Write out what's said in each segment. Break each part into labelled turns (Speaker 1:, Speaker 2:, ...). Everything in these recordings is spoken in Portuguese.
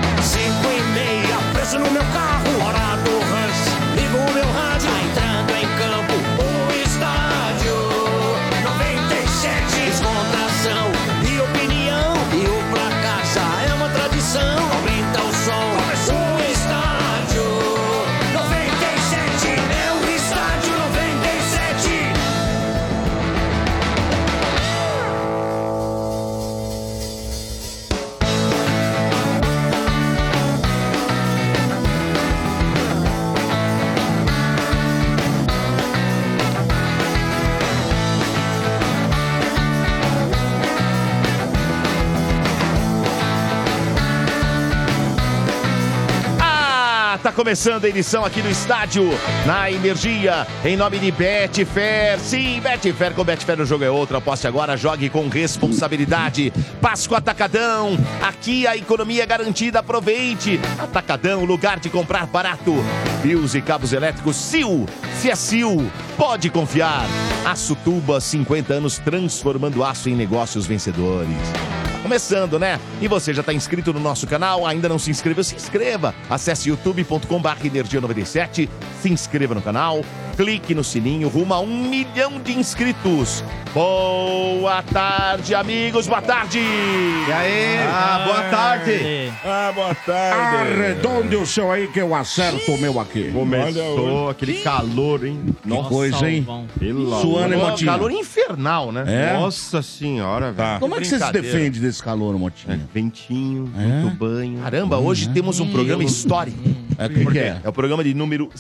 Speaker 1: tá é é
Speaker 2: Ah, tá começando a edição aqui do estádio, na Energia, em nome de Betfair. Sim, Betfair, com Betfair o jogo é outro. Aposte agora, jogue com responsabilidade. Páscoa Atacadão, aqui a economia é garantida. Aproveite. Atacadão, lugar de comprar barato. Fios e cabos elétricos, Sil. Se é Sil, pode confiar. Aço Tuba, 50 anos transformando aço em negócios vencedores começando, né? E você já está inscrito no nosso canal? Ainda não se inscreveu? Se inscreva! Acesse youtube.com.br energia97, se inscreva no canal, clique no sininho, rumo a um milhão de inscritos. Boa tarde, amigos, boa tarde! E
Speaker 3: aí? Ah, boa tarde!
Speaker 4: Ah, boa tarde!
Speaker 3: Arredonde o seu aí que eu acerto o meu aqui.
Speaker 4: Começou aquele calor, hein?
Speaker 3: Que coisa, hein?
Speaker 4: Pelo
Speaker 3: Suando
Speaker 4: amor.
Speaker 3: e
Speaker 2: Ó,
Speaker 3: motinho.
Speaker 2: calor infernal, né?
Speaker 3: É?
Speaker 4: Nossa senhora, velho.
Speaker 3: Como é que você se
Speaker 4: Brincadeira.
Speaker 3: defende desse calor,
Speaker 2: É,
Speaker 3: Motinho?
Speaker 4: Ventinho,
Speaker 3: É?
Speaker 4: muito banho.
Speaker 2: Caramba, hoje temos um programa histórico.
Speaker 3: É, que, que é?
Speaker 2: É o programa de número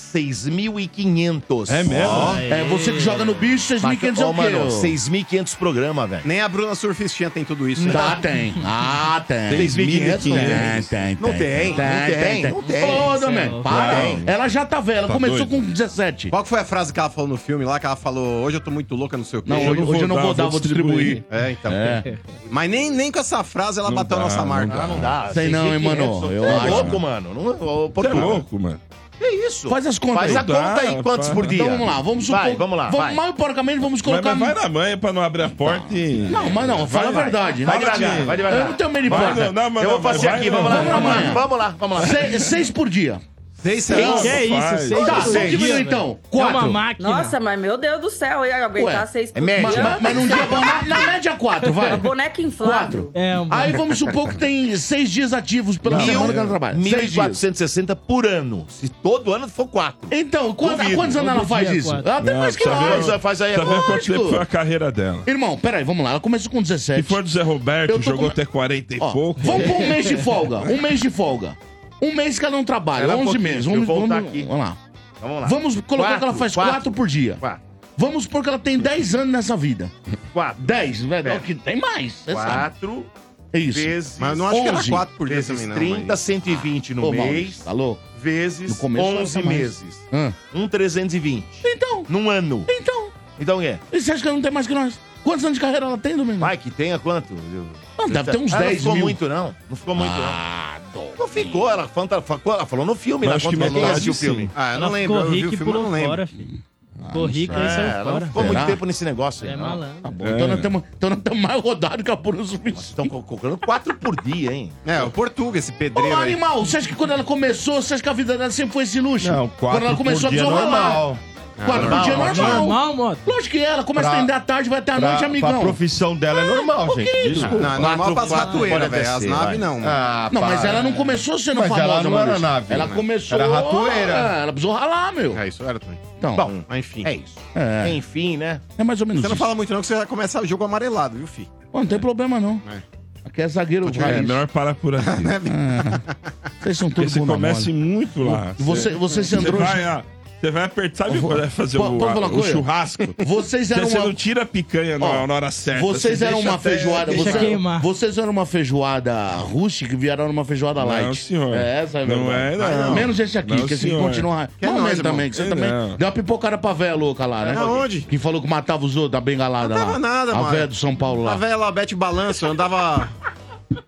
Speaker 2: 6.500.
Speaker 4: É mesmo?
Speaker 2: Ó,
Speaker 3: É você que joga no bicho, vocês me quer dizer
Speaker 2: Ô,
Speaker 3: é o quê?
Speaker 2: mano,
Speaker 3: ô?
Speaker 2: 6.500 programa, velho.
Speaker 5: Nem a Bruna Surfistinha tem tudo isso. né?
Speaker 3: Tá, tem. Ah, tem.
Speaker 2: 6.500,
Speaker 3: Tem,
Speaker 2: né?
Speaker 3: tem,
Speaker 2: Não tem, não tem, não tem.
Speaker 3: Ô, Domênico, para. Ela já tá velha, ela começou com 17.
Speaker 5: Qual que foi a frase que ela falou no filme lá? Que ela falou, hoje eu tô muito louca, não sei o quê.
Speaker 3: Não, hoje, hoje eu não vou dar, vou distribuir.
Speaker 5: É, então.
Speaker 3: É.
Speaker 5: Mas nem, nem com essa frase ela bateu a nossa marca.
Speaker 2: Não dá.
Speaker 3: Sei não, hein, mano.
Speaker 2: 6.500,
Speaker 3: Eu
Speaker 2: Tá
Speaker 3: acho,
Speaker 2: louco,
Speaker 3: mano.
Speaker 2: mano. Não, ô,
Speaker 4: Você é
Speaker 2: Portugal.
Speaker 4: louco, mano.
Speaker 2: Que É isso?
Speaker 3: Faz as contas
Speaker 2: Faz
Speaker 3: aí.
Speaker 2: a conta aí,
Speaker 4: Dá,
Speaker 2: quantos
Speaker 4: pá.
Speaker 2: por dia?
Speaker 3: Então vamos lá, vamos supor.
Speaker 2: Vai, vamos lá, vai.
Speaker 3: Mal e porcamente, vamos
Speaker 4: Ah, Mas,
Speaker 3: colocar.
Speaker 4: mas vai na manha pra não abrir a porta e...
Speaker 3: Não, mas não, fala
Speaker 4: Vai,
Speaker 3: a verdade.
Speaker 2: Vai
Speaker 3: né?
Speaker 2: devagar, vai
Speaker 3: Eu
Speaker 2: devagar.
Speaker 3: não tenho medo de
Speaker 4: Vai,
Speaker 3: porta.
Speaker 4: não, não, mas
Speaker 2: Eu vou
Speaker 4: não, mas
Speaker 2: fazer
Speaker 4: vai
Speaker 2: aqui,
Speaker 4: não.
Speaker 2: vamos lá,
Speaker 3: Vai,
Speaker 2: vamos lá,
Speaker 3: não.
Speaker 2: vamos lá, vamos lá.
Speaker 3: Se- seis por dia.
Speaker 5: Seis reais.
Speaker 6: Que é isso?
Speaker 4: Faz.
Speaker 6: Seis
Speaker 3: Tá,
Speaker 6: pessoas.
Speaker 3: vamos diminuir então. Quatro.
Speaker 6: É uma máquina.
Speaker 7: Nossa, tá mas meu Deus do céu, eu ia aguentar
Speaker 3: Ué,
Speaker 7: seis
Speaker 2: é
Speaker 7: por
Speaker 2: média.
Speaker 3: Ma-
Speaker 7: dia.
Speaker 3: ma- mas num dia bom, na, na média quatro, vai.
Speaker 7: Boneca inflável.
Speaker 3: Quatro.
Speaker 6: É, mano.
Speaker 3: Aí vamos um supor que tem seis dias ativos pela
Speaker 2: Mil-
Speaker 3: semana que ela trabalha. Seis dias.
Speaker 2: 1.460 por ano. Se todo ano for quatro.
Speaker 3: Então, quant-
Speaker 2: Duvido.
Speaker 3: há quantos anos ela
Speaker 6: Todo
Speaker 3: faz
Speaker 6: dia
Speaker 3: isso?
Speaker 6: quatro.
Speaker 3: Ela tem
Speaker 4: Não,
Speaker 3: mais que
Speaker 4: precisa ver-
Speaker 3: nós.
Speaker 2: Só faz aí
Speaker 4: Saber quanto
Speaker 3: lógico.
Speaker 4: tempo foi a carreira dela.
Speaker 3: Irmão, peraí, vamos lá. Ela começou com
Speaker 4: Se
Speaker 3: 17.
Speaker 4: for do Zé
Speaker 3: Eu
Speaker 4: Roberto,
Speaker 3: tô
Speaker 4: jogou
Speaker 3: com-
Speaker 4: até 40 e
Speaker 3: Ó,
Speaker 4: pouco.
Speaker 3: vamos pôr um mês de folga. Um mês de folga. Um mês que ela não trabalha.
Speaker 2: Espera um
Speaker 3: 11
Speaker 2: pouquinho,
Speaker 3: meses.
Speaker 2: deixa eu
Speaker 3: Vamos, vamos,
Speaker 2: voltar
Speaker 3: vamos,
Speaker 2: aqui.
Speaker 3: lá.
Speaker 2: Vamos lá.
Speaker 3: Vamos colocar que ela
Speaker 2: Quatro,
Speaker 3: faz
Speaker 2: quatro.
Speaker 3: 4 por dia.
Speaker 2: Quatro.
Speaker 3: Vamos supor que ela tem 10 anos nessa vida.
Speaker 2: Quatro.
Speaker 3: 10, velho.
Speaker 2: É.
Speaker 3: ó, que Tem mais. Você sabe.
Speaker 2: Quatro
Speaker 3: É isso.
Speaker 2: vezes...
Speaker 5: Mas eu não acho que era
Speaker 3: Onze.
Speaker 5: quatro por dia
Speaker 2: Vezes
Speaker 5: também, não.
Speaker 2: 30, 120 no
Speaker 3: Ô, Maurício,
Speaker 2: mês,
Speaker 3: Tá louco? No
Speaker 2: vezes
Speaker 3: começo era
Speaker 2: 11
Speaker 3: mais.
Speaker 2: meses.
Speaker 3: Hã?
Speaker 2: Um 320.
Speaker 3: Então,
Speaker 2: Num ano.
Speaker 3: então.
Speaker 2: Então é.
Speaker 3: E você acha que ela não tem mais que nós? Quantos anos de carreira ela tem, Domingo?
Speaker 2: Vai que tenha quanto?
Speaker 3: Ah, deve ter uns
Speaker 2: Ela
Speaker 3: 10
Speaker 2: Não ficou
Speaker 3: mil.
Speaker 2: muito, não. Não ficou muito, não.
Speaker 3: Ah, Domingo.
Speaker 2: Não ficou, ela, fanta- fa- ela falou no filme,
Speaker 4: Mas
Speaker 2: né?
Speaker 4: acho que
Speaker 2: Quando falou,
Speaker 4: metade
Speaker 2: assistiu o
Speaker 4: sim.
Speaker 2: filme.
Speaker 5: Ah, eu não
Speaker 6: Ela
Speaker 5: lembro. Eu
Speaker 6: Ficou
Speaker 5: vi
Speaker 6: rica
Speaker 5: o
Speaker 6: e
Speaker 5: filme, eu não
Speaker 6: pulou
Speaker 5: lembro.
Speaker 6: fora, filho. Ficou rica e
Speaker 2: É,
Speaker 6: saiu
Speaker 2: ela não
Speaker 6: fora.
Speaker 2: ficou muito
Speaker 3: Será?
Speaker 2: tempo nesse negócio. aí,
Speaker 6: É
Speaker 2: não.
Speaker 3: Tá
Speaker 6: malandro.
Speaker 3: bom. Então nós temos então nós temos mais rodado que a porra dos
Speaker 2: Estão co- colocando quatro por dia, hein?
Speaker 5: É, o Portuga, esse
Speaker 3: Ô,
Speaker 5: pedreiro aí.
Speaker 3: animal, você acha que quando ela começou, você acha que a vida dela sempre foi esse luxo?
Speaker 4: Não, quatro
Speaker 3: Quando ela começou
Speaker 4: por dia
Speaker 3: a
Speaker 4: é
Speaker 3: desenrolar.
Speaker 4: normal.
Speaker 3: Quatro por dia é normal.
Speaker 6: Normal, moto.
Speaker 3: Lógico que é, ela começa a
Speaker 4: Pra-
Speaker 3: atender à tarde, vai até à noite, amigão.
Speaker 4: profissão dela é normal,
Speaker 3: que é isso?
Speaker 4: Desculpa.
Speaker 5: Não, é normal pras
Speaker 2: quatro
Speaker 5: ratoeiras,
Speaker 2: pode
Speaker 5: velho. As
Speaker 2: descer, vai.
Speaker 5: naves não. mano.
Speaker 4: Ah,
Speaker 3: Não, mas
Speaker 4: para.
Speaker 3: ela não começou sendo
Speaker 4: Mas
Speaker 3: famosa,
Speaker 4: ela não era
Speaker 3: Maurício.
Speaker 4: nave,
Speaker 3: Ela
Speaker 4: né?
Speaker 3: começou...
Speaker 4: Era ratoeira.
Speaker 3: Ah, ela precisou ralar, meu.
Speaker 5: É, isso era também.
Speaker 3: Então,
Speaker 2: Bom,
Speaker 5: Mas enfim.
Speaker 2: é isso.
Speaker 3: É.
Speaker 2: Enfim, né?
Speaker 3: é mais ou menos
Speaker 5: Você não
Speaker 3: isso.
Speaker 5: fala muito não, que você já começa o jogo amarelado, viu, fi?
Speaker 3: Ó, não tem problema, não.
Speaker 5: É.
Speaker 3: Aqui é zagueiro
Speaker 4: É,
Speaker 3: raiz.
Speaker 4: melhor parar por aqui.
Speaker 3: Vocês são
Speaker 4: Porque
Speaker 3: todos
Speaker 4: você
Speaker 3: bunda
Speaker 4: começa
Speaker 3: mole.
Speaker 4: muito lá.
Speaker 3: Você, você se
Speaker 4: Você
Speaker 3: androu...
Speaker 4: vai, ah, você vai apertar, sabe
Speaker 3: Vou-
Speaker 4: quando vai fazer
Speaker 3: Pô,
Speaker 4: o,
Speaker 3: posso falar
Speaker 4: a-
Speaker 3: uma
Speaker 4: o
Speaker 3: coisa?
Speaker 4: churrasco?
Speaker 3: Vocês
Speaker 4: Você
Speaker 3: eram
Speaker 4: você
Speaker 3: uma...
Speaker 4: não tira a picanha é, na,
Speaker 3: Ó,
Speaker 4: na hora certa.
Speaker 3: Vocês
Speaker 4: você
Speaker 3: eram
Speaker 4: deixa
Speaker 3: uma
Speaker 4: até-
Speaker 3: feijoada.
Speaker 4: deixa-
Speaker 3: você- é
Speaker 6: queimar.
Speaker 3: vocês eram uma feijoada rústica e viraram uma feijoada light.
Speaker 4: senhor.
Speaker 3: É essa, é
Speaker 4: Não
Speaker 3: verdade.
Speaker 4: é, não.
Speaker 3: Ah, Menos esse aqui,
Speaker 4: Não,
Speaker 3: que esse aqui
Speaker 4: senhor.
Speaker 3: continua.
Speaker 5: é
Speaker 3: Não,
Speaker 5: nós,
Speaker 3: mas
Speaker 5: irmão.
Speaker 3: também, que você
Speaker 4: É,
Speaker 3: também.
Speaker 4: não.
Speaker 3: Deu uma pipocada pra véia louca lá, né?
Speaker 5: É, aonde?
Speaker 3: Que falou que matava os outros da bengalada
Speaker 5: Não
Speaker 3: lá.
Speaker 5: tava nada,
Speaker 3: A
Speaker 5: mano.
Speaker 3: véia do São Paulo
Speaker 5: A
Speaker 3: lá.
Speaker 5: velha Bete Balanço, eu andava...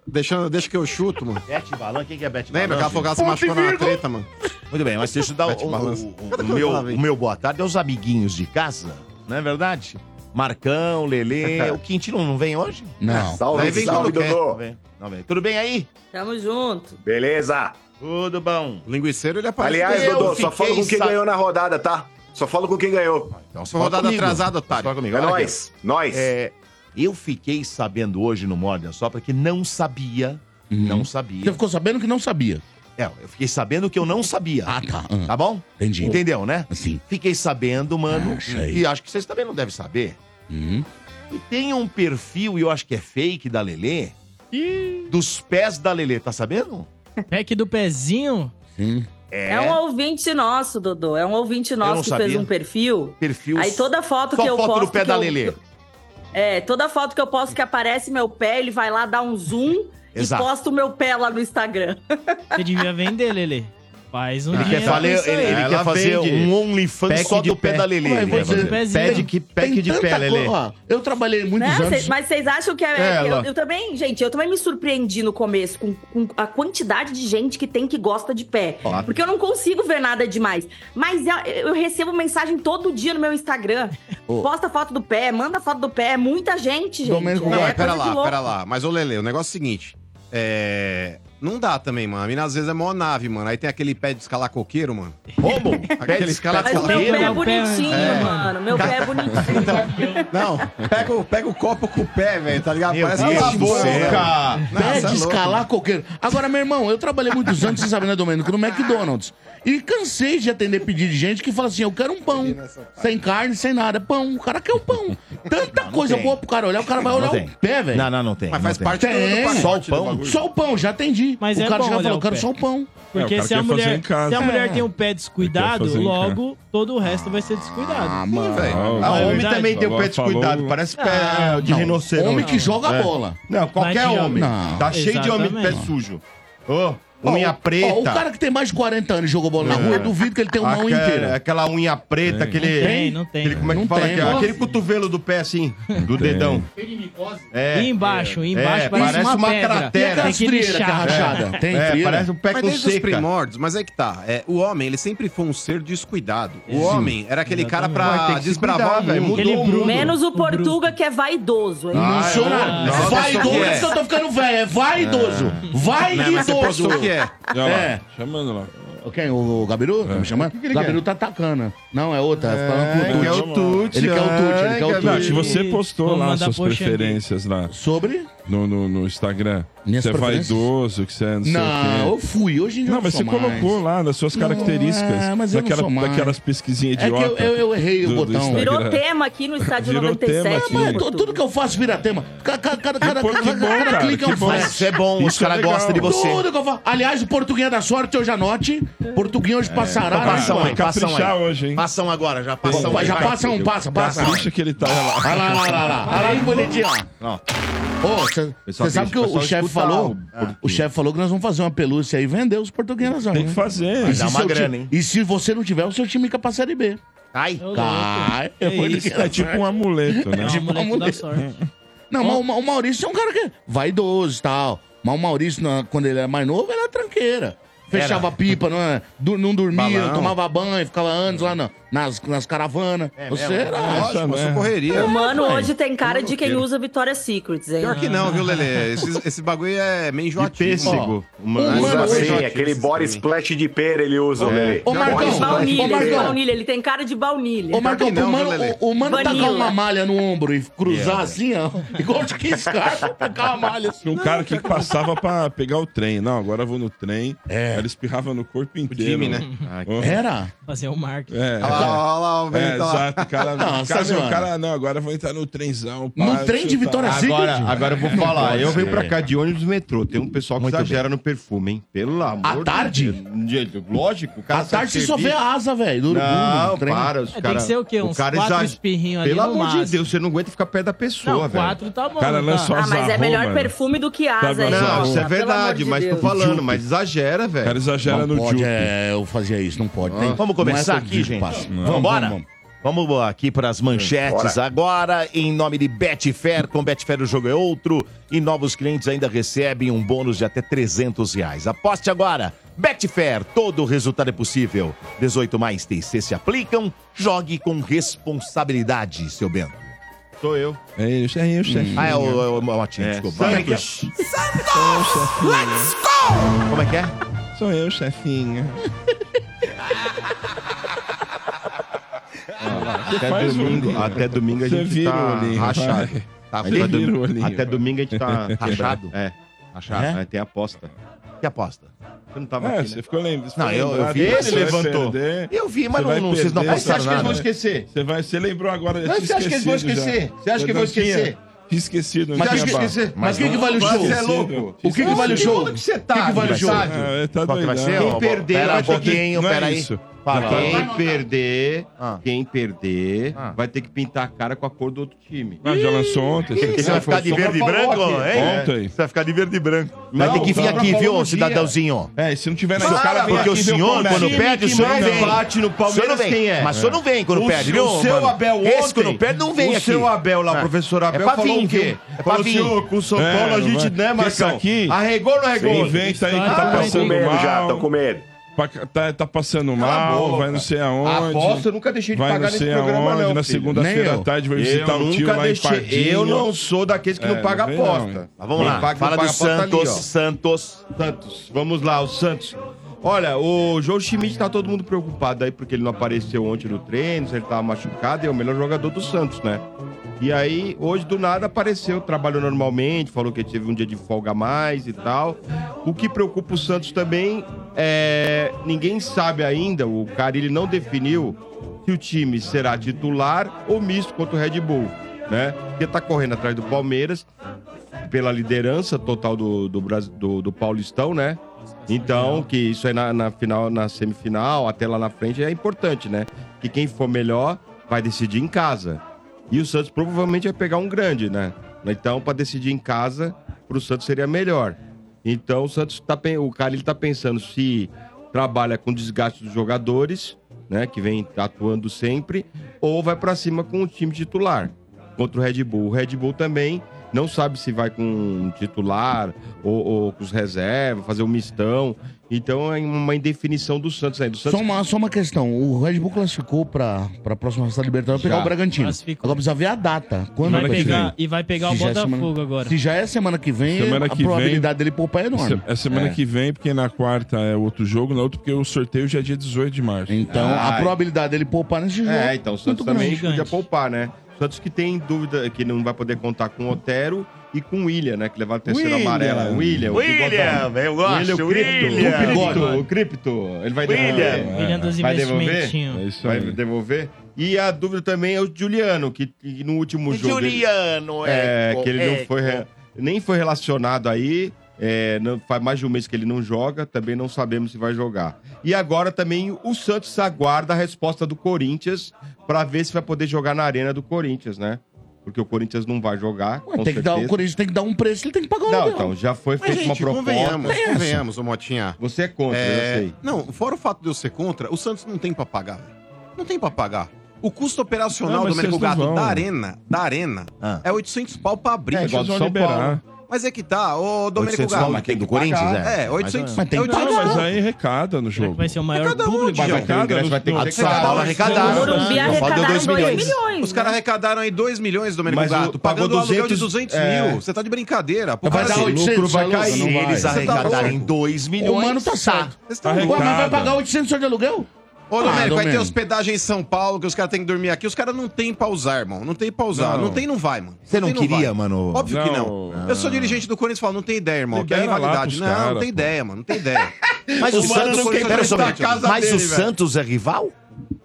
Speaker 5: Deixando, deixa que eu chuto, mano.
Speaker 2: Bete Balan, quem que é Bete
Speaker 5: Lembra
Speaker 2: Balan?
Speaker 5: que ela falou que ela se machucou na treta, mano?
Speaker 2: Muito bem, mas deixa eu dar um, o,
Speaker 5: Bete
Speaker 2: o-
Speaker 5: Balan.
Speaker 2: o- o
Speaker 5: Cada coisa
Speaker 2: meu,
Speaker 5: lá, velho.
Speaker 2: o meu boa tarde aos amiguinhos de casa, não é verdade? Marcão, Lelê, É, o Quintino não vem hoje?
Speaker 3: Não.
Speaker 5: Daí vem quando quer.
Speaker 2: Não vem, não vem. Tudo bem aí?
Speaker 7: Tamo junto.
Speaker 8: Beleza?
Speaker 2: Tudo bom.
Speaker 5: Linguiceiro, ele aparece.
Speaker 8: Aliás,
Speaker 2: Eu
Speaker 8: Dodô, só
Speaker 2: fiquei
Speaker 8: falo com quem
Speaker 2: sa-
Speaker 8: ganhou na rodada, tá? Só falo com quem ganhou.
Speaker 2: Então,
Speaker 5: Sua rodada atrasada, otário.
Speaker 2: Só comigo.
Speaker 8: É
Speaker 2: Olha aqui,
Speaker 8: nós, nós.
Speaker 2: É, eu fiquei sabendo hoje no Morda Só porque não sabia. Não
Speaker 3: Uhum. Você
Speaker 2: sabia.
Speaker 3: ficou sabendo que não sabia.
Speaker 2: É, eu fiquei sabendo que eu não sabia.
Speaker 3: Ah, tá. Ah,
Speaker 2: Tá bom?
Speaker 3: Entendi.
Speaker 2: Entendeu, né?
Speaker 3: Sim.
Speaker 2: Fiquei sabendo, mano.
Speaker 3: Ah, sei.
Speaker 2: e acho que vocês também não devem saber.
Speaker 3: Hum.
Speaker 2: E tem um perfil, e eu acho que é fake da Lelê. Dos pés da Lelê, tá sabendo?
Speaker 6: Pack do pezinho.
Speaker 3: Sim.
Speaker 7: É. um ouvinte nosso, Dodô. É um ouvinte
Speaker 2: Eu não
Speaker 7: nosso que
Speaker 2: sabia.
Speaker 7: fez um perfil.
Speaker 2: Perfil.
Speaker 7: Aí toda foto
Speaker 2: Só
Speaker 7: que eu
Speaker 2: foto
Speaker 7: posto.
Speaker 2: do pé
Speaker 7: que
Speaker 2: da
Speaker 7: eu-
Speaker 2: Lelê.
Speaker 7: É, toda foto que eu posto que aparece meu pé, ele vai lá dar um zoom e
Speaker 2: Exato.
Speaker 7: posta o meu pé lá no Instagram.
Speaker 6: Você devia vender, Lele. Faz um
Speaker 2: Ele quer,
Speaker 6: dinheiro
Speaker 2: fazer-
Speaker 6: com isso
Speaker 2: ele-
Speaker 6: aí.
Speaker 2: ele
Speaker 5: Ela
Speaker 2: quer fazer
Speaker 5: vende
Speaker 2: um OnlyFans
Speaker 5: pack
Speaker 2: só
Speaker 5: de
Speaker 2: do pé
Speaker 5: pé.
Speaker 2: da Lele.
Speaker 3: Ué,
Speaker 2: ele
Speaker 3: vou
Speaker 2: quer
Speaker 3: dizer,
Speaker 2: fazer.
Speaker 6: um Pezinho.
Speaker 5: Pede que pack de pé, Lelê.
Speaker 3: Eu trabalhei muitos
Speaker 7: Né?
Speaker 3: anos.
Speaker 7: Cês- mas vocês acham que é.
Speaker 5: É,
Speaker 7: eu,
Speaker 5: ela.
Speaker 7: eu também, gente, eu também me surpreendi no começo com, com a quantidade de gente que tem que gosta de pé.
Speaker 5: Ó.
Speaker 7: Porque eu não consigo ver nada demais. Mas eu, eu recebo mensagem todo dia no meu Instagram. Posta foto do pé, manda foto do pé. é Muita gente, gente.
Speaker 3: Domênico,
Speaker 7: É
Speaker 5: Não,
Speaker 3: É,
Speaker 5: mas pera
Speaker 7: coisa de
Speaker 5: lá,
Speaker 7: louco.
Speaker 5: pera lá. Mas, ô Lele, o negócio é o seguinte. É... Não dá também, mano. A mina às vezes é mó nave, mano. Aí tem aquele pé de escalar coqueiro, mano.
Speaker 2: Como? Pé de
Speaker 5: Aqueles
Speaker 2: escala
Speaker 5: caras
Speaker 7: Mas o meu pé é
Speaker 6: Meu pé é-
Speaker 7: bonitinho,
Speaker 6: é.
Speaker 7: mano. Meu pé é bonitinho.
Speaker 5: Então, Não, pega o, pega o copo com o pé, velho, tá ligado?
Speaker 2: Meu
Speaker 5: Parece
Speaker 2: Deus
Speaker 5: uma
Speaker 2: do
Speaker 5: boca.
Speaker 2: céu.
Speaker 5: Não,
Speaker 3: Pé
Speaker 5: cê é
Speaker 3: de
Speaker 5: louco.
Speaker 3: escalar coqueiro. Agora, meu irmão, eu trabalhei muitos anos, você sabe, né, Domênico, no McDonald's. E cansei de atender pedido de gente que fala assim: eu quero um pão. Sem carne, sem nada. Pão. O cara quer um pão. Tanta coisa
Speaker 2: tem.
Speaker 3: boa pro cara olhar, o cara vai
Speaker 2: Não
Speaker 3: olhar
Speaker 2: tem.
Speaker 3: o pé, velho.
Speaker 2: Não, não, não tem.
Speaker 5: Mas faz
Speaker 2: não tem.
Speaker 5: parte
Speaker 3: Tem.
Speaker 5: do,
Speaker 2: Só
Speaker 5: do
Speaker 2: o
Speaker 5: pacote do
Speaker 2: pão?
Speaker 5: bagulho.
Speaker 3: Só o pão, já atendi.
Speaker 6: Mas
Speaker 3: o
Speaker 6: é
Speaker 3: cara
Speaker 6: bom
Speaker 3: já
Speaker 6: olhar
Speaker 3: falou:
Speaker 6: o
Speaker 3: eu quero
Speaker 6: pé.
Speaker 3: só o pão.
Speaker 6: Porque
Speaker 4: É, o cara
Speaker 6: se, a
Speaker 4: quer fazer
Speaker 6: mulher,
Speaker 4: em casa.
Speaker 6: se a mulher
Speaker 3: É.
Speaker 6: tem um pé descuidado,
Speaker 4: Ele quer fazer em
Speaker 6: logo todo o resto vai ser descuidado.
Speaker 5: Ih, velho.
Speaker 6: Ah,
Speaker 9: Ah,
Speaker 6: é
Speaker 9: o homem
Speaker 6: verdade?
Speaker 9: também tem o
Speaker 4: Agora
Speaker 9: pé descuidado.
Speaker 4: falou-
Speaker 9: Parece
Speaker 6: Ah,
Speaker 9: pé de rinoceronte.
Speaker 3: Ah,
Speaker 9: É.
Speaker 3: Homem que joga
Speaker 6: É.
Speaker 3: a bola.
Speaker 9: Não, qualquer
Speaker 6: Mas de
Speaker 9: homem.
Speaker 3: homem.
Speaker 9: Tá cheio de homem de pé
Speaker 6: Exatamente.
Speaker 9: sujo. Ô,
Speaker 3: Ó,
Speaker 9: unha
Speaker 3: o-
Speaker 9: preta.
Speaker 3: ó, o cara que tem mais de 40 anos e jogou bola na rua, eu duvido que ele tenha uma unha
Speaker 9: É. aquela,
Speaker 3: inteira.
Speaker 9: aquela unha preta, aquele.
Speaker 6: Não tem, não tem.
Speaker 9: Aquele, como é que
Speaker 3: Não
Speaker 9: fala
Speaker 3: tem,
Speaker 9: aqui?
Speaker 3: nossa.
Speaker 9: Aquele cotovelo do pé, assim, do dedão. É.
Speaker 6: E embaixo, e embaixo parece,
Speaker 9: É, parece
Speaker 6: uma,
Speaker 9: uma
Speaker 6: pedra.
Speaker 9: cratera.
Speaker 3: E
Speaker 9: Tem
Speaker 3: aquelas
Speaker 6: que
Speaker 3: frieiras que é
Speaker 6: lixar.
Speaker 3: rachada? Tem
Speaker 9: É,
Speaker 3: frieira?
Speaker 9: parece um pé
Speaker 5: Mas
Speaker 9: com
Speaker 5: desde os
Speaker 9: seca.
Speaker 5: primórdios, mas é que tá. É, o homem, ele sempre foi um ser descuidado. O homem era aquele cara
Speaker 9: Vai, tem
Speaker 5: pra
Speaker 9: que se
Speaker 5: desbravar,
Speaker 9: cuidar,
Speaker 5: velho.
Speaker 9: velho.
Speaker 5: Mudou
Speaker 6: Aquele
Speaker 5: o mundo.
Speaker 6: Bruno.
Speaker 7: Menos o
Speaker 6: O Bruno.
Speaker 7: Portuga, que é vaidoso, hein?
Speaker 3: Não
Speaker 5: Ah,
Speaker 3: sou
Speaker 5: eu-
Speaker 3: nada.
Speaker 5: não,
Speaker 3: Vaidoso,
Speaker 5: eu sou
Speaker 3: que eu tô ficando velho. É vaidoso. Vai
Speaker 5: Não, mas você
Speaker 3: idoso.
Speaker 5: postou o que é.
Speaker 4: Já
Speaker 3: É.
Speaker 4: lá, chamando lá.
Speaker 3: Quem? O, o Gabiru? Tá me chamando?
Speaker 9: que ele
Speaker 3: o Gabiru tá atacando. Não, é outra. tá falando com o
Speaker 9: É, que é
Speaker 3: Tuti.
Speaker 9: o Tute.
Speaker 3: Ele quer o Tuti, ele quer o
Speaker 9: é,
Speaker 3: Tuti.
Speaker 4: Não,
Speaker 9: Gabi.
Speaker 4: que você postou
Speaker 6: Vamos
Speaker 4: lá
Speaker 6: mandar
Speaker 4: suas
Speaker 6: poxa aqui.
Speaker 4: preferências lá
Speaker 3: Sobre?
Speaker 4: no, no, no Instagram.
Speaker 3: Minhas
Speaker 4: Você é
Speaker 3: preferências?
Speaker 4: vaidoso, que você é não sei
Speaker 3: Não,
Speaker 4: o
Speaker 3: eu
Speaker 4: quê.
Speaker 3: fui. Hoje em dia eu
Speaker 4: Não, mas
Speaker 3: sou
Speaker 4: você
Speaker 3: mais. é.
Speaker 4: colocou lá nas suas características.
Speaker 3: Ah, mas eu não
Speaker 4: daquela,
Speaker 3: sou mais.
Speaker 4: daquelas
Speaker 3: É
Speaker 4: pesquisinhas
Speaker 3: que
Speaker 4: idiotas.
Speaker 3: eu, eu- eu errei o
Speaker 4: do- do
Speaker 3: botão.
Speaker 4: Instagram.
Speaker 7: Virou tema aqui no estádio
Speaker 4: Virou
Speaker 7: 97.
Speaker 4: tema aqui.
Speaker 3: Mano, tudo que eu faço vira tema. Cada, cada, cada, cada,
Speaker 4: pô, que
Speaker 3: cada-
Speaker 4: bom,
Speaker 3: cada
Speaker 4: cara,
Speaker 3: clique é um
Speaker 4: que bom.
Speaker 2: Mas
Speaker 3: flash.
Speaker 2: isso é bom, os
Speaker 4: Isso é
Speaker 2: caras
Speaker 4: legal.
Speaker 2: gostam de você.
Speaker 3: Tudo que eu faço. Aliás, o Portuguinha da Sorte hoje à noite. Portuguinha
Speaker 2: É.
Speaker 4: É,
Speaker 3: hoje
Speaker 4: então
Speaker 3: passará. né,
Speaker 4: um
Speaker 2: Passam
Speaker 3: mano?
Speaker 2: um aí, passam
Speaker 4: caprichar
Speaker 2: aí.
Speaker 4: hoje, hein?
Speaker 2: Passam agora, já passam
Speaker 3: Pô,
Speaker 2: aí,
Speaker 3: Já
Speaker 2: vai.
Speaker 3: passa um, passa, passa.
Speaker 4: Deixa que ele tá lá.
Speaker 3: Olha lá, olha lá, olha lá. Olha lá que bonitinho.
Speaker 9: Ó. Pessoal
Speaker 3: Você sabe
Speaker 9: que-
Speaker 3: que o
Speaker 9: pessoal
Speaker 3: chefe
Speaker 9: escuta
Speaker 3: falou? Ah.
Speaker 9: o- o-
Speaker 3: O chefe falou que nós vamos fazer uma pelúcia aí e vender os portugueses nas
Speaker 4: Tem que
Speaker 3: armas.
Speaker 4: fazer.
Speaker 2: Dá uma
Speaker 3: seu
Speaker 2: grana,
Speaker 3: ti-
Speaker 2: hein?
Speaker 3: E se você não tiver, o seu time fica pra Série B.
Speaker 2: Ai,
Speaker 6: Ô, louco.
Speaker 3: Cai.
Speaker 6: É
Speaker 3: Tá, eu vou
Speaker 6: isso,
Speaker 3: dizer. assim,
Speaker 4: É tipo um amuleto, né?
Speaker 6: Não,
Speaker 3: Tipo,
Speaker 6: moleque,
Speaker 3: vamos
Speaker 6: dá
Speaker 3: ver.
Speaker 6: sorte.
Speaker 3: Não, mas o Ma- o Maurício é um cara que é vaidoso e tal. Mas o Maurício, na- quando ele era mais novo, era tranqueira. Fechava pipa, não, é? Du- não dormia,
Speaker 5: Balão.
Speaker 3: não tomava banho, ficava anos lá na- nas, nas caravanas. você era... né?
Speaker 5: Lógico, eu sou correria.
Speaker 7: O mano hoje tem cara de quem usa Victoria's Secrets, hein?
Speaker 5: Pior que não, viu, Lelê? Esse, esse bagulho é meio
Speaker 9: E
Speaker 5: enjoativo.
Speaker 9: pêssego.
Speaker 3: Mano,
Speaker 9: Mas
Speaker 3: hoje-
Speaker 9: assim,
Speaker 8: Sim, É. aquele body splash de pera ele usa, Lele.
Speaker 3: Ô, Marcão,
Speaker 5: Isso,
Speaker 3: ô,
Speaker 7: Baunilha, ele,
Speaker 3: Marcão,
Speaker 7: baunilha, ele tem cara de baunilha.
Speaker 3: Ô, Marcão,
Speaker 5: Pior que
Speaker 3: pro
Speaker 5: não,
Speaker 3: mano,
Speaker 5: viu, Lelê?
Speaker 3: o, o mano tacar
Speaker 7: Vanilla.
Speaker 3: uma malha no ombro e cruzar assim, ó. Igual de 15 caras, tacar uma malha assim.
Speaker 4: Tinha um cara que passava pra pegar o trem. Não, agora eu vou no trem. É. Aí ele espirrava no corpo inteiro.
Speaker 5: time, né?
Speaker 4: Ó,
Speaker 3: Ah, Era?
Speaker 6: Fazer um marketing.
Speaker 4: É,
Speaker 5: Olha lá, olha lá, o
Speaker 4: é,
Speaker 5: velho tá lá.
Speaker 4: exato. O cara,
Speaker 3: Não,
Speaker 4: o
Speaker 3: você
Speaker 4: cara,
Speaker 3: tá
Speaker 4: não,
Speaker 3: zoando.
Speaker 4: cara, não, agora eu vou entrar no trenzão.
Speaker 3: No trem de Vitória
Speaker 4: Vitória
Speaker 3: Secret?
Speaker 9: Agora, agora eu vou falar. Eu venho
Speaker 3: ser.
Speaker 9: pra cá de ônibus e metrô. Tem um pessoal que exagera no perfume, hein? Pelo amor
Speaker 3: À
Speaker 9: de
Speaker 3: tarde?
Speaker 9: Deus. Gente, Lógico. O cara
Speaker 3: À
Speaker 9: sai
Speaker 3: tarde
Speaker 9: do
Speaker 3: você só vê
Speaker 9: serviço-
Speaker 3: a asa, velho, do urubu.
Speaker 9: Não,
Speaker 3: do trem.
Speaker 9: para. Os
Speaker 6: É, tem
Speaker 9: cara,
Speaker 6: que ser o quê? Uns quatro espirrinhos ali
Speaker 9: Pelo
Speaker 6: no
Speaker 9: amor de
Speaker 6: máximo.
Speaker 9: Deus, você não aguenta ficar perto da
Speaker 6: Não,
Speaker 9: pessoa, velho.
Speaker 6: quatro tá bom.
Speaker 4: Cara,
Speaker 6: tá?
Speaker 4: lançou
Speaker 7: Ah, mas é
Speaker 4: Azarrou,
Speaker 7: melhor
Speaker 9: né?
Speaker 4: mano.
Speaker 7: perfume do que asa,
Speaker 4: Sabe,
Speaker 7: hein?
Speaker 4: azarrou.
Speaker 9: Não, isso
Speaker 7: Jota?
Speaker 9: é
Speaker 7: Pelo amor
Speaker 9: verdade,
Speaker 7: de
Speaker 9: mas
Speaker 7: Deus.
Speaker 9: tô falando, mas exagera,
Speaker 4: O cara
Speaker 9: velho.
Speaker 4: exagera
Speaker 3: Não
Speaker 4: no
Speaker 3: pode,
Speaker 4: Juke.
Speaker 3: é, eu fazia isso, não pode. Tem-
Speaker 2: Ah. Vamos começar
Speaker 3: não é todo
Speaker 2: aqui,
Speaker 3: dia que
Speaker 2: gente?
Speaker 3: passa.
Speaker 2: Vamos embora? Vamos aqui para as manchetes agora, em nome de Betfair. Com Betfair o jogo é outro e novos clientes ainda recebem um bônus de até 300 reais. Aposte agora. Betfair, todo resultado é possível. 18 mais TC se aplicam. Jogue com responsabilidade, seu Bento.
Speaker 9: Sou eu.
Speaker 4: É isso, é isso, é isso.
Speaker 2: Ah, é o, é o Motinho,
Speaker 9: É,
Speaker 2: desculpa.
Speaker 9: Santos.
Speaker 2: Como é que é? Como é que é?
Speaker 4: Ah! Sou eu, chefinha.
Speaker 9: Até
Speaker 4: faz um-
Speaker 9: domingo, até domingo a
Speaker 4: Você
Speaker 9: gente
Speaker 4: vira o
Speaker 9: tá
Speaker 4: olhinho,
Speaker 9: rachado.
Speaker 4: vai.
Speaker 9: Tá,
Speaker 4: Você
Speaker 9: até,
Speaker 4: vira o
Speaker 9: domingo,
Speaker 4: olhinho,
Speaker 9: até
Speaker 4: vai.
Speaker 9: domingo a gente tá
Speaker 2: Rachado?
Speaker 9: É, rachado. É, tem aposta.
Speaker 2: Que aposta?
Speaker 9: Você não tava
Speaker 4: É,
Speaker 9: aqui,
Speaker 4: você
Speaker 9: né?
Speaker 4: ficou lembrando.
Speaker 2: Não, eu- eu vi.
Speaker 4: Ele
Speaker 2: Ele
Speaker 4: levantou.
Speaker 2: levantou.
Speaker 4: Você
Speaker 2: Eu vi, mas
Speaker 4: vai
Speaker 2: não, não, vocês não
Speaker 4: perder,
Speaker 9: Mas você
Speaker 2: apostaram
Speaker 9: acha que eles vão
Speaker 2: nada.
Speaker 9: esquecer?
Speaker 4: vai, você lembrou agora. eu
Speaker 9: Mas
Speaker 4: tinha
Speaker 9: você acha que eles vão
Speaker 4: esquecido já.
Speaker 9: esquecer? Você acha que
Speaker 4: Eu
Speaker 9: vão
Speaker 4: não tinha-
Speaker 9: esquecer?
Speaker 4: Tinha esquecido. não
Speaker 3: Mas
Speaker 4: tinha
Speaker 3: o que
Speaker 4: acabado.
Speaker 9: esquecer?
Speaker 3: Mas o que, que vale o
Speaker 9: Mas
Speaker 3: show?
Speaker 9: você é louco.
Speaker 3: O que, que vale o
Speaker 9: Que
Speaker 2: é
Speaker 3: show?
Speaker 9: mundo que você tá,
Speaker 3: O que que vale o
Speaker 9: velho?
Speaker 3: jogo?
Speaker 9: Sabe?
Speaker 4: Ah, é, tá
Speaker 2: Qual que vai
Speaker 4: doidão.
Speaker 2: ser?
Speaker 9: Quem
Speaker 2: Ó,
Speaker 9: perder
Speaker 2: Pera
Speaker 9: vai
Speaker 2: um
Speaker 9: ter que-
Speaker 2: pouquinho,
Speaker 4: Não é
Speaker 2: pera aí.
Speaker 4: isso.
Speaker 2: Fala.
Speaker 9: Quem
Speaker 3: Vai
Speaker 9: perder,
Speaker 2: Ah.
Speaker 9: quem perder,
Speaker 2: Ah.
Speaker 9: vai ter que pintar a cara com a cor do outro time.
Speaker 4: Ah, já lançou ontem.
Speaker 2: Você vai ficar de verde e branco,
Speaker 9: É.
Speaker 2: hein?
Speaker 4: Ontem.
Speaker 2: Você vai ficar de verde e branco. Vai
Speaker 9: Não,
Speaker 2: ter que vir
Speaker 9: só
Speaker 2: aqui,
Speaker 9: pra falar
Speaker 2: viu,
Speaker 9: no
Speaker 2: cidadãozinho?
Speaker 4: É, e se não tiver na
Speaker 2: Fala,
Speaker 4: escala, vem
Speaker 2: porque
Speaker 4: aqui
Speaker 2: o
Speaker 4: ver
Speaker 2: senhor,
Speaker 4: Palmeiras.
Speaker 2: quando perde, o senhor não
Speaker 9: mais
Speaker 2: vem.
Speaker 9: bate no
Speaker 2: O senhor não
Speaker 9: Palmeiras
Speaker 2: vem,
Speaker 9: quem é?
Speaker 2: mas o senhor não vem quando
Speaker 9: O-
Speaker 2: perde,
Speaker 9: o
Speaker 2: viu?
Speaker 9: seu
Speaker 2: mano?
Speaker 9: Abel
Speaker 2: Esse
Speaker 9: ontem-
Speaker 2: quando perde não vem
Speaker 9: o
Speaker 2: aqui.
Speaker 9: seu Abel lá,
Speaker 2: É.
Speaker 9: o professor Abel,
Speaker 2: pra
Speaker 9: falou
Speaker 2: vir,
Speaker 9: o quê?
Speaker 2: viu? É pra
Speaker 9: falou
Speaker 2: vir.
Speaker 9: assim, ô, com o São
Speaker 4: É,
Speaker 9: Paulo a
Speaker 4: não
Speaker 9: gente,
Speaker 4: vai-
Speaker 9: né,
Speaker 4: Esse
Speaker 9: Marcão?
Speaker 4: aqui-
Speaker 9: Arregou ou não arregou?
Speaker 4: Quem vem tá aí que
Speaker 6: Ah,
Speaker 4: tá
Speaker 6: tá
Speaker 8: Estão com
Speaker 4: passando
Speaker 8: medo já,
Speaker 4: mal.
Speaker 8: estão com medo.
Speaker 4: pa- Tá, tá passando
Speaker 9: Cala a
Speaker 4: mal,
Speaker 9: boca.
Speaker 4: vai não sei
Speaker 9: A
Speaker 4: aonde.
Speaker 9: aposta eu nunca deixei de
Speaker 4: vai
Speaker 9: pagar
Speaker 4: não
Speaker 9: nesse
Speaker 4: sei
Speaker 9: programa,
Speaker 4: aonde.
Speaker 9: não,
Speaker 4: na
Speaker 9: filho.
Speaker 3: Nem
Speaker 4: segunda-feira
Speaker 3: eu.
Speaker 4: à tarde vai
Speaker 9: Eu
Speaker 4: visitar o tio
Speaker 9: nunca
Speaker 4: lá em
Speaker 9: deixei.
Speaker 4: Pardinho.
Speaker 9: Eu não sou daqueles que
Speaker 4: É,
Speaker 9: não paga
Speaker 4: não vem não,
Speaker 9: aposta.
Speaker 4: hein?
Speaker 2: Mas vamos
Speaker 9: Quem
Speaker 2: lá,
Speaker 9: paga- não
Speaker 2: fala
Speaker 9: paga
Speaker 2: do
Speaker 9: aposta tá
Speaker 2: Santos,
Speaker 9: ali,
Speaker 2: Santos.
Speaker 9: ó. Santos. Vamos lá, o Santos. Olha, o João Schmidt tá todo mundo preocupado aí porque ele não apareceu ontem no treino, se ele tava machucado, é o melhor jogador do Santos, né? E aí, hoje do nada apareceu, trabalhou normalmente, falou que teve um dia de folga a mais e tal. O que preocupa o Santos também é. Ninguém sabe ainda, o Carilli não definiu se o time será titular ou misto contra o Red Bull, né? Porque tá correndo atrás do Palmeiras pela liderança total do, do, Bras- do, do Paulistão, né? Então, que isso aí na, na final, na semifinal, até lá na frente, é importante, né? Que quem for melhor vai decidir em casa. E o Santos provavelmente vai pegar um grande, né? Então, para decidir em casa, pro Santos seria melhor. Então, o Santos tá, pen- o cara ele tá pensando se trabalha com desgaste dos jogadores, né, que vem atuando sempre, ou vai para cima com o time titular contra o Red Bull. O Red Bull também não sabe se vai com um titular ou, ou com os reservas, fazer um mistão. Então é uma indefinição do Santos ainda. O
Speaker 3: Só
Speaker 9: Santos
Speaker 3: uma, só uma questão, o Red Bull classificou pra, pra próxima fase da Libertadores pegar
Speaker 9: Já.
Speaker 3: o Bragantino.
Speaker 6: Classificou.
Speaker 3: Agora precisa ver a data.
Speaker 6: E
Speaker 3: Quando
Speaker 6: vai
Speaker 3: vai ser?
Speaker 6: pegar, e vai pegar o
Speaker 3: Se já é semana-
Speaker 6: Botafogo agora.
Speaker 3: Se já é semana que vem,
Speaker 4: Semana
Speaker 3: a
Speaker 4: que vem-
Speaker 3: probabilidade dele poupar é enorme.
Speaker 4: Se- É semana que vem, porque na quarta é outro jogo, na outra, porque o sorteio já é dia 18 de março.
Speaker 3: Então, a
Speaker 4: Ah, é.
Speaker 9: Ai.
Speaker 3: probabilidade dele poupar nesse jogo.
Speaker 9: É, então o Santos
Speaker 3: muito
Speaker 9: também
Speaker 3: grande.
Speaker 6: grande.
Speaker 9: podia poupar, né? O Santos que tem dúvida que não vai poder contar com o Otero e com o William, né? Que levaram o terceiro
Speaker 4: William.
Speaker 9: amarela. O William, o bigodão.
Speaker 2: William, eu gosto.
Speaker 9: William, o cripto,
Speaker 2: William.
Speaker 9: o cripto, o cripto. Ele vai
Speaker 2: William.
Speaker 9: devolver.
Speaker 6: Milhão dos
Speaker 9: Vai devolver?
Speaker 4: É
Speaker 6: investimentinhos.
Speaker 4: isso
Speaker 9: Vai
Speaker 4: aí.
Speaker 9: devolver. E a dúvida também é o Juliano, que, que no último jogo... ele-
Speaker 2: Juliano,
Speaker 9: é,
Speaker 2: Eco,
Speaker 9: que ele não
Speaker 2: Eco.
Speaker 9: foi re- nem foi relacionado aí. é, não- faz mais de um mês que ele não joga, também não sabemos se vai jogar. E agora também o Santos aguarda a resposta do Corinthians para ver se vai poder jogar na arena do Corinthians, né? Porque o Corinthians não vai jogar.
Speaker 3: Ué,
Speaker 9: com
Speaker 3: tem que dar, o
Speaker 9: certeza.
Speaker 3: Corinthians tem que dar um preço, ele tem que pagar o
Speaker 9: Não,
Speaker 3: aluguel.
Speaker 9: então, já foi
Speaker 5: Mas,
Speaker 9: feita uma
Speaker 5: gente,
Speaker 9: proposta.
Speaker 5: convenhamos, convenhamos, ô Motinha.
Speaker 9: Você é contra,
Speaker 5: É,
Speaker 9: eu sei.
Speaker 5: Não, fora o fato de eu ser contra, o Santos não tem pra pagar. velho. Não tem pra pagar. O custo
Speaker 4: Não,
Speaker 5: operacional
Speaker 4: mas
Speaker 5: do Merigo
Speaker 4: vocês não
Speaker 5: Gato
Speaker 4: vão.
Speaker 5: da Arena, da Arena,
Speaker 2: Ah.
Speaker 5: é 800 pau pra abrir.
Speaker 9: É,
Speaker 4: Vocês
Speaker 9: igual
Speaker 4: vão
Speaker 9: do São
Speaker 4: liberar.
Speaker 5: Mas é que tá, ô Domênico
Speaker 2: 800
Speaker 5: Gato.
Speaker 2: pau de quem? Do Corinthians, é?
Speaker 5: É, 800
Speaker 3: Mas tem que
Speaker 5: é 800
Speaker 4: Não, Ah, mas
Speaker 5: pau.
Speaker 4: aí recada no
Speaker 6: Será que
Speaker 4: jogo.
Speaker 6: vai ser o maior
Speaker 5: cada um,
Speaker 6: público?
Speaker 5: Diego.
Speaker 9: Mas vai ter o ingresso, vai ter que
Speaker 2: A
Speaker 9: ter
Speaker 2: de Ah, São Paulo
Speaker 9: cara.
Speaker 7: O
Speaker 2: arrecadaram.
Speaker 7: Morumbi
Speaker 2: Só deu
Speaker 7: arrecadaram 2
Speaker 2: dois
Speaker 7: milhões. né?
Speaker 5: Os caras arrecadaram aí 2 milhões, Domênico
Speaker 9: Mas o- pagou
Speaker 5: Gato, pagando o aluguel de
Speaker 9: 200,
Speaker 5: 200
Speaker 9: é.
Speaker 5: mil. Você tá de brincadeira. Pô,
Speaker 3: Vai
Speaker 5: cara,
Speaker 3: dar
Speaker 5: assim,
Speaker 3: 800,
Speaker 9: lucro vai
Speaker 3: Alonso,
Speaker 9: cair,
Speaker 3: não vai.
Speaker 2: Eles
Speaker 5: tá
Speaker 2: arrecadaram
Speaker 5: louco?
Speaker 2: 2
Speaker 3: O
Speaker 2: milhões.
Speaker 3: mano tá certo.
Speaker 5: vocês tão
Speaker 3: Ué, mas vai
Speaker 4: Arrecada.
Speaker 3: pagar 800 só de aluguel?
Speaker 5: Ô, Domênico,
Speaker 3: Ah,
Speaker 5: vai ter
Speaker 3: Domênico.
Speaker 5: hospedagem em São Paulo, que os caras têm que dormir aqui. Os caras não tem pra usar, irmão. Não tem pra usar. Não,
Speaker 4: Não.
Speaker 5: tem, não vai, mano.
Speaker 2: Você não
Speaker 5: tem,
Speaker 2: queria,
Speaker 5: vai.
Speaker 2: mano?
Speaker 5: Óbvio que não.
Speaker 4: Não.
Speaker 5: Eu sou dirigente do Corinthians e falo, não tem ideia, irmão. Que é
Speaker 4: Libera lá
Speaker 5: rivalidade.
Speaker 4: pros
Speaker 5: Não,
Speaker 4: cara,
Speaker 5: não tem
Speaker 4: pô.
Speaker 5: ideia, mano. Não tem ideia.
Speaker 2: Mas o,
Speaker 5: O mano
Speaker 2: Santos,
Speaker 5: não quer
Speaker 2: pera só um
Speaker 5: emprestar a
Speaker 2: minutinho.
Speaker 5: casa
Speaker 2: mas
Speaker 5: dele,
Speaker 2: o
Speaker 5: velho.
Speaker 2: Santos é rival?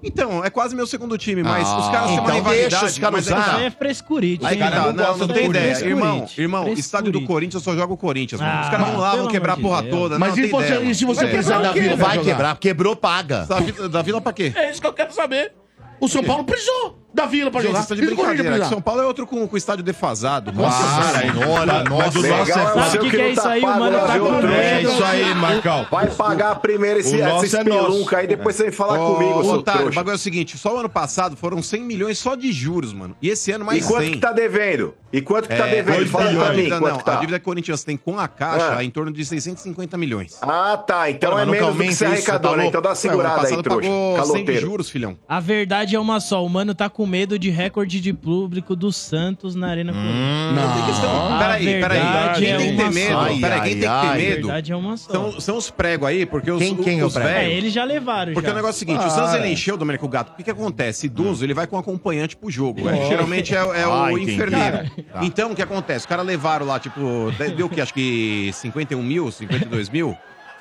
Speaker 5: Então, é quase meu segundo time, mas
Speaker 2: Ah,
Speaker 5: os caras têm uma
Speaker 2: então deixa
Speaker 5: rivalidade.
Speaker 2: os caras
Speaker 5: mas é-
Speaker 2: usar.
Speaker 6: Isso aí é frescurite.
Speaker 5: Aí
Speaker 6: hein?
Speaker 5: que tá,
Speaker 6: Eu
Speaker 5: não, não,
Speaker 6: gosto do
Speaker 5: tem ideia.
Speaker 6: frescurite.
Speaker 5: Irmão, irmão,
Speaker 6: Frescurite.
Speaker 5: estádio do Corinthians só joga o Corinthians, mano. Os
Speaker 6: Ah,
Speaker 5: caras vão lá,
Speaker 6: pelo
Speaker 5: vão quebrar a
Speaker 6: amor de
Speaker 5: porra
Speaker 6: Deus.
Speaker 5: toda.
Speaker 3: Mas
Speaker 5: não,
Speaker 3: e,
Speaker 5: tem
Speaker 3: você,
Speaker 5: ideia,
Speaker 3: e se
Speaker 5: mano.
Speaker 3: você
Speaker 5: Não tem
Speaker 3: precisar
Speaker 5: ideia.
Speaker 3: da vila pra
Speaker 2: Vai
Speaker 3: jogar?
Speaker 2: quebrar, quebrou, paga.
Speaker 5: Da vila, da vila pra quê?
Speaker 3: É isso que eu quero saber. O São Paulo precisou da vila pra
Speaker 5: Gente,
Speaker 3: jogar.
Speaker 5: vocês estão
Speaker 3: E
Speaker 5: de
Speaker 3: do Corinthians
Speaker 5: brincadeira. que
Speaker 3: precisar.
Speaker 5: São Paulo é outro com, com o estádio defasado.
Speaker 9: Para, hein?
Speaker 2: senhora,
Speaker 9: Mas o
Speaker 2: nossa.
Speaker 9: nosso é
Speaker 8: Legal,
Speaker 6: Sabe
Speaker 9: fácil.
Speaker 6: o que,
Speaker 8: Seu que
Speaker 6: que é
Speaker 8: não
Speaker 6: isso
Speaker 8: tá
Speaker 6: aí? O
Speaker 8: pago
Speaker 6: mano
Speaker 8: lá,
Speaker 6: tá
Speaker 8: viu,
Speaker 6: com
Speaker 8: Trem?
Speaker 9: É
Speaker 6: medo.
Speaker 9: isso aí, Marcão.
Speaker 8: Vai pagar primeiro esse,
Speaker 9: O nosso
Speaker 8: essa
Speaker 9: é nosso.
Speaker 8: espelunca aí, depois você vem falar
Speaker 5: Ô,
Speaker 8: comigo, seu
Speaker 5: otário, o
Speaker 8: trouxa.
Speaker 5: bagulho é o seguinte, só o ano passado foram 100 milhões só de juros, mano. E esse ano
Speaker 8: E
Speaker 5: mais
Speaker 8: quanto
Speaker 5: 100.
Speaker 8: que tá devendo? E quanto que tá
Speaker 5: É, a
Speaker 8: devendo?
Speaker 5: dívida-
Speaker 8: Fala
Speaker 5: a
Speaker 8: pra mim,
Speaker 5: dívida,
Speaker 8: quanto
Speaker 5: não,
Speaker 8: que tá?
Speaker 5: a dívida que o Corinthians tem com a Caixa é
Speaker 8: Ah.
Speaker 5: em torno de 650 milhões.
Speaker 8: Ah, tá. Então
Speaker 2: Porra,
Speaker 8: é
Speaker 2: nunca
Speaker 8: menos do que
Speaker 2: aumenta
Speaker 8: você
Speaker 2: isso,
Speaker 8: arrecadou,
Speaker 2: tá
Speaker 8: né?
Speaker 2: louco?
Speaker 8: Então dá uma segurada aí, trouxa.
Speaker 5: pagou 100 de
Speaker 8: Caloteiro.
Speaker 5: juros, filhão.
Speaker 6: A verdade é uma só. O mano tá com medo de recorde de público do Santos na
Speaker 2: Hum,
Speaker 6: Arena Corinthians.
Speaker 3: Não.
Speaker 6: A
Speaker 5: Peraí, peraí.
Speaker 6: Ah, verdade
Speaker 5: Quem
Speaker 6: é
Speaker 5: tem que
Speaker 6: uma só.
Speaker 5: ter medo? Peraí, quem tem que
Speaker 2: Ai,
Speaker 5: ter
Speaker 2: ai,
Speaker 6: A
Speaker 5: medo?
Speaker 6: verdade é uma só.
Speaker 5: São, são os pregos aí, porque os,
Speaker 2: Quem- quem é o Ah.
Speaker 5: os
Speaker 2: prego?
Speaker 6: É,
Speaker 5: velhos.
Speaker 6: eles já levaram
Speaker 5: Porque
Speaker 6: já.
Speaker 5: o negócio é o seguinte,
Speaker 9: Ah.
Speaker 5: o Santos ele encheu o Domenico Gato. O que, que acontece? Idoso, ele vai com um acompanhante pro jogo. velho. Geralmente é, é o
Speaker 2: Ah, entendi.
Speaker 5: enfermeiro.
Speaker 9: tá.
Speaker 5: um Então, o que acontece? Os caras levaram lá, tipo, de- deu o que? Acho que 51 mil, 52 mil.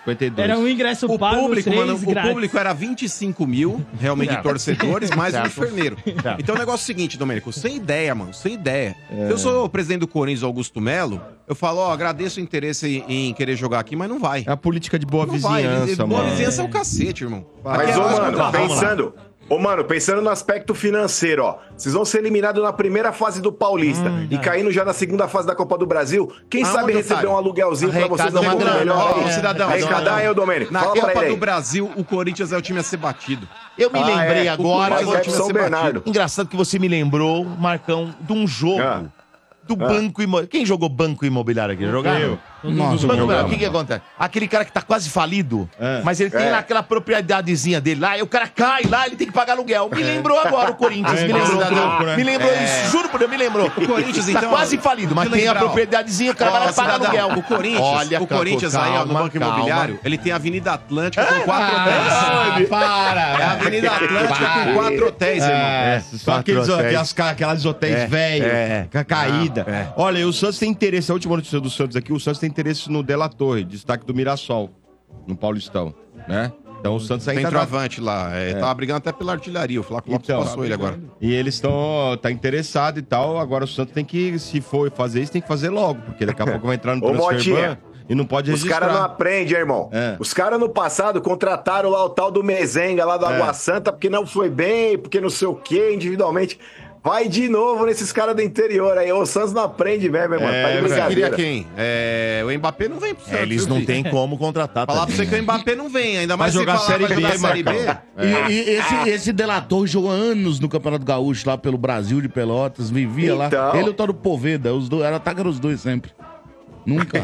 Speaker 9: 52.
Speaker 6: Era um ingresso
Speaker 5: O
Speaker 6: pago,
Speaker 5: público,
Speaker 6: três
Speaker 5: mano, o
Speaker 6: grátis.
Speaker 5: público era 25 mil, realmente, de torcedores, mais um enfermeiro. Então o negócio é o seguinte, Domênico, sem ideia, mano, sem ideia.
Speaker 9: É.
Speaker 5: Se eu sou o presidente do Corinthians, Augusto Melo, eu falo, ó, agradeço o interesse em, em querer jogar aqui, mas não vai.
Speaker 9: É a política de boa
Speaker 5: Não
Speaker 9: vizinhança, mano.
Speaker 5: vai. Boa vizinhança é o cacete, irmão.
Speaker 8: Mas,
Speaker 5: Aquela-
Speaker 8: ô, mano,
Speaker 2: vamos lá, vamos lá.
Speaker 8: pensando. Ô, mano, pensando no aspecto financeiro, ó. Vocês vão ser eliminados na primeira fase do Paulista e caindo já na segunda fase da Copa do Brasil. Quem
Speaker 5: Hum, é. Aonde,
Speaker 8: sabe receber
Speaker 5: otário?
Speaker 8: um aluguelzinho pra vocês
Speaker 5: Arrecada
Speaker 8: não
Speaker 5: uma
Speaker 8: mundo
Speaker 5: grana,
Speaker 8: melhor
Speaker 5: ó,
Speaker 8: aí?
Speaker 5: cidadão.
Speaker 8: Arrecadar eu, Domênico.
Speaker 5: Na
Speaker 8: Fala pra
Speaker 5: Copa
Speaker 8: ele
Speaker 5: do
Speaker 8: aí.
Speaker 5: Brasil, o Corinthians é o time a ser batido.
Speaker 2: Eu me
Speaker 8: Ah,
Speaker 2: lembrei
Speaker 8: é.
Speaker 2: agora.
Speaker 8: Mas vai pro
Speaker 2: Vou-
Speaker 8: São Bernardo.
Speaker 2: Engraçado que você me lembrou, Marcão, de um jogo
Speaker 8: Ah.
Speaker 2: do Banco Imobiliário. Quem jogou Banco Imobiliário aqui? Jogaram?
Speaker 9: Eu.
Speaker 3: Nossa,
Speaker 2: Banco
Speaker 3: meu
Speaker 2: Imobiliário, o que, que acontece? Aquele cara que tá quase falido,
Speaker 9: É.
Speaker 2: mas ele tem
Speaker 8: É.
Speaker 2: lá aquela propriedadezinha dele lá, e o cara cai lá, ele tem que pagar aluguel. Me lembrou agora o Corinthians,
Speaker 9: É,
Speaker 2: me lembrou.
Speaker 9: igual o troco, né?
Speaker 2: Me lembrou isso, juro por Deus, me lembrou. O
Speaker 5: Corinthians,
Speaker 2: Tá
Speaker 5: então,
Speaker 2: quase
Speaker 5: ó,
Speaker 2: falido, mas
Speaker 5: deixa eu
Speaker 2: tem a
Speaker 5: lembrar, ó.
Speaker 2: propriedadezinha, o cara vai lá
Speaker 5: Ó,
Speaker 2: pagar
Speaker 5: cidadão,
Speaker 2: aluguel.
Speaker 5: O Corinthians, o
Speaker 2: cara,
Speaker 5: Corinthians aí, ó, no
Speaker 2: calma,
Speaker 5: Banco
Speaker 2: calma.
Speaker 5: Imobiliário, ele tem a Avenida Atlântica com quatro hotéis.
Speaker 9: Ah,
Speaker 5: É a
Speaker 9: para!
Speaker 5: Avenida Atlântica com quatro hotéis, irmão.
Speaker 9: É, só aqueles,
Speaker 2: quatro hotéis.
Speaker 9: aquelas, ca- aquelas hotéis velhos, com a caída. Olha, e o Santos tem interesse, a última notícia do Santos aqui, o Santos tem interesse no Dela Torre, destaque do Mirassol, no Paulistão, né? Então o Santos ainda tá
Speaker 5: Centroavante lá. É, Tava brigando até pela artilharia. O Flávio Lopes
Speaker 9: Então,
Speaker 5: passou ele agora.
Speaker 9: E eles estão tá interessado e tal. Agora o Santos tem que, se for fazer isso, tem que fazer logo, porque daqui a pouco vai entrar no
Speaker 8: Ô,
Speaker 9: transfer ban
Speaker 8: Motinha,
Speaker 9: e não pode
Speaker 8: Os
Speaker 9: registrar.
Speaker 8: caras não aprendem, irmão.
Speaker 9: É.
Speaker 8: Os caras no passado contrataram lá o tal do Mezenga, lá do
Speaker 5: É.
Speaker 8: Água Santa, porque não foi bem, porque não sei o quê, individualmente. Vai de novo nesses caras do interior aí. O Santos não aprende mesmo, irmão.
Speaker 9: É,
Speaker 8: tá de
Speaker 9: velho.
Speaker 5: Você queria
Speaker 8: brincadeira.
Speaker 2: assim,
Speaker 5: quem? É, o Mbappé não vem pro Santos.
Speaker 2: É, eles
Speaker 5: viu,
Speaker 2: não
Speaker 5: filho?
Speaker 2: têm como contratar.
Speaker 5: Falar pra
Speaker 2: também,
Speaker 5: você
Speaker 2: né?
Speaker 5: que o Mbappé não vem ainda,
Speaker 9: Vai
Speaker 5: mas
Speaker 9: jogar
Speaker 5: se
Speaker 9: Série
Speaker 5: falar, vai
Speaker 9: B,
Speaker 5: jogar Série B.
Speaker 9: Marcão.
Speaker 3: E,
Speaker 2: É.
Speaker 3: e esse, esse delator jogou anos no Campeonato Gaúcho, lá pelo Brasil de Pelotas, vivia
Speaker 8: Então.
Speaker 3: lá. Ele e o Toro Poveda, os dois, era ataca os dois sempre. Nunca.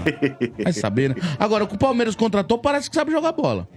Speaker 3: Vai saber, né? Agora, o que o Palmeiras contratou parece que sabe jogar bola.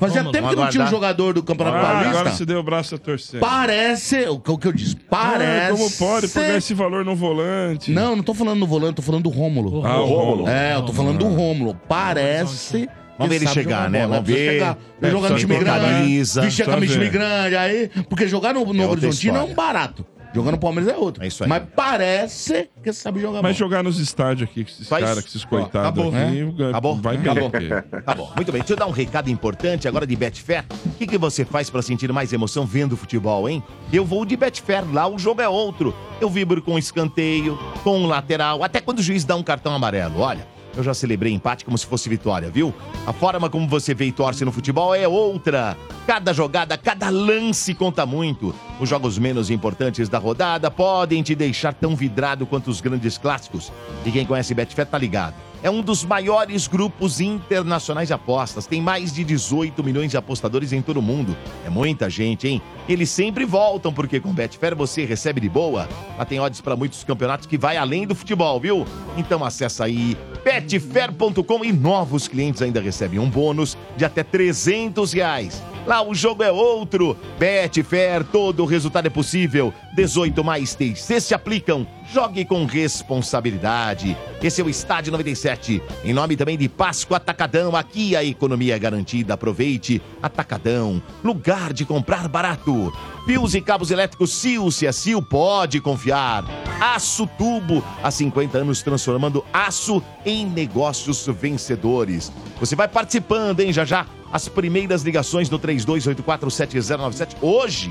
Speaker 3: Fazia
Speaker 6: Como
Speaker 3: tempo que não tinha um
Speaker 2: aguardar?
Speaker 3: jogador do Campeonato
Speaker 4: Ah, agora
Speaker 3: Paulista.
Speaker 4: se deu o braço a torcer.
Speaker 3: Parece, o que, o que eu disse,
Speaker 4: Ah,
Speaker 3: parece...
Speaker 4: como pode pagar esse valor no volante?
Speaker 3: Não, não tô falando no volante, tô falando do Rômulo.
Speaker 4: Ah, o Rômulo.
Speaker 3: É, eu tô falando do Rômulo. Parece.
Speaker 2: Vamos ver ele
Speaker 3: sabe
Speaker 2: chegar,
Speaker 3: jogar
Speaker 2: né?
Speaker 3: bola,
Speaker 2: Vamos
Speaker 3: precisa
Speaker 2: ver.
Speaker 3: chegar. Vai
Speaker 2: É,
Speaker 3: jogar no
Speaker 2: só
Speaker 3: time
Speaker 2: de
Speaker 3: grande,
Speaker 2: camisa,
Speaker 3: vestir a
Speaker 4: só
Speaker 3: camisa
Speaker 4: ver.
Speaker 3: time grande, aí... Porque jogar no, no
Speaker 2: É outra
Speaker 3: Horizontino é um
Speaker 2: história.
Speaker 3: barato. Jogar no Palmeiras é outro.
Speaker 2: É isso aí.
Speaker 3: Mas parece que sabe jogar
Speaker 4: Mas
Speaker 3: bola.
Speaker 4: jogar nos estádios aqui, com esses
Speaker 2: Faz-
Speaker 4: caras, com esses
Speaker 2: Ó,
Speaker 4: coitados
Speaker 2: acabou,
Speaker 4: aqui,
Speaker 2: Acabou?
Speaker 4: vai
Speaker 2: Acabou.
Speaker 4: perder.
Speaker 2: Tá bom, muito bem. Deixa eu dar um recado importante agora de Betfair. O que, que você faz pra sentir mais emoção vendo futebol, hein? Eu vou de Betfair, lá o jogo é outro. Eu vibro com escanteio, com um lateral, até quando o juiz dá um cartão amarelo. Olha, eu já celebrei empate como se fosse vitória, viu? A forma como você vê e torce no futebol é outra. Cada jogada, cada lance conta muito. Os jogos menos importantes da rodada podem te deixar tão vidrado quanto os grandes clássicos. E quem conhece Betfair tá ligado é um dos maiores grupos internacionais de apostas. Tem mais de 18 milhões de apostadores em todo o mundo. É muita gente, hein? Eles sempre voltam, porque com Betfair você recebe de boa. Lá tem odds para muitos campeonatos que vai além do futebol, viu? Então acessa aí betfair.com e novos clientes ainda recebem um bônus de até 300 reais. Lá o jogo é outro. Betfair, todo resultado é possível. 18 mais TC se aplicam. Jogue com responsabilidade. Esse é o Estádio 97. Em nome também de Páscoa Atacadão, aqui a economia é garantida. Aproveite. Atacadão, lugar de comprar barato. Fios e cabos elétricos Sil, se é Sil, pode confiar. Aço Tubo, há 50 anos transformando aço em negócios vencedores. Você vai participando, hein, já já? As primeiras ligações no 32847097 hoje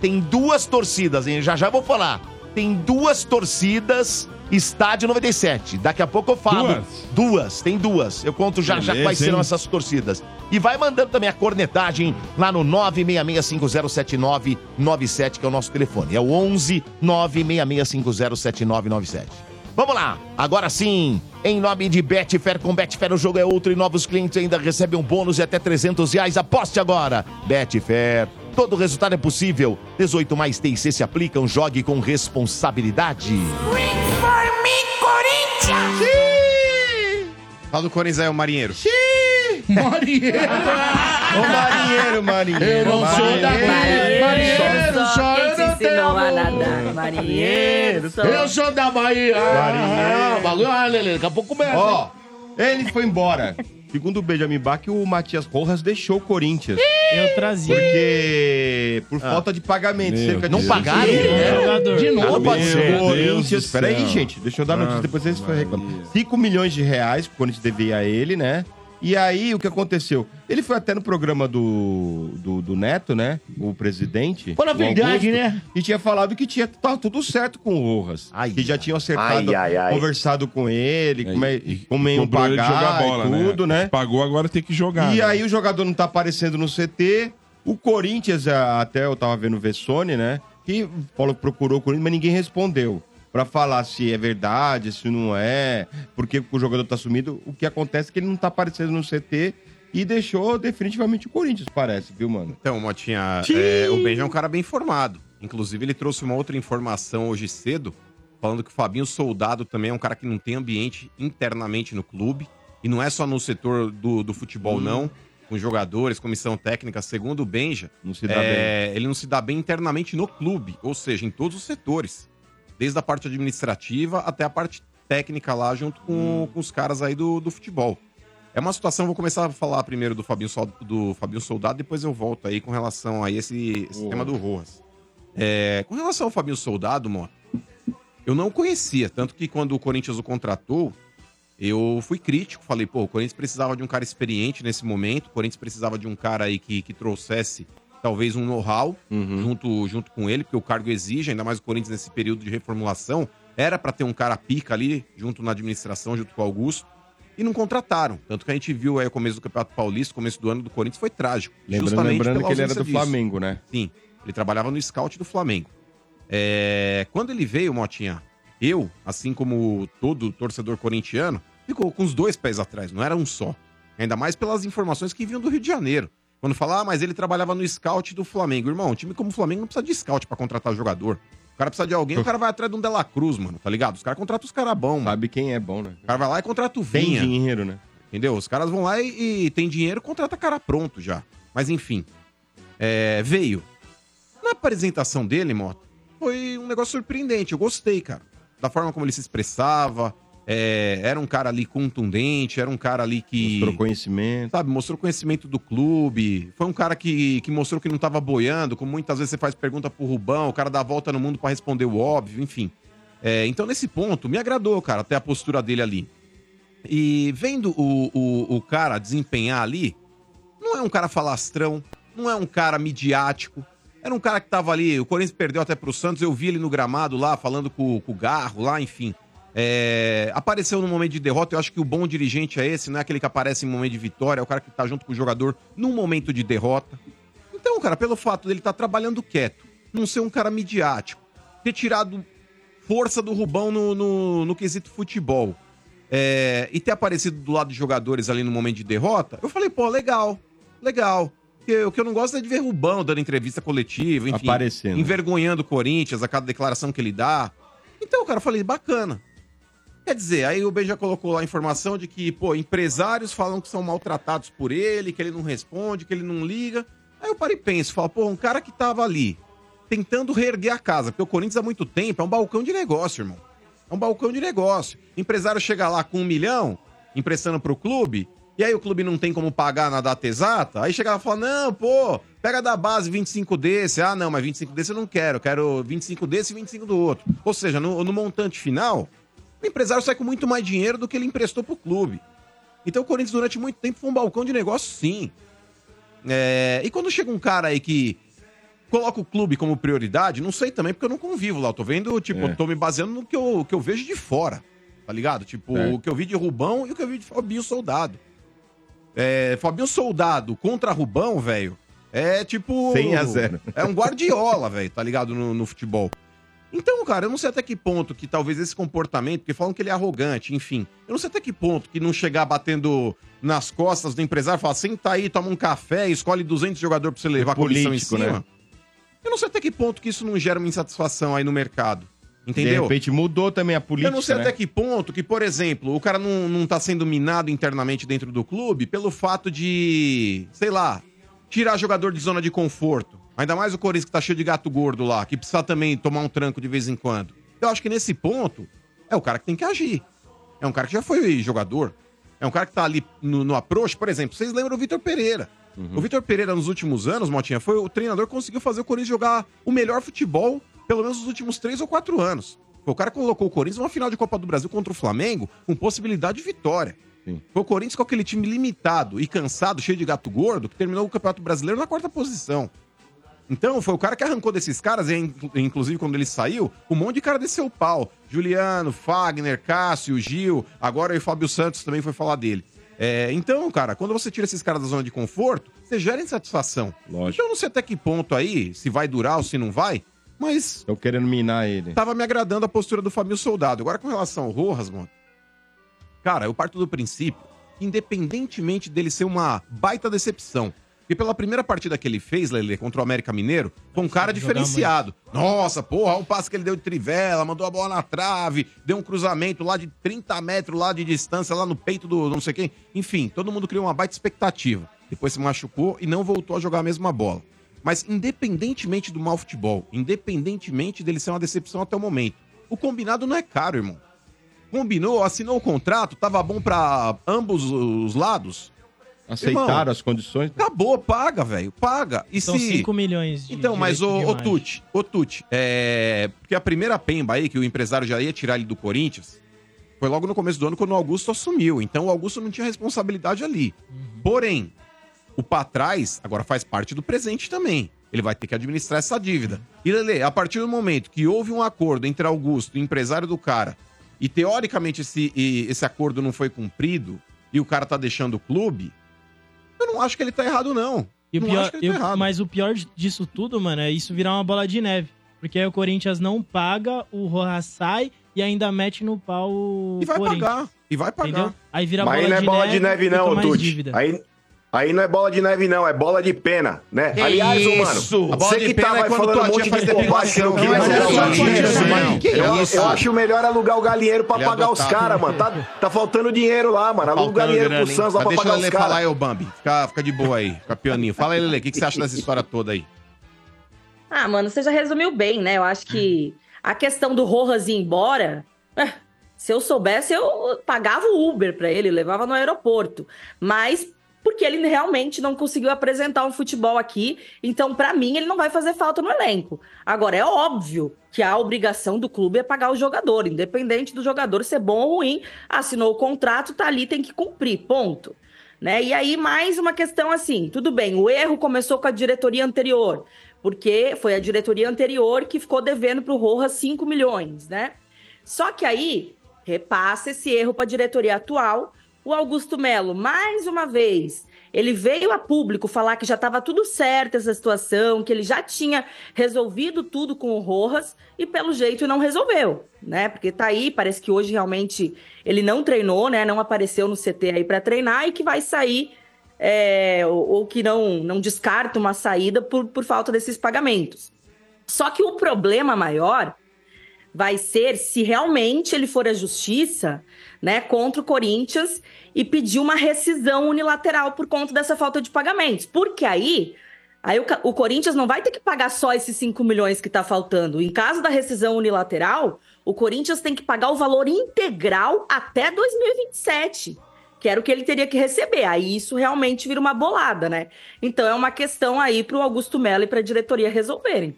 Speaker 2: tem duas torcidas, hein? Já já vou falar. Tem duas torcidas, estádio 97. Daqui a pouco eu falo.
Speaker 4: Duas?
Speaker 2: Duas, tem duas. Eu conto já já
Speaker 4: Beleza,
Speaker 2: quais serão
Speaker 4: hein?
Speaker 2: essas torcidas. E vai mandando também a cornetagem lá no 966507997, que é o nosso telefone. É o 11 966507997. Vamos lá, agora sim, em nome de Betfair, com Betfair o jogo é outro e novos clientes ainda recebem um bônus de até 300 reais. Aposte agora! Betfair, todo resultado é possível. 18 mais TIC se aplicam, jogue com responsabilidade.
Speaker 5: Fala do Corinthians aí, o Marinheiro.
Speaker 3: Marinheiro!
Speaker 9: Ô, marinheiro, marinheiro.
Speaker 3: Eu não sou da Bahia! Marinheiro, só eu
Speaker 7: quem
Speaker 3: não
Speaker 7: te ensinou a
Speaker 3: tenho amor.
Speaker 7: nadar. Marinheiro, sou
Speaker 3: Eu sou da Bahia!
Speaker 9: Marinheiro.
Speaker 3: Ah, bagulho, ah, Lelê, daqui a pouco começa. hein?
Speaker 9: Ó, ele foi embora. Segundo o Benjamin Bach, o Matias Rojas deixou o Corinthians.
Speaker 6: Eu trazia.
Speaker 9: Porque. Por falta de pagamento.
Speaker 4: Meu
Speaker 9: cerca de
Speaker 2: Não
Speaker 9: cinco
Speaker 2: pagaram?
Speaker 9: milhões.
Speaker 6: É, jogador.
Speaker 3: De novo?
Speaker 2: Não pode
Speaker 4: Meu
Speaker 2: ser.
Speaker 9: O
Speaker 4: Deus
Speaker 9: Corinthians.
Speaker 4: do céu.
Speaker 9: Peraí, gente, deixa eu dar a notícia,
Speaker 4: Ah,
Speaker 9: depois vocês
Speaker 4: Maria.
Speaker 9: reclamam. 5 milhões de reais que o Corinthians devia a ele, né? E aí, o que aconteceu? Ele foi até no programa do, do, do Neto, né? O presidente.
Speaker 3: Fala a
Speaker 9: o
Speaker 3: verdade, né?
Speaker 9: E tinha falado que tinha, tava tudo certo com o Rojas. que já tinham acertado,
Speaker 8: Ai, ai, ai.
Speaker 9: conversado com ele, como é, como iam
Speaker 4: Cobrou ele de
Speaker 9: pagar
Speaker 4: jogar bola,
Speaker 9: e tudo, né?
Speaker 4: Pagou, agora tem que jogar.
Speaker 9: E
Speaker 4: né?
Speaker 9: aí o jogador não tá aparecendo no CT. O Corinthians, a- até eu tava vendo o Vessone, né? Que falou que procurou o Corinthians, mas ninguém respondeu. Pra falar se é verdade, se não é, porque o jogador tá sumido. O que acontece é que ele não tá aparecendo no CT e deixou definitivamente o Corinthians, parece, viu, mano?
Speaker 5: Então, Motinha, é, o Benja é um cara bem informado. Inclusive, ele trouxe uma outra informação hoje cedo, falando que o Fabinho Soldado também é um cara que não tem ambiente internamente no clube. E não é só no setor do, do futebol, não. Com jogadores, comissão técnica. Segundo o Benja,
Speaker 9: Não se dá bem.
Speaker 5: é, ele não se dá bem internamente no clube, ou seja, em todos os setores. Desde a parte administrativa até a parte técnica lá, junto
Speaker 9: Hum.
Speaker 5: com, com os caras aí do, do futebol. É uma situação, vou começar a falar primeiro do Fabinho, Sol- do Fabinho Soldado, depois eu volto aí com relação a esse, esse tema do Rojas. É, com relação ao Fabinho Soldado, mano, eu não conhecia, tanto que quando o Corinthians o contratou, eu fui crítico, falei, pô, o Corinthians precisava de um cara experiente nesse momento, o Corinthians precisava de um cara aí que, que trouxesse talvez um know-how
Speaker 9: Uhum.
Speaker 5: junto, junto com ele, porque o cargo exige, ainda mais o Corinthians nesse período de reformulação, era pra ter um cara pica ali, junto na administração, junto com o Augusto, e não contrataram. Tanto que a gente viu aí o começo do Campeonato Paulista, começo do ano do Corinthians foi trágico.
Speaker 9: Lembrando,
Speaker 5: justamente
Speaker 9: lembrando
Speaker 5: pela
Speaker 9: que ele era
Speaker 5: ausência
Speaker 9: do
Speaker 5: disso.
Speaker 9: Flamengo, né?
Speaker 5: Sim, ele trabalhava no scout do Flamengo. É, quando ele veio, Motinha, eu, assim como todo torcedor corintiano, ficou com os dois pés atrás, não era um só. Ainda mais pelas informações que vinham do Rio de Janeiro. Quando fala, ah, mas ele trabalhava no scout do Flamengo. Irmão, um time como o Flamengo não precisa de scout pra contratar jogador. O cara precisa de alguém, o cara vai atrás de um Dela Cruz, mano, tá ligado? Os caras contratam os caras bons, mano.
Speaker 9: Sabe quem é bom, né?
Speaker 5: O cara vai lá e contrata o
Speaker 9: Tem
Speaker 5: Vinha.
Speaker 9: dinheiro, né?
Speaker 5: Entendeu? Os caras vão lá e, e tem dinheiro, contrata cara pronto já. Mas enfim. É, veio. Na apresentação dele, Mota, foi um negócio surpreendente. Eu gostei, cara. Da forma como ele se expressava. é, era um cara ali contundente, era um cara ali que.
Speaker 9: Mostrou conhecimento.
Speaker 5: Sabe, mostrou conhecimento do clube. Foi um cara que, que mostrou que não tava boiando, como muitas vezes você faz pergunta pro Rubão, o cara dá a volta no mundo pra responder o óbvio, enfim. É, então, nesse ponto, me agradou, cara, até a postura dele ali. E vendo o, o, o cara desempenhar ali, não é um cara falastrão, não é um cara midiático. Era um cara que tava ali, o Corinthians perdeu até pro Santos, eu vi ele no gramado lá, falando com, com o Garro lá, enfim. É, apareceu no momento de derrota, eu acho que o bom dirigente é esse, não é aquele que aparece em momento de vitória, é o cara que tá junto com o jogador num momento de derrota. Então, cara, pelo fato dele estar trabalhando quieto, não ser um cara midiático, ter tirado força do Rubão no, no, no quesito futebol é, e ter aparecido do lado de jogadores ali no momento de derrota, eu falei, pô, legal, legal. Porque o que eu não gosto é de ver Rubão dando entrevista coletiva, enfim,
Speaker 9: Aparecendo.
Speaker 5: envergonhando o Corinthians a cada declaração que ele dá. Então, cara, eu falei, bacana. Quer dizer, aí o Benja colocou lá a informação de que, pô, empresários falam que são maltratados por ele, que ele não responde, que ele não liga. Aí eu parei e penso, falo, pô, um cara que tava ali tentando reerguer a casa, porque o Corinthians há muito tempo é um balcão de negócio, irmão. É um balcão de negócio. Empresário chega lá com um milhão, emprestando pro clube, e aí o clube não tem como pagar na data exata, aí chega lá e fala, não, pô, pega da base 25 desse, ah, não, mas 25 desse eu não quero, eu quero 25 desse e 25 do outro. Ou seja, no, no montante final, o empresário sai com muito mais dinheiro do que ele emprestou pro clube. Então o Corinthians durante muito tempo foi um balcão de negócio, sim. É, e quando chega um cara aí que coloca o clube como prioridade, não sei também, porque eu não convivo lá. Eu tô vendo, tipo,
Speaker 9: É.
Speaker 5: eu tô me baseando no que eu, que eu vejo de fora, tá ligado? Tipo,
Speaker 9: Certo.
Speaker 5: o que eu vi de Rubão e o que eu vi de Fabinho Soldado. É, Fabinho Soldado contra Rubão, velho, é tipo.
Speaker 9: 100 a 0.
Speaker 5: É um guardiola, velho, tá ligado? No, no futebol. Então, cara, eu não sei até que ponto que talvez esse comportamento, porque falam que ele é arrogante, enfim. Eu não sei até que ponto que não chegar batendo nas costas do empresário e falar, senta aí, toma um café, escolhe 200 jogadores pra você levar a comissão em
Speaker 9: político,
Speaker 5: cima.
Speaker 9: né?
Speaker 5: Eu não sei até que ponto que isso não gera uma insatisfação aí no mercado.
Speaker 9: De
Speaker 5: Entendeu?
Speaker 9: repente mudou também a política,
Speaker 5: Eu não sei
Speaker 9: né?
Speaker 5: até que ponto que, por exemplo, o cara não, não tá sendo minado internamente dentro do clube pelo fato de, sei lá, tirar jogador de zona de conforto. Ainda mais o Corinthians que tá cheio de gato gordo lá, que precisa também tomar um tranco de vez em quando. Eu acho que nesse ponto é o cara que tem que agir. É um cara que já foi jogador. É um cara que tá ali no, no approach, por exemplo, vocês lembram o Vitor Pereira. O Vitor Pereira, nos últimos anos, Motinha, foi o treinador que conseguiu fazer o Corinthians jogar o melhor futebol, pelo menos nos últimos três ou quatro anos. O cara colocou o Corinthians numa final de Copa do Brasil contra o Flamengo com possibilidade de vitória. Foi o Corinthians com aquele time limitado e cansado, cheio de gato gordo, que terminou o Campeonato Brasileiro na quarta posição. Então, foi o cara que arrancou desses caras, e, in- inclusive quando ele saiu, um monte de cara desceu o pau. Juliano, Fagner, Cássio, Gil, agora o Fábio Santos também foi falar dele. É, então, cara, quando você tira esses caras da zona de conforto, você gera insatisfação. Lógico. Eu não sei até que ponto aí, se vai durar ou se não vai, mas.
Speaker 9: Eu querendo minar ele.
Speaker 5: Tava me agradando a postura do Fabio Soldado. Agora, com relação ao Rojas, mano. Cara, eu parto do princípio, que, independentemente dele ser uma baita decepção. E pela primeira partida que ele fez, Lele, contra o América Mineiro, foi um cara
Speaker 10: jogar
Speaker 5: diferenciado. Nossa, porra, olha o passe que ele deu de trivela, mandou a bola na trave, deu um cruzamento lá de 30 metros lá de distância, lá no peito do não sei quem. Enfim, todo mundo criou uma baita expectativa. Depois se machucou e não voltou a jogar a mesma bola. Mas independentemente do mau futebol, independentemente dele ser uma decepção até o momento, o combinado não é caro, irmão combinou, assinou o contrato, tava bom pra ambos os lados.
Speaker 9: Aceitaram as condições.
Speaker 5: Acabou, paga, velho, paga. E
Speaker 6: São
Speaker 5: se...
Speaker 6: 5 milhões de
Speaker 5: Então, mas
Speaker 6: direito
Speaker 5: o,
Speaker 6: de
Speaker 5: o
Speaker 6: imagem.
Speaker 5: Tucci, o Tucci, é... porque a primeira pemba aí que o empresário já ia tirar ele do Corinthians foi logo no começo do ano quando o Augusto assumiu. Então o Augusto não tinha responsabilidade ali.
Speaker 6: Uhum.
Speaker 5: Porém, o pra trás agora faz parte do presente também. Ele vai ter que administrar essa dívida.
Speaker 6: Uhum.
Speaker 5: E Lele, a partir do momento que houve um acordo entre Augusto, o empresário do cara, e teoricamente esse, e- esse acordo não foi cumprido, e o cara tá deixando o clube, eu não acho que ele tá errado, não.
Speaker 6: E o
Speaker 5: não
Speaker 6: pior,
Speaker 5: acho que ele
Speaker 6: eu-
Speaker 5: tá errado.
Speaker 6: mas o pior disso tudo, mano, é isso virar uma bola de neve. Porque aí o Corinthians não paga, o Rojas sai e ainda mete no pau o
Speaker 5: E vai
Speaker 6: Corinthians.
Speaker 5: pagar. E vai pagar.
Speaker 6: Entendeu? Aí vira
Speaker 8: Mas aí não é bola de neve,
Speaker 6: fica
Speaker 8: não,
Speaker 6: mais
Speaker 8: Tuti.
Speaker 6: dívida.
Speaker 8: Aí, aí não é bola de neve, não. É bola de pena, né?
Speaker 2: Que
Speaker 8: Aliás, ô,
Speaker 2: isso?
Speaker 8: mano,
Speaker 5: A bola
Speaker 8: você
Speaker 5: de
Speaker 8: que
Speaker 5: pena é
Speaker 8: tava
Speaker 5: quando
Speaker 8: falando
Speaker 5: tua
Speaker 8: um
Speaker 5: tia
Speaker 8: monte
Speaker 5: faz
Speaker 8: de bobagem que não
Speaker 5: depilação.
Speaker 8: quis
Speaker 5: Não,
Speaker 8: alugar
Speaker 5: mas é
Speaker 8: o
Speaker 5: só
Speaker 8: galinheiro,
Speaker 5: dinheiro,
Speaker 8: mano.
Speaker 5: mano. Que
Speaker 8: Eu,
Speaker 5: isso?
Speaker 8: eu acho melhor alugar o galinheiro pra
Speaker 5: Ele é
Speaker 8: pagar os
Speaker 5: adotado.
Speaker 8: caras, mano. Tá, tá faltando dinheiro lá, mano. Aluga o
Speaker 2: Faltando
Speaker 8: Tá galinheiro
Speaker 2: grana,
Speaker 8: pro
Speaker 2: hein?
Speaker 8: Santos lá
Speaker 5: Mas
Speaker 8: pra
Speaker 5: deixa eu
Speaker 8: pagar os
Speaker 5: ler falar
Speaker 8: caras.
Speaker 5: aí, ô Bambi. Fica, fica de boa aí, fica pianinho. Fala aí, Lele, o que, que você acha dessa história toda aí?
Speaker 7: Ah, mano, você já resumiu bem, né? Eu acho que a questão do Rojas ir embora. eh, Se eu soubesse, eu pagava o Uber pra ele, levava no aeroporto. Mas porque ele realmente não conseguiu apresentar um futebol aqui, então pra mim ele não vai fazer falta no elenco. Agora é óbvio que a obrigação do clube é pagar o jogador, independente do jogador ser bom ou ruim, assinou o contrato, tá ali, tem que cumprir, ponto. Né? E aí mais uma questão assim, tudo bem, o erro começou com a diretoria anterior, porque foi a diretoria anterior que ficou devendo pro Rojas 5 milhões, né? Só que aí repassa esse erro para a diretoria atual. O Augusto Melo, mais uma vez, ele veio a público falar que já estava tudo certo essa situação, que ele já tinha resolvido tudo com o Rojas e pelo jeito não resolveu, né? Porque tá aí, parece que hoje realmente ele não treinou, né? Não apareceu no CT aí para treinar e que vai sair é, ou, ou que não não descarta uma saída por, por falta desses pagamentos. Só que o problema maior vai ser se realmente ele for à justiça, né, contra o Corinthians e pedir uma rescisão unilateral por conta dessa falta de pagamentos. Porque aí, aí o, Ca- o Corinthians não vai ter que pagar só esses 5 milhões que está faltando. Em caso da rescisão unilateral, o Corinthians tem que pagar o valor integral até 2027. Que era o que ele teria que receber. Aí isso realmente vira uma bolada, né? Então é uma questão aí para o Augusto Mello e para a diretoria resolverem.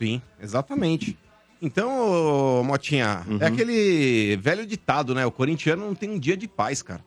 Speaker 5: Sim, exatamente. Então, ô, Motinha, é aquele velho ditado, né? O corintiano não tem um dia de paz, cara.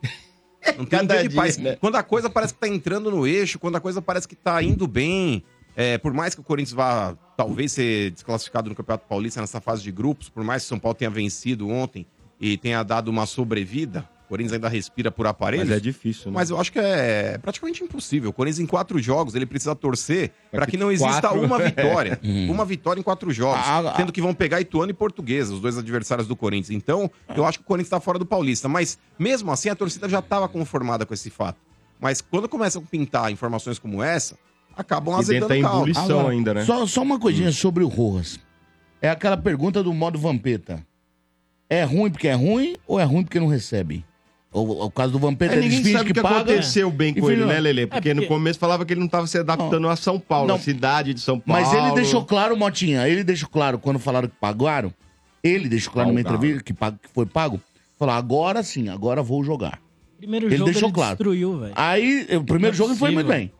Speaker 5: Não tem um
Speaker 9: Cada
Speaker 5: dia de
Speaker 9: dia,
Speaker 5: paz.
Speaker 9: né?
Speaker 5: Quando a coisa parece que tá entrando no eixo, quando a coisa parece que tá indo bem, é, por mais que o Corinthians vá, talvez, ser desclassificado no Campeonato Paulista nessa fase de grupos, por mais que o São Paulo tenha vencido ontem e tenha dado uma sobrevida, o Corinthians ainda respira por aparelhos.
Speaker 9: Mas é difícil, né?
Speaker 5: Mas eu acho que é praticamente impossível. O Corinthians, em quatro jogos, ele precisa torcer para que não exista
Speaker 9: É quatro- É. Hum.
Speaker 5: uma vitória. Uma vitória em quatro jogos.
Speaker 9: Ah, ah.
Speaker 5: Sendo que vão pegar Ituano e Portuguesa, os dois adversários do Corinthians. Então, eu acho que o Corinthians está fora do Paulista. Mas, mesmo assim, a torcida já estava conformada com esse fato. Mas quando começam a pintar informações como essa, acabam
Speaker 9: E dentro
Speaker 5: azedando
Speaker 9: da
Speaker 5: o carro.
Speaker 9: ebulição
Speaker 3: Agora,
Speaker 9: ainda, né?
Speaker 3: Só, só uma coisinha sobre o Rojas. É aquela pergunta do modo Vampeta. É ruim porque é ruim ou é ruim porque não recebe? O, o caso do Vampeta,
Speaker 9: É,
Speaker 3: ele
Speaker 9: ninguém
Speaker 3: finge
Speaker 9: sabe o que,
Speaker 3: paga.
Speaker 9: aconteceu bem
Speaker 3: E
Speaker 9: com ele,
Speaker 3: filho,
Speaker 9: né, Lele? Porque,
Speaker 6: é
Speaker 9: no
Speaker 6: porque-
Speaker 9: começo falava que ele não estava se adaptando a São Paulo,
Speaker 3: Não.
Speaker 9: a cidade de São Paulo.
Speaker 3: Mas ele deixou claro, Motinha, ele deixou claro quando falaram que pagaram. Ele deixou claro numa
Speaker 9: Pagaram.
Speaker 3: entrevista que, pag- que foi pago. Falou, agora sim, agora vou jogar.
Speaker 6: Primeiro
Speaker 3: Ele
Speaker 6: jogo
Speaker 3: deixou
Speaker 6: ele
Speaker 3: claro.
Speaker 6: destruiu, velho.
Speaker 3: Aí, o primeiro
Speaker 6: é
Speaker 3: jogo ele foi muito
Speaker 6: possível.
Speaker 3: bem.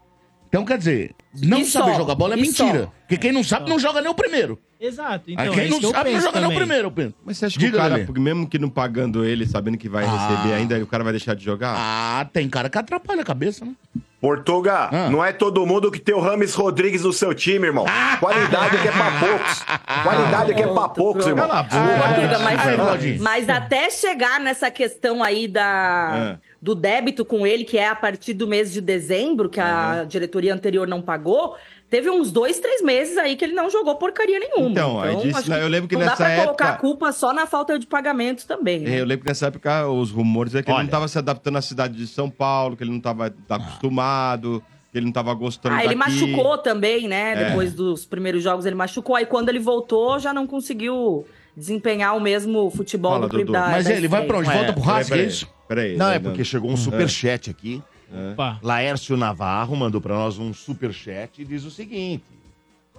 Speaker 3: Então, quer dizer, não
Speaker 6: E
Speaker 3: saber
Speaker 6: só,
Speaker 3: jogar bola é
Speaker 6: e
Speaker 3: mentira.
Speaker 6: só.
Speaker 3: Porque quem não sabe não joga nem o primeiro.
Speaker 6: Exato.
Speaker 3: Aí
Speaker 6: Então,
Speaker 3: quem
Speaker 6: é
Speaker 3: não
Speaker 6: isso que eu
Speaker 3: sabe não
Speaker 6: penso
Speaker 3: joga nem o
Speaker 6: também.
Speaker 3: primeiro, Pedro.
Speaker 9: Mas você acha que o cara, porque mesmo que não pagando ele, sabendo que vai
Speaker 3: Ah.
Speaker 9: receber ainda, o cara vai deixar de jogar?
Speaker 3: Ah, tem cara que atrapalha a cabeça, né?
Speaker 8: Portuga, não é todo mundo que tem o Rames Rodrigues no seu time, irmão. Qualidade aqui é pra poucos. Qualidade aqui é pra poucos, irmão.
Speaker 7: Cala a Portuga, mas,
Speaker 8: Vai, Claudinho.
Speaker 7: mas até chegar nessa questão aí
Speaker 9: Ah.
Speaker 7: da, do débito com ele, que é a partir do mês de dezembro, que a diretoria anterior não pagou, teve uns dois, três meses aí que ele não jogou porcaria nenhuma.
Speaker 9: Então, aí disse-
Speaker 7: acho
Speaker 9: eu lembro que
Speaker 7: não dá
Speaker 9: nessa
Speaker 7: pra colocar a
Speaker 9: época-
Speaker 7: culpa só na falta de pagamentos também. né?
Speaker 9: É, Eu lembro que nessa época os rumores é que ele não estava se adaptando à cidade de São Paulo, que ele não estava acostumado, que ele não estava gostando
Speaker 7: Ah, ele
Speaker 9: daqui.
Speaker 7: machucou também, né?
Speaker 9: É.
Speaker 7: Depois dos primeiros jogos ele machucou. Aí quando ele voltou, já não conseguiu desempenhar o mesmo futebol
Speaker 9: Fala,
Speaker 7: do clube
Speaker 9: Dudu.
Speaker 7: da
Speaker 9: Mas
Speaker 7: da
Speaker 9: ele vai pra onde?
Speaker 7: estreia.
Speaker 9: Volta pro Haas, que é
Speaker 2: Peraí,
Speaker 9: isso? Peraí,
Speaker 2: não,
Speaker 9: né,
Speaker 2: é porque
Speaker 9: não. É.
Speaker 2: chegou um superchat aqui.
Speaker 6: Opa.
Speaker 2: Laércio Navarro mandou pra nós um superchat e diz o seguinte: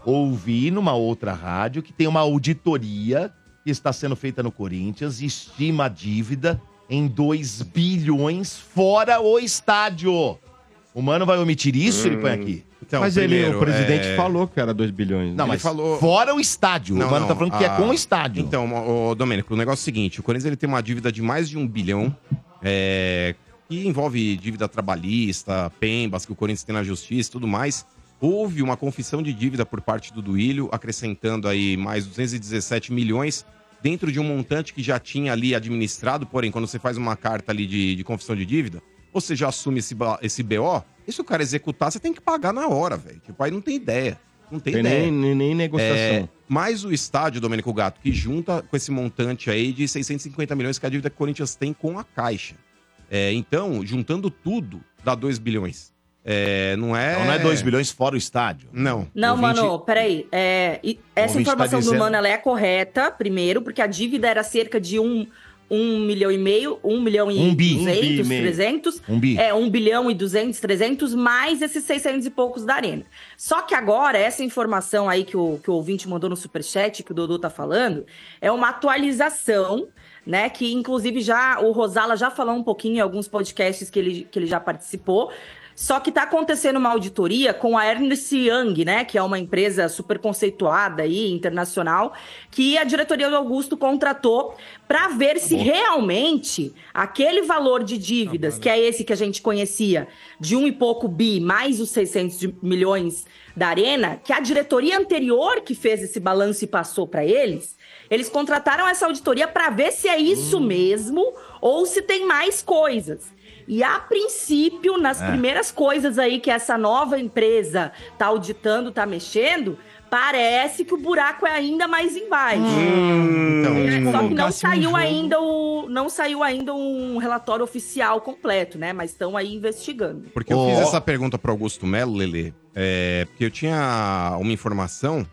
Speaker 2: Ouvi numa outra rádio que tem uma auditoria que está sendo feita no Corinthians e estima a dívida em 2 bilhões fora o estádio. O Mano vai omitir isso?
Speaker 9: Hum.
Speaker 2: Ele põe aqui.
Speaker 9: mas ele, o presidente falou que era 2 bilhões.
Speaker 2: Não, mas fora o estádio. o Mano tá falando
Speaker 9: Ah.
Speaker 2: que é com o estádio.
Speaker 5: Ah, Então, ô, Domênico, o negócio é o seguinte: o Corinthians ele tem uma dívida de mais de um bilhão, é, que envolve dívida trabalhista, PEMBAS, que o Corinthians tem na justiça e tudo mais. Houve uma confissão de dívida por parte do Duílio, acrescentando aí mais 217 milhões, dentro de um montante que já tinha ali administrado, porém, quando você faz uma carta ali de, de confissão de dívida, você já assume esse, ba- esse BO, e se o cara executar, você tem que pagar na hora, velho. Tipo, aí não tem ideia. Não tem,
Speaker 9: Tem
Speaker 5: ideia.
Speaker 9: nem- nem- nem negociação.
Speaker 5: É, mais o estádio, Domênico Gato, que junta com esse montante aí de 650 milhões que a dívida que o Corinthians tem com a Caixa. É, então, juntando tudo, dá 2 bilhões. É, não é...
Speaker 2: Então não é 2 bilhões fora o estádio.
Speaker 5: Não.
Speaker 7: Não,
Speaker 5: O vinte-
Speaker 7: mano, peraí. É, e essa
Speaker 2: ouvinte tá
Speaker 7: informação do
Speaker 2: dizendo-
Speaker 7: Mano ela é correta, primeiro, porque a dívida era cerca de um, um milhão e meio, um milhão e
Speaker 2: Um bi. Um bi e
Speaker 7: duzentos,
Speaker 2: meio.
Speaker 7: trezentos.
Speaker 2: Um bi.
Speaker 7: É, um bilhão e duzentos, trezentos, mais esses seiscentos e poucos da Arena. Só que agora, essa informação aí que o, que o ouvinte mandou no superchat, que o Dodô tá falando, é uma atualização, né? Que, inclusive, já o Rosala já falou um pouquinho em alguns podcasts que ele, que ele já participou. Só que tá acontecendo uma auditoria com a Ernst Young, né? Que é uma empresa super conceituada aí, internacional, que a diretoria do Augusto contratou para ver se realmente aquele valor de dívidas, que é esse que a gente conhecia, de um e pouco bi, mais os 600 de- milhões da Arena, que a diretoria anterior que fez esse balanço e passou para eles, eles contrataram essa auditoria para ver se é isso mesmo ou se tem mais coisas. E a princípio, nas
Speaker 10: É.
Speaker 7: primeiras coisas aí que essa nova empresa tá auditando, tá mexendo, parece que o buraco é ainda mais embaixo.
Speaker 1: Hum.
Speaker 5: Então,
Speaker 7: Só que não
Speaker 5: colocasse um
Speaker 7: saiu
Speaker 5: jogo-
Speaker 7: ainda o não saiu ainda um relatório oficial completo, né? Mas estão aí investigando.
Speaker 5: Porque eu fiz essa pergunta pro Augusto Melo, Lele, é, porque eu tinha uma informação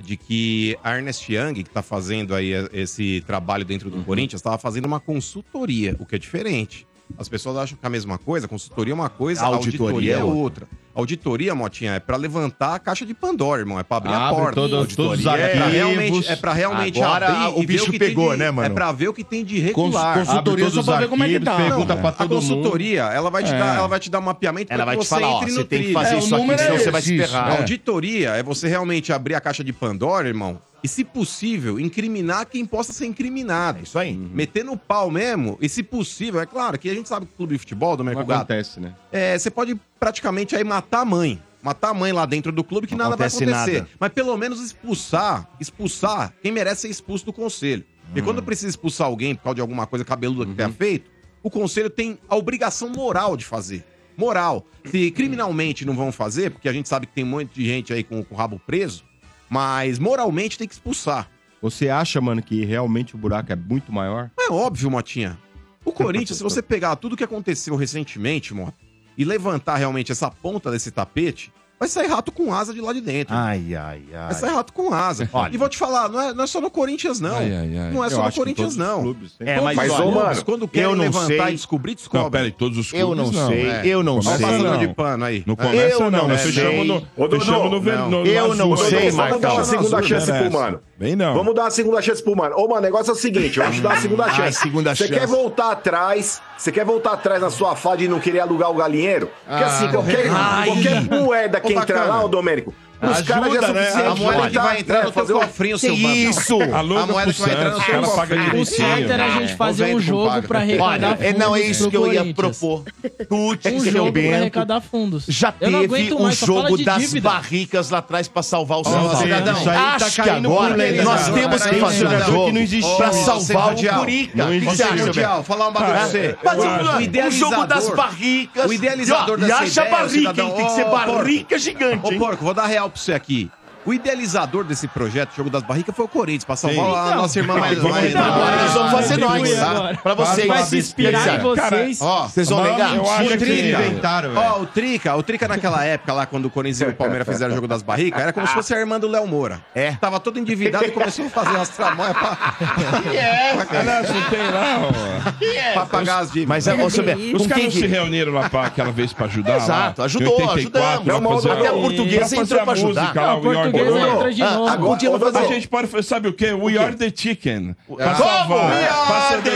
Speaker 5: de que a Ernest Young, que tá fazendo aí esse trabalho dentro
Speaker 9: Uhum.
Speaker 5: do Corinthians, estava fazendo uma consultoria, o que é diferente. As pessoas acham que é a mesma coisa, consultoria é uma coisa,
Speaker 2: A
Speaker 5: auditoria,
Speaker 2: auditoria é
Speaker 5: é outra. Auditoria, Motinha, é pra levantar a caixa de Pandora, irmão. É pra abrir a
Speaker 9: Abre
Speaker 5: porta.
Speaker 9: todo-
Speaker 5: Auditoria
Speaker 9: todos os
Speaker 5: é pra
Speaker 9: arquivos.
Speaker 5: realmente, é pra realmente
Speaker 9: Agora
Speaker 5: abrir
Speaker 9: o
Speaker 5: e ver
Speaker 9: bicho
Speaker 5: que tem
Speaker 9: pegou,
Speaker 5: de-
Speaker 9: né, mano?
Speaker 5: É pra ver o que tem de regular.
Speaker 9: Cons- consultoria
Speaker 5: Abre
Speaker 9: só pra
Speaker 5: todos os
Speaker 9: ver como é que
Speaker 5: arquivos,
Speaker 9: tá.
Speaker 5: Pergunta pra
Speaker 9: É.
Speaker 5: todo
Speaker 9: A
Speaker 5: mundo.
Speaker 9: consultoria,
Speaker 5: ela vai te
Speaker 9: É.
Speaker 5: dar, ela vai te dar um mapeamento
Speaker 2: Ela
Speaker 5: pra
Speaker 2: vai
Speaker 5: que
Speaker 2: te falar, ó,
Speaker 5: entre
Speaker 2: você
Speaker 5: no
Speaker 2: tem que
Speaker 5: trilho.
Speaker 2: fazer É, o isso aqui, número senão é você vai se esse. ferrar.
Speaker 5: A
Speaker 2: É.
Speaker 5: auditoria é você realmente abrir a caixa de Pandora, irmão, e se possível, incriminar quem possa ser incriminado.
Speaker 2: É isso aí.
Speaker 5: Meter no pau mesmo, e se possível, é claro que a gente sabe que o clube de futebol do mercado
Speaker 9: acontece, né?
Speaker 5: é, você pode praticamente aí matar a mãe. Matar a mãe lá dentro do clube que
Speaker 2: Não
Speaker 5: nada vai
Speaker 2: acontece
Speaker 5: acontecer.
Speaker 2: nada.
Speaker 5: Mas pelo menos expulsar, expulsar quem merece ser expulso do conselho. E
Speaker 9: Hum.
Speaker 5: quando precisa expulsar alguém por causa de alguma coisa cabeluda que tenha
Speaker 9: Uhum.
Speaker 5: feito, o conselho tem a obrigação moral de fazer. Moral.
Speaker 9: Uhum.
Speaker 5: Se criminalmente não vão fazer, porque a gente sabe que tem um monte de gente aí com, com o rabo preso, mas moralmente tem que expulsar.
Speaker 9: Você acha, mano, que realmente o buraco é muito maior?
Speaker 5: É óbvio, Motinha. O Corinthians, se você pegar tudo que aconteceu recentemente, Mota, e levantar realmente essa ponta desse tapete, vai sair rato com asa de lá de dentro.
Speaker 2: Ai, ai, ai.
Speaker 5: Vai sair rato com asa. E vou te falar, não é, não é só no Corinthians, não.
Speaker 2: Ai, ai, ai.
Speaker 5: Não é
Speaker 2: Eu
Speaker 5: só no
Speaker 2: acho que todos os
Speaker 5: Corinthians, não.
Speaker 2: clubes têm.
Speaker 5: Todos
Speaker 2: É, mas,
Speaker 5: os
Speaker 2: olha,
Speaker 5: clubes,
Speaker 2: eu
Speaker 5: quando
Speaker 2: não
Speaker 5: querem levantar
Speaker 2: sei.
Speaker 5: e descobrir, descobre.
Speaker 2: Não, peraí,
Speaker 4: todos os
Speaker 2: Eu não É. sei, eu não
Speaker 5: Olha o
Speaker 2: sei.
Speaker 5: passando
Speaker 2: Não.
Speaker 5: de pano aí.
Speaker 2: Não começa, Eu não não, né? sei. Fechamos no- Ô, Dudu, fechamos no ver- não. no- Eu na não sua. sei,
Speaker 8: Vamos dar uma
Speaker 2: Marcão.
Speaker 8: segunda
Speaker 2: Azul,
Speaker 8: chance
Speaker 2: né,
Speaker 8: pro
Speaker 2: essa?
Speaker 8: mano.
Speaker 2: Bem não.
Speaker 8: Vamos dar uma segunda chance pro mano. Ô, mano, o negócio é o seguinte, vamos te dar uma segunda
Speaker 2: Ai,
Speaker 8: chance.
Speaker 2: segunda
Speaker 8: Você
Speaker 2: chance.
Speaker 8: quer voltar atrás, você quer voltar atrás na sua fala de não querer alugar o galinheiro? Porque
Speaker 2: Ah,
Speaker 8: assim, qualquer,
Speaker 2: correto.
Speaker 8: qualquer
Speaker 2: Ai.
Speaker 8: moeda que que entrar
Speaker 5: bacana.
Speaker 8: lá, ô Domênico? Os
Speaker 4: Ajuda,
Speaker 8: caras já são
Speaker 4: né?
Speaker 8: suficiente
Speaker 4: A moeda
Speaker 8: pra
Speaker 4: que
Speaker 5: vai entrar
Speaker 8: é,
Speaker 5: no teu
Speaker 8: fazer um-
Speaker 5: cofrinho, seu
Speaker 2: Que
Speaker 5: banco.
Speaker 2: isso?
Speaker 5: A moeda que vai entrar no
Speaker 4: Santos,
Speaker 5: seu
Speaker 4: cara
Speaker 5: cofrinho.
Speaker 4: paga
Speaker 6: O
Speaker 4: direitinho.
Speaker 6: certo era a
Speaker 2: É,
Speaker 6: gente fazer
Speaker 5: Convém
Speaker 6: um
Speaker 5: com
Speaker 6: jogo
Speaker 5: paga.
Speaker 6: pra arrecadar
Speaker 2: Olha, é,
Speaker 6: fundos.
Speaker 2: não é isso
Speaker 6: pro
Speaker 2: que eu ia
Speaker 6: Corinthians.
Speaker 2: propor. Tuti
Speaker 6: Um
Speaker 2: e
Speaker 6: jogo
Speaker 2: seu
Speaker 6: pra
Speaker 2: Bento
Speaker 6: arrecadar fundos.
Speaker 2: já
Speaker 6: Eu não
Speaker 2: teve
Speaker 6: aguento
Speaker 2: um
Speaker 6: mais, só fala
Speaker 2: jogo
Speaker 6: de
Speaker 2: das
Speaker 6: dívida.
Speaker 2: barricas lá atrás pra salvar o São
Speaker 4: Ó,
Speaker 2: Paulo.
Speaker 4: cidadão, isso aí tá
Speaker 2: Acho que
Speaker 4: caindo
Speaker 2: agora
Speaker 4: por lei, né?
Speaker 2: nós
Speaker 4: cidadão.
Speaker 2: temos que
Speaker 4: Tem
Speaker 2: fazer um
Speaker 4: cidadão
Speaker 2: jogo
Speaker 4: que não existiu
Speaker 2: pra
Speaker 4: isso.
Speaker 2: salvar o
Speaker 5: Mundial.
Speaker 2: Curica.
Speaker 4: Não
Speaker 2: O que você
Speaker 4: existiu.
Speaker 2: acha, Bento?
Speaker 5: Mundial, falar um bagulho pra você.
Speaker 2: Mas um-
Speaker 5: O
Speaker 2: um, jogo
Speaker 5: idealizador-
Speaker 2: das barricas.
Speaker 5: o idealizador
Speaker 2: e, ó, e
Speaker 5: dessa
Speaker 2: acha
Speaker 5: ideia,
Speaker 2: barrica,
Speaker 5: cidadão.
Speaker 2: hein? Tem que ser
Speaker 5: Ô,
Speaker 2: barrica gigante,
Speaker 5: Ô,
Speaker 2: hein?
Speaker 5: porco, vou dar real pra você aqui. O idealizador desse projeto, Jogo das Barricas, foi o Corinthians, pra salvar
Speaker 4: Sim.
Speaker 5: a nossa irmã mais
Speaker 4: Vamos
Speaker 5: mais-
Speaker 2: Então, agora
Speaker 6: Ah,
Speaker 2: nós vamos fazer
Speaker 6: contribui
Speaker 2: nós.
Speaker 6: agora.
Speaker 2: Pra vocês.
Speaker 6: Vai se inspirar em
Speaker 2: Vocês
Speaker 6: vocês.
Speaker 5: Ó,
Speaker 2: vão negar?
Speaker 4: Eu acho que eles
Speaker 5: Trinta.
Speaker 4: inventaram, velho.
Speaker 5: Ó, o Trica, o Trica naquela época lá, quando o Corinthians e o Palmeiras fizeram o jogo das barricas, era como se fosse a irmã do Léo Moura.
Speaker 2: É.
Speaker 5: Tava todo endividado e começou a fazer as tramóias pra,
Speaker 2: É.
Speaker 3: É,
Speaker 6: É.
Speaker 4: Não tem lá, ó.
Speaker 5: pra pagar as dívidas.
Speaker 2: Mas é, ô, seu Bento,
Speaker 7: Os
Speaker 4: Os
Speaker 2: com quem
Speaker 4: caras não se
Speaker 2: que...
Speaker 4: reuniram lá pra, aquela vez pra ajudar?
Speaker 2: Exato,
Speaker 4: lá,
Speaker 2: ajudou,
Speaker 4: em 84,
Speaker 2: ajudamos.
Speaker 4: pra fazer
Speaker 2: Até a
Speaker 4: o-
Speaker 2: portuguesa
Speaker 4: pra
Speaker 2: entrou pra
Speaker 4: fazer a
Speaker 2: ajudar.
Speaker 4: música
Speaker 6: Ah,
Speaker 4: lá,
Speaker 6: o
Speaker 4: We
Speaker 6: português
Speaker 4: Are the World.
Speaker 6: entra de
Speaker 2: Ah,
Speaker 6: novo.
Speaker 8: Agora, ô,
Speaker 4: A
Speaker 8: Dodô,
Speaker 4: gente pode fazer, sabe o quê? We Are the Chicken. Pra
Speaker 2: Como?
Speaker 4: salvar.
Speaker 2: We
Speaker 4: Passa the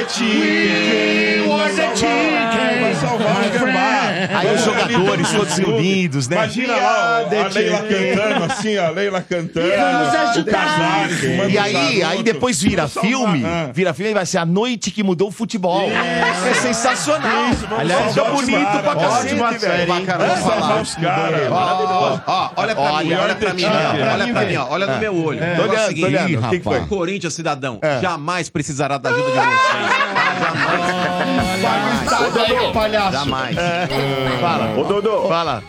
Speaker 4: Chicken. We Are the Chicken. Vai salvar o gambá.
Speaker 2: Aí os jogadores todos reunidos, né?
Speaker 4: Imagina lá, ó, a Leila cantando assim, ó, a Leila cantando. Vamos ajudar.
Speaker 2: E aí, aí depois vira filme, vira filme e vai ser a noite que mudou o futebol. É sensacional. Aliás, é
Speaker 4: salvar os
Speaker 2: bonito
Speaker 4: caras.
Speaker 2: pra
Speaker 4: Ótima
Speaker 2: cacete, velho.
Speaker 5: Bacana, vou falar.
Speaker 4: Salvar os caras.
Speaker 5: Ó, É ó, olha É. pra
Speaker 2: Olha,
Speaker 5: mim, olha pra mim, ó,
Speaker 4: olha
Speaker 5: olha pra mim, ó, olha no meu olho.
Speaker 2: Tô
Speaker 5: Negócio
Speaker 2: olhando,
Speaker 5: seguinte,
Speaker 2: tô olhando.
Speaker 5: Ih,
Speaker 2: O que que
Speaker 5: rapaz. É. Corinthians, cidadão, jamais precisará da ajuda de vocês. Jamais. Jamais.
Speaker 8: ô Dodô,
Speaker 2: Fala.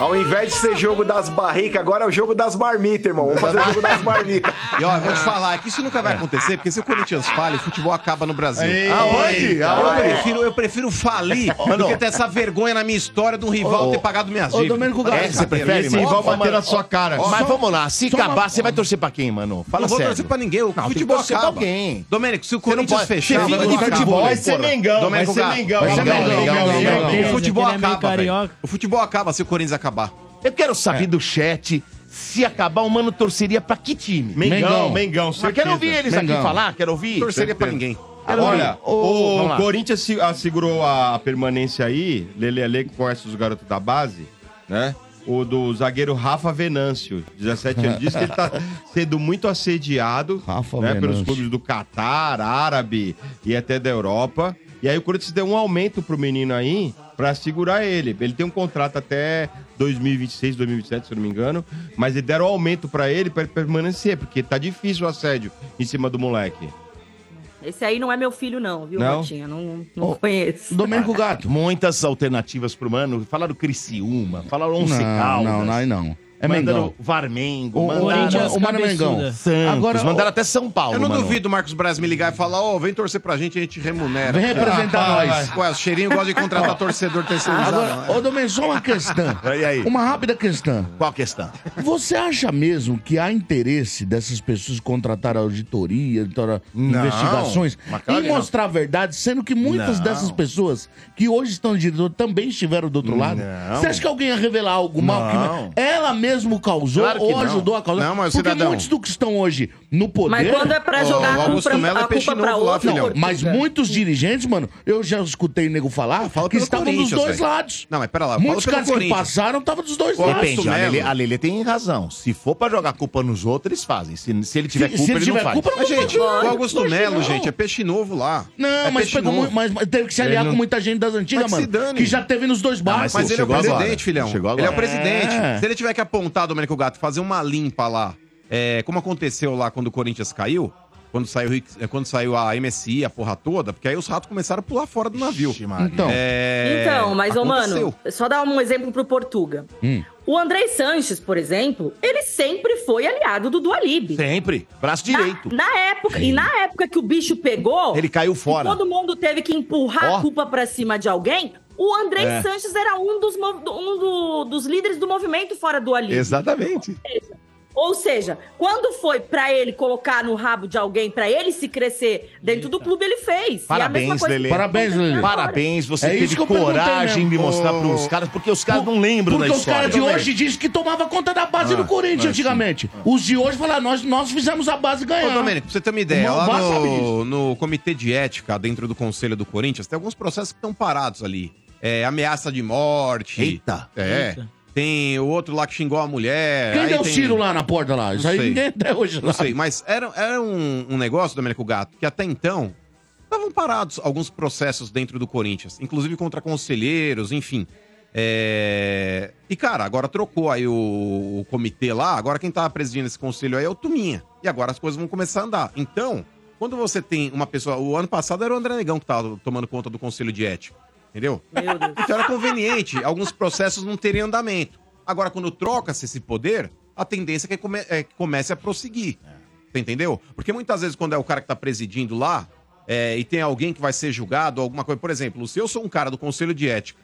Speaker 8: ao invés de ser jogo das barricas, agora é o jogo das marmitas, irmão. Vamos fazer o jogo das marmitas.
Speaker 5: E ó, eu vou te falar que isso nunca vai acontecer, porque se o Corinthians falha, o futebol acaba no Brasil.
Speaker 2: Aonde?
Speaker 5: Eu
Speaker 2: Aonde?
Speaker 5: prefiro, eu prefiro falir do que ter essa vergonha na minha história de um rival ter pagado minhas
Speaker 3: Ô,
Speaker 5: dívidas.
Speaker 3: Domênico
Speaker 2: É,
Speaker 3: Gato,
Speaker 2: você prefere,
Speaker 9: Esse
Speaker 2: mano?
Speaker 9: rival bater na sua cara.
Speaker 2: Mas vamos lá, se acabar, você vai torcer pra quem, mano?
Speaker 5: Eu
Speaker 2: Fala
Speaker 5: não vou
Speaker 2: sério.
Speaker 5: torcer pra ninguém. O
Speaker 2: tem que
Speaker 5: futebol
Speaker 2: torcer pra
Speaker 5: acaba.
Speaker 2: alguém.
Speaker 5: Domênico, se o
Speaker 2: Você não
Speaker 5: Corinthians
Speaker 2: pode- Você
Speaker 5: fechar, o
Speaker 2: fica
Speaker 5: futebol
Speaker 2: de
Speaker 5: acaba.
Speaker 2: futebol,
Speaker 9: Vai ser Mengão, vai
Speaker 5: Domênico
Speaker 9: ser
Speaker 5: Gato.
Speaker 9: Mengão.
Speaker 2: Vai ser
Speaker 9: Mengão,
Speaker 2: Mengão,
Speaker 9: Mengão,
Speaker 2: Mengão,
Speaker 9: Mengão.
Speaker 5: O
Speaker 6: Beleza,
Speaker 5: futebol
Speaker 6: aquele é meio
Speaker 5: acaba, velho.
Speaker 6: carioca.
Speaker 5: O futebol acaba se o Corinthians acabar.
Speaker 2: Eu quero
Speaker 5: É.
Speaker 2: saber do chat se acabar o mano torceria pra que time.
Speaker 9: Mengão,
Speaker 3: Mengão.
Speaker 9: Mengão,
Speaker 2: Eu
Speaker 9: certeza.
Speaker 2: quero ouvir eles aqui
Speaker 3: Mengão.
Speaker 2: falar, quero ouvir.
Speaker 5: Torceria pra ninguém.
Speaker 2: Quero
Speaker 9: Olha,
Speaker 2: ouvir. Ô,
Speaker 9: o
Speaker 2: vamos lá.
Speaker 9: Corinthians se- assegurou a permanência aí, Lele Ale conhece os garotos da base, né? O do zagueiro Rafa Venâncio, 17 anos, diz que ele tá sendo muito assediado
Speaker 3: Rafa
Speaker 9: né, pelos
Speaker 3: Venâncio.
Speaker 9: clubes do Catar, árabe e até da Europa. E aí o Corinthians deu um aumento pro menino aí pra segurar ele. Ele tem um contrato até 2026, 2027, se eu não me engano, mas ele deram um aumento pra ele pra ele permanecer, porque tá difícil o assédio em cima do moleque.
Speaker 7: Esse aí não é meu filho, não, viu,
Speaker 9: Não?
Speaker 7: Rotinha? Não, não
Speaker 3: Ô,
Speaker 7: conheço. Ah.
Speaker 3: Domênico Gato.
Speaker 2: Muitas alternativas pro mano. Falaram Criciúma, falaram Onze
Speaker 3: Não,
Speaker 2: Caldas.
Speaker 3: não, não, aí não. É
Speaker 2: mandaram
Speaker 3: Mengão.
Speaker 2: Varmengo,
Speaker 3: O- o
Speaker 2: mandaram
Speaker 6: Corinthians
Speaker 3: o Mano é
Speaker 6: cabeçuda.
Speaker 3: Mengão.
Speaker 2: Santos,
Speaker 3: Agora,
Speaker 2: mandaram até São Paulo,
Speaker 5: Eu não
Speaker 2: mano.
Speaker 5: duvido o Marcos Braz me ligar e falar, ô, vem torcer pra gente, a gente remunera.
Speaker 3: Vem representar
Speaker 5: Ah,
Speaker 3: nós.
Speaker 5: Ué, o cheirinho gosta de contratar torcedor terceirizado. É
Speaker 3: Agora, ô Domênico, só uma questão.
Speaker 2: E aí?
Speaker 3: Uma rápida questão.
Speaker 2: Qual a questão?
Speaker 3: Você acha mesmo que há interesse dessas pessoas contratar auditoria, auditora- investigações
Speaker 2: mas claro
Speaker 3: e
Speaker 2: que não.
Speaker 3: mostrar a verdade, sendo que muitas
Speaker 2: Não.
Speaker 3: dessas pessoas que hoje estão no diretor também estiveram do outro lado?
Speaker 2: Não.
Speaker 3: Você acha que alguém ia revelar algo mal
Speaker 2: Não.
Speaker 3: que ela mesmo causou
Speaker 2: Claro que
Speaker 3: ou
Speaker 2: não.
Speaker 3: ajudou a causar?
Speaker 5: Não, mas,
Speaker 3: Porque
Speaker 5: cidadão-
Speaker 3: muitos do que estão hoje no poder.
Speaker 7: Mas quando é pra jogar
Speaker 5: Ô,
Speaker 7: a
Speaker 5: Augusto
Speaker 7: culpa,
Speaker 5: Melo é
Speaker 7: a
Speaker 5: peixe
Speaker 7: culpa pra
Speaker 5: novo lá,
Speaker 7: outro.
Speaker 5: filhão. É.
Speaker 7: Não,
Speaker 3: Mas muitos dirigentes, mano, eu já escutei nego falar
Speaker 5: fala
Speaker 3: que
Speaker 5: pelo
Speaker 3: estavam dos
Speaker 5: Corinthians,
Speaker 3: dois
Speaker 5: velho.
Speaker 3: lados.
Speaker 5: Não, mas pera lá, eu
Speaker 3: Muitos
Speaker 5: falo pelo
Speaker 3: caras que
Speaker 5: Corinthians.
Speaker 3: passaram estavam dos dois lados.
Speaker 2: Depende, a
Speaker 5: Melo.
Speaker 2: Lele, a Lele tem razão. Se for pra jogar culpa nos outros, eles fazem. Se, se ele tiver
Speaker 3: Se- se
Speaker 2: culpa,
Speaker 3: ele
Speaker 2: ele,
Speaker 3: tiver
Speaker 2: não faz.
Speaker 3: culpa, não
Speaker 5: Mas, gente, o
Speaker 3: Lógico,
Speaker 5: Augusto
Speaker 3: lógico
Speaker 5: Melo,
Speaker 3: não.
Speaker 5: gente, é peixe novo lá.
Speaker 3: Não,
Speaker 5: É
Speaker 3: mas
Speaker 5: peixe
Speaker 3: pegou
Speaker 5: novo.
Speaker 3: muito, mas, mas teve que se aliar com muita gente das antigas,
Speaker 5: Mas que se
Speaker 3: mano.
Speaker 5: dane.
Speaker 3: Que já teve nos dois
Speaker 2: Ah, mas
Speaker 3: barcos.
Speaker 5: Mas ele é o
Speaker 2: Chegou agora.
Speaker 5: presidente, filhão.
Speaker 2: Chegou agora.
Speaker 5: Ele é o presidente.
Speaker 3: né? É.
Speaker 5: Se ele tiver que apontar, Domênico Gato, fazer uma limpa lá, é, como aconteceu lá quando o Corinthians caiu, quando saiu, o Rick- é, quando saiu a MSI, a porra toda, porque aí os ratos começaram a pular fora do navio.
Speaker 3: Então,
Speaker 5: É,
Speaker 7: Então, mas, ô,
Speaker 5: aconteceu.
Speaker 7: mano, só dar um exemplo pro Portuga.
Speaker 3: Hum.
Speaker 7: O Andrei Sanches, por exemplo, ele sempre foi aliado do Dualib.
Speaker 2: Sempre. Braço direito.
Speaker 7: Na, na época, e na época que o bicho pegou,
Speaker 2: Ele caiu fora.
Speaker 7: e todo mundo teve que empurrar
Speaker 2: Ó. É.
Speaker 7: a culpa pra cima de alguém, o Andrei Sanches era um dos, mov- do- um do- dos líderes do movimento fora do Alívio.
Speaker 2: Exatamente.
Speaker 7: Ou seja, quando foi pra ele colocar no rabo de alguém, pra ele se crescer dentro do clube, ele fez. e é a
Speaker 2: Parabéns,
Speaker 7: mesma coisa
Speaker 2: Lelê.
Speaker 3: parabéns, Lelê.
Speaker 2: Parabéns, você
Speaker 3: É
Speaker 2: teve
Speaker 3: isso que eu perguntei
Speaker 2: coragem
Speaker 3: mesmo.
Speaker 2: de mostrar
Speaker 3: Ô,
Speaker 2: pros caras, porque os caras não lembram da
Speaker 3: é Porque os
Speaker 2: história.
Speaker 3: caras de hoje dizem que tomava conta da base
Speaker 2: Ah,
Speaker 3: do Corinthians antigamente. Os de hoje falaram, nós, nós fizemos a base
Speaker 5: Ô,
Speaker 7: é.
Speaker 3: ganhar.
Speaker 5: Domênico, pra você ter uma ideia,
Speaker 3: O
Speaker 5: lá
Speaker 3: Malvá sabe
Speaker 5: no,
Speaker 3: disso.
Speaker 5: no comitê de ética, dentro do Conselho do Corinthians, tem alguns processos que estão parados ali. É, ameaça de morte.
Speaker 2: Eita.
Speaker 5: É.
Speaker 6: Eita.
Speaker 5: Tem o outro lá que xingou a mulher.
Speaker 3: Quem
Speaker 5: é, aí
Speaker 3: deu
Speaker 5: tem-
Speaker 3: tiro lá na porta lá? Isso
Speaker 5: Não
Speaker 3: aí
Speaker 5: sei.
Speaker 3: ninguém até hoje lá.
Speaker 5: Não sei, mas era, era um, um negócio, Domênico Gato, que até então estavam parados alguns processos dentro do Corinthians, inclusive contra conselheiros, enfim. É, E, cara, agora trocou aí o, o comitê lá, agora quem tá presidindo esse conselho aí é o Tuminha. E agora as coisas vão começar a andar. Então, quando você tem uma pessoa. O ano passado era o André Negão que tava tomando conta do conselho de ética, entendeu?
Speaker 7: Meu Deus.
Speaker 5: Então era conveniente, alguns processos não terem andamento. Agora, quando troca-se esse poder, a tendência é que, come- é que comece a prosseguir. Você entendeu? Porque muitas vezes, quando é o cara que tá presidindo lá, é, e tem alguém que vai ser julgado, alguma coisa. Por exemplo, se eu sou um cara do Conselho de Ética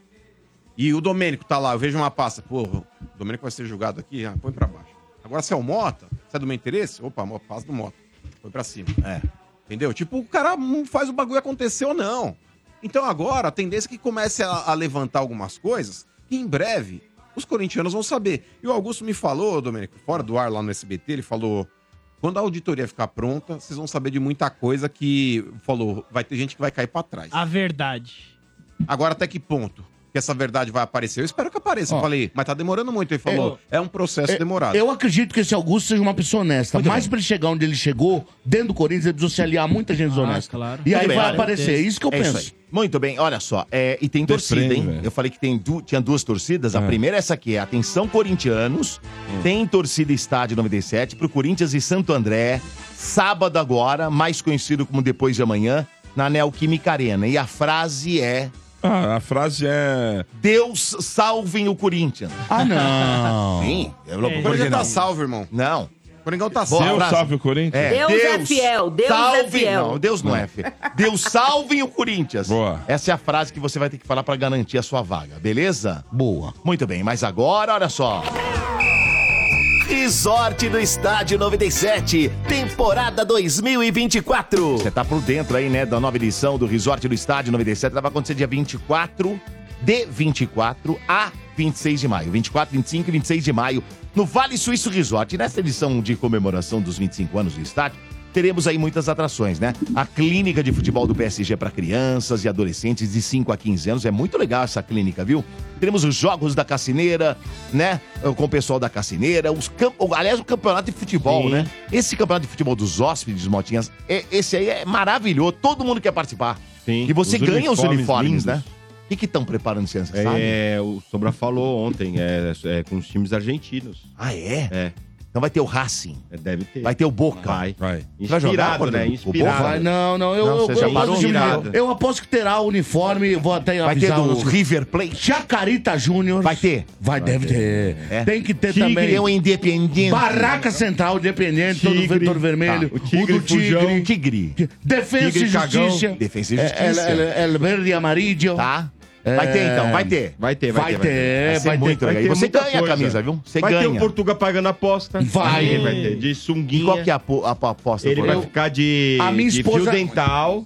Speaker 5: e o Domênico tá lá, eu vejo uma pasta, pô, o Domênico vai ser julgado aqui, ah, põe pra baixo. Agora, se é o Mota, se é do meu interesse, opa, mo- passa do Mota. Põe pra cima. É. Entendeu? Tipo, o cara não faz o bagulho acontecer ou não. Então agora, a tendência é que comece a, a levantar algumas coisas que em breve os corintianos vão saber. E o Augusto me falou, Domênico, fora do ar lá no SBT, ele falou: quando a auditoria ficar pronta, vocês vão saber de muita coisa que. Falou, vai ter gente que vai cair pra trás.
Speaker 6: A verdade.
Speaker 5: Agora, até que ponto que essa verdade vai aparecer? Eu espero que apareça. Eu falei, mas tá demorando muito. Ele falou, é um processo demorado.
Speaker 3: Eu acredito que esse Augusto seja uma pessoa honesta. mas pra ele chegar onde ele chegou, dentro do Corinthians, ele precisou se aliar a muita
Speaker 9: Ah,
Speaker 3: gente desonesta. E aí
Speaker 2: Ah, Muito bem,
Speaker 3: vai
Speaker 2: olha,
Speaker 3: aparecer. É isso que eu
Speaker 2: é
Speaker 3: penso.
Speaker 2: aí. Muito bem, olha só. é, e tem torcida,
Speaker 4: Deprime,
Speaker 2: hein?
Speaker 4: velho.
Speaker 2: Eu falei que tem du- tinha duas torcidas.
Speaker 3: Ah.
Speaker 2: A primeira é essa aqui, é Atenção Corintianos.
Speaker 3: Hum.
Speaker 2: Tem torcida Estádio 97 pro Corinthians e Santo André. Sábado agora, mais conhecido como Depois de Amanhã, na Neoquímica Arena. E a frase é...
Speaker 4: Ah, a frase é...
Speaker 2: Deus salvem o Corinthians.
Speaker 3: Ah, não.
Speaker 2: Sim. Eu,
Speaker 6: É.
Speaker 5: O Coringão tá
Speaker 2: não.
Speaker 5: salvo, irmão.
Speaker 2: não.
Speaker 5: O Coringão tá
Speaker 2: Boa,
Speaker 5: salvo.
Speaker 4: Deus
Speaker 2: frase.
Speaker 4: salve o Corinthians.
Speaker 2: É,
Speaker 7: Deus é fiel, Deus é fiel.
Speaker 2: Não, Deus não é fiel. Deus salve o Corinthians.
Speaker 4: Boa.
Speaker 2: Essa é a frase que você vai ter que falar pra garantir a sua vaga, beleza?
Speaker 3: Boa.
Speaker 2: Muito bem, mas agora, olha só. Resort do Estádio 97, temporada 2024. Você tá por dentro aí, né, da nova edição do Resort do Estádio 97. Ela vai acontecer dia 24 de 24 a 26 de maio. 24, 25 e 26 de maio no Vale Suíço Resort. E nesta edição de comemoração dos 25 anos do estádio, Teremos aí muitas atrações, né? A clínica de futebol do PSG para crianças e adolescentes de 5 a 15 anos. É muito legal essa clínica, viu? Teremos os jogos da Cassineira, né? Com o pessoal da Cassineira. Os cam- Aliás, o campeonato de futebol,
Speaker 6: Sim.
Speaker 2: né? Esse campeonato de futebol dos hóspedes, Motinhas, é- esse aí é maravilhoso. Todo mundo quer participar.
Speaker 9: Sim.
Speaker 2: E você
Speaker 9: Os
Speaker 2: ganha os
Speaker 9: uniformes
Speaker 2: uniformes,
Speaker 9: lindos.
Speaker 2: né? O que estão preparando, você sabe?
Speaker 9: É, o Sobra falou ontem, é, é com os times argentinos.
Speaker 2: Ah, é?
Speaker 9: É.
Speaker 2: Então vai ter o Racing,
Speaker 9: É, Deve ter.
Speaker 2: vai ter o Boca.
Speaker 9: Vai.
Speaker 4: Vai.
Speaker 2: vai jogar,
Speaker 9: Inspirado, né?
Speaker 2: Rodrigo? O Boca
Speaker 3: Vai,
Speaker 9: Inspirado.
Speaker 3: não, não. Eu,
Speaker 2: Não,
Speaker 3: eu,
Speaker 2: você já
Speaker 3: eu,
Speaker 2: parou?
Speaker 3: aposto,
Speaker 9: Irado.
Speaker 3: que, eu aposto que terá o uniforme. Vou até
Speaker 2: Vai ter
Speaker 3: avisar.
Speaker 2: do
Speaker 3: os-
Speaker 2: River Plate.
Speaker 3: Chacarita Júnior.
Speaker 2: Vai ter.
Speaker 3: Vai, deve ter.
Speaker 2: É.
Speaker 3: Tem que ter
Speaker 2: Tigre
Speaker 3: também.
Speaker 2: é o Independiente.
Speaker 3: Barraca Central, Independente, todo
Speaker 9: Tigre.
Speaker 3: vetor vermelho.
Speaker 9: Tá. O Tigre,
Speaker 3: do Tigre.
Speaker 9: Fujão.
Speaker 2: Tigre.
Speaker 3: Defesa
Speaker 9: Tigre
Speaker 3: e
Speaker 9: Cagão.
Speaker 3: Justiça.
Speaker 2: Defesa e
Speaker 3: É, El,
Speaker 2: Justiça.
Speaker 3: el, el Verde e Amarillo.
Speaker 2: Tá? Vai ter então, vai ter.
Speaker 9: Vai ter, vai,
Speaker 3: Vai ter, é,
Speaker 2: ser
Speaker 3: vai ter.
Speaker 2: muito legal. E
Speaker 9: ter
Speaker 2: você
Speaker 9: muita
Speaker 2: ganha a
Speaker 9: coisa.
Speaker 2: camisa, viu? Você
Speaker 9: vai ter
Speaker 2: ganha.
Speaker 9: o Portuga pagando aposta.
Speaker 3: Vai.
Speaker 9: Ele vai ter. De
Speaker 2: E
Speaker 9: sunguinha.
Speaker 2: qual que é a, po- a, a aposta?
Speaker 9: Ele vai
Speaker 2: Porã?
Speaker 9: ficar de,
Speaker 3: A minha
Speaker 9: de
Speaker 3: esposa-
Speaker 9: fio dental.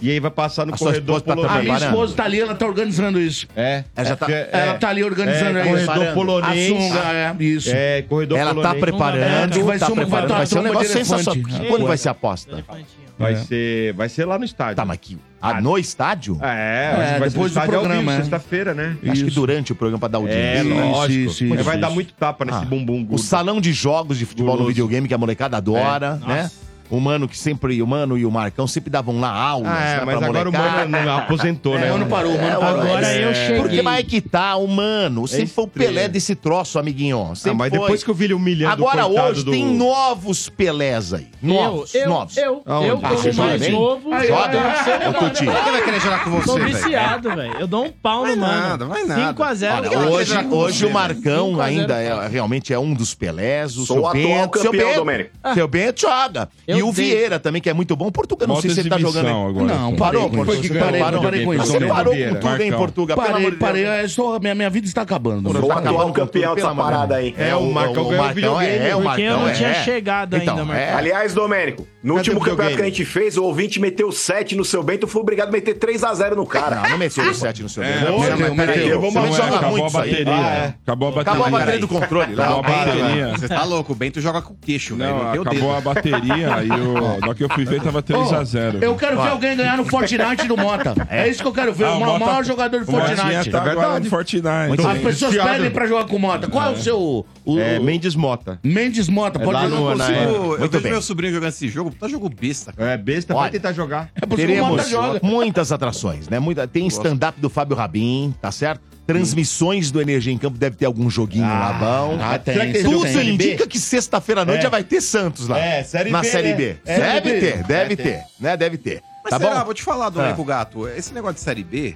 Speaker 9: E aí vai passar no
Speaker 2: A sua
Speaker 9: corredor
Speaker 2: esposa tá
Speaker 3: A
Speaker 9: polonês.
Speaker 3: minha
Speaker 2: Preparando.
Speaker 3: esposa tá ali, ela tá organizando isso.
Speaker 9: É.
Speaker 2: Ela já tá-
Speaker 9: porque-
Speaker 3: Ela tá ali organizando
Speaker 9: é,
Speaker 3: isso.
Speaker 9: corredor
Speaker 2: Preparando.
Speaker 3: A
Speaker 9: polonês.
Speaker 3: sunga, é, isso.
Speaker 9: É, corredor
Speaker 2: Ela tá
Speaker 9: polonês. É,
Speaker 2: preparando,
Speaker 3: Vai ser
Speaker 2: tá
Speaker 3: uma- vai
Speaker 2: preparando.
Speaker 3: ter uma
Speaker 2: Vai ser um
Speaker 3: turma de
Speaker 2: negócio
Speaker 3: elefante.
Speaker 2: sensacional. Quando
Speaker 6: Ei,
Speaker 2: vai ser a aposta?
Speaker 6: Elefantinho.
Speaker 9: Vai, ser, vai ser lá no estádio.
Speaker 2: Tá, mas que... Ah, no estádio?
Speaker 9: É,
Speaker 3: É,
Speaker 9: acho que vai ser no
Speaker 3: depois do
Speaker 9: estádio ao
Speaker 3: programa,
Speaker 9: vivo,
Speaker 3: é.
Speaker 9: sexta-feira, né?
Speaker 2: Acho que durante o programa pra dar
Speaker 9: É,
Speaker 2: audiência.
Speaker 3: Isso,
Speaker 9: lógico.
Speaker 3: isso, isso,
Speaker 9: vai
Speaker 3: isso.
Speaker 9: dar muito tapa nesse
Speaker 2: Ah,
Speaker 9: bumbum
Speaker 2: O
Speaker 9: gordo.
Speaker 2: salão de jogos de futebol no
Speaker 9: Guloso.
Speaker 2: videogame que a molecada adora,
Speaker 6: É.
Speaker 2: né?
Speaker 6: Nossa.
Speaker 2: O Mano que sempre, o Mano e o Marcão sempre davam lá aulas,
Speaker 9: Ah,
Speaker 2: né,
Speaker 9: é,
Speaker 2: pra
Speaker 9: mas agora o
Speaker 2: molecada.
Speaker 9: Mano não, aposentou,
Speaker 3: É,
Speaker 9: né?
Speaker 3: o ano parou, o ano parou.
Speaker 6: Agora
Speaker 2: é.
Speaker 6: eu
Speaker 2: Porque
Speaker 6: cheguei.
Speaker 2: vai que tá, o Mano. Sempre foi o
Speaker 9: estranho.
Speaker 2: Pelé desse troço, amiguinho. Sempre
Speaker 9: Ah, mas
Speaker 2: foi.
Speaker 9: depois que eu vi ele humilhando
Speaker 2: Agora
Speaker 9: o coitado
Speaker 2: hoje
Speaker 9: do...
Speaker 2: tem novos Pelés aí. Novos,
Speaker 6: eu,
Speaker 2: novos.
Speaker 6: Eu, eu,
Speaker 9: Aonde?
Speaker 6: eu
Speaker 9: Ah,
Speaker 6: como
Speaker 2: você joga
Speaker 6: mais
Speaker 2: bem?
Speaker 6: novo.
Speaker 3: Aí,
Speaker 6: joga.
Speaker 3: ó.
Speaker 6: Não sei,
Speaker 2: É o
Speaker 6: cara,
Speaker 2: Tutinho.
Speaker 5: Quem vai querer jogar com
Speaker 6: Tô
Speaker 5: você, velho?
Speaker 6: viciado, velho. Eu dou um pau no
Speaker 5: Vai
Speaker 6: mano.
Speaker 5: nada, vai nada.
Speaker 6: 5x0.
Speaker 2: Olha, hoje,
Speaker 5: Aquele
Speaker 2: hoje o
Speaker 5: jogo
Speaker 2: Marcão
Speaker 6: cinco a zero,
Speaker 2: ainda
Speaker 6: cara.
Speaker 2: é, realmente é um dos Pelés. O
Speaker 8: Sou
Speaker 2: seu
Speaker 8: o atual
Speaker 2: Bento, seu
Speaker 8: campeão,
Speaker 2: Bento, Ah.
Speaker 8: Domênico.
Speaker 2: Seu Bento joga.
Speaker 6: Eu
Speaker 2: e o
Speaker 6: sei.
Speaker 2: Vieira também, que é muito bom. Portugal, não
Speaker 4: Bota
Speaker 2: sei se ele tá
Speaker 4: exibição
Speaker 2: jogando. ainda.
Speaker 4: agora.
Speaker 9: assim.
Speaker 3: Não,
Speaker 2: Parou,
Speaker 3: parei com
Speaker 2: Portugal?
Speaker 3: isso.
Speaker 2: Você
Speaker 3: Parei,
Speaker 2: parou,
Speaker 3: parei com isso.
Speaker 2: Você
Speaker 3: Domênico.
Speaker 2: parou com
Speaker 9: Vieira.
Speaker 2: tudo, hein,
Speaker 4: Marcão.
Speaker 2: Portugal? Pelo amor
Speaker 3: Parei,
Speaker 2: de
Speaker 3: parei.
Speaker 2: Deus.
Speaker 3: é só- minha, minha vida está acabando.
Speaker 2: Tá
Speaker 8: Sou o
Speaker 2: acabando
Speaker 8: atual
Speaker 2: com tudo,
Speaker 8: campeão
Speaker 2: pelo
Speaker 8: dessa
Speaker 2: amor de
Speaker 8: parada
Speaker 2: Deus.
Speaker 8: aí.
Speaker 9: É, o Marcão ganhou
Speaker 2: Marcão é-
Speaker 9: videogame,
Speaker 2: é, o
Speaker 6: Porque eu
Speaker 2: Marcão
Speaker 6: não tinha
Speaker 2: é.
Speaker 6: chegado
Speaker 2: Então,
Speaker 6: ainda, Marcão.
Speaker 2: é.
Speaker 8: Aliás, Domênico,
Speaker 2: Cadê o
Speaker 8: No último campeonato
Speaker 2: videogame?
Speaker 8: que a gente fez, o ouvinte meteu 7 no seu Bento, foi obrigado a meter 3x0 no cara.
Speaker 2: Não, não meteu o 7 no seu
Speaker 8: É,
Speaker 2: dedo. Não,
Speaker 8: não,
Speaker 2: mas
Speaker 8: não,
Speaker 2: peraí,
Speaker 8: meteu.
Speaker 2: você
Speaker 8: Não,
Speaker 2: não
Speaker 8: é,
Speaker 2: joga
Speaker 4: acabou
Speaker 2: muito
Speaker 4: a
Speaker 2: isso aí.
Speaker 4: bateria.
Speaker 2: Ah, é.
Speaker 4: Acabou a bateria.
Speaker 2: Acabou a bateria
Speaker 4: Peraí.
Speaker 2: do controle.
Speaker 4: Acabou
Speaker 2: Não,
Speaker 4: a bateria.
Speaker 5: Você tá louco, o Bento joga com o queixo, velho.
Speaker 4: Não,
Speaker 5: Não, tem o
Speaker 4: acabou
Speaker 5: dedo.
Speaker 4: a bateria. Aí o... na hora que eu fui ver, tava 3x0.
Speaker 3: Eu quero ver alguém ganhar no Fortnite do Mota. É isso que eu quero ver.
Speaker 4: Ah,
Speaker 3: o
Speaker 4: o
Speaker 3: ma-
Speaker 4: Mota-
Speaker 3: maior jogador de
Speaker 4: O Motinha
Speaker 3: Fortnite. É
Speaker 4: tá agora
Speaker 9: verdade.
Speaker 4: no Fortnite.
Speaker 2: Muito
Speaker 3: As pessoas
Speaker 9: Viciado.
Speaker 3: pedem pra jogar com o Mota. Qual é o seu. O,
Speaker 9: É, Mendes Mota.
Speaker 3: Mendes Mota,
Speaker 9: É
Speaker 3: pode
Speaker 9: lá
Speaker 3: jogar
Speaker 9: no-
Speaker 3: com
Speaker 9: na-
Speaker 3: você.
Speaker 9: é.
Speaker 5: Eu, eu
Speaker 2: Muito
Speaker 5: vejo
Speaker 2: bem.
Speaker 5: meu sobrinho jogando esse jogo, tá jogo besta, cara.
Speaker 9: É besta,
Speaker 2: Olha.
Speaker 9: vai tentar jogar.
Speaker 3: É por isso que o Mota
Speaker 2: Teremos
Speaker 3: joga.
Speaker 2: muitas atrações, né? Muita... Tem stand-up do Fábio Rabin, tá certo? Transmissões do Energia em Campo, deve ter algum joguinho lá bom.
Speaker 3: Ah, tem.
Speaker 9: Será que esse
Speaker 2: Tudo
Speaker 9: jogo tem?
Speaker 2: indica que sexta-feira à noite
Speaker 9: É.
Speaker 2: já vai ter Santos lá.
Speaker 9: É, Série
Speaker 2: Na
Speaker 9: B,
Speaker 2: Série
Speaker 9: né?
Speaker 2: B.
Speaker 9: É,
Speaker 2: Deve
Speaker 9: Série B.
Speaker 2: ter, deve ter, né? Deve ter.
Speaker 5: Mas
Speaker 2: Tá
Speaker 5: será,
Speaker 2: bom?
Speaker 5: vou te falar,
Speaker 2: Ah.
Speaker 5: Domênico Gato, esse negócio de Série B,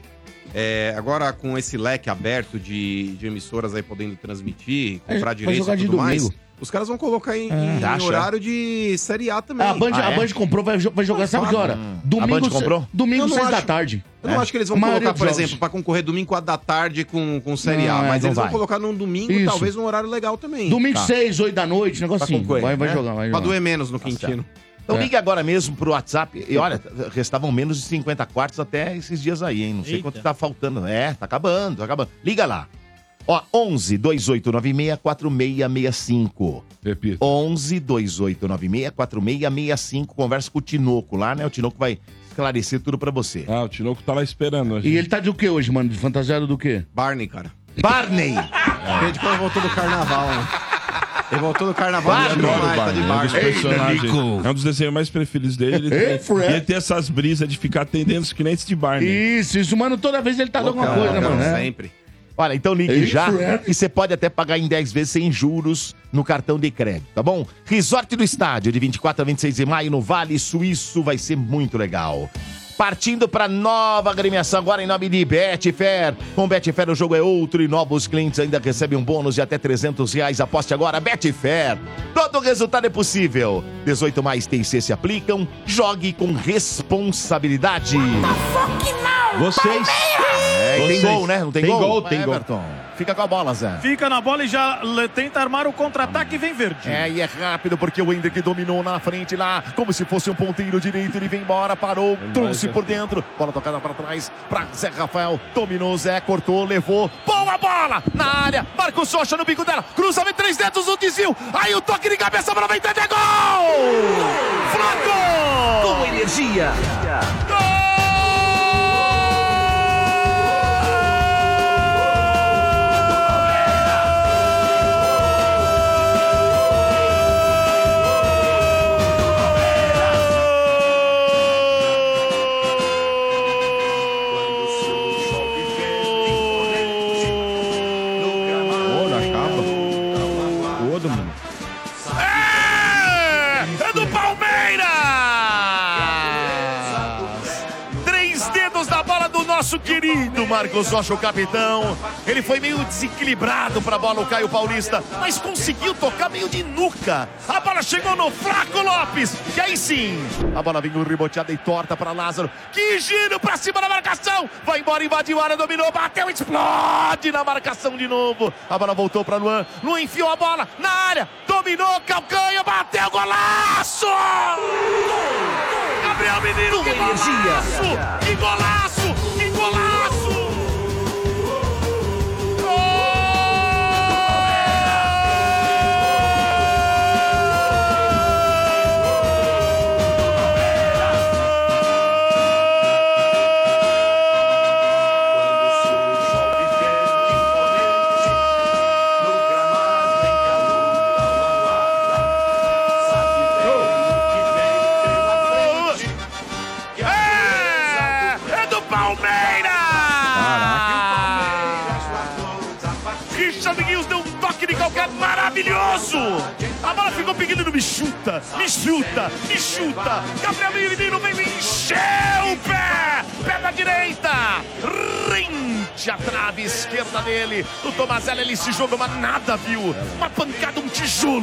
Speaker 5: é, agora com esse leque aberto de, de emissoras aí podendo transmitir, comprar
Speaker 3: vai
Speaker 5: direitos
Speaker 3: jogar
Speaker 5: É e
Speaker 3: de
Speaker 5: tudo mais,
Speaker 3: domingo.
Speaker 5: os caras vão colocar em, em
Speaker 2: Tá achando?
Speaker 5: horário de Série A também.
Speaker 3: Ah, A Band,
Speaker 2: Ah,
Speaker 3: a
Speaker 2: é?
Speaker 3: Band comprou, vai, jo- vai jogar, sabe que hora?
Speaker 5: Ah, Hum.
Speaker 2: A Band
Speaker 3: Domingo,
Speaker 2: comprou?
Speaker 3: domingo
Speaker 5: Eu não
Speaker 3: seis da
Speaker 5: acho.
Speaker 3: tarde. É.
Speaker 5: Eu não acho que eles vão
Speaker 3: A maioria
Speaker 5: colocar, por
Speaker 3: dos jogos.
Speaker 5: exemplo, pra concorrer domingo 4 da tarde com, com Série
Speaker 3: Não,
Speaker 5: A,
Speaker 3: é,
Speaker 5: mas
Speaker 2: não
Speaker 5: eles
Speaker 2: vai.
Speaker 5: vão colocar num domingo,
Speaker 3: Isso.
Speaker 5: talvez num horário legal também.
Speaker 3: Domingo seis, oito da noite,
Speaker 4: Tipo
Speaker 3: negócio
Speaker 5: Pra
Speaker 2: Tá
Speaker 3: assim.
Speaker 5: concorrer,
Speaker 3: Vai, vai
Speaker 5: né?
Speaker 3: jogar, vai
Speaker 5: Pra
Speaker 3: jogar.
Speaker 5: doer menos
Speaker 4: Tá
Speaker 5: no Quintino.
Speaker 2: Então
Speaker 3: É.
Speaker 2: liga agora mesmo pro WhatsApp. E olha, restavam menos de 50 quartos até esses dias aí, hein? Não sei
Speaker 6: Eita.
Speaker 2: quanto tá faltando. É, tá acabando, tá acabando. Liga lá. Ó, 11 2896 4665.
Speaker 4: Repito.
Speaker 2: 11 2896 4665. Conversa com o Tinoco lá, né? O Tinoco vai esclarecer tudo pra você.
Speaker 4: Ah, o Tinoco tá lá esperando. a
Speaker 3: E
Speaker 4: gente.
Speaker 3: ele tá de o que hoje, mano? De fantasiado do quê?
Speaker 5: Barney, cara.
Speaker 2: Barney!
Speaker 5: Desde quando voltou do carnaval, né? Ele voltou do carnaval,
Speaker 2: Barney.
Speaker 5: ele
Speaker 4: Adoro o
Speaker 5: mais, tá de
Speaker 4: Barney, é um dos
Speaker 5: Barney.
Speaker 4: personagens. É um dos desenhos mais preferidos dele. Ele,
Speaker 3: Ei,
Speaker 4: tem,
Speaker 3: Fred.
Speaker 4: ele tem essas brisas de ficar atendendo os clientes de Barney.
Speaker 3: Isso, isso, mano, toda vez ele tá dando alguma
Speaker 5: Loucão,
Speaker 3: coisa, né,
Speaker 5: loucão,
Speaker 3: mano? É.
Speaker 5: Sempre.
Speaker 2: Olha, então ligue
Speaker 3: Isso
Speaker 2: já
Speaker 3: é.
Speaker 2: e você pode até pagar em 10 vezes sem juros no cartão de crédito, tá bom? Resort do Estádio, de 24 a 26 de maio, no Vale Suíço, vai ser muito legal. Partindo para nova agremiação agora em nome de Betfair. Com Betfair o jogo é outro e novos clientes ainda recebem um bônus de até 300 reais. Aposte agora, Betfair. Todo resultado é possível. 18 mais TIC se aplicam. Jogue com responsabilidade.
Speaker 9: Vocês.
Speaker 2: É, e tem
Speaker 9: Vocês-
Speaker 2: gol, né? Não tem,
Speaker 9: tem
Speaker 2: gol?
Speaker 9: gol, tem gol.
Speaker 2: Everton, Fica com a bola, Zé.
Speaker 10: Fica na bola e já le- tenta armar o contra-ataque e vem verde.
Speaker 2: É, e é rápido porque o Hendrick dominou na frente lá, como se fosse um ponteiro direito. Ele vem embora, parou, trouxe por dentro. Bola tocada para trás, para Zé Rafael. Dominou Zé, cortou, levou. Boa bola na área. Marcos Socha no bico dela. Cruzamento três dedos, o desvio. Aí o toque de cabeça para a é gol! Franco! Com energia.
Speaker 4: Pô, na capa. Todo, mano.
Speaker 2: É do Palmeiras! Três dedos da bola do nosso querido Marcos Rocha, o capitão. Ele foi meio desequilibrado para a bola, o Caio Paulista, mas conseguiu tocar meio de nuca. A bola chegou no Flaco Lopes, e aí sim, a bola vem reboteada e torta para Lázaro. Que giro para cima da marcação! Vai embora, invadiu a área, dominou, bateu, explode na marcação de novo. A bola voltou para Luan. Luan enfiou a bola na área, dominou, calcanha, bateu, golaço! Gabriel Menino, que golaço! Que golaço! Que golaço! É, é do Palmeiras! Richard Guios deu um toque de calcanhar maravilhoso! A bola ficou pedindo, me chuta, me chuta, me chuta! Gabriel Menino vem me encher o pé! Pé da direita! Rente! bate a trave esquerda dele. O Tomazelli, ele se joga, mas nada viu. Uma pancada, um tijolo.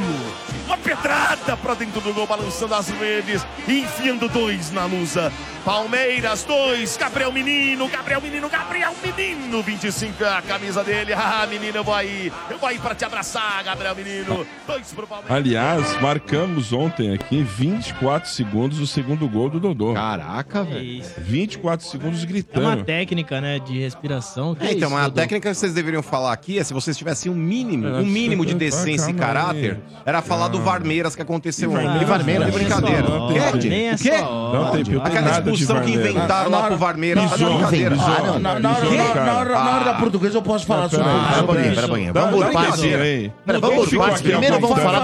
Speaker 2: Uma pedrada pra dentro do gol, balançando as redes. E enfiando dois na lusa. Palmeiras, dois. Gabriel Menino, Gabriel Menino, Gabriel Menino. 25 é a camisa dele. Ah, menino, eu vou aí. Eu vou aí pra te abraçar, Gabriel Menino. Dois pro Palmeiras.
Speaker 4: Aliás, marcamos ontem aqui 24 segundos o segundo gol do Dodô.
Speaker 5: Caraca,
Speaker 4: velho. 24 segundos
Speaker 6: É
Speaker 4: gritando.
Speaker 6: uma técnica, né, de respiração. Que
Speaker 5: É, então,
Speaker 6: isso,
Speaker 5: a
Speaker 6: Dudu?
Speaker 5: técnica que vocês deveriam falar aqui é se vocês tivessem um mínimo,
Speaker 6: É,
Speaker 5: um mínimo de
Speaker 6: tá,
Speaker 5: decência e
Speaker 6: calma
Speaker 5: caráter, era falar do Varmeiras que aconteceu
Speaker 6: E
Speaker 5: ontem.
Speaker 6: Varmeiras?
Speaker 5: Não é brincadeira.
Speaker 6: Não tem
Speaker 5: Pode?
Speaker 6: nem
Speaker 5: O quê?
Speaker 6: essa hora. Não tem- não tem
Speaker 5: Aquela
Speaker 6: nada de
Speaker 5: expulsão que
Speaker 4: né?
Speaker 6: Varmeiras.
Speaker 5: inventaram lá
Speaker 6: Na
Speaker 5: pro
Speaker 6: hora-
Speaker 5: Varmeiras.
Speaker 6: Pisou,
Speaker 5: tá de brincadeira.
Speaker 6: pisou. Ah, não,
Speaker 3: Na, na hora, na hora- na hora- na hora da portuguesa eu posso falar sobre
Speaker 5: pera-
Speaker 3: isso.
Speaker 5: pera um
Speaker 3: sobre
Speaker 5: pouquinho,
Speaker 3: isso.
Speaker 5: pera um pouquinho. Vamos por
Speaker 3: Dá- dá
Speaker 5: partes
Speaker 3: licença.
Speaker 5: primeiro.
Speaker 3: Pera,
Speaker 5: Não fica aqui, ó, com tanto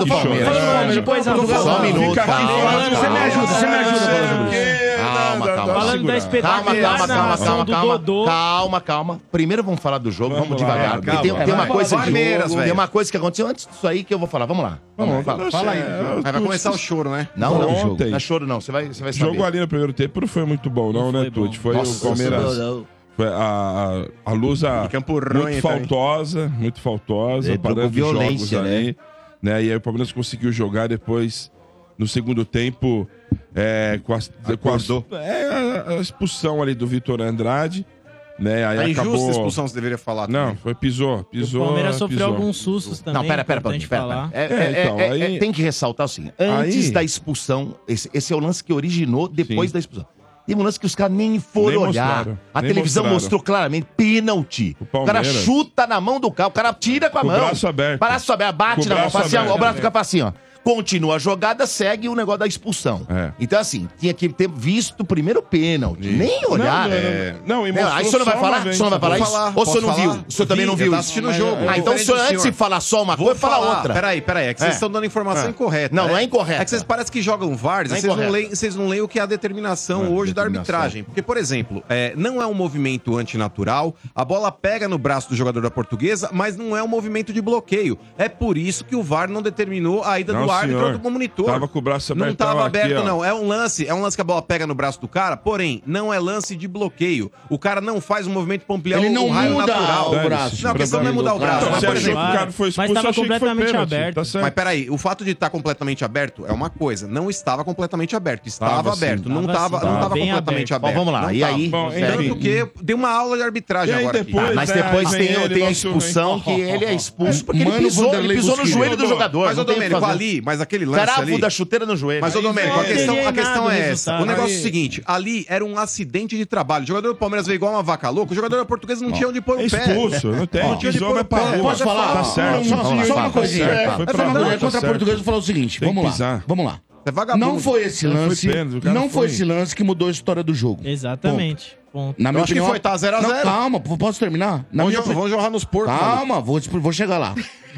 Speaker 5: choro.
Speaker 3: Palmeiras, depois a
Speaker 5: Tô
Speaker 3: portuguesa. Só
Speaker 5: falando,
Speaker 3: um minuto,
Speaker 5: fica aqui,
Speaker 2: tá.
Speaker 3: calma,
Speaker 5: falando,
Speaker 3: calma.
Speaker 5: você me ajuda, você me ajuda,
Speaker 3: Calma,
Speaker 5: falando sobre isso.
Speaker 2: Calma, calma.
Speaker 6: Falando da espetacular
Speaker 2: calma, calma,
Speaker 6: narração
Speaker 2: calma,
Speaker 6: do
Speaker 2: calma,
Speaker 6: Dodô.
Speaker 2: calma, calma. Primeiro vamos falar do jogo, vamos,
Speaker 6: Vamos lá,
Speaker 2: devagar. porque
Speaker 6: calma.
Speaker 2: tem, tem uma
Speaker 6: Vai,
Speaker 2: coisa
Speaker 6: vai,
Speaker 2: de
Speaker 6: Palmeiras,
Speaker 2: jogo, tem
Speaker 6: velho.
Speaker 2: uma coisa que aconteceu antes disso aí que eu vou falar. Vamos lá. Vamos lá, fala, fala aí.
Speaker 5: Aí vai começar o choro, né?
Speaker 2: Não, não, jogo.
Speaker 4: Ontem.
Speaker 2: Não é choro, não. Você vai, você vai saber.
Speaker 4: Jogo ali no primeiro tempo não foi muito bom, não, né, Tuti? Foi
Speaker 2: Nossa,
Speaker 4: o Palmeiras.
Speaker 2: não, não.
Speaker 4: Foi a, a, a Lusa muito
Speaker 2: também.
Speaker 4: faltosa, muito faltosa,
Speaker 2: É,
Speaker 4: parando
Speaker 2: jogou
Speaker 4: jogos
Speaker 2: violência,
Speaker 4: aí. Né? E aí o Palmeiras conseguiu jogar depois, no segundo tempo, é, com, as, com as- é, a, a expulsão ali do Vitor Andrade. Né? Aí
Speaker 5: Tá injusta
Speaker 4: acabou...
Speaker 5: a expulsão, você deveria falar.
Speaker 4: Não, foi pisou, pisou.
Speaker 6: O Palmeiras sofreu
Speaker 4: pisou.
Speaker 6: alguns sustos também.
Speaker 2: Não, pera, pera, pera,
Speaker 6: importante
Speaker 2: pera,
Speaker 6: falar.
Speaker 2: pera. É, é, é, é, tem que ressaltar o seguinte: antes
Speaker 6: Aí-
Speaker 2: da expulsão, esse, esse é o lance que originou depois da expulsão. Tem um lance que os caras nem foram
Speaker 4: Nem
Speaker 2: olhar.
Speaker 4: mostraram,
Speaker 2: A
Speaker 4: nem
Speaker 2: televisão
Speaker 4: mostraram.
Speaker 2: mostrou claramente pênalti. O, cara
Speaker 4: Palmeiras-
Speaker 2: chuta na mão do cara, o cara tira com a
Speaker 4: Com o
Speaker 2: mão.
Speaker 4: braço aberto.
Speaker 2: Braço aberto,
Speaker 4: Com
Speaker 2: bate
Speaker 4: o
Speaker 2: na mão,
Speaker 4: braço
Speaker 2: faz assim, ó,
Speaker 4: aberto.
Speaker 2: o braço fica pra assim, ó. Continua a jogada, segue o negócio da expulsão.
Speaker 4: É.
Speaker 2: Então, assim, tinha que ter visto o primeiro pênalti. Nem
Speaker 4: Não,
Speaker 2: olhar.
Speaker 4: não,
Speaker 2: É.
Speaker 4: não, não. Não, e mostrou
Speaker 2: Aí o senhor não vai
Speaker 4: só uma
Speaker 2: falar? O
Speaker 4: vez.
Speaker 2: senhor não vai falar
Speaker 4: Vou
Speaker 2: isso?
Speaker 4: falar.
Speaker 2: Ou o senhor
Speaker 4: Posso
Speaker 2: não viu?
Speaker 4: falar?
Speaker 2: O senhor também
Speaker 4: Vi,
Speaker 2: não
Speaker 4: eu
Speaker 2: viu?
Speaker 4: tava assistindo o jogo.
Speaker 2: Ah, então o
Speaker 5: Diferente
Speaker 2: senhor,
Speaker 5: do
Speaker 2: antes de
Speaker 5: senhor.
Speaker 2: falar só uma
Speaker 5: Vou
Speaker 2: coisa, fala
Speaker 5: falar.
Speaker 2: outra.
Speaker 5: Peraí, peraí. É que vocês estão dando informação
Speaker 2: É.
Speaker 5: incorreta.
Speaker 2: Não, não é incorreta.
Speaker 5: É que vocês parecem que jogam VARs
Speaker 3: Tá
Speaker 2: Não é
Speaker 5: e vocês não,
Speaker 2: incorreta.
Speaker 5: leem, vocês não leem o que é a determinação hoje da
Speaker 2: determinação.
Speaker 5: arbitragem. Porque, por exemplo, é, não é um movimento antinatural, a bola pega no braço do jogador da portuguesa, mas não é um movimento de bloqueio. É por isso que o VAR não determinou a ida
Speaker 4: Não,
Speaker 5: do árbitro
Speaker 4: senhor.
Speaker 5: ou do monitor.
Speaker 4: Tava com o braço
Speaker 5: Não
Speaker 4: abertão
Speaker 5: tava aberto,
Speaker 4: aqui, ó.
Speaker 5: não. É um lance, é um lance que a bola pega no braço do cara, porém, não é lance de bloqueio. O cara não faz um movimento pra ampliar
Speaker 3: Ele
Speaker 5: o-
Speaker 3: não
Speaker 5: o raio
Speaker 3: muda
Speaker 5: natural.
Speaker 3: o braço.
Speaker 5: Não, a questão não é mudar o braço.
Speaker 3: Então,
Speaker 5: mas,
Speaker 3: você
Speaker 5: por
Speaker 3: achou que o
Speaker 5: exemplo,
Speaker 3: cara foi expulso, Mas tava eu achei que foi completamente pênalti, aberto. tá certo.
Speaker 5: mas peraí, o fato de estar completamente aberto é uma coisa. Não estava completamente aberto. Estava
Speaker 4: Tava sim.
Speaker 5: aberto. não
Speaker 4: Tava
Speaker 5: estava
Speaker 4: sim.
Speaker 5: não
Speaker 4: Tava
Speaker 5: tava
Speaker 4: bem
Speaker 5: completamente
Speaker 4: aberto.
Speaker 5: aberto.
Speaker 4: Bom, vamos lá,
Speaker 5: Não
Speaker 2: e
Speaker 5: tava.
Speaker 2: aí? Bom, enfim.
Speaker 5: Tanto que deu uma aula de arbitragem
Speaker 2: E aí
Speaker 5: agora
Speaker 2: depois, é, Tá,
Speaker 5: aqui.
Speaker 2: mas depois tem, tem a expulsão que ele é expulso porque ele pisou, ele pisou no joelho do jogador.
Speaker 5: Mas, ô
Speaker 2: não tem o que
Speaker 5: Domênico,
Speaker 2: fazer.
Speaker 5: ali, mas aquele lance
Speaker 2: Cravo
Speaker 5: ali-
Speaker 2: da chuteira no joelho.
Speaker 5: Mas, ô Domênico, a questão, a questão é essa. O negócio é o
Speaker 2: Aí-
Speaker 5: seguinte: ali era um acidente de trabalho. O jogador do Palmeiras veio igual uma vaca louca, o jogador da portuguesa não
Speaker 4: Ó,
Speaker 5: tinha onde pôr o
Speaker 4: é
Speaker 5: pé.
Speaker 4: expulso, não tem.
Speaker 5: tinha onde
Speaker 4: Pisou,
Speaker 5: pôr
Speaker 4: vai
Speaker 5: o
Speaker 4: pra
Speaker 5: pé.
Speaker 4: rua.
Speaker 3: Posso
Speaker 5: Pode
Speaker 3: falar?
Speaker 4: Tá certo,
Speaker 3: Só,
Speaker 4: vamos lá,
Speaker 3: só uma
Speaker 4: fala.
Speaker 3: coisinha.
Speaker 4: Tá certo,
Speaker 3: É,
Speaker 4: foi
Speaker 3: essa
Speaker 4: pra
Speaker 3: uma coisa
Speaker 4: lá, tá
Speaker 3: contra a
Speaker 4: certo.
Speaker 3: portuguesa eu falar o seguinte,
Speaker 4: Tem que
Speaker 3: vamos lá.
Speaker 4: pisar.
Speaker 3: Vamos lá.
Speaker 5: É vagabundo.
Speaker 3: Não foi esse
Speaker 4: Não foi
Speaker 3: lance,
Speaker 4: pênalti, o cara
Speaker 3: não foi
Speaker 4: foi.
Speaker 3: esse lance que mudou a história do jogo.
Speaker 6: Exatamente. Ponto.
Speaker 3: Na minha
Speaker 5: Eu acho que
Speaker 3: opinião-
Speaker 5: foi, tá? Zero a
Speaker 3: Não,
Speaker 5: zero.
Speaker 3: Calma, p- posso terminar? Na
Speaker 5: Vamos
Speaker 3: minha
Speaker 5: jo- vamos jorrar nos porcos,
Speaker 3: Calma, vou, vou chegar lá.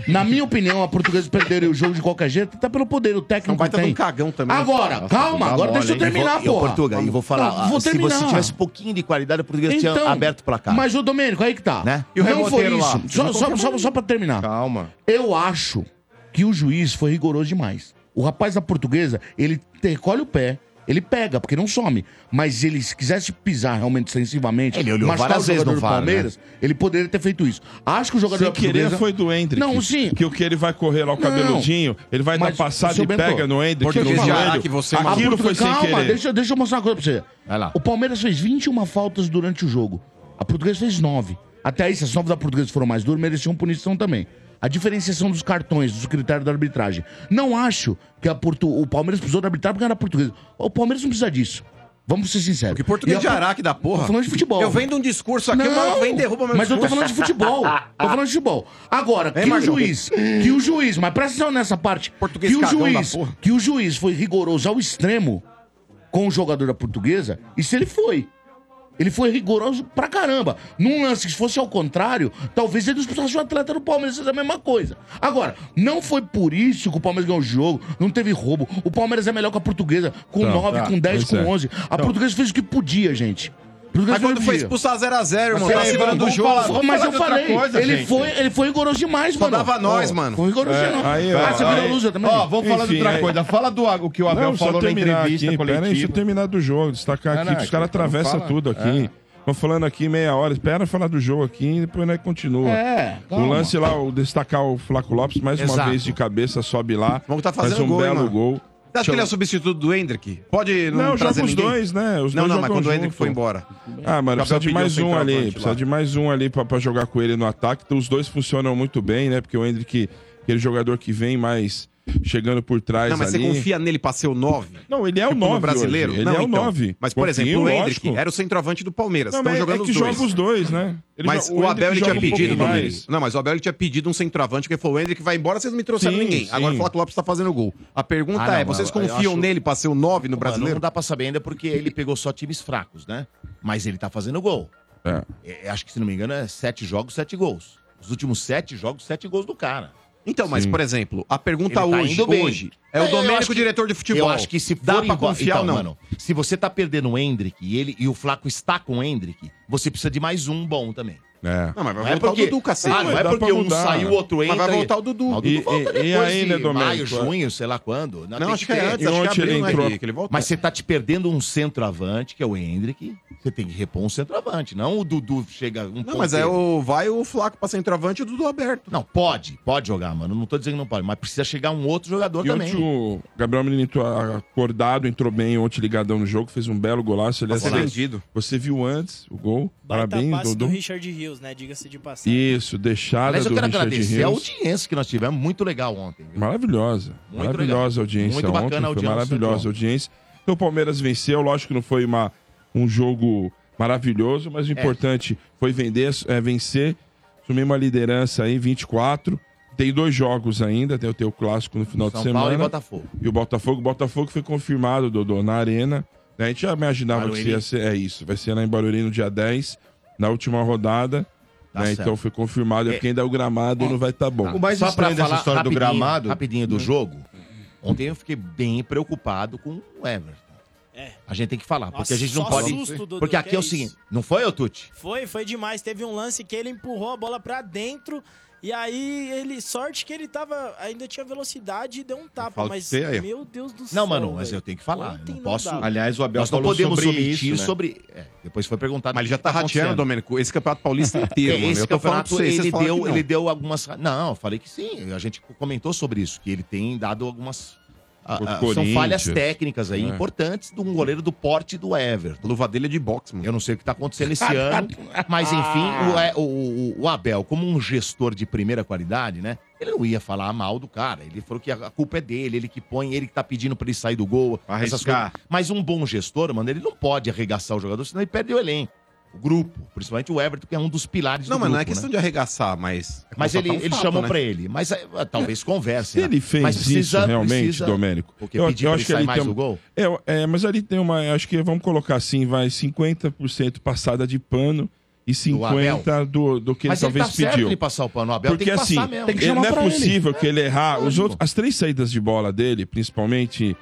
Speaker 3: Na minha opinião, a portuguesa perderia o jogo de qualquer jeito, até pelo poder, o técnico
Speaker 5: um baita de
Speaker 3: tem.
Speaker 5: um cagão também.
Speaker 3: Agora,
Speaker 5: Nossa,
Speaker 3: calma,
Speaker 5: dá
Speaker 3: agora
Speaker 5: mole,
Speaker 3: deixa eu
Speaker 5: hein?
Speaker 3: terminar,
Speaker 5: Eu vou- eu,
Speaker 3: porra.
Speaker 2: Portuga, e vou falar,
Speaker 3: Não, vou
Speaker 2: se
Speaker 3: terminar.
Speaker 2: você tivesse um pouquinho de qualidade, o português tinha aberto o placar.
Speaker 3: Mas o Domênico, aí que tá.
Speaker 2: Né?
Speaker 5: E o
Speaker 3: não foi
Speaker 5: reboteiro
Speaker 3: isso.
Speaker 5: lá? tá
Speaker 3: Só,
Speaker 5: Não
Speaker 3: só,
Speaker 5: foi
Speaker 3: só, só pra terminar. Calma. Eu acho que o juiz foi rigoroso demais. O rapaz da portuguesa, ele te- recolhe o pé. Ele pega, porque não some. Mas ele, se quisesse pisar realmente sensivamente,
Speaker 2: Ele olhou
Speaker 3: machucar
Speaker 2: várias
Speaker 3: o
Speaker 2: vezes
Speaker 3: jogador
Speaker 2: no
Speaker 3: do
Speaker 2: VAR,
Speaker 3: Palmeiras, ele poderia ter feito isso. Acho que o jogador
Speaker 4: Se
Speaker 3: da portuguesa...
Speaker 4: querer foi do Hendrick.
Speaker 3: Não, sim.
Speaker 4: Que o que ele vai correr lá o
Speaker 3: Não.
Speaker 4: cabeludinho, ele vai dar
Speaker 3: Mas,
Speaker 4: passada
Speaker 3: seu
Speaker 4: e
Speaker 3: Bento,
Speaker 4: pega no Hendrick no
Speaker 3: português de
Speaker 4: joelho.
Speaker 5: Ará que você
Speaker 4: Aquilo
Speaker 3: A
Speaker 4: foi
Speaker 3: portuguesa-
Speaker 4: sem
Speaker 3: é Calma,
Speaker 4: querer.
Speaker 3: Deixa, deixa eu mostrar uma coisa pra você. O Palmeiras fez 21 faltas durante o jogo. A portuguesa fez 9. Até aí, se as 9 da portuguesa foram mais duras, mereciam punição também. A diferenciação dos cartões, dos critérios da arbitragem. Não acho que a Portu... o Palmeiras precisou da arbitragem porque era portuguesa. O Palmeiras não precisa disso. Vamos ser sinceros. Porque
Speaker 5: Português é de Araque da porra.
Speaker 3: Tô falando de futebol.
Speaker 5: Eu vendo um discurso aqui, o
Speaker 3: Não,
Speaker 5: maluco vem e derruba meu É,
Speaker 3: Mas eu tô
Speaker 5: discurso.
Speaker 3: falando de futebol. tô falando de futebol. Agora, que o
Speaker 5: Marcão?
Speaker 3: juiz, que o juiz, mas presta atenção nessa parte.
Speaker 5: Português
Speaker 3: que o
Speaker 5: cagão da
Speaker 3: juiz,
Speaker 5: porra.
Speaker 3: que o juiz foi rigoroso ao extremo com o jogador da portuguesa, e se ele foi. Ele foi rigoroso pra caramba. Num lance que se fosse ao contrário, talvez ele expulsasse o atleta do Palmeiras, seja a mesma coisa. Agora, não foi por isso que o Palmeiras ganhou o jogo, não teve roubo. O Palmeiras é melhor que a portuguesa, com
Speaker 4: Então,
Speaker 3: 9,
Speaker 4: tá,
Speaker 3: com 10, com
Speaker 4: pois é.
Speaker 3: 11. A portuguesa fez o que podia, gente. A portuguesa
Speaker 5: Mas
Speaker 3: fez o
Speaker 5: quando
Speaker 3: que
Speaker 5: foi
Speaker 3: podia.
Speaker 5: expulsar 0x0, irmão,
Speaker 3: Mas
Speaker 5: tá
Speaker 3: peraí,
Speaker 5: segurando o
Speaker 3: vamos
Speaker 5: jogo.
Speaker 3: falar- mas eu
Speaker 5: Fala de outra
Speaker 3: falei,
Speaker 5: coisa,
Speaker 3: ele,
Speaker 5: gente.
Speaker 3: foi, ele foi rigoroso demais, mano.
Speaker 5: dava nós,
Speaker 3: Ó,
Speaker 5: mano.
Speaker 3: Foi rigoroso
Speaker 4: É,
Speaker 3: demais.
Speaker 4: aí, ó,
Speaker 3: ah, você virou
Speaker 4: aí.
Speaker 3: loser também.
Speaker 11: Ó, vamos falar de
Speaker 4: Enfim,
Speaker 11: outra
Speaker 4: aí-
Speaker 11: coisa. Fala do o que o Abel
Speaker 4: Não, só
Speaker 11: falou na
Speaker 4: terminar
Speaker 11: entrevista
Speaker 4: aqui, peraí,
Speaker 11: coletiva.
Speaker 4: deixa eu terminar do jogo, destacar
Speaker 11: Não,
Speaker 4: aqui
Speaker 11: não,
Speaker 4: que
Speaker 11: é
Speaker 4: os
Speaker 11: que
Speaker 4: caras
Speaker 11: não
Speaker 4: atravessam
Speaker 11: fala. É.
Speaker 4: tudo aqui. Tô falando aqui meia hora, espera falar do jogo aqui e depois né, continua.
Speaker 3: É,
Speaker 4: o
Speaker 3: calma.
Speaker 4: lance lá, o destacar o Flaco Lopes, mais uma
Speaker 5: Exato.
Speaker 4: vez de cabeça, sobe lá.
Speaker 5: Vamos tá fazendo
Speaker 4: faz um
Speaker 5: gol, hein,
Speaker 4: belo
Speaker 5: mano?
Speaker 4: gol.
Speaker 5: Você acha que ele é substituto do Hendrick? Pode não,
Speaker 4: Não,
Speaker 5: trazer
Speaker 4: joga os
Speaker 5: ninguém?
Speaker 4: dois, né?
Speaker 5: não,
Speaker 4: Os dois
Speaker 5: não, mas
Speaker 4: jogam
Speaker 5: quando o
Speaker 4: junto.
Speaker 5: Hendrick foi embora.
Speaker 4: Ah, mano,
Speaker 5: Gabriel
Speaker 4: precisa de
Speaker 5: pediu
Speaker 4: mais um
Speaker 5: centroavante
Speaker 4: ali.
Speaker 5: lá.
Speaker 4: Precisa de mais um ali pra, pra jogar com ele no ataque. Então, os dois funcionam muito bem, né? Porque o Hendrick, aquele jogador que vem mais chegando por trás
Speaker 5: Não, mas
Speaker 4: ali.
Speaker 5: você confia nele pra ser o 9?
Speaker 4: Não, ele é o
Speaker 5: Tipo, no
Speaker 4: 9
Speaker 5: brasileiro?
Speaker 4: hoje. Ele
Speaker 5: Não,
Speaker 4: é o
Speaker 5: então.
Speaker 4: 9.
Speaker 5: Mas, por
Speaker 4: Confio,
Speaker 5: exemplo, o
Speaker 4: lógico.
Speaker 5: Hendrick era o centroavante do Palmeiras.
Speaker 4: Não,
Speaker 5: Estão
Speaker 4: mas é
Speaker 5: jogando
Speaker 4: que
Speaker 5: os dois.
Speaker 4: joga os dois, né? Ele
Speaker 5: mas
Speaker 4: joga-
Speaker 5: o
Speaker 4: Hendrick
Speaker 5: Abel ele
Speaker 4: joga
Speaker 5: tinha
Speaker 4: um pouquinho
Speaker 5: pedido,
Speaker 4: mais.
Speaker 5: Domenico. Não, mas o Abel ele tinha pedido um centroavante, porque falou: o Hendrick vai embora, vocês não me trouxeram
Speaker 4: Sim,
Speaker 5: ninguém. Agora
Speaker 4: sim.
Speaker 5: fala que o Lopes tá fazendo gol. A pergunta
Speaker 2: Ah, não,
Speaker 5: é: vocês
Speaker 2: eu- eu
Speaker 5: confiam
Speaker 2: acho-
Speaker 5: nele pra ser o 9 no
Speaker 2: Mano,
Speaker 5: brasileiro?
Speaker 2: não dá pra saber ainda porque ele pegou só times fracos, né? Mas ele tá fazendo gol.
Speaker 4: É.
Speaker 2: É, acho que, se não me engano, é sete jogos, sete gols. Os últimos sete jogos, sete gols do cara.
Speaker 5: Então, mas,
Speaker 4: Sim.
Speaker 5: por exemplo, a pergunta
Speaker 2: Ele tá
Speaker 5: hoje,
Speaker 2: indo bem.
Speaker 5: hoje é o
Speaker 2: Eu acho
Speaker 5: Domênico,
Speaker 2: que-
Speaker 5: diretor de futebol.
Speaker 2: Eu acho que se for
Speaker 5: Dá pra
Speaker 2: embora-
Speaker 5: confiar
Speaker 2: então,
Speaker 5: ou não?
Speaker 2: Mano, se você tá perdendo o Hendrick e, ele, e o Flaco está com o Hendrick, você precisa de mais um bom também.
Speaker 4: É.
Speaker 5: Não, mas vai
Speaker 2: Não é
Speaker 5: voltar
Speaker 2: porque,
Speaker 5: o Dudu, cacete.
Speaker 2: ah, não
Speaker 4: mas
Speaker 2: é
Speaker 4: dá
Speaker 2: porque
Speaker 4: pra
Speaker 2: um
Speaker 4: mudar.
Speaker 2: saiu, o outro
Speaker 5: Mas
Speaker 2: entra.
Speaker 5: vai voltar o Dudu.
Speaker 2: Ah,
Speaker 4: E-
Speaker 2: Dudu volta
Speaker 4: e- e
Speaker 2: depois
Speaker 4: aí,
Speaker 2: de
Speaker 4: né, Domênico?
Speaker 2: maio, junho, sei lá quando.
Speaker 5: Não,
Speaker 2: tem
Speaker 5: acho que é
Speaker 2: ter.
Speaker 5: antes,
Speaker 4: E
Speaker 5: acho que é
Speaker 4: ontem ele
Speaker 5: abril, né,
Speaker 4: entrou-
Speaker 5: Gui, que ele voltou.
Speaker 2: Mas você tá te perdendo um centroavante, que é o Hendrick. Você tem que repor um centroavante, não o Dudu chega um
Speaker 5: Não, mas é
Speaker 2: ponteiro.
Speaker 5: o vai o Flaco pra centroavante e o Dudu aberto.
Speaker 2: Não, pode, pode jogar, mano. Não tô dizendo que não pode, mas precisa chegar um outro jogador
Speaker 4: E
Speaker 2: também.
Speaker 4: ontem o Gabriel Menino entrou acordado, entrou bem ontem ligadão no jogo, fez um belo golaço. Aliás,
Speaker 5: Ser
Speaker 4: você,
Speaker 5: vendido.
Speaker 4: você viu antes o gol.
Speaker 6: Baita
Speaker 4: Parabéns,
Speaker 6: passe do
Speaker 4: Dodô.
Speaker 6: Richard Rios, né? Diga-se de passagem.
Speaker 4: Isso, deixada
Speaker 2: Aliás, eu
Speaker 4: do
Speaker 2: quero
Speaker 4: Richard
Speaker 2: agradecer a
Speaker 4: Rios.
Speaker 2: audiência que nós tivemos, muito legal ontem. viu?
Speaker 4: Maravilhosa.
Speaker 2: Muito
Speaker 4: maravilhosa a audiência
Speaker 2: Muito bacana
Speaker 4: ontem.
Speaker 2: a
Speaker 4: foi
Speaker 2: audiência
Speaker 4: maravilhosa
Speaker 2: ontem.
Speaker 4: a audiência. Então o Palmeiras venceu, lógico que não foi uma, um jogo maravilhoso, mas
Speaker 2: É.
Speaker 4: o importante foi vender, é, vencer, assumir uma liderança aí, 24. Tem dois jogos ainda, tem o teu clássico no final
Speaker 2: São
Speaker 4: de semana.
Speaker 2: Paulo e Botafogo.
Speaker 4: E o Botafogo, o Botafogo foi confirmado, Dodô, na arena. né? A gente já imaginava que
Speaker 2: Barueri.
Speaker 4: ia ser. É isso, vai ser lá em Barueri no dia 10, na última rodada.
Speaker 2: Tá
Speaker 4: né?
Speaker 2: certo.
Speaker 4: Então foi confirmado. É porque ainda o gramado não vai estar bom.
Speaker 9: O mais
Speaker 2: pra
Speaker 9: estranho dessa história do
Speaker 2: rapidinho,
Speaker 9: gramado.
Speaker 2: Rapidinho do jogo. Ontem eu fiquei bem preocupado com o Everton.
Speaker 6: É.
Speaker 2: A gente tem que falar, porque
Speaker 6: Nossa,
Speaker 2: a gente não
Speaker 6: só
Speaker 2: pode.
Speaker 6: susto, Dudu,
Speaker 2: porque
Speaker 6: que
Speaker 2: aqui é o
Speaker 6: isso.
Speaker 2: seguinte: não foi, ô Tuti?
Speaker 6: Foi, foi demais. Teve um lance que ele empurrou a bola pra dentro. E aí, ele sorte que ele tava. Ainda tinha velocidade e deu um tapa.
Speaker 9: Falta
Speaker 6: mas,
Speaker 9: ser aí, ó.
Speaker 6: meu Deus do céu.
Speaker 2: Não, mano, mas
Speaker 6: velho.
Speaker 2: eu tenho que falar.
Speaker 6: Ontem
Speaker 2: Eu não posso.
Speaker 6: dava.
Speaker 9: Aliás, o Abel
Speaker 2: Nós não
Speaker 9: falou
Speaker 2: podemos
Speaker 9: sobre
Speaker 2: omitir
Speaker 9: isso, né?
Speaker 2: sobre. é, depois foi perguntado.
Speaker 5: Mas
Speaker 2: o
Speaker 5: ele já
Speaker 2: que
Speaker 5: tá rateando,
Speaker 2: acontecendo.
Speaker 5: Domênico, esse campeonato paulista inteiro,
Speaker 2: É,
Speaker 5: mano.
Speaker 2: esse
Speaker 5: né? Eu tô falando
Speaker 2: campeonato,
Speaker 5: pra vocês, vocês
Speaker 2: ele,
Speaker 5: falam
Speaker 2: deu,
Speaker 5: que não.
Speaker 2: ele deu algumas... Não, eu falei que sim. A gente comentou sobre isso, que ele tem dado algumas... ah,
Speaker 4: Por
Speaker 2: ah, são
Speaker 4: Corinthians.
Speaker 2: falhas técnicas aí,
Speaker 4: É.
Speaker 2: importantes, de um goleiro do porte do
Speaker 5: A
Speaker 2: Everton.
Speaker 5: luva dele é de boxe, mano. Ah.
Speaker 2: Eu não sei o que tá acontecendo esse ano, mas enfim, o, é, o- o- o Abel, como um gestor de primeira qualidade, né? Ele não ia falar mal do cara. Ele falou que a a culpa é dele, ele que põe, ele que tá pedindo pra ele sair do gol. essas
Speaker 9: Arriscar.
Speaker 2: coisas. Mas um bom gestor, mano, ele não pode arregaçar o jogador, senão ele perde o elenco, o grupo. Principalmente o Everton, que é um dos pilares
Speaker 5: Não,
Speaker 2: do
Speaker 5: mas
Speaker 2: grupo,
Speaker 5: não é
Speaker 2: né?
Speaker 5: questão de arregaçar, mas. é
Speaker 2: Mas ele,
Speaker 5: constatar um
Speaker 2: ele
Speaker 5: fato,
Speaker 2: chamou
Speaker 5: né?
Speaker 2: pra ele. Mas eh, talvez converse.
Speaker 4: Se
Speaker 2: né?
Speaker 4: ele fez
Speaker 2: mas
Speaker 4: isso realmente, Domênico.
Speaker 2: Porque pedir pra ele sair
Speaker 4: ali
Speaker 2: mais
Speaker 4: tem- um
Speaker 2: o gol?
Speaker 4: Eu- É, mas ali tem uma. Acho que vamos colocar assim, vai 50% passada de pano e 50% do, do, que
Speaker 2: mas
Speaker 4: ele
Speaker 2: ele
Speaker 4: talvez
Speaker 2: tá certo
Speaker 4: pediu.
Speaker 2: ele passar o pano. O Abel
Speaker 4: Porque
Speaker 2: tem que
Speaker 4: assim,
Speaker 2: passar mesmo.
Speaker 3: Tem que
Speaker 4: ele-
Speaker 3: chamar
Speaker 4: não
Speaker 3: pra
Speaker 4: é
Speaker 3: ele.
Speaker 4: possível que ele errar. Os
Speaker 2: lógico.
Speaker 4: outros, as três saídas de bola dele, principalmente,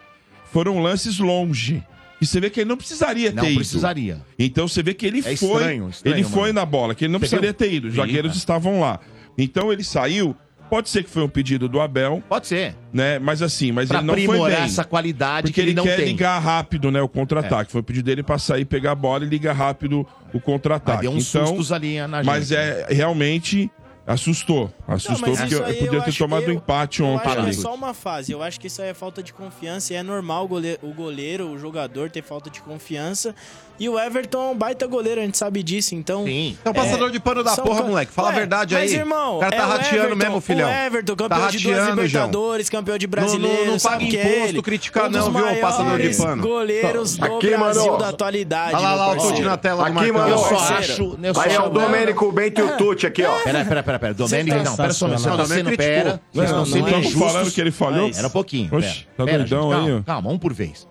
Speaker 4: foram lances longe. E você vê que ele não precisaria
Speaker 2: Não
Speaker 4: ter ido.
Speaker 2: precisaria. É
Speaker 4: Então você vê que ele foi.
Speaker 2: estranho, estranho,
Speaker 4: ele
Speaker 2: mano.
Speaker 4: foi na bola, que ele não
Speaker 2: Você
Speaker 4: precisaria
Speaker 2: viu?
Speaker 4: ter ido. Os
Speaker 2: Vi,
Speaker 4: zagueiros
Speaker 2: né?
Speaker 4: estavam lá. Então ele saiu. Pode ser que foi um pedido do Abel,
Speaker 2: Pode ser.
Speaker 4: né? Mas assim, mas
Speaker 2: Pra
Speaker 4: ele não foi bem.
Speaker 2: aprimorar essa qualidade
Speaker 4: Porque
Speaker 2: que ele,
Speaker 4: ele,
Speaker 2: não
Speaker 4: quer
Speaker 2: tem. É.
Speaker 4: ligar rápido, né? O contra-ataque. Foi o pedido dele pra sair, pegar a bola e ligar rápido o
Speaker 2: Ah,
Speaker 4: contra-ataque.
Speaker 2: deu uns
Speaker 4: então,
Speaker 2: sustos ali na gente. né?
Speaker 4: mas é realmente assustou.
Speaker 6: Não,
Speaker 4: Assustou
Speaker 6: mas
Speaker 4: porque
Speaker 6: isso
Speaker 4: eu,
Speaker 6: aí
Speaker 4: podia ter
Speaker 6: acho
Speaker 4: tomado
Speaker 6: que
Speaker 4: um empate
Speaker 6: eu
Speaker 4: ontem
Speaker 6: acho que é
Speaker 4: ali.
Speaker 6: só uma fase. Eu acho que isso aí é falta de confiança. E é normal o goleiro, o goleiro, o jogador ter falta de confiança. E o Everton é um baita goleiro, a gente sabe disso. Então,
Speaker 2: Sim.
Speaker 5: É um passador de pano da
Speaker 6: São
Speaker 5: porra,
Speaker 6: Paulo.
Speaker 5: moleque. Fala
Speaker 6: Ué,
Speaker 5: a verdade aí.
Speaker 6: Mas, irmão,
Speaker 5: o cara tá
Speaker 6: é
Speaker 5: rateando
Speaker 6: Everton,
Speaker 5: mesmo, filhão.
Speaker 6: O Everton, campeão
Speaker 5: tá
Speaker 6: de duas
Speaker 5: rateando, João.
Speaker 6: Libertadores, campeão de brasileiro.
Speaker 5: Não- não- não
Speaker 6: sabe
Speaker 5: paga
Speaker 6: que é
Speaker 5: imposto
Speaker 6: ele?
Speaker 5: criticar
Speaker 6: um dos
Speaker 5: não, viu, o passador de
Speaker 6: maiores
Speaker 5: pano.
Speaker 6: goleiros do
Speaker 8: Aqui,
Speaker 6: Brasil
Speaker 8: mano.
Speaker 6: da atualidade.
Speaker 5: Olha lá,
Speaker 6: meu
Speaker 5: lá o
Speaker 6: parceiro.
Speaker 5: Tuti na tela
Speaker 8: Aqui,
Speaker 5: do Marcão.
Speaker 8: mano,
Speaker 2: Eu
Speaker 8: Não,
Speaker 2: só
Speaker 6: parceiro.
Speaker 2: acho... Eu só
Speaker 8: Aí é o
Speaker 2: acho- né?
Speaker 8: Domênico Bento e o Tuti aqui, ó.
Speaker 2: Pera, pera, pera, pera. Domênico, não, pera
Speaker 5: um
Speaker 2: só,
Speaker 6: Sensacional.
Speaker 2: só tá sendo
Speaker 5: Domênico
Speaker 2: pera.
Speaker 5: criticou.
Speaker 2: Vocês
Speaker 4: é tipo, Não, é?
Speaker 2: estão
Speaker 4: não
Speaker 2: sendo
Speaker 4: tamo
Speaker 2: injustos.
Speaker 4: falando que ele falhou?
Speaker 6: Mas-
Speaker 2: Era um pouquinho.
Speaker 4: Oxe,
Speaker 2: pera.
Speaker 4: tá
Speaker 2: Pera,
Speaker 4: doidão
Speaker 2: gente,
Speaker 4: aí,
Speaker 2: calma,
Speaker 4: ó.
Speaker 2: Calma, um por vez.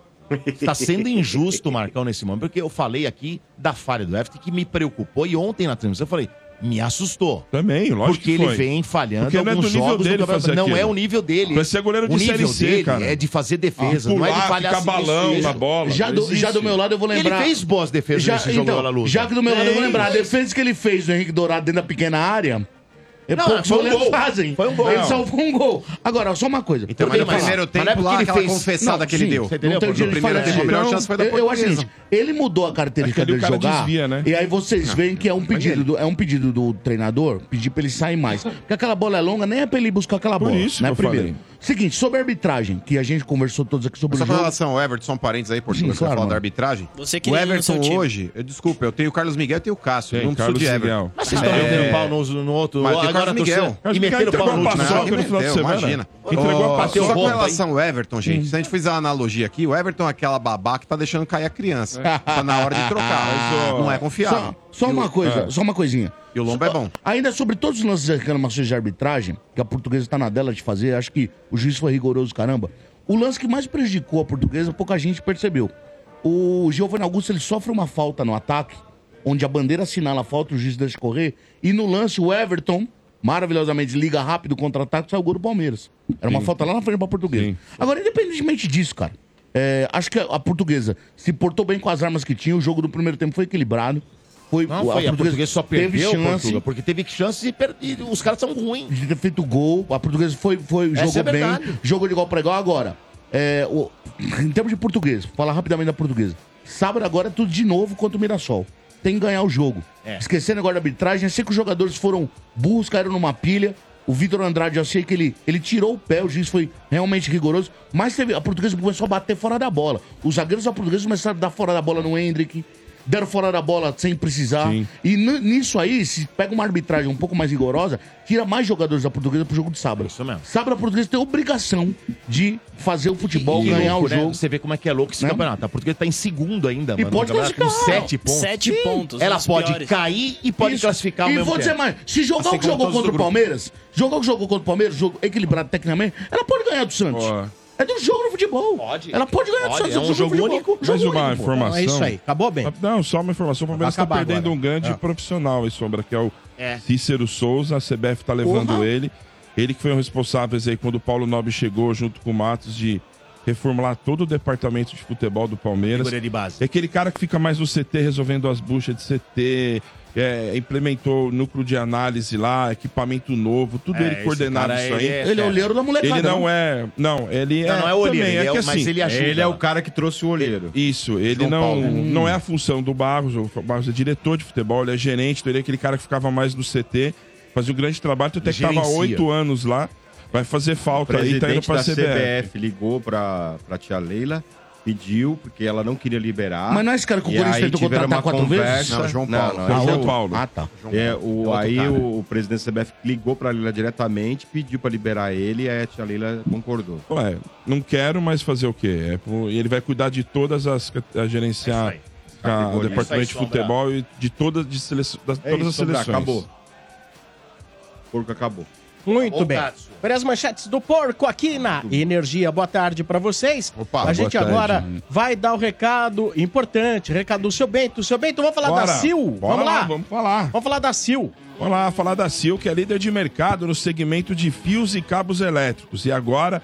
Speaker 2: Tá sendo injusto, Marcão, nesse momento, porque eu falei aqui da falha do Everton que me preocupou. E ontem na transmissão eu falei, me assustou.
Speaker 4: Também, lógico
Speaker 2: porque
Speaker 4: que foi.
Speaker 2: ele vem falhando
Speaker 4: Porque não é
Speaker 2: alguns
Speaker 4: do nível
Speaker 2: jogos
Speaker 4: dele
Speaker 2: do campeonato.
Speaker 4: fazer
Speaker 2: não é
Speaker 4: aquilo.
Speaker 2: o nível dele.
Speaker 4: Vai ser goleiro de
Speaker 2: o nível
Speaker 4: Série C,
Speaker 2: dele
Speaker 4: cara.
Speaker 2: é de fazer defesa, não é de
Speaker 4: pular,
Speaker 2: falhar
Speaker 4: ficar balão na bola.
Speaker 3: Já
Speaker 4: não
Speaker 3: do, já
Speaker 4: existe.
Speaker 3: do meu lado eu vou
Speaker 2: Ele
Speaker 3: lembrar.
Speaker 2: fez boas defesas
Speaker 3: já,
Speaker 2: nesse jogo
Speaker 3: então,
Speaker 2: da luta.
Speaker 3: já que do meu lado eu vou
Speaker 2: Fez.
Speaker 3: lembrar. A defesa que ele fez do Henrique Dourado dentro da pequena área É
Speaker 2: Não,
Speaker 3: poucos
Speaker 2: foi um
Speaker 3: goleiros
Speaker 2: gol.
Speaker 3: fazem.
Speaker 2: Foi um gol.
Speaker 3: Ele
Speaker 2: Não.
Speaker 3: salvou um gol. Agora, só uma coisa.
Speaker 5: Então, mas
Speaker 3: tenho
Speaker 5: no
Speaker 3: que
Speaker 5: primeiro
Speaker 3: falar.
Speaker 2: Mas não é
Speaker 5: tempo
Speaker 2: porque
Speaker 5: lá,
Speaker 2: ele
Speaker 5: aquela
Speaker 2: fez-
Speaker 5: confessada
Speaker 3: Não,
Speaker 5: que ele
Speaker 3: sim,
Speaker 5: deu.
Speaker 3: você
Speaker 2: entendeu?
Speaker 3: Não tem
Speaker 2: Pô,
Speaker 3: dinheiro
Speaker 5: no
Speaker 3: de
Speaker 5: primeiro
Speaker 3: falar
Speaker 5: tempo,
Speaker 3: disso.
Speaker 5: a melhor chance foi da
Speaker 3: assim, eu, eu acho o
Speaker 5: portuguesa.
Speaker 3: seguinte, ele mudou a característica
Speaker 4: É que ali o
Speaker 3: dele
Speaker 4: cara
Speaker 3: jogar.
Speaker 4: desvia, né?
Speaker 3: E aí
Speaker 2: Ah.
Speaker 3: vocês veem que é um pedido, do, é um pedido do treinador pedir pra ele sair mais. Porque aquela bola é longa, nem é pra ele buscar aquela
Speaker 4: Por
Speaker 3: bola.
Speaker 4: isso
Speaker 3: né,
Speaker 4: que eu
Speaker 3: primeiro.
Speaker 4: falei.
Speaker 3: Seguinte, sobre a arbitragem, que a gente conversou todos aqui sobre
Speaker 5: Só
Speaker 3: o
Speaker 5: com
Speaker 3: jogo.
Speaker 5: relação ao Everton, só um parênteses aí, Portugal,
Speaker 3: Sim,
Speaker 5: você
Speaker 3: claro,
Speaker 5: falar
Speaker 3: mano.
Speaker 5: da arbitragem.
Speaker 6: Você que
Speaker 5: O
Speaker 6: nem no seu
Speaker 5: Everton
Speaker 6: time.
Speaker 5: hoje, eu- desculpa, eu tenho o Carlos Miguel e tenho o Cássio. eu não preciso
Speaker 4: Carlos
Speaker 5: de Everton.
Speaker 4: Miguel.
Speaker 2: Mas vocês estão metendo pau no, no outro.
Speaker 5: Mas tem o
Speaker 2: agora
Speaker 5: Carlos Miguel.
Speaker 2: torceu.
Speaker 4: Mas
Speaker 2: E
Speaker 4: o Miguel
Speaker 2: meteram
Speaker 4: entregou
Speaker 2: pau no
Speaker 4: uma
Speaker 2: último.
Speaker 4: paçoca
Speaker 2: jogo.
Speaker 4: no final de
Speaker 5: Meteu,
Speaker 4: semana.
Speaker 5: imagina.
Speaker 4: Entregou
Speaker 5: Ó,
Speaker 4: a paçoca.
Speaker 5: Só com
Speaker 2: Derruba,
Speaker 5: relação ao Everton, gente, se a gente fizer uma analogia aqui, o Everton é aquela babá que tá deixando cair a criança. Tá na hora de trocar.
Speaker 4: Mas, ó,
Speaker 5: não é
Speaker 3: Só,
Speaker 5: confiável.
Speaker 3: É. só
Speaker 5: E o-
Speaker 3: uma coisa,
Speaker 4: é.
Speaker 3: só uma coisinha.
Speaker 5: E o Lomba é bom.
Speaker 3: Ainda sobre todos os lances de reclamações de arbitragem, que a portuguesa tá na dela de fazer, acho que o juiz foi rigoroso, caramba. O lance que mais prejudicou a portuguesa, pouca gente percebeu. O Giovanni Augusto, ele sofre uma falta no ataque, onde a bandeira assinala a falta, o juiz deixa correr, e no lance o Everton, maravilhosamente, liga rápido, contra-ataque, sai o gol do Palmeiras. Era uma falta lá na frente pra portuguesa.
Speaker 4: Sim.
Speaker 3: Agora, independentemente disso, cara, é, acho que a a portuguesa se portou bem com as armas que tinha, o jogo do primeiro tempo foi equilibrado, foi,
Speaker 2: Não, foi, a portuguesa só
Speaker 3: teve
Speaker 2: perdeu,
Speaker 3: chance
Speaker 2: Portuga, porque teve chance e, per- e os caras são ruins.
Speaker 3: de ter feito gol. A portuguesa foi, foi,
Speaker 2: Essa
Speaker 3: jogou
Speaker 2: é
Speaker 3: bem,
Speaker 2: verdade.
Speaker 3: jogou de igual para igual. Agora, é, o- em termos de português, vou falar rapidamente da portuguesa. Sábado agora é tudo de novo contra o Mirassol. Tem que ganhar o jogo.
Speaker 2: É.
Speaker 3: Esquecendo agora da arbitragem, eu sei que os jogadores foram burros, caíram numa pilha. O Vitor Andrade, eu sei que ele, ele tirou o pé, o juiz foi realmente rigoroso, mas teve- a portuguesa começou a bater fora da bola. Os zagueiros da portuguesa começaram a dar fora da bola no Hendrick, deram fora da bola sem precisar.
Speaker 4: Sim.
Speaker 3: E n- nisso aí, se pega uma arbitragem um pouco mais rigorosa, tira mais jogadores da portuguesa pro jogo de sábado.
Speaker 2: Isso mesmo.
Speaker 3: Sábado a portuguesa tem obrigação de fazer o futebol,
Speaker 2: Que
Speaker 3: ganhar
Speaker 2: louco,
Speaker 3: o
Speaker 2: né?
Speaker 3: jogo.
Speaker 2: Você vê como é que é louco esse
Speaker 3: Né?
Speaker 2: campeonato. A portuguesa tá em segundo ainda, mano.
Speaker 3: pode
Speaker 2: No campeonato, Com
Speaker 3: classificar.
Speaker 2: sete pontos.
Speaker 6: Sete pontos, um
Speaker 2: Ela
Speaker 6: dos
Speaker 2: pode
Speaker 6: piores.
Speaker 2: cair e pode
Speaker 3: Isso.
Speaker 2: classificar ao
Speaker 3: E
Speaker 2: mesmo
Speaker 3: vou dizer
Speaker 2: tempo. Tá Assim
Speaker 3: mais, se jogar o que
Speaker 5: como
Speaker 3: jogou
Speaker 5: todos
Speaker 3: contra
Speaker 5: do
Speaker 3: o
Speaker 5: grupo.
Speaker 3: Palmeiras, jogar o que jogou contra o Palmeiras, jogo equilibrado tecnicamente, ela pode ganhar do Santos.
Speaker 4: Ó.
Speaker 3: É do jogo no futebol.
Speaker 2: Pode.
Speaker 3: Ela pode ganhar
Speaker 2: Pode,
Speaker 3: do Santos.
Speaker 2: é um
Speaker 3: do
Speaker 2: jogo
Speaker 3: futebol.
Speaker 2: único.
Speaker 4: Mais
Speaker 3: Jogo
Speaker 4: uma
Speaker 3: único, pô.
Speaker 4: informação. Ah,
Speaker 11: é isso aí. Acabou bem.
Speaker 4: Não, só uma informação. O Palmeiras
Speaker 11: Vai
Speaker 4: está
Speaker 11: acabar
Speaker 4: perdendo
Speaker 11: agora.
Speaker 4: um grande
Speaker 11: Ah.
Speaker 4: profissional aí, Sombra, que é o
Speaker 2: É.
Speaker 4: Cícero Souza. A CBF tá levando ele. Ele que foi o responsável aí quando o Paulo Nobre chegou junto com o Matos de reformular todo o departamento de futebol do Palmeiras.
Speaker 2: Figura de base.
Speaker 4: É aquele cara que fica mais no CT resolvendo as buchas de CT, é, implementou o núcleo de análise lá, equipamento novo, tudo
Speaker 2: É,
Speaker 4: ele
Speaker 2: esse
Speaker 4: coordenado
Speaker 2: cara,
Speaker 4: isso aí.
Speaker 2: ele é-
Speaker 3: Ele é o olheiro da molecada.
Speaker 4: Ele não é. Não, ele é.
Speaker 2: Não, não é o olheiro,
Speaker 4: também,
Speaker 2: ele é
Speaker 4: é
Speaker 2: o-
Speaker 4: que
Speaker 2: mas
Speaker 4: assim,
Speaker 2: ele ajuda.
Speaker 9: Ele é
Speaker 2: lá.
Speaker 9: o cara que trouxe o olheiro.
Speaker 4: isso, ele
Speaker 9: João
Speaker 4: não,
Speaker 9: Paulo.
Speaker 4: não é a função do Barros, o Barros é diretor de futebol, ele é gerente, então ele é aquele cara que ficava mais no CT, fazia um grande trabalho, então até que estava
Speaker 9: Gerencia.
Speaker 4: oito anos lá, vai fazer
Speaker 9: O
Speaker 4: falta aí, tá indo
Speaker 9: presidente
Speaker 4: pra
Speaker 9: da
Speaker 4: CBF.
Speaker 9: CBF ligou pra, pra tia Leila, pediu, porque ela não queria liberar.
Speaker 3: Mas não é esse cara que o
Speaker 9: E
Speaker 3: Corinthians
Speaker 9: aí
Speaker 3: tentou
Speaker 9: tiveram
Speaker 3: contratar
Speaker 9: uma
Speaker 3: quatro vezes?
Speaker 9: conversa-
Speaker 5: Não, João
Speaker 9: Não,
Speaker 5: Paulo.
Speaker 9: não,
Speaker 4: João
Speaker 9: esse é o-
Speaker 4: Paulo.
Speaker 3: Ah, tá.
Speaker 9: É, o,
Speaker 5: outro
Speaker 9: aí
Speaker 5: cara.
Speaker 9: o, o presidente da CBF ligou pra Leila diretamente, pediu pra liberar ele, e aí a tia Leila concordou.
Speaker 4: Ué, não quero mais fazer o quê? É pro- ele vai cuidar de todas as. cat- A gerenciar a- o
Speaker 9: Categorias.
Speaker 4: departamento de futebol e de todas, de seleção, das,
Speaker 9: É
Speaker 4: todas
Speaker 9: isso,
Speaker 4: as
Speaker 9: Sombra,
Speaker 4: seleções.
Speaker 9: acabou. Porco acabou.
Speaker 11: Muito bem. Para as manchetes do porco aqui na Energia. Boa tarde para vocês.
Speaker 5: Opa,
Speaker 11: a
Speaker 5: boa
Speaker 11: gente
Speaker 9: tarde.
Speaker 11: agora vai dar o recado importante, recado do seu Bento. Seu Bento, vamos falar
Speaker 4: Bora.
Speaker 11: da Sil.
Speaker 4: Bora
Speaker 11: vamos lá.
Speaker 4: Vamos falar.
Speaker 11: Vamos falar da Sil.
Speaker 4: Vamos lá, falar da Sil, que é líder de mercado no segmento de fios e cabos elétricos. E agora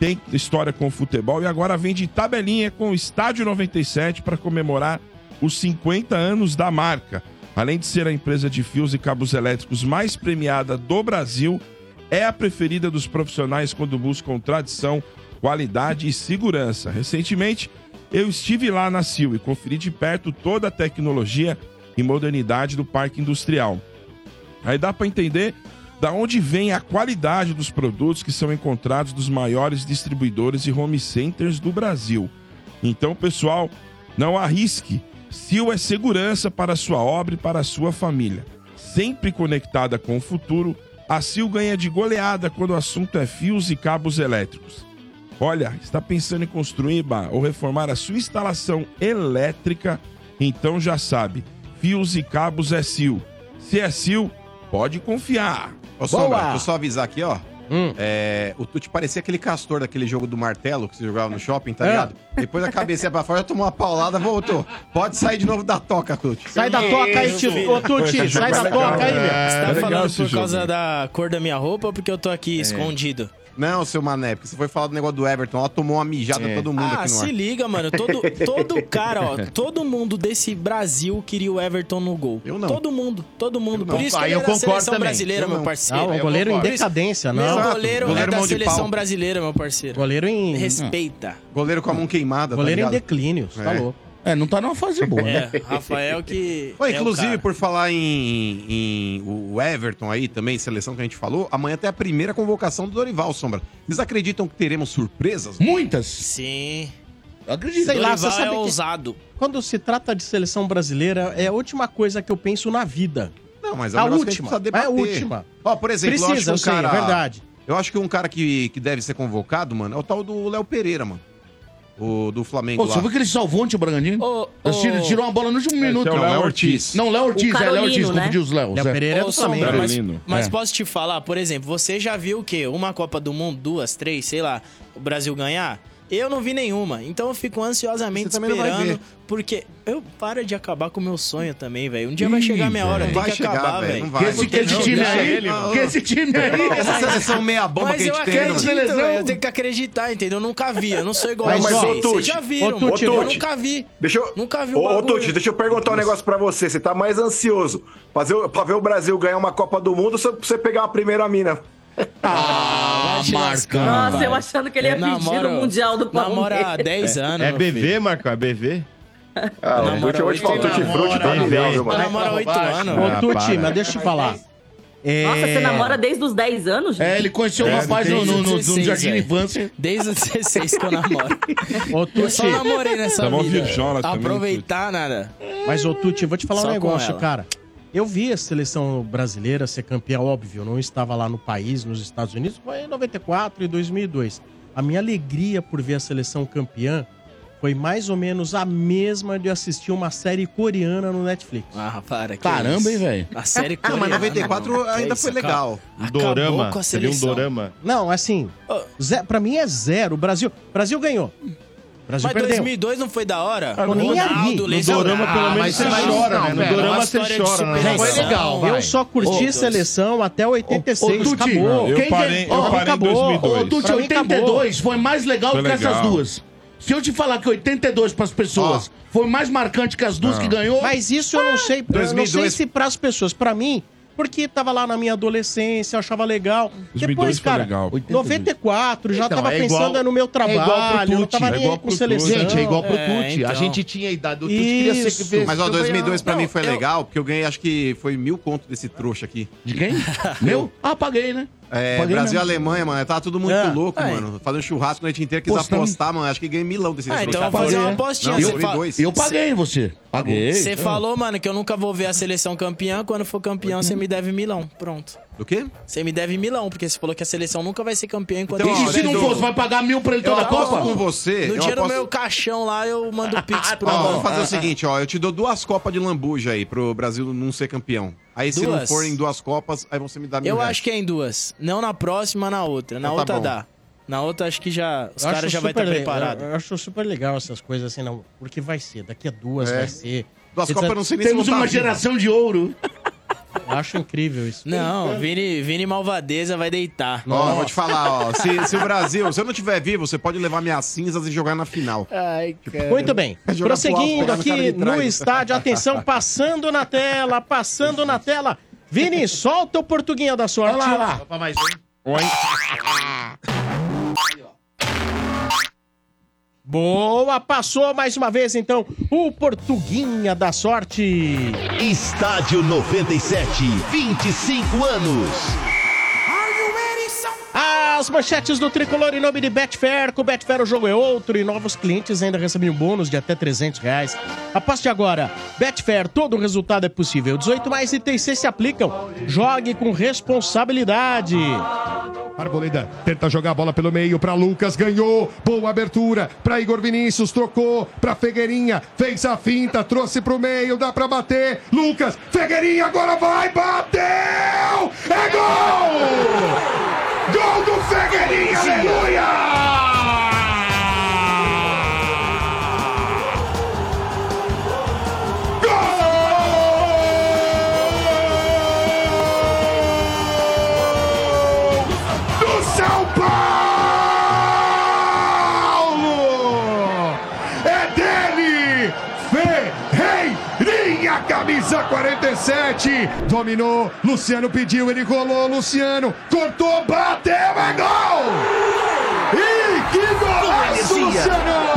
Speaker 4: tem história com o futebol e agora vende tabelinha com o Estádio 97 para comemorar os 50 anos da marca. Além de ser a empresa de fios e cabos elétricos mais premiada do Brasil, é a preferida dos profissionais quando buscam tradição, qualidade e segurança. Recentemente, eu estive lá na Sil e conferi de perto toda a tecnologia e modernidade do parque industrial. Aí dá para entender da onde vem a qualidade dos produtos que são encontrados dos maiores distribuidores e home centers do Brasil. Então, pessoal, não arrisque. SIL é segurança para a sua obra e para a sua família. Sempre conectada com o futuro, a SIL ganha de goleada quando o assunto é fios e cabos elétricos. Olha, está pensando em construir bah, ou reformar a sua instalação elétrica? Então já sabe, fios e cabos é SIL. Se é SIL, pode confiar.
Speaker 5: Ô, Sombra,
Speaker 11: Boa!
Speaker 5: deixa eu só avisar aqui, ó.
Speaker 11: Hum.
Speaker 5: É, o Tuti parecia aquele castor daquele jogo do martelo que você jogava no shopping, tá
Speaker 11: É.
Speaker 5: ligado? Depois a cabeça ia pra fora, tomou uma paulada, voltou. Pode sair de novo da toca, Tuti. né?
Speaker 11: Sai da toca aí, Tio. Ô, Tuti, sai da toca aí, meu.
Speaker 6: Você tá
Speaker 4: É legal
Speaker 6: falando
Speaker 4: esse
Speaker 6: por
Speaker 4: jogo.
Speaker 11: É.
Speaker 4: né?
Speaker 6: causa da cor da minha roupa ou porque eu tô aqui escondido?
Speaker 5: Não, seu Mané, porque você foi falar do negócio do Everton. Ela tomou uma mijada
Speaker 11: É
Speaker 5: todo mundo
Speaker 6: ah,
Speaker 5: aqui no ar.
Speaker 6: se liga, mano. Todo, todo cara, ó, todo mundo desse Brasil queria o Everton no gol. Eu não. Todo mundo, todo mundo. Por isso que
Speaker 11: Aí
Speaker 6: ele
Speaker 11: eu
Speaker 6: é da
Speaker 11: concordo
Speaker 6: seleção
Speaker 11: também.
Speaker 6: brasileira,
Speaker 11: Eu
Speaker 6: meu
Speaker 11: não.
Speaker 6: parceiro.
Speaker 11: Ah, o
Speaker 6: Eu
Speaker 11: goleiro em
Speaker 6: concordo.
Speaker 11: decadência, não.
Speaker 6: Meu
Speaker 11: Exato.
Speaker 6: goleiro,
Speaker 11: Goleiro
Speaker 6: é
Speaker 11: mão
Speaker 6: da
Speaker 11: de
Speaker 6: seleção
Speaker 11: pau.
Speaker 6: brasileira, meu parceiro.
Speaker 11: Goleiro em.
Speaker 6: Respeita.
Speaker 5: Goleiro com a mão queimada,
Speaker 11: Goleiro
Speaker 5: tá
Speaker 11: em declínio, você tá
Speaker 5: É.
Speaker 11: louco.
Speaker 3: É, não tá numa fase boa.
Speaker 11: né?
Speaker 6: É, Rafael que.
Speaker 5: Ó,
Speaker 6: é o
Speaker 5: inclusive,
Speaker 6: cara.
Speaker 5: por falar em, em- o Everton aí também, seleção que a gente falou, amanhã tem a primeira convocação do Dorival, Sombra. Vocês acreditam que teremos surpresas?
Speaker 3: Muitas.
Speaker 6: Sim.
Speaker 3: Acredito.
Speaker 11: Sei lá,
Speaker 6: Dorival
Speaker 11: você sabe
Speaker 6: é
Speaker 11: que-
Speaker 6: ousado.
Speaker 11: Quando se trata de seleção brasileira, é a última coisa que eu penso na vida.
Speaker 5: Não, mas é um
Speaker 11: A
Speaker 5: negócio que
Speaker 11: última.
Speaker 5: a gente
Speaker 11: É a
Speaker 5: precisa debater.
Speaker 11: última.
Speaker 5: Ó, por exemplo, eu acho que
Speaker 11: Precisa, eu
Speaker 5: um
Speaker 11: sei, é
Speaker 5: cara...
Speaker 11: verdade.
Speaker 5: Eu acho que um cara que, que deve ser convocado, mano, é o tal do Léo Pereira, mano. O do Flamengo
Speaker 3: Pô,
Speaker 5: lá.
Speaker 3: você viu que ele salvou ontem o Bragantino?
Speaker 6: Ô,
Speaker 3: Assim, Ele
Speaker 6: ô-
Speaker 3: tirou uma bola no último minuto.
Speaker 4: Então,
Speaker 5: Não,
Speaker 4: Léo
Speaker 5: é Léo
Speaker 4: Ortiz.
Speaker 5: Ortiz.
Speaker 3: Não, Léo Ortiz, é Léo
Speaker 7: Carolino,
Speaker 3: Ortiz,
Speaker 7: né?
Speaker 3: confundiu os Léos.
Speaker 11: Léo
Speaker 3: é.
Speaker 11: Pereira é
Speaker 6: Ô,
Speaker 11: do
Speaker 6: Sombra,
Speaker 11: Flamengo.
Speaker 6: mas,
Speaker 4: Carolino.
Speaker 6: mas
Speaker 3: É.
Speaker 6: posso te falar, por exemplo, você já viu o quê? Uma Copa do Mundo, duas, três, sei lá, o Brasil ganhar? Eu não vi nenhuma, então eu fico ansiosamente
Speaker 5: Você também não vai ver.
Speaker 6: esperando, porque eu para de acabar com o meu sonho também, velho. Um dia vai chegar a minha hora, tem
Speaker 5: vai
Speaker 6: que
Speaker 5: chegar,
Speaker 6: acabar,
Speaker 5: velho,
Speaker 6: velho.
Speaker 5: não
Speaker 3: Que
Speaker 5: vai.
Speaker 3: esse, que esse
Speaker 4: Não,
Speaker 3: time
Speaker 4: deixa
Speaker 3: aí,
Speaker 4: ele, mano.
Speaker 3: que esse time aí...
Speaker 5: Essa seleção meia-bomba
Speaker 6: Mas
Speaker 5: que a
Speaker 6: eu
Speaker 5: gente tem, né,
Speaker 6: acredito,
Speaker 5: mano?
Speaker 3: Seleção.
Speaker 6: velho, eu tenho que acreditar, entendeu? Eu nunca vi, eu não sou igual a
Speaker 11: Mas,
Speaker 6: vocês.
Speaker 11: ó,
Speaker 8: Tuti,
Speaker 6: Vocês já viram,
Speaker 11: ô,
Speaker 6: mano.
Speaker 11: Tuti,
Speaker 6: eu
Speaker 8: Tuti.
Speaker 6: nunca vi.
Speaker 8: Deixa eu...
Speaker 6: Nunca vi o
Speaker 8: Ô, ô
Speaker 6: bagulho.
Speaker 8: Tuti, deixa eu perguntar um negócio pra você. Você tá mais ansioso pra, ver- pra ver o Brasil ganhar uma Copa do Mundo ou só pra você pegar a primeira mina?
Speaker 3: Ah,
Speaker 6: te
Speaker 3: Marcão.
Speaker 6: lascar.
Speaker 7: Nossa, eu
Speaker 6: vai.
Speaker 7: achando que ele ia pedir
Speaker 6: namoro-
Speaker 7: o Mundial do
Speaker 6: É, Namora há
Speaker 7: Palmeiras.
Speaker 6: 10 anos.
Speaker 9: É
Speaker 6: meu filho.
Speaker 9: BV, Marcão? É BV?
Speaker 8: Ah, o
Speaker 6: Namora
Speaker 8: Tuti hoje
Speaker 6: oito
Speaker 8: falou Tuti
Speaker 6: anos.
Speaker 8: Frutti, tá
Speaker 9: Namora
Speaker 8: legal,
Speaker 9: oito
Speaker 8: viu, mano?
Speaker 6: Namora há 8
Speaker 9: bobagem.
Speaker 6: anos.
Speaker 11: Ô,
Speaker 9: Ah,
Speaker 11: Tuti,
Speaker 9: para.
Speaker 11: mas deixa eu te falar. É...
Speaker 7: Nossa, você namora desde os 10 anos? gente?
Speaker 3: É, ele conheceu o
Speaker 4: É,
Speaker 3: rapaz no,
Speaker 6: desde
Speaker 3: no, no, no
Speaker 6: 16,
Speaker 11: é.
Speaker 3: Jardim de
Speaker 6: velho.
Speaker 3: Infância.
Speaker 6: Desde os 16 que eu namoro.
Speaker 11: Ô,
Speaker 6: Eu
Speaker 11: Tuti,
Speaker 6: só namorei nessa
Speaker 4: Tá mó
Speaker 6: vida.
Speaker 4: virjola também,
Speaker 6: Aproveitar nada.
Speaker 11: mas ô, Tuti, eu vou te falar
Speaker 6: Só
Speaker 11: um
Speaker 6: com
Speaker 11: negócio,
Speaker 6: ela.
Speaker 11: cara. Eu vi a seleção brasileira ser campeã, óbvio. Eu não estava lá no país, nos Estados Unidos. Foi em 94 e 2002. A minha alegria por ver a seleção campeã foi mais ou menos a mesma de assistir uma série coreana no Netflix.
Speaker 6: Ah, para. que
Speaker 3: Caramba,
Speaker 6: isso.
Speaker 3: hein, velho.
Speaker 6: A série
Speaker 5: Ah,
Speaker 6: coreana,
Speaker 5: mas 94
Speaker 6: mano.
Speaker 5: ainda
Speaker 6: Que isso,
Speaker 5: foi legal.
Speaker 6: acabou
Speaker 9: Dorama.
Speaker 6: com a
Speaker 9: Seria um
Speaker 6: seleção.
Speaker 9: dorama.
Speaker 11: Não, assim,
Speaker 6: Ah.
Speaker 11: ze- pra mim é zero. O Brasil, Brasil ganhou. O Brasil
Speaker 6: Mas
Speaker 11: perdeu.
Speaker 6: 2002 não foi da hora?
Speaker 9: Ah,
Speaker 11: tô nem aí. No
Speaker 9: Dorama,
Speaker 11: Ah,
Speaker 9: pelo
Speaker 6: Ah,
Speaker 9: menos,
Speaker 6: mas
Speaker 9: você
Speaker 6: vai-
Speaker 9: chora, né?
Speaker 6: não,
Speaker 9: No
Speaker 6: velho,
Speaker 9: Dorama,
Speaker 6: uma
Speaker 9: você
Speaker 6: história de
Speaker 9: chora, né?
Speaker 6: superação.
Speaker 3: Foi legal, vai.
Speaker 11: Eu só curti
Speaker 3: Ô,
Speaker 11: seleção até
Speaker 3: Ô,
Speaker 11: 86.
Speaker 3: Tuti,
Speaker 11: acabou. é?
Speaker 4: Eu
Speaker 3: Quem
Speaker 4: parei,
Speaker 3: que-
Speaker 4: eu
Speaker 3: Ó,
Speaker 4: parei em
Speaker 11: acabou.
Speaker 3: Ô,
Speaker 4: 2002.
Speaker 3: Tuti,
Speaker 11: Pra mim, acabou.
Speaker 3: 82 foi mais legal Ah.
Speaker 4: Foi
Speaker 3: que essas
Speaker 4: legal.
Speaker 3: duas. Se eu te falar que 82 pras pessoas foi mais marcante que as duas que ganhou...
Speaker 11: Mas isso eu não sei. Eu não sei
Speaker 5: 2002.
Speaker 11: se pras pessoas, pra mim, porque tava lá na minha adolescência, eu achava legal.
Speaker 4: 2002
Speaker 11: Depois,
Speaker 4: foi
Speaker 11: cara,
Speaker 4: legal.
Speaker 11: 94, já
Speaker 3: Então,
Speaker 11: tava
Speaker 3: é
Speaker 11: pensando
Speaker 3: igual-
Speaker 11: no meu
Speaker 3: é igual pro
Speaker 11: trabalho, não
Speaker 3: Tuti,
Speaker 11: tava
Speaker 3: é
Speaker 11: nem
Speaker 4: igual
Speaker 11: com
Speaker 4: pro
Speaker 11: seleção.
Speaker 3: Gente, é igual pro
Speaker 6: É,
Speaker 3: Tuti. A
Speaker 6: então.
Speaker 3: gente tinha a idade do Tuti, queria ser que
Speaker 11: Isso.
Speaker 3: fez.
Speaker 5: Mas ó, 2002 pra
Speaker 6: Não,
Speaker 5: mim foi
Speaker 6: eu-
Speaker 5: legal, porque eu ganhei, acho que foi mil conto desse trouxa aqui.
Speaker 3: De quem? Meu? Ah, paguei, né?
Speaker 5: É,
Speaker 3: Paguei
Speaker 5: Brasil e
Speaker 3: mesmo.
Speaker 5: Alemanha, mano. Tava todo muito
Speaker 11: É.
Speaker 5: louco,
Speaker 6: Ah, Aí.
Speaker 5: mano. Fazendo churrasco a noite inteira, quis
Speaker 3: Pô, você tá me-
Speaker 5: apostar, mano. Acho que ganhei milão desse
Speaker 6: Ah,
Speaker 5: trouxa.
Speaker 6: então eu vou fazer uma
Speaker 3: Paguei, né?
Speaker 6: apostinha.
Speaker 5: Não, eu
Speaker 6: Você
Speaker 5: fui
Speaker 6: fa-
Speaker 5: dois.
Speaker 3: Eu paguei em você. Paguei.
Speaker 6: Você
Speaker 3: Ah.
Speaker 6: falou, mano, que eu nunca vou ver a seleção campeã. Quando for campeão, você me deve milão. Pronto.
Speaker 5: Do quê?
Speaker 6: Você me deve milão, porque você falou que a seleção nunca vai ser campeã enquanto
Speaker 5: Então,
Speaker 6: eu
Speaker 3: E se não
Speaker 5: Edu,
Speaker 3: fosse, vai pagar mil pra ele
Speaker 5: Eu
Speaker 3: toda a
Speaker 5: aposto
Speaker 3: Copa?
Speaker 5: com você.
Speaker 6: No
Speaker 5: eu
Speaker 6: dinheiro do
Speaker 5: aposto-
Speaker 6: meu caixão lá, eu mando o Pix
Speaker 3: Ah, tá
Speaker 6: pro
Speaker 5: Ó, vamos
Speaker 6: Ah.
Speaker 5: fazer o seguinte, ó. Eu te dou duas Copas de lambuja aí pro Brasil não ser campeão. Aí se não
Speaker 6: Duas?
Speaker 5: for em duas Copas, aí você me
Speaker 9: Tá
Speaker 5: dá mil
Speaker 6: Eu
Speaker 5: reais.
Speaker 6: acho que é em duas. Não na próxima, na outra. Na
Speaker 5: Então tá
Speaker 6: outra
Speaker 5: bom.
Speaker 6: dá. Na outra, acho que já. Os
Speaker 11: Eu acho
Speaker 6: caras já vai tá estar
Speaker 11: super le-
Speaker 6: preparados.
Speaker 11: Eu, eu acho super legal essas coisas assim, não. Porque vai ser, daqui a duas vai ser.
Speaker 5: É. Duas
Speaker 11: Você
Speaker 5: Copas
Speaker 11: tá-
Speaker 5: eu não sei nem
Speaker 3: Temos
Speaker 5: se eu vou
Speaker 3: uma
Speaker 5: tá vivo.
Speaker 3: geração de ouro.
Speaker 11: Eu acho incrível isso.
Speaker 6: Não, Vini, Vini Malvadeza vai deitar.
Speaker 5: Ó, eu vou te falar, ó. Se, se o Brasil, se eu não tiver vivo, você pode levar minhas cinzas e jogar na final.
Speaker 6: Ai, cara.
Speaker 11: Tipo, Muito bem.
Speaker 5: Vai jogar pro
Speaker 11: Prosseguindo
Speaker 5: alto, pegar no cara
Speaker 11: aqui
Speaker 5: de trás.
Speaker 11: no estádio, atenção, passando na tela, passando na tela. Vini, solta o portuguinho da sorte.
Speaker 3: Olha lá, olha lá.
Speaker 11: Boa, passou mais uma vez então o portuguinha da sorte.
Speaker 2: Estádio 97, 25 anos.
Speaker 11: As manchetes do Tricolor em nome de Betfair. Com Betfair o jogo é outro e novos clientes ainda recebem um bônus de até 300 reais. Aposte agora. Betfair, todo resultado é possível. 18 mais e TC se aplicam. Jogue com responsabilidade.
Speaker 1: Arboleda tenta jogar a bola pelo meio para Lucas, ganhou, boa abertura para Igor Vinícius, trocou para Fegueirinha, fez a finta, trouxe pro meio, dá para bater. Lucas, Fegueirinha agora vai, bateu! É gol! Gol do Fegueirinha, aleluia! Gol! do São Paulo! É camisa 47. Dominou, Luciano pediu, ele rolou, Luciano cortou, bateu, é gol! E que golaço,
Speaker 12: Heresia.
Speaker 1: Luciano!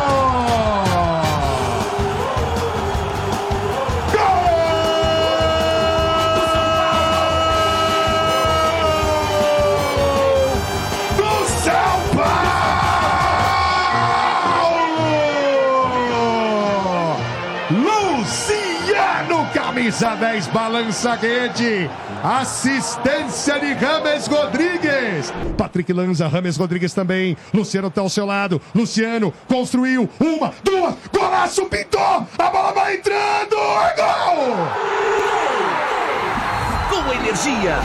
Speaker 12: do São Paulo!
Speaker 1: Luciano, camisa 10, balança a rede. Assistência de Rames Rodrigues. Patrick Lanza, Rames Rodrigues também. Luciano tá ao seu lado. Luciano construiu uma, duas, golaço, pintou. A bola vai entrando. É gol!
Speaker 12: Com energia!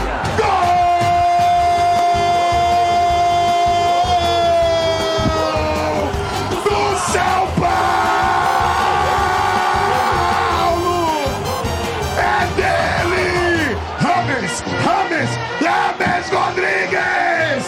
Speaker 12: Gol! Do São Paulo! É dele!
Speaker 1: Rames, Rames, Rames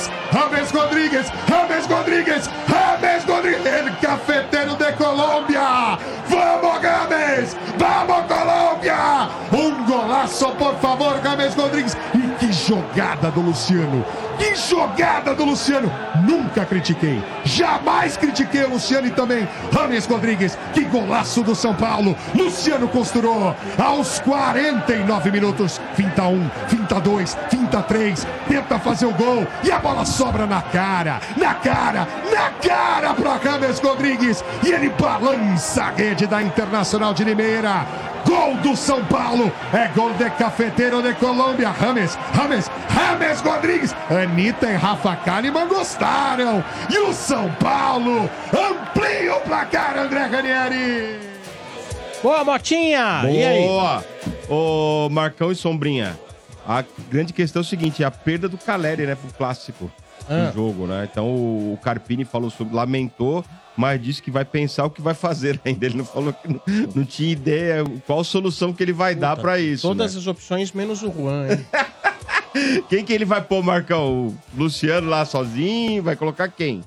Speaker 1: Rodrigues! Rames Rodrigues, Rames Rodrigues, Rames Rodrigues, ele cafeteiro de Colômbia! Vamos, Rames! Vamos, Colômbia! Um golaço, por favor, Rames Rodrigues! E que jogada do Luciano! Que jogada do Luciano! Nunca critiquei, jamais critiquei o Luciano e também Rames Rodrigues. Que golaço do São Paulo! Luciano costurou aos 49 minutos. Finta um, finta dois, finta três. Tenta fazer o gol e a bola sobra na cara, na cara, na cara para Rames Rodrigues. E ele balança a rede da Internacional de Limeira. Gol do São Paulo. É gol de Cafeteiro de Colômbia. Rames, Rames, Rames Rodrigues. Anitta e Rafa Kalimann gostaram. E o São Paulo amplia o placar, André Ranieri.
Speaker 11: Boa, Motinha!
Speaker 1: E aí?
Speaker 9: Boa! Ô, Marcão e Sombrinha, a grande questão é o seguinte, é a perda do Caleri, né, pro clássico
Speaker 11: Ah.
Speaker 9: do jogo, né? Então o, o Carpini falou sobre, lamentou, mas disse que vai pensar o que vai fazer ainda. Ele não falou que não, não tinha ideia qual solução que ele vai dar pra isso.
Speaker 11: Todas
Speaker 9: né?
Speaker 11: as opções, menos o Juan, hein?
Speaker 9: Quem que ele vai pôr, Marcão? O Luciano lá sozinho? Vai colocar quem?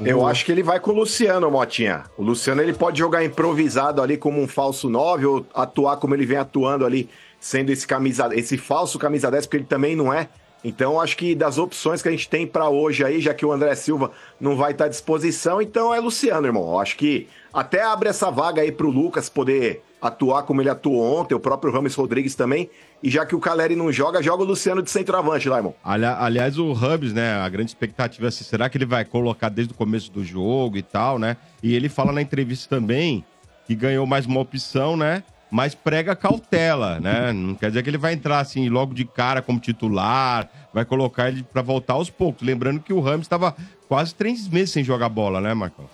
Speaker 8: Eu acho que ele vai com o Luciano, Motinha. O Luciano ele pode jogar improvisado ali como um falso 9 ou atuar como ele vem atuando ali, sendo esse camisa, esse falso camisa 10, porque ele também não é. Então acho que das opções que a gente tem pra hoje aí, já que o André Silva não vai estar à disposição, então é Luciano, irmão. Eu acho que até abre essa vaga aí pro Lucas poder atuar como ele atuou ontem, o próprio Ramos Rodrigues também. E já que o Caleri não joga, joga o Luciano de centroavante lá, irmão.
Speaker 9: Ali- aliás, o Hubs, né? A grande expectativa é assim, será que ele vai colocar desde o começo do jogo e tal, né? E ele fala na entrevista também que ganhou mais uma opção, né? Mas prega cautela, né? Não quer dizer que ele vai entrar assim logo de cara como titular, vai colocar ele pra voltar aos poucos. Lembrando que o Rams estava quase três meses sem jogar bola, né, Marcão?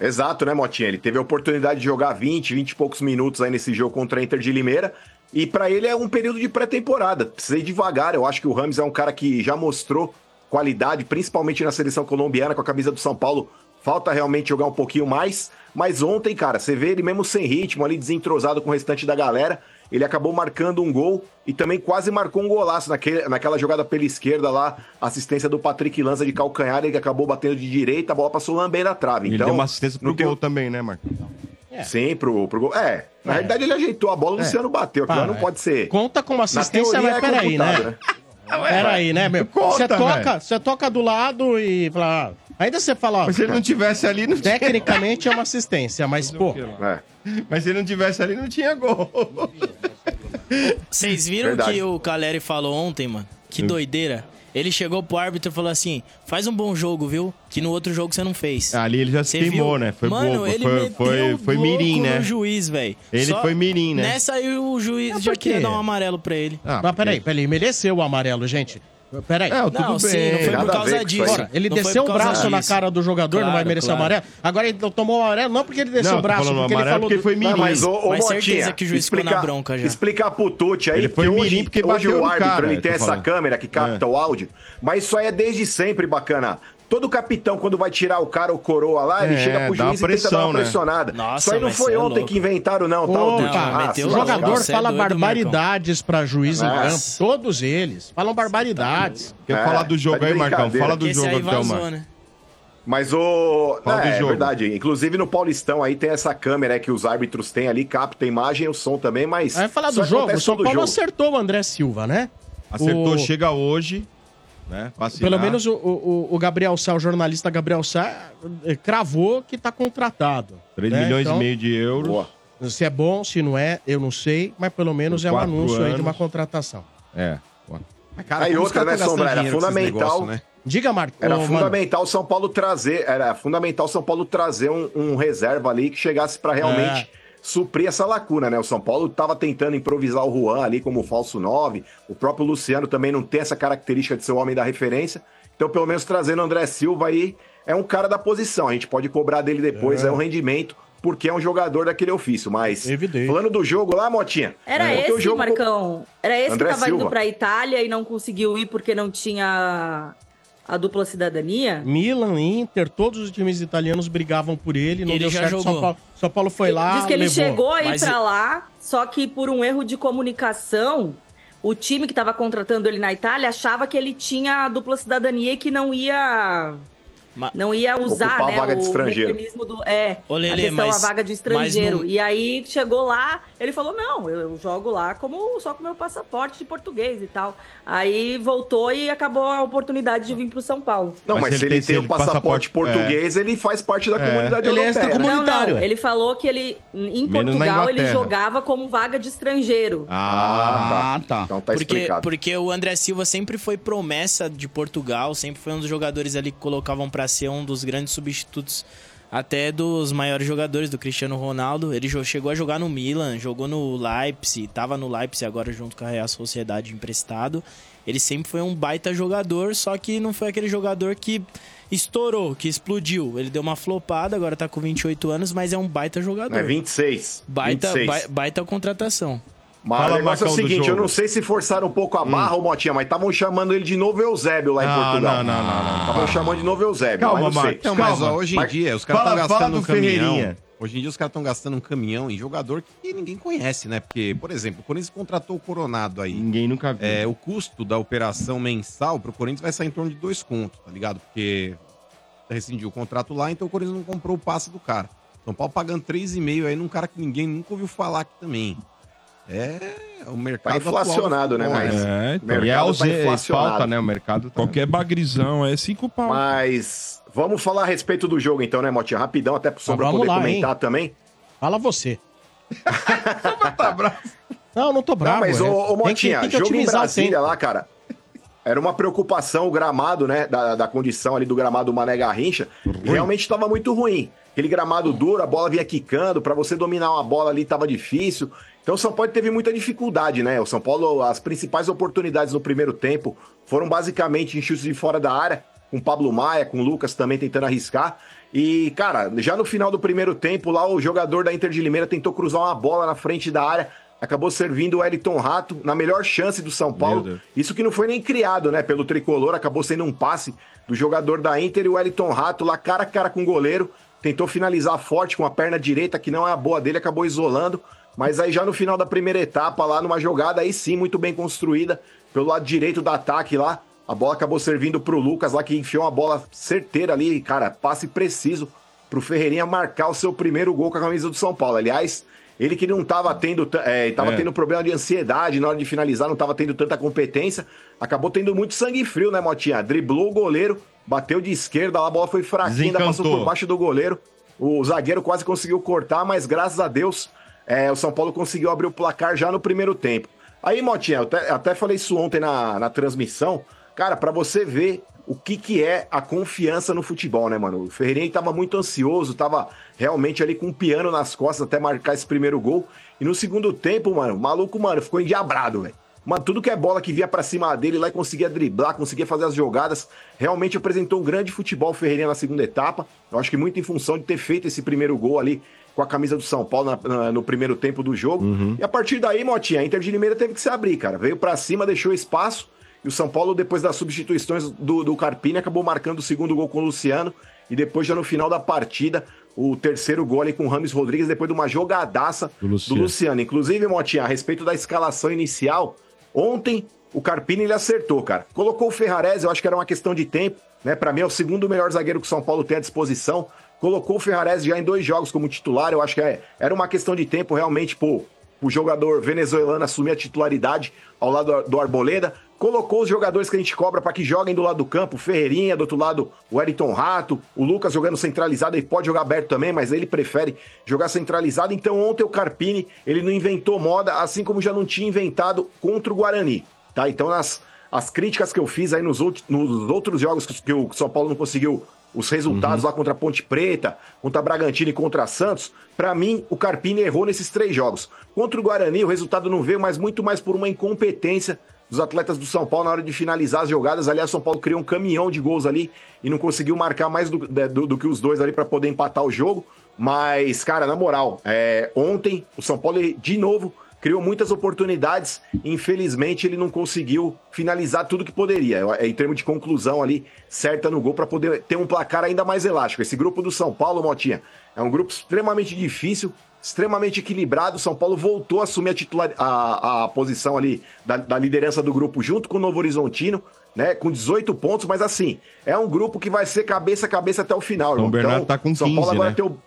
Speaker 8: Exato, né, Motinha? Ele teve a oportunidade de jogar 20, 20 e poucos minutos aí nesse jogo contra a Inter de Limeira. E pra ele é um período de pré-temporada. Precisa ir devagar. Eu acho que o Rames é um cara que já mostrou qualidade, principalmente na seleção colombiana, com a camisa do São Paulo. Falta realmente jogar um pouquinho mais. Mas ontem, cara, você vê ele mesmo sem ritmo, ali desentrosado com o restante da galera. Ele acabou marcando um gol e também quase marcou um golaço naquele, naquela jogada pela esquerda lá, assistência do Patrick Lanza de calcanhar, ele acabou batendo de direita, a bola passou lambendo na trave.
Speaker 9: Ele
Speaker 8: então,
Speaker 9: deu uma assistência pro
Speaker 8: não tem-
Speaker 9: gol também, né, Marcão?
Speaker 8: Sim, pro, pro gol. É, na
Speaker 9: É.
Speaker 8: realidade ele ajeitou a bola, o
Speaker 9: É.
Speaker 8: Luciano bateu. Aquilo lá
Speaker 11: Para,
Speaker 8: não
Speaker 11: é.
Speaker 8: pode ser. é
Speaker 11: Conta como assistência, mas peraí, né? Peraí, né, meu? Você toca, você toca do lado e fala. ah, Ainda você fala. ó,
Speaker 9: Mas se ele não tivesse ali, não tinha.
Speaker 11: Tecnicamente é uma assistência, mas, pô.
Speaker 8: É.
Speaker 9: Mas se ele não tivesse ali, não tinha gol.
Speaker 6: Vocês viram
Speaker 9: Verdade.
Speaker 6: que o Caleri falou ontem, mano? Que doideira. Ele chegou pro árbitro e falou assim: faz um bom jogo, viu? Que no outro jogo você não fez.
Speaker 9: Ah, Ali ele já se
Speaker 6: Você
Speaker 9: queimou,
Speaker 6: viu?
Speaker 9: né? Foi
Speaker 6: Mano,
Speaker 9: bobo,
Speaker 6: ele
Speaker 9: foi,
Speaker 6: meteu
Speaker 9: foi, foi
Speaker 6: o
Speaker 9: mirim,
Speaker 6: louco
Speaker 9: né?
Speaker 6: no juiz, velho.
Speaker 9: Ele foi mirim, né? Ah,
Speaker 6: Nessa aí o juiz
Speaker 11: Mas
Speaker 6: já
Speaker 11: por
Speaker 6: queria
Speaker 11: quê?
Speaker 6: dar um amarelo pra ele.
Speaker 11: Ah, mas peraí, peraí, ele mereceu o amarelo, gente. Peraí.
Speaker 6: É, tudo Não, sim, bem. não foi por
Speaker 11: Nada a
Speaker 6: causa
Speaker 11: ver com
Speaker 6: disso.
Speaker 11: isso. Ora, ele
Speaker 6: Não foi
Speaker 11: desceu
Speaker 6: por
Speaker 11: o
Speaker 6: causa
Speaker 11: braço na
Speaker 6: disso.
Speaker 11: cara do jogador, não vai
Speaker 6: Claro,
Speaker 11: merecer o
Speaker 6: claro.
Speaker 11: amarelo. Agora ele tomou o amarelo, não porque ele desceu
Speaker 8: Não,
Speaker 11: o
Speaker 8: tô
Speaker 11: braço,
Speaker 8: falando
Speaker 11: porque ele
Speaker 8: amarelo
Speaker 11: falou.
Speaker 8: porque foi
Speaker 11: do-
Speaker 8: mirim. Mas, ô, ô,
Speaker 6: Mas certeza
Speaker 8: Motinha,
Speaker 6: que o juiz ficou na
Speaker 8: explica-
Speaker 6: bronca já.
Speaker 8: Explica pro Tucci aí,
Speaker 9: Ele foi
Speaker 8: porque
Speaker 9: mirim
Speaker 8: hoje,
Speaker 9: porque
Speaker 8: hoje
Speaker 9: bateu
Speaker 8: o
Speaker 9: no
Speaker 8: árbitro
Speaker 9: cara,
Speaker 8: ele
Speaker 9: eu
Speaker 8: tem
Speaker 9: tô
Speaker 8: essa
Speaker 9: falando.
Speaker 8: câmera que capta
Speaker 9: É.
Speaker 8: o áudio, mas isso aí é desde sempre bacana. Todo capitão, quando vai tirar o cara ou coroa lá, ele
Speaker 9: É,
Speaker 8: chega pro
Speaker 9: dá
Speaker 8: juiz
Speaker 9: uma
Speaker 8: e tenta dar
Speaker 9: pressão,
Speaker 8: uma
Speaker 9: né?
Speaker 8: pressionada.
Speaker 9: Nossa,
Speaker 8: isso aí não
Speaker 9: mas
Speaker 8: foi
Speaker 9: cê é
Speaker 8: ontem
Speaker 9: louco.
Speaker 8: que inventaram, não, tá?
Speaker 11: Opa,
Speaker 8: o Tucci? Ah,
Speaker 11: o
Speaker 8: se
Speaker 11: jogador
Speaker 8: lascar.
Speaker 9: é
Speaker 11: fala barbaridades pra juiz em
Speaker 8: Nossa. tá
Speaker 11: campo. Todos eles falam barbaridades.
Speaker 8: É, né?
Speaker 11: né?
Speaker 9: Quer falar do jogo aí, Marcão? Fala do jogo, então, mano.
Speaker 8: Mas o.
Speaker 9: Fala do
Speaker 8: é, é
Speaker 9: jogo.
Speaker 8: verdade. Inclusive no Paulistão aí tem essa câmera é, que os árbitros têm ali, capta a imagem e o som também, mas.
Speaker 11: Aí falar do
Speaker 8: só
Speaker 11: jogo, o
Speaker 8: acontece
Speaker 11: São
Speaker 8: todo
Speaker 11: Paulo
Speaker 8: jogo.
Speaker 11: acertou o André Silva, né?
Speaker 9: Acertou,
Speaker 11: O-
Speaker 9: chega hoje, né? pra assinar.
Speaker 11: Pelo menos o, o- o Gabriel Sá, o jornalista Gabriel Sá, eh, cravou que tá contratado.
Speaker 9: 3
Speaker 11: né?
Speaker 9: milhões
Speaker 11: Então,
Speaker 9: e meio de euros.
Speaker 11: Se é bom, se não é, eu não sei, mas pelo menos
Speaker 9: Por
Speaker 11: é um
Speaker 9: quatro
Speaker 11: anúncio aí de
Speaker 9: anos.
Speaker 11: uma contratação.
Speaker 9: É.
Speaker 8: Aí
Speaker 11: como os
Speaker 8: outra,
Speaker 11: caras
Speaker 8: né,
Speaker 11: tão gastando
Speaker 8: Sombra? Era
Speaker 11: dinheiro com esses
Speaker 8: fundamental.
Speaker 11: negócios, né? Diga, Marco.
Speaker 8: Era
Speaker 11: ô, Mano.
Speaker 8: fundamental São Paulo trazer, era fundamental São Paulo trazer um, um reserva ali que chegasse para realmente
Speaker 11: É.
Speaker 8: suprir essa lacuna, né? O São Paulo tava tentando improvisar o Juan ali como falso 9, o próprio Luciano também não tem essa característica de ser o homem da referência. Então, pelo menos trazendo o André Silva aí, é um cara da posição. A gente pode cobrar dele depois, é, um rendimento, porque é um jogador daquele ofício. Mas, falando do jogo lá, Motinha.
Speaker 3: É.
Speaker 8: é,
Speaker 7: Era
Speaker 8: porque
Speaker 7: esse,
Speaker 8: o jogo
Speaker 7: Marcão. Era esse
Speaker 8: André
Speaker 7: que tava
Speaker 8: Silva.
Speaker 7: indo pra Itália e não conseguiu ir porque não tinha a dupla cidadania?
Speaker 11: Milan, Inter, todos os times italianos brigavam por ele, não
Speaker 7: Ele
Speaker 11: deu
Speaker 7: já
Speaker 11: certo.
Speaker 7: jogou.
Speaker 11: São Paulo, São Paulo foi lá.
Speaker 7: Diz que ele
Speaker 11: levou.
Speaker 7: chegou a ir
Speaker 11: Mas
Speaker 7: pra lá, só que por um erro de comunicação, o time que tava contratando ele na Itália achava que ele tinha a dupla cidadania e que não ia. Não ia usar
Speaker 8: Ocupar a
Speaker 7: né,
Speaker 8: vaga de
Speaker 7: o
Speaker 8: estrangeiro.
Speaker 7: mecanismo do. É,
Speaker 6: Ô, Lelê,
Speaker 7: a questão
Speaker 6: mas-
Speaker 7: a vaga de
Speaker 6: mas
Speaker 7: estrangeiro.
Speaker 6: não-
Speaker 7: E aí chegou lá, ele falou: não, eu eu jogo lá como só com meu passaporte de português e tal. Aí voltou e acabou a oportunidade de vir pro São Paulo.
Speaker 8: Não, mas, se ele tem,
Speaker 9: se
Speaker 8: o passaporte, é. português, ele faz parte da
Speaker 9: É.
Speaker 8: comunidade
Speaker 9: Ele é
Speaker 11: tá
Speaker 8: europeia. né?
Speaker 9: extracomunitário,
Speaker 7: Não, não, Ele falou que ele, em
Speaker 8: Menos na
Speaker 7: Portugal, ele
Speaker 8: Inglaterra.
Speaker 7: jogava como vaga de estrangeiro.
Speaker 9: Ah,
Speaker 3: tá.
Speaker 8: Então tá
Speaker 6: Porque,
Speaker 8: explicado.
Speaker 6: porque o André Silva sempre foi promessa de Portugal, sempre foi um dos jogadores ali que colocavam pra ser um dos grandes substitutos até dos maiores jogadores do Cristiano Ronaldo. Ele jo- chegou a jogar no Milan, jogou no Leipzig, tava no Leipzig agora junto com a Real Sociedade emprestado. Ele sempre foi um baita jogador, só que não foi aquele jogador que estourou, que explodiu. Ele deu uma flopada, agora tá com 28 anos, mas é um baita
Speaker 5: Tá
Speaker 6: jogador.
Speaker 8: É 26.
Speaker 6: Baita,
Speaker 8: 26.
Speaker 6: ba- baita contratação.
Speaker 8: Mas o negócio é o seguinte, eu não sei se forçaram um pouco a barra, ô Motinha, mas estavam chamando ele de novo Eusébio lá em
Speaker 9: Não, não,
Speaker 8: Portugal.
Speaker 9: não, não, não, não.
Speaker 8: Estavam chamando de novo Eusébio.
Speaker 9: Calma,
Speaker 8: mas não sei.
Speaker 9: Marcos, Então, mas,
Speaker 5: Mas, ó, hoje em dia, os caras estão
Speaker 8: Fala- fala
Speaker 5: gastando um
Speaker 8: do
Speaker 5: caminhão.
Speaker 8: Ferreirinha.
Speaker 5: Hoje em dia, os caras estão gastando um caminhão em jogador que ninguém conhece, né? Porque, por exemplo, o Corinthians contratou o Coronado aí.
Speaker 9: Ninguém nunca viu.
Speaker 5: É, o custo da operação mensal pro Corinthians vai sair em torno de dois contos, tá ligado? Porque rescindiu o contrato lá, então o Corinthians não comprou o passe do cara. São Paulo pagando 3,5 aí num cara que ninguém nunca ouviu falar aqui também. É, o mercado
Speaker 8: Tá inflacionado, né, mas-
Speaker 4: É,
Speaker 8: O
Speaker 5: então,
Speaker 8: mercado E a ausen- tá inflacionado. falta, né,
Speaker 9: O mercado
Speaker 4: Qualquer bagrisão é cinco pau.
Speaker 8: Mas vamos falar a respeito do jogo então, né, Motinha? Rapidão, até pro Sombra
Speaker 4: vamos
Speaker 8: poder
Speaker 4: lá,
Speaker 8: comentar também.
Speaker 11: Fala você. Não, não tô bravo.
Speaker 8: Não, mas, ô,
Speaker 11: é.
Speaker 8: ô
Speaker 11: Tem que-
Speaker 8: Motinha,
Speaker 11: tem que
Speaker 8: jogo em
Speaker 11: otimizar o
Speaker 8: Brasília
Speaker 11: tempo.
Speaker 8: lá, cara. Era uma preocupação o gramado, né? Da, da condição ali do gramado Mané Garrincha. Realmente estava muito ruim. Aquele gramado duro, a bola vinha quicando. Pra você dominar uma bola ali estava difícil. Então o São Paulo teve muita dificuldade, né? O São Paulo, as principais oportunidades no primeiro tempo foram basicamente em chutes de fora da área. Com o Pablo Maia, com o Lucas também tentando arriscar. E, cara, já no final do primeiro tempo, lá o jogador da Inter de Limeira tentou cruzar uma bola na frente da área acabou servindo o Wellington Rato na melhor chance do São Paulo. Isso que não foi nem criado, né, pelo tricolor, acabou sendo um passe do jogador da Inter e o Wellington Rato lá cara a cara com o goleiro, tentou finalizar forte com a perna direita, que não é a boa dele, acabou isolando, mas aí já no final da primeira etapa lá numa jogada aí sim muito bem construída pelo lado direito do ataque lá, a bola acabou servindo pro Lucas lá que enfiou uma bola certeira ali, cara, passe preciso pro Ferreirinha marcar o seu primeiro gol com a camisa do São Paulo. Aliás, ele que não tava tendo, ta- é, tava
Speaker 9: É.
Speaker 8: tendo problema de ansiedade na hora de finalizar, não tava tendo tanta competência, acabou tendo muito sangue frio, né, Motinha? Driblou o goleiro, bateu de esquerda, lá a bola foi fraquinha, ainda passou
Speaker 9: Desencantou.
Speaker 8: por baixo do goleiro. O zagueiro quase conseguiu cortar, mas graças a Deus, é, o São Paulo conseguiu abrir o placar já no primeiro tempo. Aí, Motinha, eu até, até falei isso ontem na, na transmissão. Cara, pra você ver o que, que é a confiança no futebol, né, mano? O Ferreirinha tava muito ansioso, tava realmente ali com um piano nas costas até marcar esse primeiro gol. E no segundo tempo, mano, o maluco, mano, ficou endiabrado, velho. Mano, tudo que é bola que via pra cima dele lá e conseguia driblar, conseguia fazer as jogadas. Realmente apresentou um grande futebol o Ferreirinha na segunda etapa. Eu acho que muito em função de ter feito esse primeiro gol ali com a camisa do São Paulo na- na- no primeiro tempo do jogo. E a partir daí, Motinha, a Inter de Limeira teve que se abrir, cara. Veio pra cima, deixou espaço. E o São Paulo, depois das substituições do, do Carpini, acabou marcando o segundo gol com o Luciano. E depois, já no final da partida, o terceiro gol ali com o Rames Rodrigues, depois de uma jogadaça do Luciano. Inclusive, Motinha, a respeito da escalação inicial, ontem o Carpini ele acertou, cara. Colocou o Ferrarese, eu acho que era uma questão de tempo. Né? Para mim é o segundo melhor zagueiro que o São Paulo tem à disposição. Colocou o Ferrarese já em dois jogos como titular. Eu acho que é- era uma questão de tempo realmente pô, o jogador venezuelano assumir a titularidade ao lado do Arboleda. Colocou os jogadores que a gente cobra para que joguem do lado do campo. o Ferreirinha, do outro lado, o Wellington Rato. O Lucas jogando centralizado. Ele pode jogar aberto também, mas ele prefere jogar centralizado. Então ontem o Carpini, ele não inventou moda, assim como já não tinha inventado contra o Guarani. Tá? Então nas, as críticas que eu fiz aí nos, out- nos outros jogos que, que o São Paulo não conseguiu os resultados lá contra a Ponte Preta, contra a Bragantino e contra a Santos, pra mim o Carpini errou nesses três jogos. Contra o Guarani o resultado não veio, mas muito mais por uma incompetência dos atletas do São Paulo na hora de finalizar as jogadas. Aliás, o São Paulo criou um caminhão de gols ali e não conseguiu marcar mais do, de- do- do que os dois ali pra poder empatar o jogo. Mas, cara, na moral, é, ontem o São Paulo de novo criou muitas oportunidades. Infelizmente, ele não conseguiu finalizar tudo que poderia, Eu- em termos de conclusão ali, certa no gol, para poder ter um placar ainda mais elástico. Esse grupo do São Paulo, Motinha, é um grupo extremamente difícil, extremamente equilibrado. O São Paulo voltou a assumir a, titular, a, a posição ali da, da liderança do grupo junto com o Novo Horizontino. Né, com 18 pontos, mas assim, é um grupo que vai ser cabeça a cabeça até o final. irmão. Então,
Speaker 9: Bernardo tá com
Speaker 8: São Paulo
Speaker 9: 15,
Speaker 8: agora
Speaker 9: né?
Speaker 8: tem o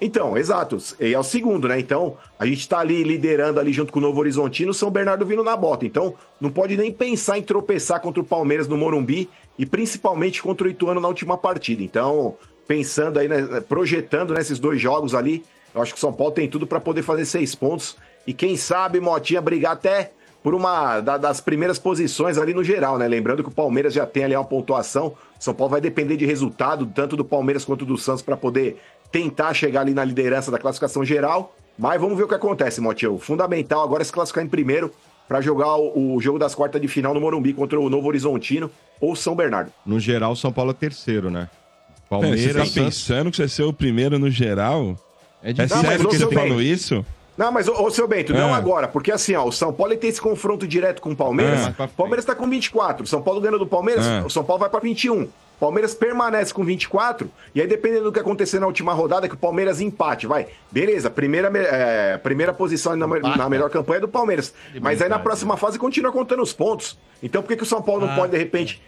Speaker 8: então, exato. E é o segundo, né? Então, a gente tá ali liderando ali junto com o Novo Horizontino, São Bernardo vindo na bota. Então, não pode nem pensar em tropeçar contra o Palmeiras no Morumbi e principalmente contra o Ituano na última partida. Então, pensando aí, né, projetando nesses dois jogos ali, eu acho que o São Paulo tem tudo pra poder fazer seis pontos e quem sabe, Motinha, brigar até por uma da- das primeiras posições ali no geral, né? Lembrando que o Palmeiras já tem ali uma pontuação. São Paulo vai depender de resultado, tanto do Palmeiras quanto do Santos, para poder tentar chegar ali na liderança da classificação geral. Mas vamos ver o que acontece, Motinho. O fundamental agora é se classificar em primeiro para jogar o, o jogo das quartas de final no Morumbi contra o Novo Horizontino ou São Bernardo.
Speaker 9: No geral, o São Paulo é terceiro, né?
Speaker 4: Você tá
Speaker 9: Palmeiras, Santos.
Speaker 4: pensando que você ser o primeiro no geral? É,
Speaker 9: difícil.
Speaker 8: Não, mas
Speaker 4: sério
Speaker 8: ô,
Speaker 4: que
Speaker 8: seu
Speaker 4: ele falou
Speaker 8: bem.
Speaker 4: isso?
Speaker 8: Não, mas, ô, ô seu Bento, não
Speaker 4: É.
Speaker 8: agora, porque assim, ó, o São Paulo ele tem esse confronto direto com o
Speaker 4: É,
Speaker 8: Palmeiras.
Speaker 4: mais pra
Speaker 8: O Palmeiras tá com 24. O São Paulo ganhando do Palmeiras,
Speaker 4: É.
Speaker 8: o São Paulo vai pra 21. O Palmeiras permanece com 24, e aí dependendo do que acontecer na última rodada, que o Palmeiras empate, vai. Beleza, primeira, me- é, primeira posição na, me- na melhor campanha é do Palmeiras. Mas aí na próxima fase continua contando os pontos. Então por que, que o São Paulo não pode, de repente,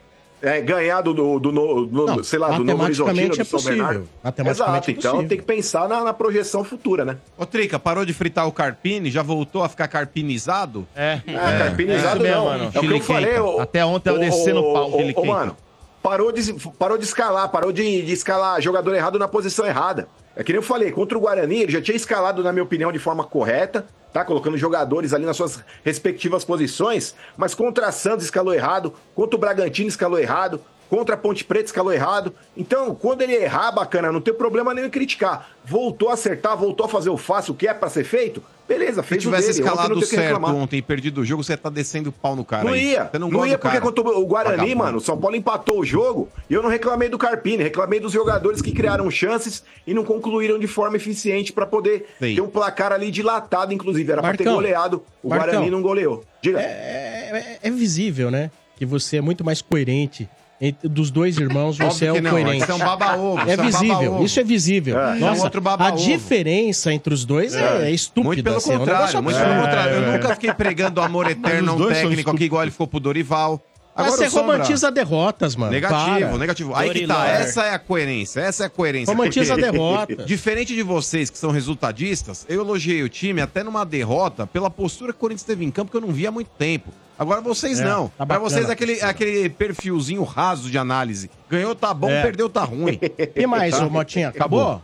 Speaker 8: é, ganhar do, do, do, no- do-
Speaker 11: Ah, Não,
Speaker 8: sei lá, do Novo Horizontino,
Speaker 11: matematicamente
Speaker 8: do
Speaker 11: é
Speaker 8: São
Speaker 11: possível.
Speaker 8: Bernardo?
Speaker 11: Matematicamente
Speaker 8: Exato,
Speaker 11: é
Speaker 8: então
Speaker 11: possível.
Speaker 8: tem que pensar na, na projeção futura, né?
Speaker 5: Ô, Trica, parou de fritar o carpini? Já voltou a ficar carpinizado?
Speaker 13: É.
Speaker 8: Ah, cara, pinizado não. É o que eu falei. ô-
Speaker 13: Até ontem eu
Speaker 8: ô-
Speaker 13: desci no pau,
Speaker 8: ô-
Speaker 13: Chile
Speaker 8: Ô,
Speaker 13: Cake.
Speaker 8: mano, parou de, parou de escalar, parou de, de escalar jogador errado na posição errada. É que nem eu falei, contra o Guarani, ele já tinha escalado, na minha opinião, de forma correta, tá? Colocando jogadores ali nas suas respectivas posições, mas contra a Santos escalou errado, contra o Bragantino escalou errado, contra a Ponte Preta escalou errado. Então, quando ele errar, bacana, não tem problema nenhum em criticar. Voltou a acertar, voltou a fazer o fácil, o que é pra ser feito, beleza,
Speaker 5: Se
Speaker 8: fez o dele.
Speaker 5: tivesse
Speaker 8: ontem não
Speaker 5: escalado
Speaker 8: tem o que
Speaker 5: certo
Speaker 8: reclamar.
Speaker 5: ontem e perdido o jogo, você tá descendo o pau no cara.
Speaker 8: Não
Speaker 5: aí.
Speaker 8: ia.
Speaker 5: Você
Speaker 8: Não,
Speaker 5: gosta
Speaker 8: ia
Speaker 5: do
Speaker 8: porque
Speaker 5: cara.
Speaker 8: contra o Guarani,
Speaker 5: Vagabundo.
Speaker 8: mano. O São Paulo empatou o jogo e eu não reclamei do Carpini, reclamei dos jogadores que criaram chances e não concluíram de forma eficiente pra poder
Speaker 11: Sim.
Speaker 8: ter um placar ali dilatado, inclusive. Era pra ter
Speaker 11: Marcão,
Speaker 8: goleado. O
Speaker 11: Marcão.
Speaker 8: Guarani não goleou. Diga.
Speaker 11: É, é visível, né? Que você é muito mais coerente. Entre, dos dois irmãos,
Speaker 5: Óbvio
Speaker 11: você é
Speaker 5: que
Speaker 11: o
Speaker 5: não,
Speaker 11: coerente.
Speaker 5: você é um baba-ovo,
Speaker 11: É
Speaker 5: você é um
Speaker 11: visível,
Speaker 5: baba-ovo.
Speaker 11: isso é visível.
Speaker 5: É. Você é um
Speaker 11: Nossa,
Speaker 5: outro
Speaker 11: a
Speaker 5: baba-ovo.
Speaker 11: diferença entre os dois é, é estúpida.
Speaker 5: Muito pelo
Speaker 11: assim, é um
Speaker 5: contrário,
Speaker 11: negócio
Speaker 5: muito
Speaker 11: absurdo.
Speaker 5: pelo contrário.
Speaker 11: É,
Speaker 5: Eu
Speaker 11: é.
Speaker 5: nunca fiquei pregando amor eterno a
Speaker 11: os
Speaker 5: um
Speaker 11: dois são
Speaker 5: técnico aqui, igual ele ficou pro Dorival.
Speaker 11: Mas você
Speaker 5: o Sombra-
Speaker 11: romantiza derrotas, mano.
Speaker 5: Negativo,
Speaker 11: Para.
Speaker 5: negativo. Aí que tá,
Speaker 11: Dorilar.
Speaker 5: essa é a coerência, essa é a coerência.
Speaker 11: Romantiza
Speaker 5: Porque-
Speaker 11: a derrota.
Speaker 5: Diferente de vocês que são resultadistas, eu elogiei o time até numa derrota pela postura que o Corinthians teve em campo que eu não vi há muito tempo. Agora vocês
Speaker 11: É,
Speaker 5: não.
Speaker 11: tá
Speaker 5: Pra
Speaker 11: bacana
Speaker 5: vocês é
Speaker 11: a
Speaker 5: aquele, aquele perfilzinho raso de análise. Ganhou tá bom,
Speaker 11: É.
Speaker 5: perdeu tá ruim.
Speaker 11: E mais,
Speaker 5: Tá?
Speaker 11: ô Motinha, acabou?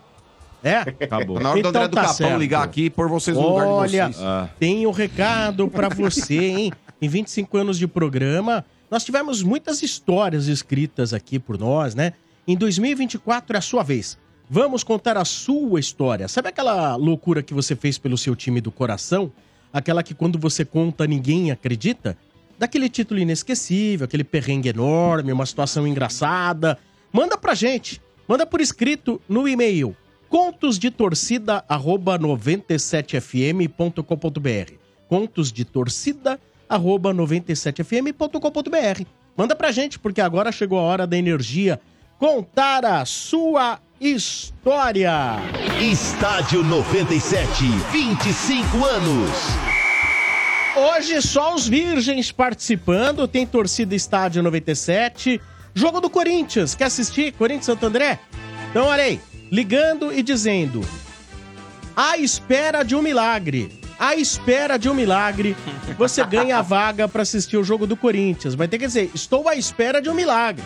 Speaker 11: É?
Speaker 5: Acabou. Na hora do
Speaker 11: Então
Speaker 5: André do
Speaker 11: tá
Speaker 5: Capão
Speaker 11: certo.
Speaker 5: ligar aqui e pôr vocês no lugar de
Speaker 11: Olha,
Speaker 5: vocês.
Speaker 11: tem um recado pra você, hein? Em 25 anos de programa, nós tivemos muitas histórias escritas aqui por nós, né? Em 2024 é a sua vez. Vamos contar a sua história. Sabe aquela loucura que você fez pelo seu time do coração? Aquela que quando você conta ninguém acredita? Daquele título inesquecível, aquele perrengue enorme, uma situação engraçada. Manda pra gente. Manda por escrito no e-mail contosdetorcida@97fm.com.br. contosdetorcida@97fm.com.br. Manda pra gente porque agora chegou a hora da energia contar a sua história.
Speaker 2: Estádio 97, 25 anos.
Speaker 11: Hoje só os virgens participando, tem torcida estádio 97. Jogo do Corinthians. Quer assistir? Corinthians Santo André? Então, olha aí. Ligando e dizendo: à espera de um milagre. À espera de um milagre, você ganha a vaga para assistir o jogo do Corinthians. Vai ter que dizer: estou à espera de um milagre.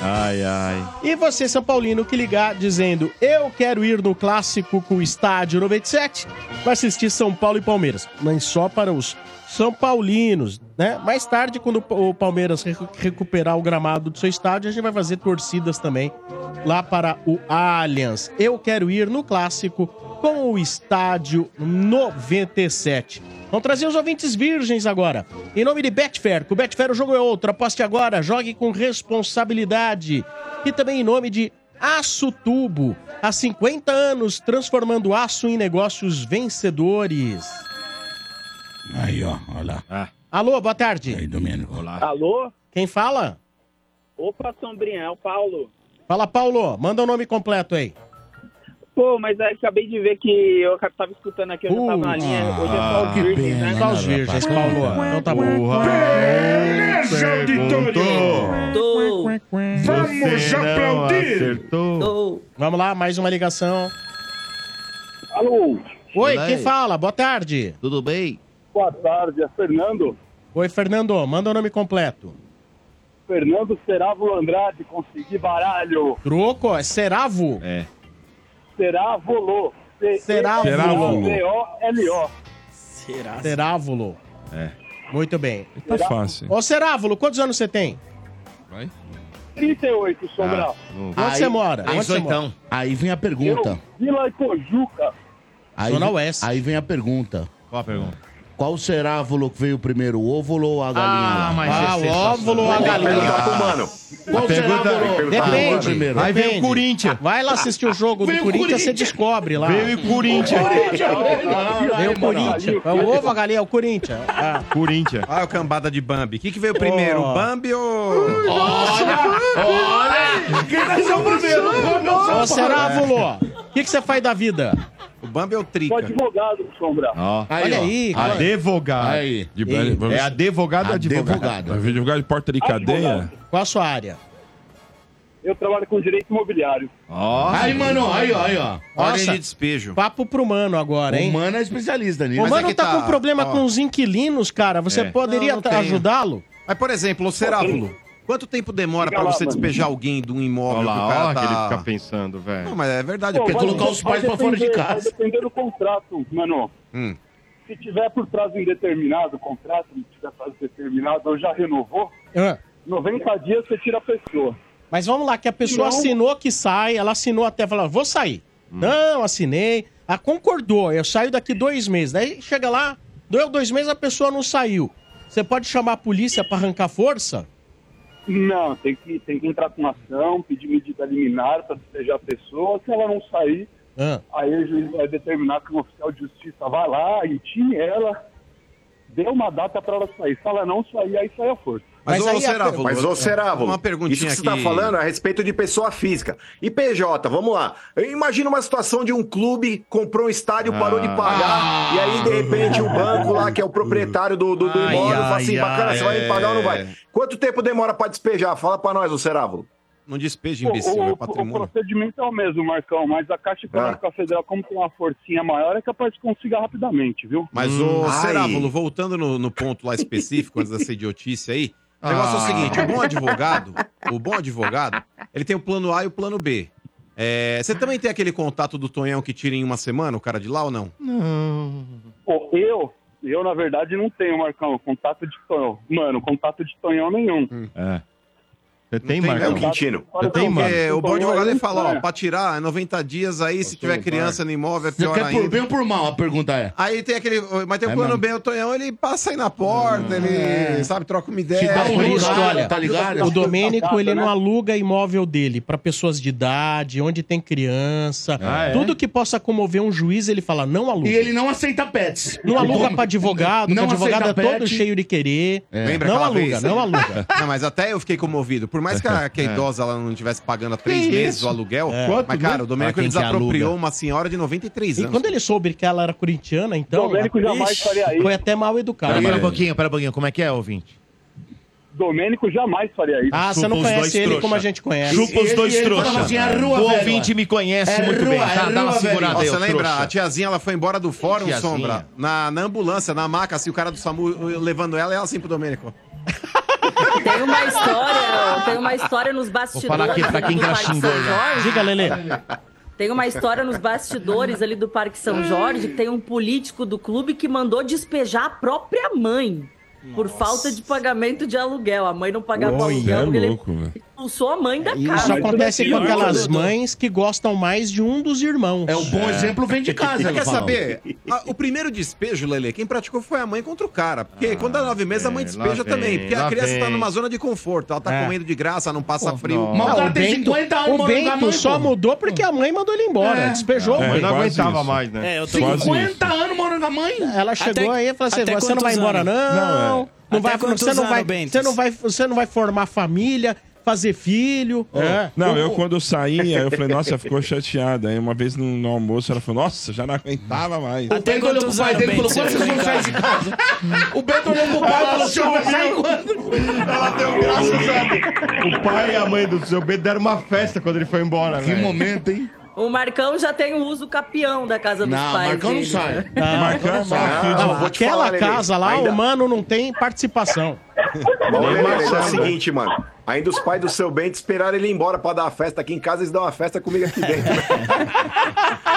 Speaker 13: Ai, ai.
Speaker 11: E você, São Paulino, que ligar dizendo: eu quero ir no clássico com o estádio 97, vai assistir São Paulo e Palmeiras. Mas só para os São Paulinos, né? Mais tarde, quando o Palmeiras recu- recuperar o gramado do seu estádio, a gente vai fazer torcidas também lá para o Allianz. Eu quero ir no clássico com o estádio 97. Vamos trazer os ouvintes virgens agora. Em nome de Betfair, com Betfair o jogo é outro. Aposte agora, jogue com responsabilidade. E também em nome de Aço Tubo. Há 50 anos, transformando aço em negócios vencedores. Ah.
Speaker 3: Aí, ó, olha lá.
Speaker 11: Alô, boa tarde. Aí,
Speaker 3: Domênico. Olá.
Speaker 14: Alô?
Speaker 11: Quem fala?
Speaker 14: Opa, Sombrinha, é o Paulo.
Speaker 11: Fala, Paulo. Manda o nome completo aí.
Speaker 14: Pô, mas aí acabei de ver que eu ac- tava escutando aqui, eu já tava na linha. Hoje
Speaker 13: Ah,
Speaker 14: é só os virgens, né?
Speaker 11: Só os virgens, Paulo. Então tá bom.
Speaker 12: Beleza,
Speaker 11: auditório!
Speaker 12: Vamos aplaudir!
Speaker 11: Vamos lá, mais uma ligação.
Speaker 15: Alô?
Speaker 11: Oi,
Speaker 15: Olá,
Speaker 11: quem
Speaker 15: aí.
Speaker 11: fala? Boa tarde.
Speaker 13: Tudo bem?
Speaker 15: Boa tarde, é Fernando.
Speaker 11: Oi, Fernando. Manda o nome completo.
Speaker 15: Fernando Seravo Andrade, consegui baralho.
Speaker 11: Troco, é Seravo?
Speaker 13: É.
Speaker 15: Serávulo.
Speaker 11: Serávulo.
Speaker 15: C-E-R-A-V-O-L-O.
Speaker 11: Será? Serávulo.
Speaker 13: É.
Speaker 11: Muito bem.
Speaker 4: Tá fácil.
Speaker 11: Ô, Serávulo, quantos anos você tem?
Speaker 4: Vai. Ah,
Speaker 15: 38, Sombral.
Speaker 11: Onde você mora?
Speaker 3: Aí,
Speaker 11: Onde você mora?
Speaker 3: aí vem a pergunta.
Speaker 15: Vila Ipojuca.
Speaker 3: Aí,
Speaker 11: Zona
Speaker 3: vem-
Speaker 11: Oeste.
Speaker 3: Aí vem a pergunta.
Speaker 13: Qual a pergunta?
Speaker 3: Qual será o que veio primeiro, o óvulo ou a galinha?
Speaker 11: Ah, mas Ah, é o sensacional. óvulo ou a galinha? Perguntar pro mano.
Speaker 3: Qual será óvulo?
Speaker 11: Depende.
Speaker 3: primeiro?
Speaker 11: Aí vem o Corinthians. Vai lá assistir o jogo do
Speaker 3: Veio o
Speaker 11: Corinthians, você
Speaker 3: Corinthians.
Speaker 11: descobre lá.
Speaker 13: Veio o Corinthians.
Speaker 11: Veio o Corinthians. É o ovo, a galinha, é o Corinthians. Ah.
Speaker 13: Corinthians.
Speaker 5: Ah, o cambada de Bambi. O que, que veio primeiro,
Speaker 11: Ó.
Speaker 5: o Bambi ou...
Speaker 12: Olha! Quem
Speaker 1: tá
Speaker 12: nasceu primeiro?
Speaker 11: Ô, Serávulo,
Speaker 1: É.
Speaker 11: o que que você faz da vida?
Speaker 5: O Bambi é o Trica.
Speaker 15: Sou advogado, Sombra.
Speaker 13: Ó.
Speaker 11: Olha aí, cara.
Speaker 13: Advogado.
Speaker 3: Aí.
Speaker 4: De-
Speaker 13: Ei.
Speaker 4: vamos-
Speaker 13: É advogado ou advogado?
Speaker 4: Vai ver Advogado de porta de cadeia?
Speaker 11: Qual a sua área?
Speaker 15: Eu trabalho com direito imobiliário.
Speaker 13: Ó.
Speaker 3: Aí, mano, aí, ó, aí, ó.
Speaker 5: Ordem
Speaker 11: Nossa.
Speaker 5: de despejo.
Speaker 11: Papo pro mano agora, hein?
Speaker 3: O mano é especialista nisso.
Speaker 11: O
Speaker 3: Mas é
Speaker 11: mano
Speaker 3: que
Speaker 11: tá, com problema com os inquilinos, cara. Você
Speaker 5: É.
Speaker 11: poderia
Speaker 5: Não, não
Speaker 11: tá-
Speaker 5: tenho.
Speaker 11: ajudá-lo?
Speaker 5: Mas, por exemplo, o Serávulo, quanto tempo demora
Speaker 11: Fica
Speaker 5: pra
Speaker 11: lá,
Speaker 5: você
Speaker 11: mano.
Speaker 5: despejar alguém de um imóvel
Speaker 13: Olha
Speaker 5: que o
Speaker 13: lá,
Speaker 5: cara
Speaker 13: ó,
Speaker 5: tá...
Speaker 13: que ele fica pensando, velho.
Speaker 5: Não, mas é verdade.
Speaker 15: Pô,
Speaker 5: porque
Speaker 15: vai
Speaker 5: colocar
Speaker 15: de-
Speaker 5: os pais
Speaker 15: vai
Speaker 5: pra fora de
Speaker 15: depender-
Speaker 5: casa.
Speaker 15: Vai depender do contrato, mano.
Speaker 5: Hum.
Speaker 15: Se tiver por prazo indeterminado o contrato, se tiver prazo determinado ou já renovou,
Speaker 11: Ah.
Speaker 15: 90 dias você tira a pessoa.
Speaker 11: Mas vamos lá, que a pessoa
Speaker 15: Não.
Speaker 11: assinou que sai, ela assinou até falar, vou sair.
Speaker 5: Hum.
Speaker 11: Não, assinei. Ah, concordou, eu saio daqui dois meses. Daí chega lá, deu dois meses, a pessoa não saiu. Você pode chamar a polícia pra arrancar força?
Speaker 15: Não, tem que, tem que entrar com ação, pedir medida liminar para despejar a pessoa. Se ela não sair,
Speaker 11: Ah.
Speaker 15: aí o juiz vai determinar que um oficial de justiça vai lá, intime ela, dê uma data para ela sair. Se ela não sair, aí sai a força.
Speaker 8: Mas, ô, Serávulo, é, mas, ô, Serávulo, isso que você está falando é a respeito de pessoa física. E PJ, vamos lá. Imagina uma situação de um clube comprou um estádio, parou de pagar, e aí, de repente, o banco lá, que é o proprietário do, do, do
Speaker 13: Ai,
Speaker 8: imóvel, fala assim,
Speaker 13: ai,
Speaker 8: bacana,
Speaker 13: ai,
Speaker 8: você vai me pagar ou não
Speaker 13: é.
Speaker 8: vai? Quanto tempo demora para despejar? Fala para nós, ô Serávulo.
Speaker 5: Não despeja,
Speaker 15: o, o- o procedimento é o mesmo, Marcão, mas a Caixa Econômica
Speaker 8: Ah.
Speaker 15: Federal, como tem uma forcinha maior, é capaz de conseguir rapidamente, viu?
Speaker 5: Mas,
Speaker 8: Hum.
Speaker 15: Hum.
Speaker 5: ô, Serávulo, voltando no, no ponto lá específico, antes dessa idiotice aí, o negócio é o
Speaker 15: Ah.
Speaker 5: seguinte, o bom advogado, o bom advogado, ele tem o plano A e o plano B. É, você também tem aquele contato do Tonhão que tira em uma semana o cara de lá ou não?
Speaker 13: Não.
Speaker 15: Pô, eu, eu, na verdade, não tenho, Marcão, contato de Tonhão. Mano, contato de Tonhão nenhum.
Speaker 13: É. Você tem,
Speaker 15: Não tem,
Speaker 13: Marcão?
Speaker 15: é o Quintino.
Speaker 13: Você tem, mano?
Speaker 5: Porque o bom advogado ele fala, ó,
Speaker 13: É.
Speaker 5: pra tirar é 90 dias aí, se tiver criança no imóvel é
Speaker 3: Você
Speaker 5: pior
Speaker 3: quer por
Speaker 5: ainda.
Speaker 3: bem ou por mal? A pergunta é.
Speaker 5: Aí tem aquele. Mas tem o
Speaker 3: É,
Speaker 5: plano
Speaker 3: mano.
Speaker 5: B, o Tonhão, ele passa aí na porta, ele, sabe, troca uma ideia.
Speaker 11: Te dá um
Speaker 5: Ele
Speaker 11: risco,
Speaker 5: dá-
Speaker 11: olha.
Speaker 5: tá ligado?
Speaker 11: O Domênico, ele
Speaker 5: Né?
Speaker 11: não aluga imóvel dele pra pessoas de idade, onde tem criança.
Speaker 3: Ah, é?
Speaker 11: Tudo que possa comover um juiz, ele fala, não aluga.
Speaker 3: E ele não aceita pets.
Speaker 11: Não aluga pra advogado,
Speaker 3: Não
Speaker 11: que advogado é
Speaker 3: aceita
Speaker 11: todo
Speaker 3: pet.
Speaker 11: cheio de querer. É.
Speaker 5: Lembra
Speaker 11: não
Speaker 5: aquela
Speaker 11: aluga,
Speaker 5: vez?
Speaker 11: não aluga.
Speaker 5: Não, mas até eu fiquei comovido. Por mais que a, que a
Speaker 11: É.
Speaker 5: idosa ela não estivesse pagando há três
Speaker 11: Que
Speaker 5: meses
Speaker 11: isso?
Speaker 5: o aluguel, Ah,
Speaker 11: É.
Speaker 5: mas,
Speaker 11: Quanto,
Speaker 5: cara,
Speaker 11: né?
Speaker 5: o Domênico
Speaker 11: Pra
Speaker 5: ele
Speaker 11: quem que
Speaker 5: desapropriou
Speaker 11: aluga.
Speaker 5: uma senhora de 93
Speaker 11: E
Speaker 5: anos.
Speaker 11: quando ele soube que ela era corintiana, então.
Speaker 15: Domênico jamais faria isso.
Speaker 11: Foi até mal educado.
Speaker 13: Pera, pera um
Speaker 11: pouquinho,
Speaker 13: pera um pouquinho. Como é que é, ouvinte?
Speaker 15: Domênico jamais faria isso.
Speaker 11: Ah, você não conhece ele como a gente conhece.
Speaker 2: Chupa os dois trouxas.
Speaker 5: assim,
Speaker 11: assim,
Speaker 2: o ouvinte me conhece
Speaker 5: É
Speaker 2: muito
Speaker 5: rua,
Speaker 2: bem,
Speaker 5: é
Speaker 2: tá? Dá
Speaker 5: rua,
Speaker 2: uma segurada aí,
Speaker 5: Você
Speaker 2: ô
Speaker 5: lembra?
Speaker 2: trouxa.
Speaker 5: A tiazinha, ela foi embora do fórum,
Speaker 2: Tiazinha.
Speaker 5: Sombra. Na, na ambulância, na maca, assim, o cara do SAMU eh, levando ela e ela assim pro Domênico.
Speaker 7: Tem uma história, tem uma história nos bastidores. ali do Parque São Jorge.
Speaker 11: Diga, Lelê.
Speaker 7: Tem uma história nos bastidores ali do Parque São Jorge que tem um político do clube que mandou despejar a própria mãe por falta de pagamento de aluguel. A mãe não pagava o
Speaker 11: Oi,
Speaker 7: aluguel,
Speaker 11: é
Speaker 7: porque ele
Speaker 11: louco, velho.
Speaker 7: expulsou a mãe
Speaker 15: Tá
Speaker 7: da casa.
Speaker 11: É Isso
Speaker 15: né?
Speaker 11: acontece com
Speaker 15: é
Speaker 11: aquelas mães que gostam mais de um dos irmãos. É, o
Speaker 5: É. Quer saber? A- o primeiro despejo, Lele, quem praticou foi a mãe contra o cara. Porque quando dá nove meses, a
Speaker 11: Ah,
Speaker 5: mãe
Speaker 11: é, lá
Speaker 5: despeja
Speaker 11: vem,
Speaker 5: também. Porque
Speaker 11: lá
Speaker 5: a criança tá
Speaker 11: vem.
Speaker 5: numa zona de conforto. Ela tá
Speaker 11: É.
Speaker 5: comendo de graça, não passa frio.
Speaker 11: Não, o Bento, o Bento só mudou porque a mãe mandou ele embora.
Speaker 5: É.
Speaker 11: Despejou a
Speaker 5: É,
Speaker 11: mãe.
Speaker 5: não
Speaker 13: Quase aguentava isso. mais, né?
Speaker 6: É, eu tô-
Speaker 11: 50
Speaker 3: anos morando com a mãe?
Speaker 11: Ela chegou aí e falou assim:
Speaker 6: até
Speaker 11: você não vai
Speaker 6: quantos
Speaker 11: embora,
Speaker 6: anos?
Speaker 11: não.
Speaker 6: Não,
Speaker 11: Não,
Speaker 6: é. Até
Speaker 11: vai,
Speaker 6: quantos
Speaker 11: você, não
Speaker 6: anos,
Speaker 11: vai,
Speaker 6: Bento?
Speaker 11: você, não vai, você não vai formar família, fazer filho. É.
Speaker 4: Não,
Speaker 11: O-
Speaker 4: eu quando eu saí, aí eu falei, nossa, ficou chateada. Aí uma vez no, no almoço ela falou, nossa, já não aguentava mais.
Speaker 3: O Bento olhou pro pai dele e falou: quando vocês vão sair de casa? O Bento olhou pro pai e falou: senhor vai sair quando? Ela deu um graças a Deus.
Speaker 13: O pai e a mãe do seu Bento deram uma festa quando ele foi embora, Que
Speaker 3: momento, hein?
Speaker 7: O Marcão já tem o uso capião da casa dos
Speaker 13: Não,
Speaker 7: pais.
Speaker 13: Marcão não
Speaker 7: dele.
Speaker 13: sai.
Speaker 6: Ah,
Speaker 11: Não,
Speaker 13: Marcão,
Speaker 11: não,
Speaker 13: Marcão,
Speaker 11: Ah, não,
Speaker 13: vou te
Speaker 11: aquela
Speaker 13: falar, Lelê,
Speaker 11: casa lá,
Speaker 8: ainda-
Speaker 11: o mano não tem participação.
Speaker 8: Mas, olha, Lelê, é o
Speaker 11: Marcelo.
Speaker 8: seguinte, mano. Ainda os pais do seu bem esperaram ele ir embora pra dar a festa aqui em casa, eles dão uma festa comigo aqui dentro.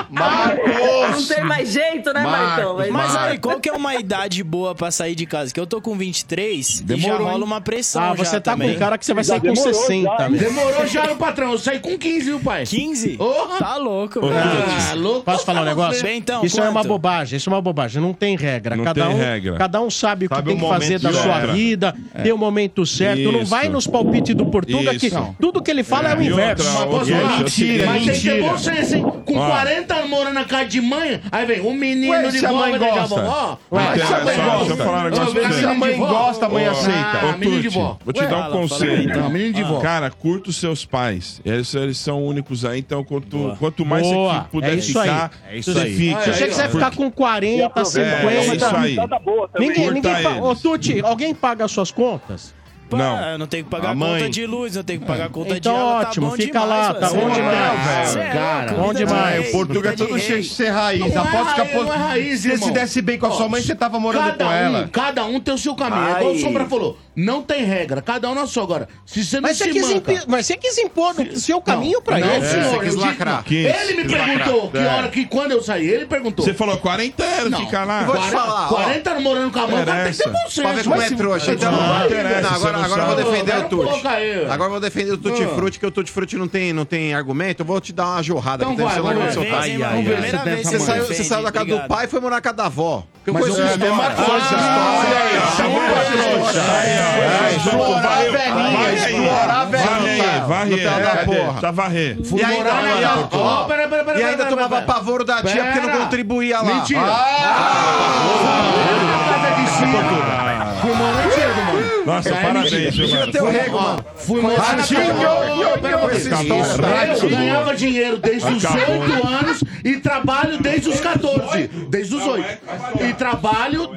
Speaker 7: Não tem mais jeito, né, Marcão?
Speaker 6: Mas, aí, qual que é uma idade boa pra sair de casa? Que eu tô com 23 e já
Speaker 11: Demorou,
Speaker 6: rola
Speaker 11: hein?
Speaker 6: uma pressão.
Speaker 11: Ah, você
Speaker 6: já
Speaker 11: tá com
Speaker 6: também.
Speaker 11: cara que você vai sair com 60. velho.
Speaker 3: Demorou já no patrão. Eu saí com 15, viu, pai?
Speaker 6: 15? Tá louco,
Speaker 11: Ô,
Speaker 6: velho.
Speaker 4: Ah,
Speaker 11: Dudes, Posso falar um negócio?
Speaker 6: Bem, então,
Speaker 11: isso é uma
Speaker 6: quanto?
Speaker 11: bobagem, isso é uma bobagem. Não tem regra.
Speaker 4: Não
Speaker 11: cada
Speaker 4: tem
Speaker 11: um,
Speaker 4: regra.
Speaker 11: Cada um sabe o que
Speaker 4: Sabe
Speaker 11: tem
Speaker 4: o
Speaker 11: que fazer
Speaker 4: momento
Speaker 11: da
Speaker 4: e
Speaker 11: sua
Speaker 4: hora.
Speaker 11: vida,
Speaker 4: É.
Speaker 11: tem o momento certo. Não
Speaker 4: Isso.
Speaker 11: vai nos palpites do Portuga que
Speaker 4: Isso.
Speaker 11: tudo que ele fala é, o
Speaker 4: E
Speaker 11: inverso.
Speaker 4: outra, é outra,
Speaker 11: Mas
Speaker 4: outra,
Speaker 11: mentira,
Speaker 3: Mas tem que ter
Speaker 11: mentira.
Speaker 3: bom senso,
Speaker 11: assim,
Speaker 3: hein? Com
Speaker 11: Ó.
Speaker 3: 40 anos morando na casa de mãe, aí vem
Speaker 11: um
Speaker 3: o menino
Speaker 13: Ué,
Speaker 3: de
Speaker 13: se a
Speaker 3: vó,
Speaker 13: mãe
Speaker 3: vai deixar a
Speaker 13: gosta?
Speaker 3: vovó.
Speaker 13: Ué,
Speaker 3: Ué,
Speaker 13: se a mãe
Speaker 3: gosta.
Speaker 13: gosta?
Speaker 4: um
Speaker 3: Ô, menino
Speaker 13: Se a
Speaker 3: de
Speaker 13: mãe
Speaker 3: vó.
Speaker 13: gosta, a mãe
Speaker 3: Ó,
Speaker 13: aceita.
Speaker 3: Ah, menino de
Speaker 4: Tuti,
Speaker 3: vó.
Speaker 4: Vou te dar um
Speaker 3: Ué,
Speaker 4: conselho.
Speaker 3: Não, menino de vó.
Speaker 4: Cara, curta os seus pais. Eles, eles são únicos aí, então quanto,
Speaker 11: Boa.
Speaker 4: quanto mais
Speaker 11: Boa.
Speaker 4: você puder
Speaker 11: É isso aí.
Speaker 4: ficar,
Speaker 11: É isso
Speaker 4: você
Speaker 11: aí.
Speaker 4: fica.
Speaker 11: Se você quiser ficar com Tá 40, 50.
Speaker 4: É, é isso aí.
Speaker 11: Ninguém, ninguém
Speaker 4: Curta
Speaker 11: pa... Ô, Tuti, alguém paga as suas contas?
Speaker 6: Não. Ah, eu não tenho que pagar
Speaker 11: A
Speaker 6: a
Speaker 11: mãe.
Speaker 6: conta de luz, não tenho que pagar a conta
Speaker 11: Então
Speaker 6: de água.
Speaker 11: ótimo,
Speaker 6: tá bom
Speaker 11: fica
Speaker 6: demais,
Speaker 11: lá, tá
Speaker 6: velho.
Speaker 11: bom
Speaker 6: Você é
Speaker 13: Ah,
Speaker 11: demais,
Speaker 6: louco,
Speaker 11: velho.
Speaker 6: você é
Speaker 11: Cara,
Speaker 6: louco,
Speaker 11: bom
Speaker 6: vida de
Speaker 11: demais.
Speaker 6: rei,
Speaker 13: O Portuga é
Speaker 6: vida de
Speaker 13: todo cheio de
Speaker 6: rei.
Speaker 13: ser raiz.
Speaker 3: Não é
Speaker 13: Aposto que
Speaker 3: raiz,
Speaker 13: aposto-
Speaker 3: não é raiz,
Speaker 13: Se ele se
Speaker 3: irmão.
Speaker 13: desse bem com a
Speaker 3: Ó,
Speaker 13: sua mãe, você tava morando
Speaker 3: cada
Speaker 13: com
Speaker 3: um,
Speaker 13: ela.
Speaker 3: Cada um tem o seu caminho. É igual o
Speaker 13: Ai.
Speaker 3: Sombra falou. Não tem regra. Cada um na sua. Agora, se você não
Speaker 11: Mas
Speaker 3: se
Speaker 11: você, quis
Speaker 3: manca...
Speaker 11: impi- mas você quis impor o seu caminho pra
Speaker 3: não,
Speaker 11: ele.
Speaker 3: senhor, eu digo- Ele me
Speaker 11: Quis lacrar.
Speaker 3: perguntou que
Speaker 11: É.
Speaker 3: hora que quando eu saí, ele perguntou.
Speaker 4: Você falou 40 anos, fica lá. Vou te
Speaker 3: 40
Speaker 4: falar, ó.
Speaker 3: 40 anos morando com a
Speaker 5: tá
Speaker 3: mãe, cara, tem que ter bom senso.
Speaker 5: Pra ver como é
Speaker 3: Mas-
Speaker 5: trouxa. Então,
Speaker 3: Não,
Speaker 5: não,
Speaker 3: interessa,
Speaker 5: agora
Speaker 3: você não
Speaker 5: agora eu vou
Speaker 3: sabe.
Speaker 5: defender
Speaker 3: Agora
Speaker 5: o Tutti.
Speaker 3: coloca aí.
Speaker 5: Agora eu vou defender o Tutti
Speaker 3: Ah.
Speaker 5: Frutti, que o Tutti Frutti não tem, não tem argumento. Eu vou te dar uma jorrada
Speaker 3: Então
Speaker 5: aqui
Speaker 3: vai,
Speaker 5: dentro
Speaker 3: vamos
Speaker 5: do seu
Speaker 3: ver.
Speaker 5: caso.
Speaker 3: Ai, ai, ai. Primeira vez
Speaker 5: Você
Speaker 3: que
Speaker 5: saiu-
Speaker 3: defende,
Speaker 5: Você saiu da casa do
Speaker 3: obrigado.
Speaker 5: pai e foi morar na casa da avó. Eu
Speaker 3: Mas
Speaker 5: conheço
Speaker 3: eu-
Speaker 5: a história.
Speaker 3: é a mesma coisa,
Speaker 5: Ah,
Speaker 3: é né?
Speaker 5: É, Explorar a velhinha, explorar a velhinha.
Speaker 4: Varre,
Speaker 5: No tal da
Speaker 4: cadê?
Speaker 5: porra.
Speaker 4: Tá varrer.
Speaker 5: E ainda tomava, ó, e ainda tomava pavoro da tia porque não contribuía lá. Ah!
Speaker 4: Mentira.
Speaker 3: Ah! Fumou mentira do mano. é
Speaker 4: Nossa,
Speaker 1: É,
Speaker 4: parabéns, viu, mano?
Speaker 3: Tira teu
Speaker 4: Fumou.
Speaker 3: rego, mano. Fumou
Speaker 4: Ratinho,
Speaker 3: mentira.
Speaker 4: eu- eu- eu-
Speaker 3: Esse
Speaker 4: tá
Speaker 3: história-
Speaker 4: bom, tá
Speaker 3: Eu
Speaker 4: bom.
Speaker 3: ganhava dinheiro desde os
Speaker 4: Acabou.
Speaker 3: 8 anos e trabalho desde os 14. Desde os 8. E trabalho.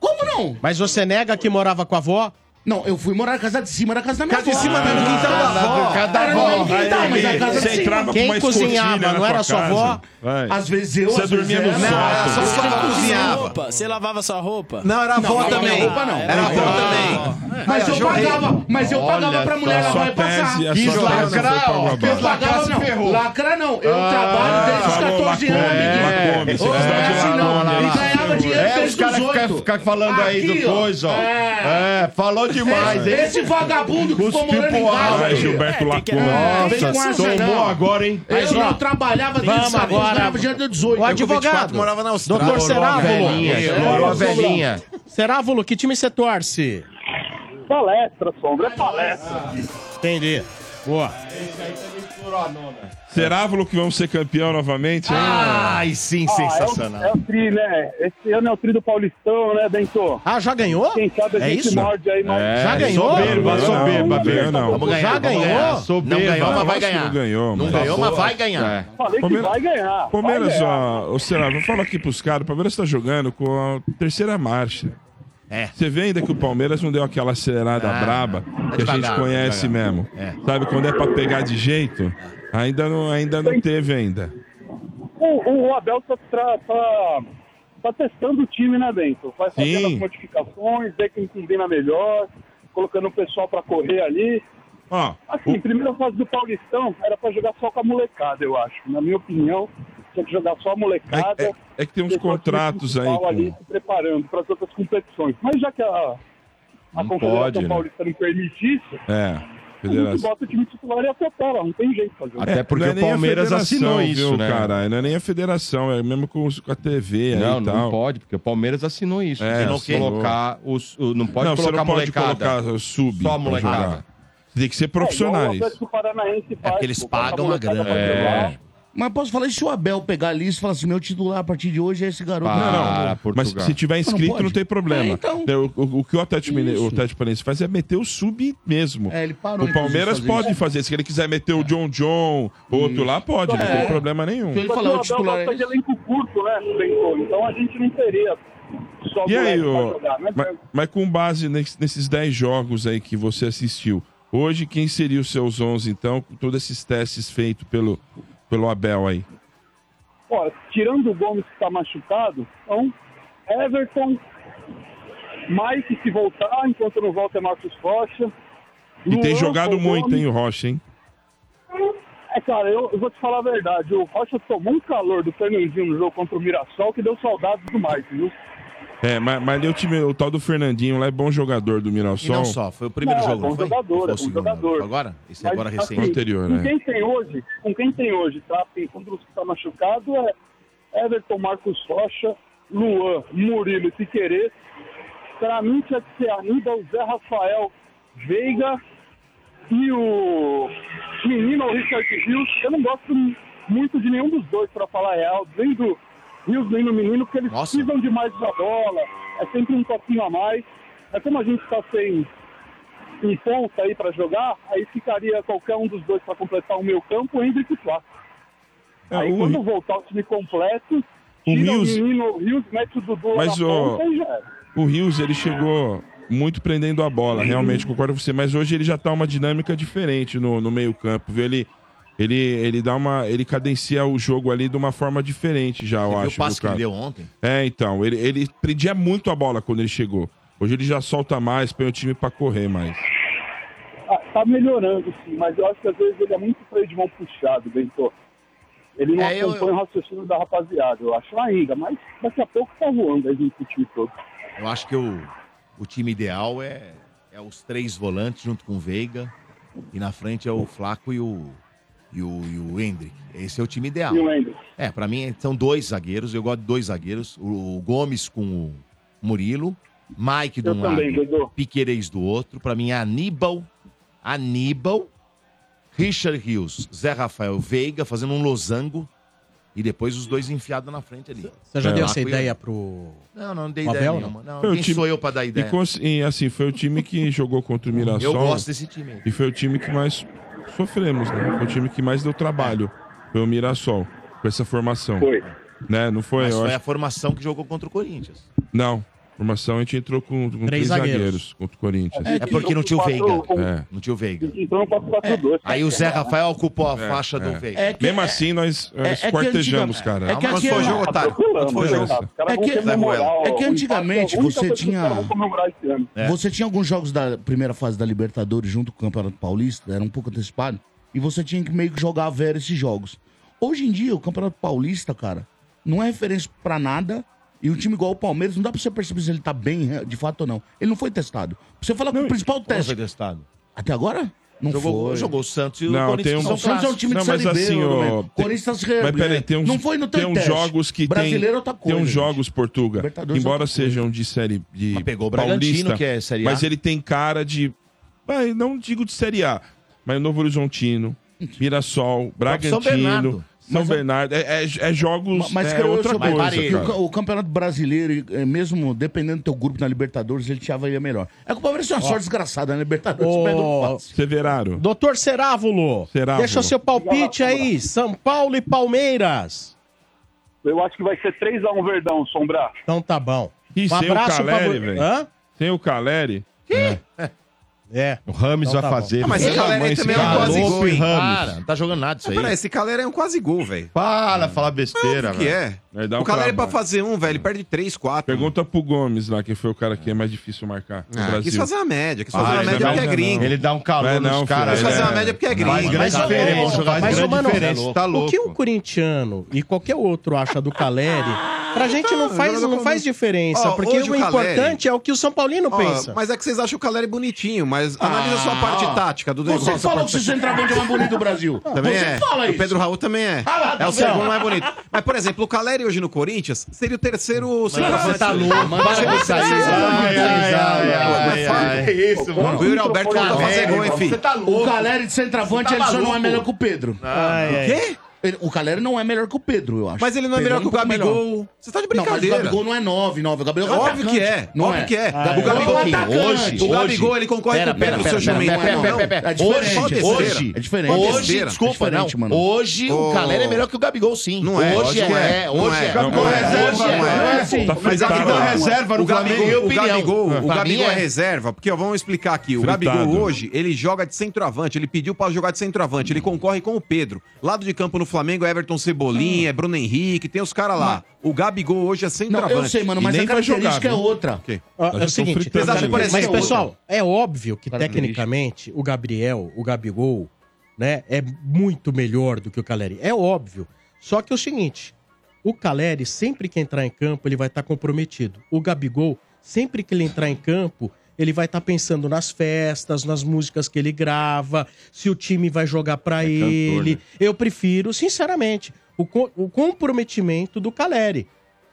Speaker 3: Como não?
Speaker 11: Mas você nega que morava com a avó?
Speaker 3: Não, eu fui morar na casa de cima, na casa da minha avó.
Speaker 11: Casa de cima,
Speaker 3: Ah,
Speaker 11: no quintal da avó.
Speaker 3: Casa da
Speaker 11: Era no
Speaker 3: avó.
Speaker 11: meu quintal,
Speaker 3: Aí,
Speaker 11: mas na casa
Speaker 3: você
Speaker 11: de cima.
Speaker 3: entrava com
Speaker 11: Quem
Speaker 3: uma
Speaker 11: cozinhava,
Speaker 3: escotilha na
Speaker 11: não era
Speaker 3: tua
Speaker 11: sua
Speaker 3: casa.
Speaker 11: avó?
Speaker 3: Vai. Às vezes eu,
Speaker 11: Você
Speaker 3: às
Speaker 11: dormia
Speaker 3: vezes
Speaker 11: no
Speaker 3: ela.
Speaker 11: sótão.
Speaker 3: Não,
Speaker 6: Você
Speaker 3: só
Speaker 6: lavava
Speaker 3: ela
Speaker 6: sua
Speaker 3: cozinhava.
Speaker 6: roupa? Você lavava sua roupa?
Speaker 5: Não, era avó
Speaker 3: lavava
Speaker 5: também.
Speaker 3: minha roupa, não.
Speaker 5: Era avó também.
Speaker 3: Mas
Speaker 5: Aí,
Speaker 3: eu
Speaker 5: ó, jorrei.
Speaker 3: pagava, mas eu pagava pra mulher
Speaker 5: só.
Speaker 3: ela vai
Speaker 5: Sua tese-
Speaker 3: passar.
Speaker 5: a sua tese foi pra
Speaker 3: ó.
Speaker 5: água
Speaker 3: Eu
Speaker 5: abaixo.
Speaker 3: pagava
Speaker 5: Se ferrou.
Speaker 3: não. Lacra não. Eu
Speaker 5: Ah,
Speaker 3: trabalho desde os 14 anos. amiguinho. Ô, Lacra não. E ganhava dinheiro
Speaker 13: É, os
Speaker 3: desde os
Speaker 13: caras
Speaker 3: 8.
Speaker 13: ficam fica falando aí
Speaker 3: Aqui,
Speaker 13: do
Speaker 3: ó.
Speaker 13: coisa, ó.
Speaker 3: É.
Speaker 13: É, falou demais, hein?
Speaker 3: Esse vagabundo que ficou morando em casa.
Speaker 13: Vai,
Speaker 3: filho.
Speaker 13: Gilberto Lacuna.
Speaker 3: É, vem com
Speaker 13: Nossa,
Speaker 3: essa, não.
Speaker 13: tomou agora, hein?
Speaker 3: Eu não trabalhava desde os
Speaker 13: Vamos
Speaker 3: 14
Speaker 13: agora.
Speaker 3: anos. Ganhava dinheiro desde os 18.
Speaker 11: O advogado. Doutor Serávulo.
Speaker 13: Explorou a velhinha.
Speaker 11: Serávulo, que time você torce?
Speaker 15: Palestra, Sombra, é palestra.
Speaker 11: Entendi. Boa.
Speaker 4: Será, Volo, que vamos ser campeão novamente? hein?
Speaker 15: Ai,
Speaker 13: sim,
Speaker 15: Ah, É o, é o tri, né? Esse ano é o tri do Paulistão, né, Bento?
Speaker 11: Ah, já ganhou?
Speaker 15: Quem sabe a
Speaker 11: É
Speaker 15: gente
Speaker 11: isso?
Speaker 15: morde aí, mas...
Speaker 13: É,
Speaker 11: Já ganhou?
Speaker 13: Soberba,
Speaker 11: Não,
Speaker 13: soberba,
Speaker 11: não
Speaker 13: Bento.
Speaker 11: ganhou, não.
Speaker 13: Vamos
Speaker 11: Já
Speaker 13: ganhar, vamos
Speaker 11: ganhou?
Speaker 13: ganhar.
Speaker 11: Não
Speaker 13: Soberba.
Speaker 11: ganhou, mas
Speaker 13: Eu
Speaker 11: vai
Speaker 13: acho que
Speaker 11: ganhar.
Speaker 4: Não ganhou,
Speaker 13: Não
Speaker 4: mano.
Speaker 13: ganhou, mas vai
Speaker 4: É.
Speaker 13: ganhar.
Speaker 15: Falei que
Speaker 4: Palmeiras-
Speaker 15: vai ganhar.
Speaker 4: Palmeiras,
Speaker 15: vai ganhar.
Speaker 4: ó, ô, Será, vou falar aqui pros caras. O Palmeiras tá jogando com a terceira marcha.
Speaker 13: É.
Speaker 4: Você vê ainda que o Palmeiras não deu aquela acelerada
Speaker 2: Ah,
Speaker 4: braba
Speaker 2: tá
Speaker 4: que a gente
Speaker 2: devagar,
Speaker 4: conhece
Speaker 2: devagar.
Speaker 4: mesmo.
Speaker 2: É.
Speaker 4: Sabe, quando é pra pegar de jeito, ainda não, ainda não teve ainda.
Speaker 15: O, o Abel tá, tra- tá- tá testando o time, né, Bento? Vai fazendo as
Speaker 4: Sim.
Speaker 15: modificações, ver quem combina melhor, colocando o pessoal pra correr ali.
Speaker 4: Ó,
Speaker 15: Assim, primeira fase do Paulistão era pra jogar só com a molecada, eu acho. Na minha opinião, tinha que jogar só a molecada.
Speaker 4: É, é- é que tem uns contratos aí.
Speaker 15: principal ali
Speaker 4: Com...
Speaker 15: se preparando para as outras competições. Mas já que a, a Confederação
Speaker 4: pode, né?
Speaker 15: Paulista não permite isso,
Speaker 4: É,
Speaker 15: a gente
Speaker 4: federação.
Speaker 15: bota o time titular e atropela, não tem jeito de fazer.
Speaker 4: É, não é nem a federação, viu,
Speaker 9: né?
Speaker 15: cara?
Speaker 4: Cara? Não é nem a federação, é mesmo com, os- com a TV aí
Speaker 9: Não,
Speaker 4: e
Speaker 9: não
Speaker 4: tal.
Speaker 9: pode, porque o Palmeiras assinou isso.
Speaker 4: É,
Speaker 9: Você não
Speaker 4: assinou.
Speaker 9: colocar os, o- não pode
Speaker 4: Não, você
Speaker 9: colocar
Speaker 4: não pode
Speaker 9: molecada.
Speaker 4: colocar uh, sub
Speaker 9: Só
Speaker 4: pra
Speaker 9: molecada.
Speaker 4: jogar. Você tem que ser
Speaker 3: profissionais.
Speaker 15: É, igual o Atlético Paranaense
Speaker 4: É,
Speaker 15: faz,
Speaker 3: porque É eles
Speaker 15: pô, bota a
Speaker 3: pagam uma
Speaker 15: molecada
Speaker 3: grana.
Speaker 15: pra
Speaker 9: É.
Speaker 15: jogar.
Speaker 3: Mas posso falar, e se o Abel pegar ali e falar assim, meu titular a partir de hoje é esse garoto?
Speaker 4: não, não, não. Mas se tiver inscrito, não,
Speaker 3: pode.
Speaker 4: tem problema. Né,
Speaker 3: É, então.
Speaker 4: o, o- o que o Atlético Mine- o Atlético Paranaense faz é meter o sub mesmo.
Speaker 3: É, ele parou,
Speaker 4: o
Speaker 3: inclusive,
Speaker 4: Palmeiras
Speaker 3: de fazer É.
Speaker 4: pode fazer. Se ele quiser meter o John John, outro lá, pode, não tem
Speaker 15: É.
Speaker 4: problema nenhum.
Speaker 15: Só que o Abel
Speaker 4: é
Speaker 15: gosta de elenco curto, né, Bento? Então a gente não teria só
Speaker 4: E aí,
Speaker 15: moleque pra
Speaker 4: ô,
Speaker 15: jogar, né?
Speaker 4: mas, mas com base nes- nesses 10 jogos aí que você assistiu, hoje quem seria os seus 11, então, com todos esses testes feitos pelo, pelo Abel aí?
Speaker 15: Ó, tirando o Gomes que está machucado, então Everton, Mike se voltar, enquanto não volta é Marcos Rocha.
Speaker 4: E tem
Speaker 15: Luan,
Speaker 4: jogado
Speaker 15: Paulo
Speaker 4: muito,
Speaker 15: Gomes.
Speaker 4: hein, o Rocha, hein?
Speaker 15: É, cara, eu, eu vou te falar a verdade. O Rocha tomou um calor do Fernandinho no jogo contra o Mirassol que deu saudades do Mike, viu?
Speaker 4: É, mas, mas ali o, time, o tal do Fernandinho lá é bom jogador do Mirassol.
Speaker 15: E não só, foi o primeiro Não, jogo, não bom foi? jogador, Ou foi o bom segundo né? jogador. jogo?
Speaker 4: Agora?
Speaker 15: Esse Mas, assim,
Speaker 4: Anterior,
Speaker 15: com
Speaker 4: né?
Speaker 15: quem tem hoje, com quem tem hoje, tá? Tem contra os que tá machucado é Everton, Marcos Rocha, Luan, Murilo e Piquerez. Pra mim tinha que ser ainda o Zé Rafael Veiga e o menino Richard Rios. Eu não gosto muito de nenhum dos dois, pra falar a real, nem do Rios nem do menino, porque eles precisam demais da bola, é sempre um toquinho a mais. Mas como a gente tá sem um ponta aí pra jogar, aí ficaria qualquer um dos dois pra completar o meu campo, Hendrick e Flá.
Speaker 4: É,
Speaker 15: aí quando voltar o time completo, tira o,
Speaker 4: Rios-
Speaker 15: menino Rios, mete o Dudu lá
Speaker 4: Mas
Speaker 15: na
Speaker 4: o,
Speaker 15: ponta e já era.
Speaker 4: o Rios, ele chegou muito prendendo a bola, realmente, concordo com você. Mas hoje ele já tá uma dinâmica diferente no, no meio-campo, viu? Ele, ele, ele dá uma. Ele cadencia o jogo ali de uma forma diferente, já, eu
Speaker 2: viu
Speaker 4: acho.
Speaker 2: o passe
Speaker 4: viu,
Speaker 2: que ele
Speaker 4: cara?
Speaker 2: deu ontem?
Speaker 4: É, então. Ele, ele prendia muito a bola quando ele chegou. Hoje ele já solta mais, põe o time pra correr mais.
Speaker 15: Ah, tá melhorando sim, mas eu acho que às vezes ele é muito freio de mão puxado, Bento. Ele não
Speaker 2: É, eu-
Speaker 15: acompanha o raciocínio da rapaziada, eu acho ainda, mas daqui a pouco tá voando a gente o time todo.
Speaker 2: Eu acho que o, o time ideal é, é os três volantes junto com o Veiga. E na frente é o Flaco e o, e o, e o Hendrick. Esse é o time ideal.
Speaker 15: E o Hendrick.
Speaker 2: É, pra mim são dois zagueiros. Eu gosto de dois zagueiros. O, o Gomes com o Murilo. Mike de
Speaker 15: Eu
Speaker 2: um
Speaker 15: também,
Speaker 2: lado, Piquerez do outro. Pra mim é Aníbal. Aníbal. Richard Rios, Zé Rafael Veiga fazendo um losango. E depois os dois enfiados na frente ali.
Speaker 11: Você já deu
Speaker 2: Flaco
Speaker 11: essa
Speaker 2: e-
Speaker 11: ideia pro.
Speaker 2: Não, não dei
Speaker 11: pro
Speaker 2: ideia
Speaker 11: Abel,
Speaker 2: nenhuma. Não, quem sou eu pra dar ideia? Hum,
Speaker 4: E, cons- e, assim, foi o time que jogou contra o Mirassol.
Speaker 2: Eu gosto desse time aí.
Speaker 4: E foi o time que mais sofremos, né? Foi o time que mais deu trabalho. Foi o Mirassol, com essa formação.
Speaker 2: Foi.
Speaker 4: Né? Não foi,
Speaker 2: Mas
Speaker 4: eu
Speaker 2: foi
Speaker 4: acho.
Speaker 2: a formação que jogou contra o Corinthians.
Speaker 4: Não. Formação a gente entrou com, com
Speaker 2: Três
Speaker 4: três,
Speaker 2: zagueiros.
Speaker 4: zagueiros. contra o Corinthians.
Speaker 2: É porque não tinha o Veiga.
Speaker 4: É.
Speaker 2: Não tinha o Veiga.
Speaker 15: Então
Speaker 2: Aí o Zé Rafael ocupou a faixa do Veiga.
Speaker 3: É que-
Speaker 4: Mesmo assim, nós
Speaker 3: é- é
Speaker 4: nós
Speaker 3: que
Speaker 4: cortejamos,
Speaker 3: antiga-
Speaker 4: cara.
Speaker 3: é que Mas foi aquela- jogo, otário. Mas foi jogo.
Speaker 4: Beleza.
Speaker 3: É que-
Speaker 15: Zé Ruela.
Speaker 3: é que antigamente
Speaker 15: O empate é a única
Speaker 3: você
Speaker 15: coisa que os
Speaker 3: tinha- É.
Speaker 15: caras vão comemorar esse ano.
Speaker 2: É.
Speaker 3: Você tinha alguns jogos da primeira fase da Libertadores junto com o Campeonato Paulista, era um pouco antecipado, e você tinha que meio que jogar a vera esses jogos. Hoje em dia, o Campeonato Paulista, cara, não é referência pra nada, e um time igual o Palmeiras, não dá pra você perceber se ele tá bem re- de fato ou não. Ele não foi testado. Você fala que o principal teste...
Speaker 2: foi testado?
Speaker 3: Até agora? Não
Speaker 2: Jogou-
Speaker 3: foi.
Speaker 2: jogou o Santos e o
Speaker 4: Não, tem um...
Speaker 3: Não, O Santos é um time de
Speaker 4: Não, mas
Speaker 3: Série B,
Speaker 4: assim,
Speaker 3: meu
Speaker 4: ó,
Speaker 3: amigo.
Speaker 4: tem-
Speaker 3: Corinthians tá se
Speaker 4: Mas peraí,
Speaker 3: reabrindo.
Speaker 4: tem uns,
Speaker 3: Não foi no
Speaker 4: tem uns
Speaker 3: teste.
Speaker 4: jogos que tem...
Speaker 3: Brasileiro é outra coisa,
Speaker 4: Tem uns
Speaker 3: gente.
Speaker 4: jogos, Portuga,
Speaker 3: Libertadores é
Speaker 4: embora
Speaker 3: outra
Speaker 4: sejam de Série de
Speaker 2: Mas pegou o
Speaker 4: Paulista,
Speaker 2: Bragantino, que é Série A.
Speaker 4: Mas ele tem cara de... Ah, eu não digo de Série A, mas o Novo Horizontino, Mirassol, Bragantino... São
Speaker 3: Bernardo.
Speaker 4: Bernardo.
Speaker 3: Mas-
Speaker 4: é, é- é jogos...
Speaker 3: Mas
Speaker 4: é
Speaker 3: creio eu,
Speaker 4: outra
Speaker 3: seu
Speaker 4: coisa,
Speaker 3: Palmeiras,
Speaker 4: cara.
Speaker 3: que o, o campeonato brasileiro, eh, mesmo dependendo do teu grupo na Libertadores, ele te avalia melhor. É que o Palmeiras tem uma
Speaker 11: Ó.
Speaker 3: sorte desgraçada na Libertadores.
Speaker 11: Ô,
Speaker 3: pega o fácil.
Speaker 4: Severaro.
Speaker 11: Doutor Serávulo,
Speaker 4: Serávulo.
Speaker 11: deixa o seu palpite aí. São Paulo e Palmeiras.
Speaker 15: Eu acho que vai ser 3x1 Verdão, Sombrar.
Speaker 11: Então tá bom.
Speaker 4: E sem o
Speaker 3: um
Speaker 11: pra
Speaker 4: Caleri,
Speaker 11: vo-
Speaker 4: velho.
Speaker 11: Hã?
Speaker 4: Tem o Caleri.
Speaker 11: É.
Speaker 4: O Rames
Speaker 5: Então
Speaker 4: vai
Speaker 5: tá bom.
Speaker 4: fazer.
Speaker 5: Ah, mas esse Caleri também é um quase gol, hein? Para,
Speaker 2: não tá jogando nada
Speaker 5: Mas, peraí, esse Calera é um quase gol, velho.
Speaker 4: Para, fala
Speaker 5: besteira, que
Speaker 4: velho.
Speaker 5: é?
Speaker 4: Aí dá
Speaker 5: o
Speaker 4: um
Speaker 5: Calera é pra
Speaker 4: trabalho.
Speaker 5: fazer um, velho. Ele perde três, quatro.
Speaker 4: Pergunta pro Gomes lá, que foi o cara que é mais difícil marcar. no
Speaker 5: Ah,
Speaker 4: Brasil.
Speaker 5: quis fazer uma média, quis fazer uma
Speaker 4: Ah, ele
Speaker 5: média
Speaker 4: dá
Speaker 5: porque
Speaker 4: um-
Speaker 5: é gringo.
Speaker 4: Ele dá um calor
Speaker 5: Não é não,
Speaker 4: nos caras.
Speaker 5: filho. Quis
Speaker 4: né?
Speaker 5: fazer uma média porque é um gringo.
Speaker 4: Faz grande
Speaker 11: Mas, ô,
Speaker 4: diferença,
Speaker 11: ô,
Speaker 4: faz
Speaker 11: né? Tá mas,
Speaker 5: é
Speaker 11: ô,
Speaker 4: grande
Speaker 11: mano,
Speaker 4: diferença, tá
Speaker 11: o
Speaker 4: louco.
Speaker 11: que o corintiano e qualquer outro acha do Caleri,
Speaker 5: Ah,
Speaker 11: pra gente não faz, não faz diferença,
Speaker 5: tá, Ó,
Speaker 11: porque
Speaker 5: hoje
Speaker 11: o
Speaker 5: o Caleri-
Speaker 11: importante é o que o São Paulino
Speaker 5: Ó,
Speaker 11: pensa.
Speaker 5: Mas é que vocês acham o Caleri bonitinho, mas analisa
Speaker 11: Ah,
Speaker 5: só a parte tática do
Speaker 11: você
Speaker 5: negócio, a
Speaker 11: falou
Speaker 5: parte
Speaker 11: que o
Speaker 5: tática.
Speaker 11: centroavante é o mais bonito do Brasil.
Speaker 5: Também
Speaker 11: Você
Speaker 5: é.
Speaker 11: fala
Speaker 5: O
Speaker 11: isso.
Speaker 5: Pedro Raul também é.
Speaker 11: Ah lá, tá
Speaker 5: é o
Speaker 11: vendo?
Speaker 5: segundo mais bonito. Mas, por exemplo, o Caleri hoje no Corinthians seria o terceiro centroavante.
Speaker 11: você tá louco, mano.
Speaker 5: Mas
Speaker 11: Vai
Speaker 5: seria o
Speaker 11: sair,
Speaker 5: terceiro.
Speaker 11: vai, vai,
Speaker 5: Mas fala-
Speaker 3: Que isso, mano?
Speaker 5: O Yuri Alberto voltou a fazer gol, hein, filho?
Speaker 3: O Caleri de centroavante,
Speaker 5: tá Você tá
Speaker 3: ele só não é
Speaker 5: maluco?
Speaker 3: melhor que o Pedro.
Speaker 5: Ai, ai.
Speaker 3: Ele- o Caleri não é melhor que o Pedro, eu acho.
Speaker 5: Mas ele não é
Speaker 3: Pedro
Speaker 5: melhor que o
Speaker 3: um pouco
Speaker 5: Gabigol.
Speaker 3: melhor.
Speaker 5: Você tá de
Speaker 3: Não,
Speaker 5: brincadeira.
Speaker 3: mas o Gabigol não é 9, 9. O Gabigol é
Speaker 5: Óbvio
Speaker 3: atacante.
Speaker 5: que é,
Speaker 3: Não
Speaker 5: óbvio que é.
Speaker 3: O Gabigol é um
Speaker 5: Hoje,
Speaker 3: atacante.
Speaker 5: hoje, o Gabigol, ele concorre
Speaker 3: Pera,
Speaker 5: com o
Speaker 3: pera,
Speaker 5: Pedro,
Speaker 3: pera,
Speaker 5: seu
Speaker 3: pera,
Speaker 5: jumento.
Speaker 3: pera,
Speaker 5: Não,
Speaker 3: pera, pera.
Speaker 5: é diferente. Só
Speaker 3: Hoje,
Speaker 5: besteira.
Speaker 3: hoje, é diferente.
Speaker 5: Só
Speaker 3: Hoje, é
Speaker 5: besteira.
Speaker 3: desculpa, não.
Speaker 2: Mano, hoje o
Speaker 5: Ô.
Speaker 2: Calera é melhor que o Gabigol, sim.
Speaker 5: Não é.
Speaker 2: Hoje
Speaker 5: Lógico que
Speaker 2: é.
Speaker 5: é. Não
Speaker 2: Hoje
Speaker 5: é.
Speaker 2: é.
Speaker 5: Gabigol é reserva, não é. Tá
Speaker 2: Mas é
Speaker 5: fritado.
Speaker 2: que não é reserva no
Speaker 5: O Gabigol-
Speaker 2: Flamengo.
Speaker 5: O Gabigol, o
Speaker 2: Pra mim
Speaker 5: Gabigol é reserva, porque ó, vamos explicar aqui. O
Speaker 2: Fritado.
Speaker 5: Gabigol hoje, ele joga de centroavante, ele pediu pra jogar de centroavante, ele concorre com o Pedro. Lado de campo no Flamengo é Everton Cebolinha, é Bruno Henrique, tem os caras lá. O Gabigol hoje é centroavante.
Speaker 3: Não, eu sei, mano, mas a característica é outra.
Speaker 5: Ok.
Speaker 11: Ó, É o seguinte,
Speaker 5: Vocês acham que parece
Speaker 11: mas
Speaker 5: que é outra?
Speaker 11: pessoal, é óbvio que
Speaker 5: Característica.
Speaker 11: tecnicamente o Gabriel, o Gabigol, né, é muito melhor do que o Caleri. É óbvio. Só que é o seguinte, o Caleri sempre que entrar em campo, ele vai estar comprometido. O Gabigol, sempre que ele entrar em campo, ele vai estar pensando nas festas, nas músicas que ele grava, se o time vai jogar pra ele. Eu prefiro, sinceramente, o, co- o comprometimento do Caleri.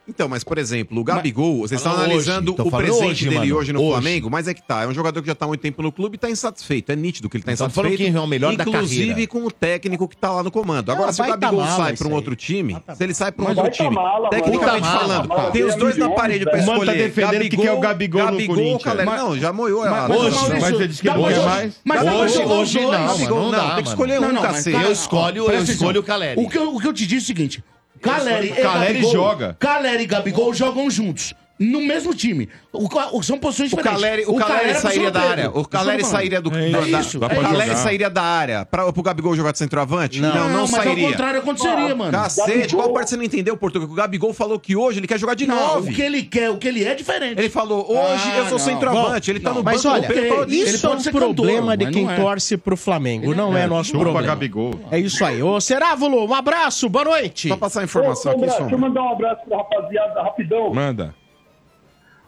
Speaker 5: Então, mas por exemplo, o Gabigol, vocês estão
Speaker 11: Falando hoje,
Speaker 5: analisando
Speaker 11: tô
Speaker 5: o
Speaker 11: falando
Speaker 5: presente
Speaker 11: hoje,
Speaker 5: dele
Speaker 11: mano,
Speaker 5: hoje no
Speaker 11: hoje.
Speaker 5: Flamengo, mas é que tá, é um jogador que já tá há muito tempo no clube e tá insatisfeito, é nítido que ele tá
Speaker 2: Então,
Speaker 5: insatisfeito.
Speaker 2: falou que é o melhor da
Speaker 5: inclusive
Speaker 2: carreira.
Speaker 5: com o técnico que tá lá no comando. Agora,
Speaker 2: Ah,
Speaker 5: se o
Speaker 2: baita
Speaker 5: Gabigol
Speaker 2: mala
Speaker 5: sai
Speaker 2: isso
Speaker 5: pra
Speaker 2: aí.
Speaker 5: um outro time, se ele sai pra um
Speaker 2: Mas
Speaker 5: outro
Speaker 2: baita
Speaker 5: time,
Speaker 2: mala, mano.
Speaker 5: tecnicamente
Speaker 2: Baita mala,
Speaker 5: falando,
Speaker 2: cara.
Speaker 5: tem os dois na
Speaker 2: Mano,
Speaker 5: parede pra
Speaker 2: tá
Speaker 5: escolher.
Speaker 2: defendendo o que que é o Gabigol no Corinthians.
Speaker 5: galera,
Speaker 2: Mas-
Speaker 5: não, já moiou.
Speaker 2: Mas
Speaker 5: ela.
Speaker 2: hoje, mas ele disse que
Speaker 5: é,
Speaker 2: ele hoje- mas hoje- hoje não, mano,
Speaker 5: Gabigol,
Speaker 2: não dá,
Speaker 5: Tem que
Speaker 2: mano.
Speaker 5: escolher
Speaker 2: Não,
Speaker 5: um,
Speaker 2: não, mas
Speaker 5: cacete.
Speaker 2: eu escolho- eu
Speaker 5: Presta atenção.
Speaker 2: escolho o Caleri.
Speaker 3: O que, eu, o que eu te disse é o seguinte: Caleri,
Speaker 2: Eu- Caleri
Speaker 3: Gabigol-
Speaker 2: joga.
Speaker 3: Caleri e Gabigol jogam juntos. No mesmo time. O, ca- o- são posições
Speaker 5: O
Speaker 3: diferentes.
Speaker 5: Caleri, o
Speaker 2: é
Speaker 5: Caleri
Speaker 3: Caleri
Speaker 5: sairia
Speaker 3: aproxima
Speaker 5: da
Speaker 3: Pedro.
Speaker 5: área. O
Speaker 3: Isso que eu tô
Speaker 5: Caleri
Speaker 3: falando.
Speaker 5: sairia do.
Speaker 3: É
Speaker 5: da- da-
Speaker 3: isso,
Speaker 5: O
Speaker 3: é
Speaker 5: Caleri
Speaker 3: isso.
Speaker 5: sairia da área. Pra, pro Gabigol jogar de centroavante?
Speaker 3: Não,
Speaker 5: Não, não,
Speaker 3: não, mas ao
Speaker 5: sairia.
Speaker 3: contrário aconteceria, mano.
Speaker 5: Cacete,
Speaker 3: Gabigol-
Speaker 5: qual parte você não entendeu, Portugal? Que o Gabigol falou que hoje ele quer jogar de
Speaker 3: Não,
Speaker 5: nove.
Speaker 3: o que ele quer, o que ele é é diferente. Ah,
Speaker 5: Ele falou, hoje eu sou centroavante. ele tá no
Speaker 11: Ah, Mas
Speaker 5: banco.
Speaker 11: olha,
Speaker 5: ele falou, ele
Speaker 11: isso é um
Speaker 5: pode ser cantor,
Speaker 11: problema de
Speaker 5: mas
Speaker 11: quem
Speaker 5: não é.
Speaker 11: torce pro Flamengo. não é, nosso
Speaker 5: chupa
Speaker 11: problema.
Speaker 5: Gabigol.
Speaker 11: É isso aí. Ô, Serávulo, um abraço, boa noite. Só
Speaker 5: passar
Speaker 11: informação
Speaker 15: Ô, Sombra, Deixa eu mandar um abraço pra rapaziada, rapidão.
Speaker 4: Manda.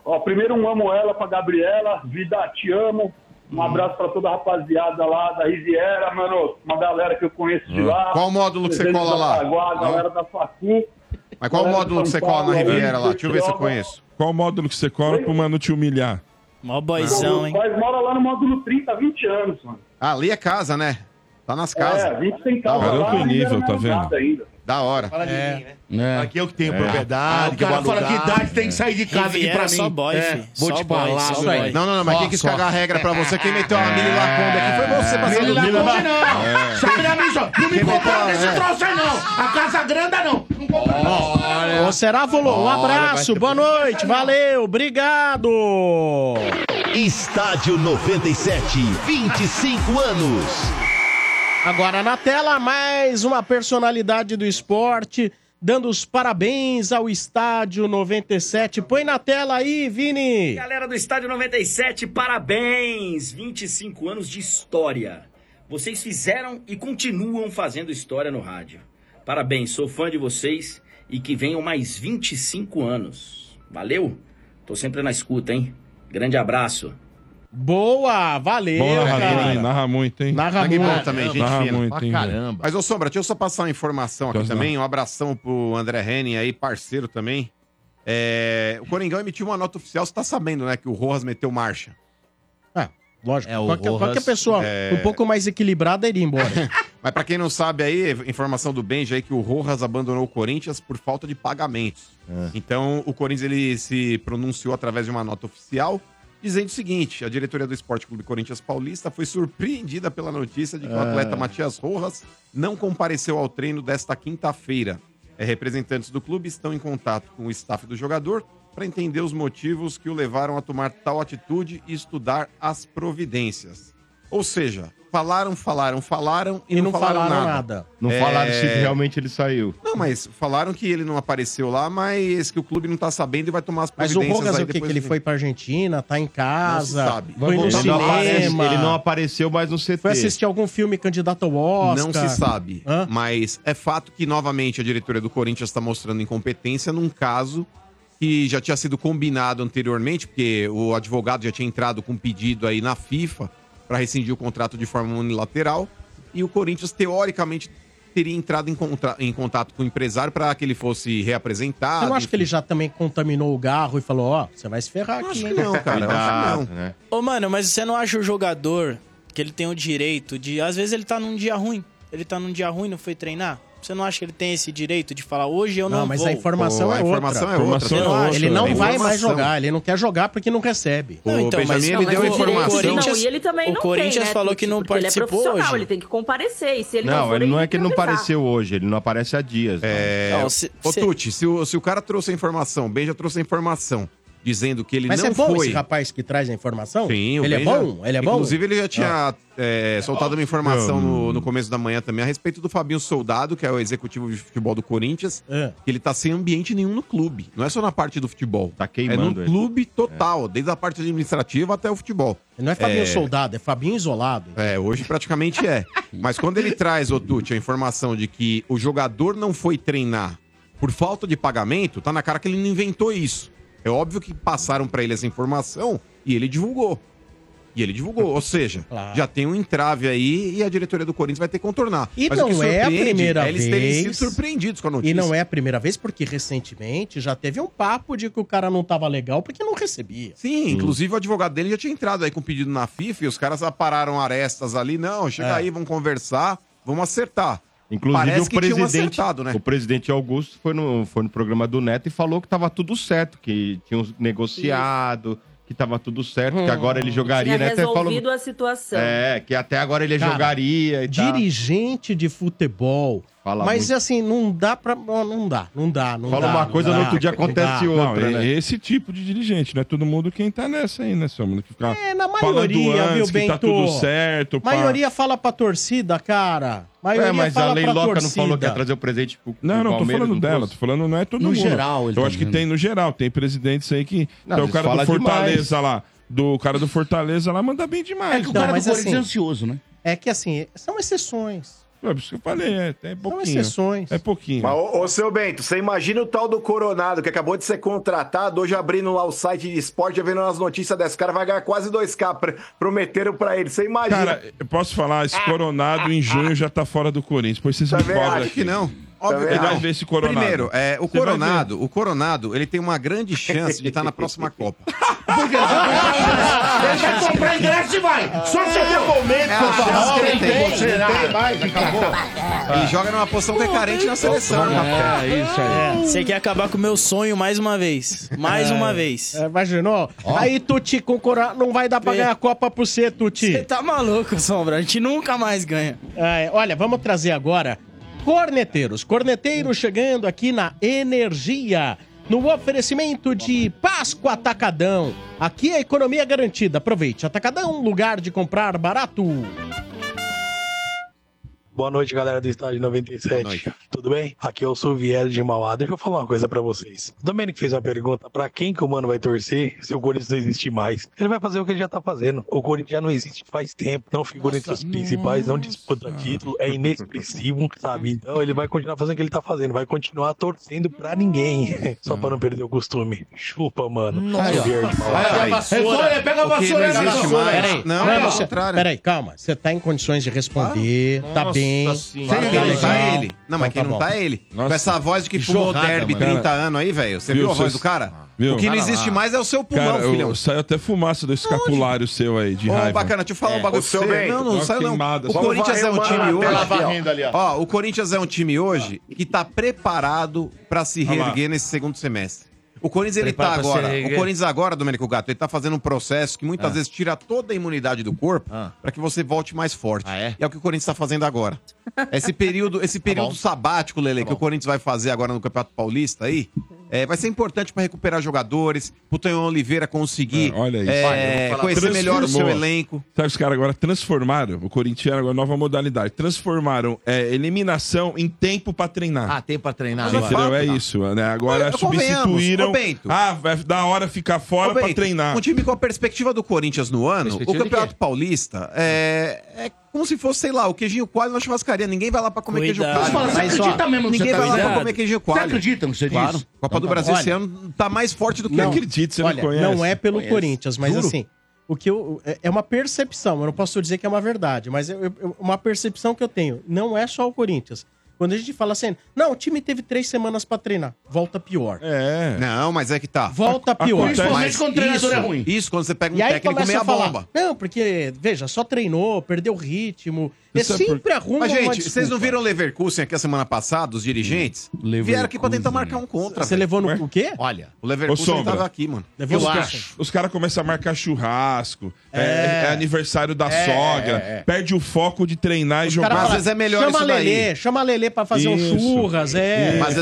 Speaker 15: Ó, primeiro um amo ela pra Gabriela. Vida, te amo.
Speaker 5: Hum.
Speaker 15: Um abraço pra toda a rapaziada lá da Riviera, mano. Uma galera que eu conheço de
Speaker 5: Hum.
Speaker 15: lá.
Speaker 5: Qual módulo que você
Speaker 15: Presente
Speaker 5: cola
Speaker 15: de
Speaker 5: lá?
Speaker 15: Araguá,
Speaker 5: Não.
Speaker 15: A galera da Facu.
Speaker 5: Mas qual
Speaker 15: Galera de
Speaker 5: módulo que
Speaker 15: São
Speaker 5: você cola na
Speaker 15: Paulo,
Speaker 5: Riviera
Speaker 15: aí,
Speaker 5: lá? Deixa eu ver se eu
Speaker 15: Curitiba.
Speaker 5: conheço.
Speaker 4: Qual módulo que você cola pro mano te humilhar?
Speaker 6: Mó
Speaker 15: Não, Nós mora lá no módulo 30 há 20 anos, mano.
Speaker 5: Ah, ali é casa, né? Tá nas casas.
Speaker 15: É, 20 tem
Speaker 5: Da
Speaker 15: casa
Speaker 5: hora.
Speaker 15: lá, Outro ainda nível, não tá é vendo? nada ainda.
Speaker 5: Da hora.
Speaker 15: Fala de
Speaker 5: É.
Speaker 15: mim, né?
Speaker 3: É.
Speaker 2: Aqui eu que tenho
Speaker 5: É.
Speaker 2: propriedade.
Speaker 5: Ah, o cara
Speaker 2: eu vou
Speaker 5: fala que
Speaker 2: alugar.
Speaker 5: idade tem que sair de casa aqui
Speaker 2: Riviera
Speaker 5: pra mim.
Speaker 2: Só boy,
Speaker 5: É,
Speaker 2: filho.
Speaker 5: vou
Speaker 2: Só
Speaker 5: te
Speaker 2: boy,
Speaker 5: falar,
Speaker 2: só
Speaker 5: isso
Speaker 2: boy.
Speaker 5: aí. Não, não, não, mas
Speaker 2: Só,
Speaker 5: quem quis
Speaker 2: só.
Speaker 5: cagar a regra pra você?
Speaker 3: Ah,
Speaker 5: Quem meteu a Mili Lacombe aqui foi você, Marcelo.
Speaker 3: Ele lá
Speaker 5: Mili
Speaker 3: come é. não.
Speaker 5: É.
Speaker 3: Sabe da minha só? Não me
Speaker 5: Quem
Speaker 3: compraram
Speaker 5: botou-
Speaker 3: nesse
Speaker 5: é.
Speaker 3: troço aí, não. A Casa Grande não. Não compraram.
Speaker 11: Ô, Serávulo, um abraço, boa noite, valeu, obrigado.
Speaker 2: Estádio 97, 25 anos.
Speaker 11: Agora na tela, mais uma personalidade do esporte, dando os parabéns ao Estádio 97. Põe na tela aí, Vini.
Speaker 16: Galera do Estádio 97, parabéns! 25 anos de história. Vocês fizeram e continuam fazendo história no rádio. Parabéns, sou fã de vocês e que venham mais 25 anos. Valeu? Tô sempre na escuta, hein? Grande abraço.
Speaker 11: Boa, valeu,
Speaker 4: Bom narrador,
Speaker 11: cara.
Speaker 4: hein? Narra muito, hein?
Speaker 11: Narra
Speaker 5: Sangue Tá bom
Speaker 11: muito.
Speaker 5: também, gente
Speaker 4: Narra
Speaker 5: fina.
Speaker 4: muito, hein?
Speaker 5: caramba. Mas, ô Sombra, deixa eu só passar uma informação aqui
Speaker 4: Pois não.
Speaker 5: também. Um abração pro André Henning aí, parceiro também. É, o Coringão emitiu uma nota oficial. Você tá sabendo, né, que o Rojas meteu marcha.
Speaker 11: É, lógico.
Speaker 5: É, o
Speaker 11: qualquer,
Speaker 5: Rojas-
Speaker 11: qualquer pessoa
Speaker 5: É.
Speaker 11: um pouco mais equilibrada iria embora.
Speaker 5: Mas pra quem não sabe aí, informação do Benji aí que o Rojas abandonou o Corinthians por falta de pagamentos. Então, o Corinthians ele se pronunciou através de uma nota oficial dizendo o seguinte: a diretoria do Esporte Clube Corinthians Paulista foi surpreendida pela notícia de que o
Speaker 17: Ah.
Speaker 5: atleta Matias Rojas não compareceu ao treino desta quinta-feira. É, representantes do clube estão em contato com o staff do jogador para entender os motivos que o levaram a tomar tal atitude e estudar as providências. Ou seja, falaram, falaram, falaram e, não, falaram, nada.
Speaker 13: Não falaram se
Speaker 5: É,
Speaker 13: realmente ele saiu.
Speaker 5: Não, mas falaram que ele não apareceu lá, mas que o clube não tá sabendo e vai tomar as
Speaker 11: Mas o
Speaker 5: providências
Speaker 11: Rogas
Speaker 5: aí
Speaker 11: é o quê? Que
Speaker 5: depois
Speaker 11: ele
Speaker 5: do-
Speaker 11: foi pra Argentina, tá em casa,
Speaker 5: Não se sabe.
Speaker 11: foi no
Speaker 13: ele,
Speaker 11: cinema,
Speaker 13: não aparece- ele não apareceu mais no CT.
Speaker 11: foi assistir algum filme candidato ao Oscar.
Speaker 5: Não se sabe. Mas é fato que, novamente, a diretoria do Corinthians está mostrando incompetência num caso que já tinha sido combinado anteriormente, porque o advogado já tinha entrado com um pedido aí na FIFA para rescindir o contrato de forma unilateral. E o Corinthians, teoricamente, teria entrado em, contra- em contato com o empresário para que ele fosse reapresentado.
Speaker 11: Eu não acho que ele já também contaminou o garro e falou, ó, você vai se ferrar aqui. hein?"
Speaker 5: não, cara. eu acho que não.
Speaker 13: É.
Speaker 6: Ô, mano, mas você não acha o jogador que ele tem o direito de. Às vezes ele tá num dia ruim. Ele tá num dia ruim, não foi treinar? Você não acha que ele tem esse direito de falar hoje eu não,
Speaker 11: Não, mas
Speaker 6: vou?
Speaker 11: a informação é outra.
Speaker 6: Você não acha?
Speaker 11: Ele não
Speaker 6: É
Speaker 11: vai mais
Speaker 6: informação.
Speaker 11: jogar, ele não quer jogar porque não recebe.
Speaker 6: Não, então, mas não, mas o Corinthians-
Speaker 7: Não, e ele também
Speaker 6: o
Speaker 7: não
Speaker 6: Corinthians
Speaker 7: tem, né,
Speaker 6: falou que
Speaker 7: Tuti?
Speaker 6: não
Speaker 7: Porque ele é
Speaker 6: participou
Speaker 7: profissional,
Speaker 6: hoje.
Speaker 7: ele tem que comparecer. E se ele não,
Speaker 13: Não,
Speaker 7: for,
Speaker 13: ele não é que ele não
Speaker 7: tem avisar.
Speaker 13: apareceu hoje, ele não aparece há dias. né?
Speaker 5: É,
Speaker 13: Não,
Speaker 5: ô,
Speaker 13: se-
Speaker 5: ô,
Speaker 13: se-
Speaker 5: Tuti, se o, se o cara trouxe a informação, o Benja trouxe a informação, dizendo que ele
Speaker 11: Mas
Speaker 5: não
Speaker 11: é bom
Speaker 5: foi...
Speaker 11: esse rapaz que traz a informação?
Speaker 5: Sim, o
Speaker 11: ele é
Speaker 5: Benja-
Speaker 11: bom? Ele é bom?
Speaker 5: Inclusive, ele já
Speaker 11: Ah.
Speaker 5: tinha é, soltado uma informação no, no começo da manhã também a respeito do Fabinho Soldado, que é o executivo de futebol do Corinthians,
Speaker 11: É.
Speaker 5: que ele tá sem ambiente nenhum no clube. Não é só na parte do futebol. Tá
Speaker 11: queimando
Speaker 5: É no
Speaker 11: ele.
Speaker 5: clube total, desde a parte administrativa até o futebol.
Speaker 11: Não é Fabinho Soldado, é Fabinho Isolado.
Speaker 5: É, hoje praticamente é. Mas quando ele traz, Otute, a informação de que o jogador não foi treinar por falta de pagamento, tá na cara que ele não inventou isso. É óbvio que passaram pra ele essa informação e ele divulgou. E ele divulgou, ou seja, já tem um entrave aí e a diretoria do Corinthians vai ter que contornar.
Speaker 11: E
Speaker 5: o
Speaker 11: não
Speaker 5: que
Speaker 11: é a
Speaker 5: surpreende
Speaker 11: primeira
Speaker 5: eles terem sido
Speaker 11: vez.
Speaker 5: surpreendidos com a notícia.
Speaker 11: E não é a primeira vez, porque recentemente já teve um papo de que o cara não tava legal porque não recebia.
Speaker 5: Sim, inclusive o advogado dele já tinha entrado aí com um pedido na FIFA e os caras apararam arestas ali. Não, chega
Speaker 13: É.
Speaker 5: aí, vamos conversar, vamos acertar.
Speaker 13: Inclusive o presidente,
Speaker 5: tinham acertado, né?
Speaker 13: o presidente Augusto foi no, foi no programa do Neto e falou que tava tudo certo, que tinham negociado, que tava tudo certo, que agora ele jogaria,
Speaker 7: Tinha
Speaker 13: né? Até falou-
Speaker 7: resolvido a situação.
Speaker 13: É, que até agora ele
Speaker 11: Cara,
Speaker 13: jogaria e tal.
Speaker 11: Dirigente de futebol.
Speaker 13: Fala
Speaker 11: mas
Speaker 13: muito.
Speaker 11: assim, não dá pra. Não não dá, não dá, não
Speaker 13: Fala
Speaker 11: dá,
Speaker 13: uma
Speaker 11: não
Speaker 13: coisa,
Speaker 11: dá,
Speaker 13: no outro dia
Speaker 11: não
Speaker 13: acontece
Speaker 11: dá.
Speaker 13: outra.
Speaker 4: Não, é
Speaker 13: né?
Speaker 4: esse tipo de dirigente, não é todo mundo quem tá nessa aí, né, Sombra? Que fica
Speaker 11: É, na
Speaker 4: falando
Speaker 11: maioria,
Speaker 4: antes
Speaker 11: viu,
Speaker 4: que
Speaker 11: Bento?
Speaker 4: tá tudo certo, pá.
Speaker 11: maioria fala pra torcida, cara. Maioria
Speaker 4: É, mas a
Speaker 11: fala
Speaker 4: Lei
Speaker 11: pra
Speaker 4: Loca não
Speaker 11: torcida.
Speaker 4: falou que ia trazer
Speaker 13: Fazer o presente pro, pro
Speaker 4: Não, não, tô
Speaker 13: Palmeiras,
Speaker 4: falando
Speaker 13: não
Speaker 4: dela,
Speaker 13: trouxe.
Speaker 4: tô falando não é todo
Speaker 13: No
Speaker 4: mundo.
Speaker 13: geral, ele
Speaker 4: Eu
Speaker 13: tá
Speaker 4: acho que
Speaker 13: dizendo.
Speaker 4: tem no geral, tem presidentes aí que.
Speaker 13: Não,
Speaker 4: então, o
Speaker 13: eles
Speaker 4: cara do
Speaker 13: falam
Speaker 4: Fortaleza
Speaker 13: demais.
Speaker 4: lá, do cara do Fortaleza lá manda bem demais.
Speaker 11: É que o Não, cara do mas Corinthians assim- é
Speaker 4: ansioso, né?
Speaker 11: É que assim, são exceções.
Speaker 4: É por isso que eu falei, é, é pouquinho.
Speaker 11: exceções.
Speaker 4: É pouquinho.
Speaker 8: Mas, ô, ô, seu Bento, você imagina o tal do Coronado que acabou de ser contratado, hoje abrindo lá o site de esporte, já vendo as notícias desse cara, vai ganhar quase 2K, pr- prometeram pra ele, você imagina.
Speaker 4: Cara, eu posso falar, esse Coronado em junho já tá fora do Corinthians. Pois vocês me
Speaker 5: Também
Speaker 4: cobram.
Speaker 5: acho
Speaker 4: aqui.
Speaker 5: que não. Óbvio
Speaker 4: Ele
Speaker 5: que
Speaker 4: vai
Speaker 5: não.
Speaker 4: ver esse Coronado.
Speaker 5: Primeiro, é, o
Speaker 4: Você vai
Speaker 5: Coronado, o Coronado, ele tem uma grande chance de estar na próxima Copa.
Speaker 12: Ele vai comprar ingresso e vai. Só se eu
Speaker 4: É,
Speaker 12: devolver,
Speaker 5: Ah, não tem, não tem,
Speaker 12: vai, acabou.
Speaker 5: Ele joga numa posição recarente na seleção. né?
Speaker 6: É,
Speaker 11: isso aí.
Speaker 6: Você quer acabar com o meu sonho mais uma vez. Mais
Speaker 11: É.
Speaker 6: uma vez.
Speaker 11: É, imaginou? Aí, Tuti, com cora... não vai dar pra
Speaker 6: Vê.
Speaker 11: ganhar a Copa por ser, Tuti.
Speaker 6: Você tá maluco, Sombra. A gente nunca mais ganha.
Speaker 11: É, olha, vamos trazer agora corneteiros. Corneteiros chegando aqui na Energia. No oferecimento de Páscoa Atacadão. Aqui a economia é garantida. Aproveite. Atacadão, um lugar de comprar barato.
Speaker 17: Boa noite, galera do Estádio 97. Tudo bem? Aqui é o Silviero de Mauá. Deixa eu falar uma coisa pra vocês. O Domênico fez uma pergunta: pra quem que o Mano vai torcer se o Corinthians não existe mais? Ele vai fazer o que ele já tá fazendo. O Corinthians já não existe faz tempo, não figura entre os principais, não disputa título, é inexpressivo, sabe? Então ele vai continuar fazendo o que ele tá fazendo, vai continuar torcendo pra ninguém, só pra não perder o costume. Chupa, mano. Silviero de Mauá.
Speaker 3: Resolve, pega a vassoura, pega a vassoura.
Speaker 11: Peraí,
Speaker 3: Não,
Speaker 11: não,
Speaker 3: é ao
Speaker 11: você-
Speaker 3: contrário.
Speaker 11: peraí, calma. Você tá em condições de responder, tá
Speaker 5: Nossa
Speaker 11: bem. Então
Speaker 5: Senhora. Quem não tá é ele. Não, mas quem não tá é ele. Com essa voz de que fumou o derby 30 anos aí, velho. Você viu, a voz do cara? O que não existe mais é o seu pulmão,
Speaker 4: Cara, eu-
Speaker 5: filhão.
Speaker 4: Saiu até fumaça do escapulário seu aí, de
Speaker 5: Ô,
Speaker 4: raiva. É.
Speaker 5: bacana, deixa eu falar um bagulho pra
Speaker 4: Ô, seu
Speaker 5: você.
Speaker 4: Bento,
Speaker 5: Não, não,
Speaker 4: uma
Speaker 5: saiu não.
Speaker 4: queimada,
Speaker 5: O
Speaker 4: só-
Speaker 5: Corinthians é um time
Speaker 4: Varrendo
Speaker 5: hoje.
Speaker 4: ali, ó. Varrendo ali, ó.
Speaker 5: Ó, o Corinthians é um time hoje que tá preparado pra se
Speaker 4: Olha lá.
Speaker 5: reerguer nesse segundo semestre. O Corinthians, ele
Speaker 4: Prepara
Speaker 5: tá
Speaker 4: pra se
Speaker 5: agora. O
Speaker 4: reerguer.
Speaker 5: Corinthians agora, Domênico Gato, ele tá fazendo um processo que muitas
Speaker 4: Ah.
Speaker 5: vezes tira toda a imunidade do corpo pra que você volte mais forte.
Speaker 4: Ah,
Speaker 5: é? o que o Corinthians tá fazendo agora.
Speaker 4: Tá
Speaker 5: Esse período, esse período sabático, Lele, que o Corinthians vai fazer agora no Campeonato Paulista aí, É, vai ser importante para recuperar jogadores, pro Tonhão Oliveira conseguir
Speaker 4: Olha isso.
Speaker 5: é, conhecer melhor o seu
Speaker 4: Transformou.
Speaker 5: elenco.
Speaker 4: Sabe os caras agora transformaram, o corintiano agora, nova modalidade, transformaram é, eliminação em tempo pra treinar. Ah,
Speaker 2: tempo pra treinar.
Speaker 4: Entendeu?
Speaker 2: agora.
Speaker 4: é isso, né? Agora
Speaker 5: Mas,
Speaker 4: substituíram.
Speaker 5: convenhamos, ô, Bento.
Speaker 4: ah, vai dar hora ficar fora
Speaker 5: Ô,
Speaker 4: pra
Speaker 5: Bento,
Speaker 4: treinar.
Speaker 5: Um time com a perspectiva do Corinthians no ano, o
Speaker 4: Perspectiva de
Speaker 5: Campeonato Paulista é, é como se fosse, sei lá, o queijinho coalho na churrascaria. Ninguém vai lá pra comer queijo
Speaker 3: Mas
Speaker 5: coalho.
Speaker 3: fala, você acredita mesmo no que você
Speaker 5: Ninguém
Speaker 3: tá
Speaker 5: vai lá pra
Speaker 3: dizendo?
Speaker 5: comer queijo coalho.
Speaker 3: Você acredita no que você
Speaker 5: Claro.
Speaker 3: disse?
Speaker 5: Copa
Speaker 3: Então
Speaker 5: do
Speaker 3: tá
Speaker 5: Brasil
Speaker 3: bom.
Speaker 5: esse
Speaker 3: Olha.
Speaker 5: ano tá mais forte do que
Speaker 11: olha, Não é pelo Corinthians, mas
Speaker 5: Juro.
Speaker 11: assim, o que eu, é- é uma percepção, eu não posso dizer que é uma verdade, mas eu- eu- uma percepção que eu tenho, não é só o Corinthians. Quando a gente fala assim, não, o time teve três semanas pra treinar, volta pior.
Speaker 4: É.
Speaker 5: Não, mas é que tá.
Speaker 11: Volta pior.
Speaker 5: Mas
Speaker 3: é
Speaker 5: isso- Isso, quando você pega um
Speaker 11: e aí
Speaker 5: técnico
Speaker 11: começa
Speaker 5: meia
Speaker 11: a falar,
Speaker 5: bomba.
Speaker 11: Não, porque, veja, só treinou, perdeu o ritmo. É
Speaker 5: Isso por-
Speaker 11: sempre arruma
Speaker 5: Mas,
Speaker 11: uma
Speaker 5: gente,
Speaker 11: desculpa.
Speaker 5: vocês não viram o Leverkusen aqui a semana passada, os dirigentes? Vieram aqui pra tentar marcar um contra.
Speaker 11: Você
Speaker 5: velho.
Speaker 11: levou no o quê?
Speaker 2: Olha,
Speaker 5: o Leverkusen tava aqui, mano.
Speaker 4: os
Speaker 11: assim.
Speaker 4: caras cara começam a marcar churrasco, é,
Speaker 5: É.
Speaker 4: é aniversário da
Speaker 5: É,
Speaker 4: sogra,
Speaker 5: é, é.
Speaker 4: perde o foco de treinar e
Speaker 11: O cara é
Speaker 4: jogar.
Speaker 11: fala, chama Lelê, Chama a Lelê pra fazer um
Speaker 4: Isso.
Speaker 11: churras, é.
Speaker 4: Isso. Fica-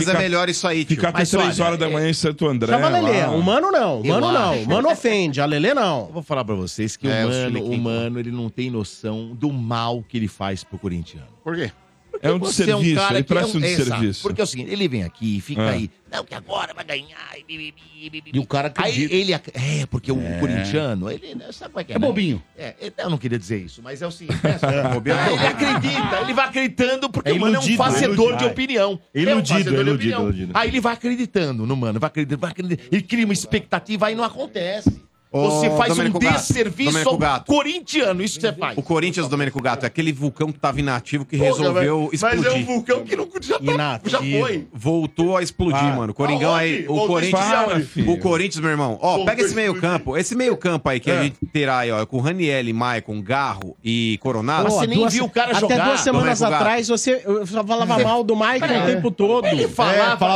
Speaker 4: Ficar até
Speaker 11: Mas
Speaker 4: 3
Speaker 11: olha, é.
Speaker 4: horas da manhã em Santo André.
Speaker 11: Chama a Lelê.
Speaker 4: lá.
Speaker 11: O Mano não, o
Speaker 4: Eu
Speaker 11: Mano não.
Speaker 4: acho.
Speaker 11: O Mano ofende, a Lelê não.
Speaker 2: Vou falar pra vocês que
Speaker 11: É,
Speaker 2: o
Speaker 11: os
Speaker 2: mano, o
Speaker 11: Filipinos.
Speaker 2: mano, ele não tem noção do mal que ele faz pro corintiano. Por quê?
Speaker 4: É um desserviço, ele parece um
Speaker 2: exato.
Speaker 4: desserviço.
Speaker 2: Porque é o seguinte, ele vem aqui, fica
Speaker 4: É.
Speaker 2: aí, não, que agora vai ganhar. e bi, bi, bi, bi,
Speaker 3: E o cara
Speaker 2: Aí
Speaker 3: acredita.
Speaker 2: ele, ac- é, porque o
Speaker 3: É.
Speaker 2: corintiano, ele, né, sabe como é que é?
Speaker 3: É
Speaker 2: né?
Speaker 3: bobinho.
Speaker 2: É, ele- eu não queria dizer isso, mas é o seguinte, né?
Speaker 1: é
Speaker 2: Ah, ele acredita, ele vai acreditando porque
Speaker 3: É
Speaker 2: o mano é um
Speaker 3: iludido, né?
Speaker 2: fazedor de
Speaker 3: Iludido.
Speaker 2: opinião.
Speaker 3: Iludido,
Speaker 2: é um fazedor de
Speaker 3: iludido,
Speaker 2: opinião.
Speaker 3: iludido.
Speaker 2: Aí ele vai acreditando no mano, vai acreditando, vai acreditando. Ele cria uma expectativa e não acontece. Você
Speaker 5: Ô,
Speaker 2: faz
Speaker 5: Domênico
Speaker 2: um
Speaker 5: Gato,
Speaker 2: desserviço
Speaker 5: Domênico
Speaker 2: ao
Speaker 5: Gato.
Speaker 2: corintiano, isso você faz.
Speaker 5: O Corinthians, Domênico Gato, é aquele vulcão que tava inativo que
Speaker 2: Porra,
Speaker 5: resolveu
Speaker 2: velho,
Speaker 5: explodir.
Speaker 2: Mas é um vulcão que não, já, tá, já foi.
Speaker 5: Voltou a explodir,
Speaker 8: Ah,
Speaker 11: Ah,
Speaker 5: mano. Coringão
Speaker 2: Aonde?
Speaker 5: aí. O
Speaker 2: Voltou
Speaker 5: Corinthians.
Speaker 2: a explodir aonde, filho?
Speaker 5: o Corinthians, meu irmão. Ó,
Speaker 2: Voltou
Speaker 5: pega esse
Speaker 2: a
Speaker 5: meio-campo. Esse meio-campo aí que a
Speaker 2: É.
Speaker 5: gente terá aí, ó, com Raniel, Maicon, Garro e Coronado.
Speaker 11: Pô, duas- Até duas semanas
Speaker 5: Domênico Gato.
Speaker 11: atrás você eu só falava mal do Maicon o tempo todo.
Speaker 2: Ele falava,
Speaker 5: É,
Speaker 2: ele falava lá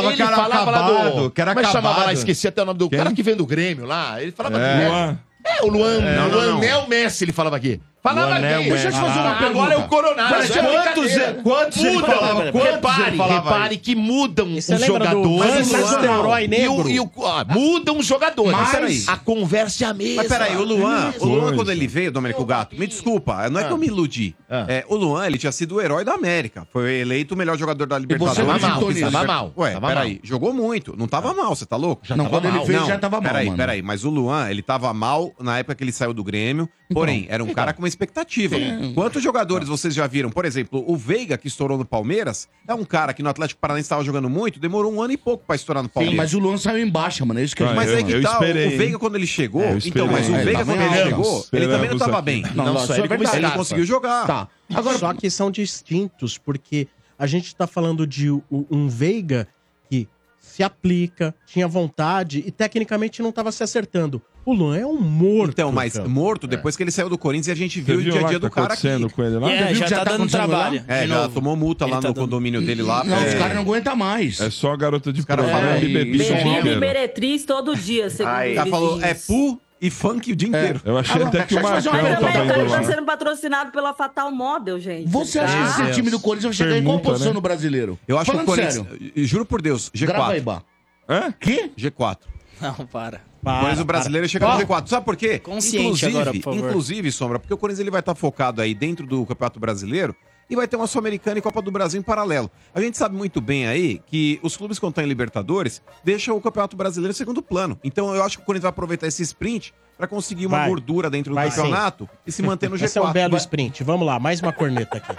Speaker 2: do... mas chamava lá, esqueci até o nome do
Speaker 11: Quem?
Speaker 2: cara que vem do Grêmio lá. Ele falava
Speaker 11: É.
Speaker 2: do
Speaker 11: Luan.
Speaker 2: Luan. É, o Luan.
Speaker 11: É. Não,
Speaker 2: o
Speaker 11: não,
Speaker 2: Luan
Speaker 11: não.
Speaker 2: Nel Messi, ele falava aqui. Falava
Speaker 3: Luan Nel
Speaker 2: aqui.
Speaker 3: Messi. Ah,
Speaker 2: Agora é o Coronado.
Speaker 3: Mas
Speaker 2: isso é
Speaker 3: quantos-
Speaker 2: brincadeira.
Speaker 3: quantos ele
Speaker 2: Mudam.
Speaker 3: falava? Quantos ele
Speaker 2: repare,
Speaker 3: falava
Speaker 2: repare
Speaker 3: aí?
Speaker 2: que mudam
Speaker 3: Você
Speaker 2: os
Speaker 3: lembra do
Speaker 2: jogadores.
Speaker 3: Vanderlei
Speaker 2: Mas
Speaker 3: do Herói
Speaker 2: não. E o-
Speaker 3: Negro?
Speaker 2: e o- ó, Mudam os jogadores.
Speaker 5: Mas- Peraí.
Speaker 2: a conversa é a mesma.
Speaker 5: Mas peraí, o Luan, o Luan
Speaker 2: Coisa.
Speaker 5: quando ele veio, Domênico Gato, me desculpa, não é
Speaker 2: Ah.
Speaker 5: que eu me iludi. É, o Luan, ele tinha sido o herói da América. Foi eleito o melhor jogador da Libertadores.
Speaker 2: você não acreditou
Speaker 5: Liber-
Speaker 2: nisso. Tava mal,
Speaker 5: Ué,
Speaker 2: tava
Speaker 5: peraí,
Speaker 2: mal. Ah.
Speaker 5: jogou muito. Não tava mal, você tá louco?
Speaker 2: Já Não, tava quando ele mal. veio,
Speaker 5: Não,
Speaker 2: já tava mal,
Speaker 5: Peraí,
Speaker 2: mano.
Speaker 5: peraí, mas o Luan, ele tava mal na época que ele saiu do Grêmio. Porém,
Speaker 2: Então,
Speaker 5: era um
Speaker 2: então.
Speaker 5: cara com uma expectativa.
Speaker 2: Sim.
Speaker 5: Quantos jogadores vocês já viram? Por exemplo, o Veiga, que estourou no Palmeiras, é um cara que no Atlético Paranaense estava jogando muito, demorou um ano e pouco pra estourar no Palmeiras.
Speaker 3: Sim, mas o Luan saiu embaixo, mano. É isso que
Speaker 5: Mas aí que tá, o Veiga quando ele chegou. então, mas o Veiga quando ele chegou, ele também não tava bem.
Speaker 11: Não,
Speaker 5: só
Speaker 11: isso é
Speaker 5: ele como
Speaker 11: verdade.
Speaker 5: ele não conseguiu jogar.
Speaker 11: Tá. Agora, só que são distintos, porque a gente tá falando de u- um Veiga que se aplica, tinha vontade e tecnicamente não tava se acertando. O Luan é um morto.
Speaker 5: Então, mas
Speaker 11: cara.
Speaker 5: morto, depois que ele saiu do Corinthians, a gente viu o
Speaker 11: viu
Speaker 5: dia a
Speaker 11: lá
Speaker 5: dia
Speaker 11: que
Speaker 5: do
Speaker 11: tá
Speaker 5: cara aqui.
Speaker 11: acontecendo com ele lá? É, Você viu já que já tá tá dando acontecendo trabalho, lá?
Speaker 5: É,
Speaker 11: de
Speaker 5: já
Speaker 11: novo. tá
Speaker 5: tomou multa lá no condomínio dele lá.
Speaker 3: Não, os
Speaker 5: É.
Speaker 3: caras não aguentam mais.
Speaker 4: É só garota de né?
Speaker 5: caras falam de bebida o dia
Speaker 7: Bebida e
Speaker 5: inteiro.
Speaker 7: meretriz todo dia, segundo
Speaker 5: Ai,
Speaker 7: ele
Speaker 5: tá falou,
Speaker 7: diz.
Speaker 5: é pu e funk o dia inteiro.
Speaker 4: Eu
Speaker 11: Ah,
Speaker 4: achei até que o
Speaker 7: Mas o
Speaker 4: Marcão tava
Speaker 7: americano
Speaker 4: indo
Speaker 7: tá
Speaker 4: lá.
Speaker 7: sendo patrocinado pela Fatal Model, gente.
Speaker 3: Então, Você acha
Speaker 11: Ah,
Speaker 7: Tá?
Speaker 3: que esse time do Corinthians vai chegar em qual
Speaker 5: Permuta,
Speaker 3: posição
Speaker 5: né?
Speaker 3: no brasileiro?
Speaker 5: Eu acho que o
Speaker 3: Falando
Speaker 5: Corinthians.
Speaker 3: sério.
Speaker 5: eu Juro por Deus, G4.
Speaker 3: Grava aí, Bá.
Speaker 4: Hã?
Speaker 3: Quê?
Speaker 5: G4.
Speaker 6: Não, para.
Speaker 5: Mas o brasileiro chega no G4. Sabe por quê?
Speaker 6: Consciente
Speaker 5: inclusive,
Speaker 6: agora, por favor.
Speaker 5: Inclusive, Sombra, porque o Corinthians ele vai estar focado aí dentro do Campeonato Brasileiro e vai ter uma Sul-Americana e Copa do Brasil em paralelo. A gente sabe muito bem aí que os clubes quando estão em Libertadores deixam o Campeonato Brasileiro em segundo plano. Então eu acho que o Corinthians vai aproveitar esse sprint pra conseguir uma
Speaker 11: Vai.
Speaker 5: gordura dentro do
Speaker 11: Vai sim.
Speaker 5: campeonato e se manter no G4.
Speaker 11: Esse é um belo
Speaker 5: Vai-
Speaker 11: sprint. Vamos lá, mais uma corneta aqui.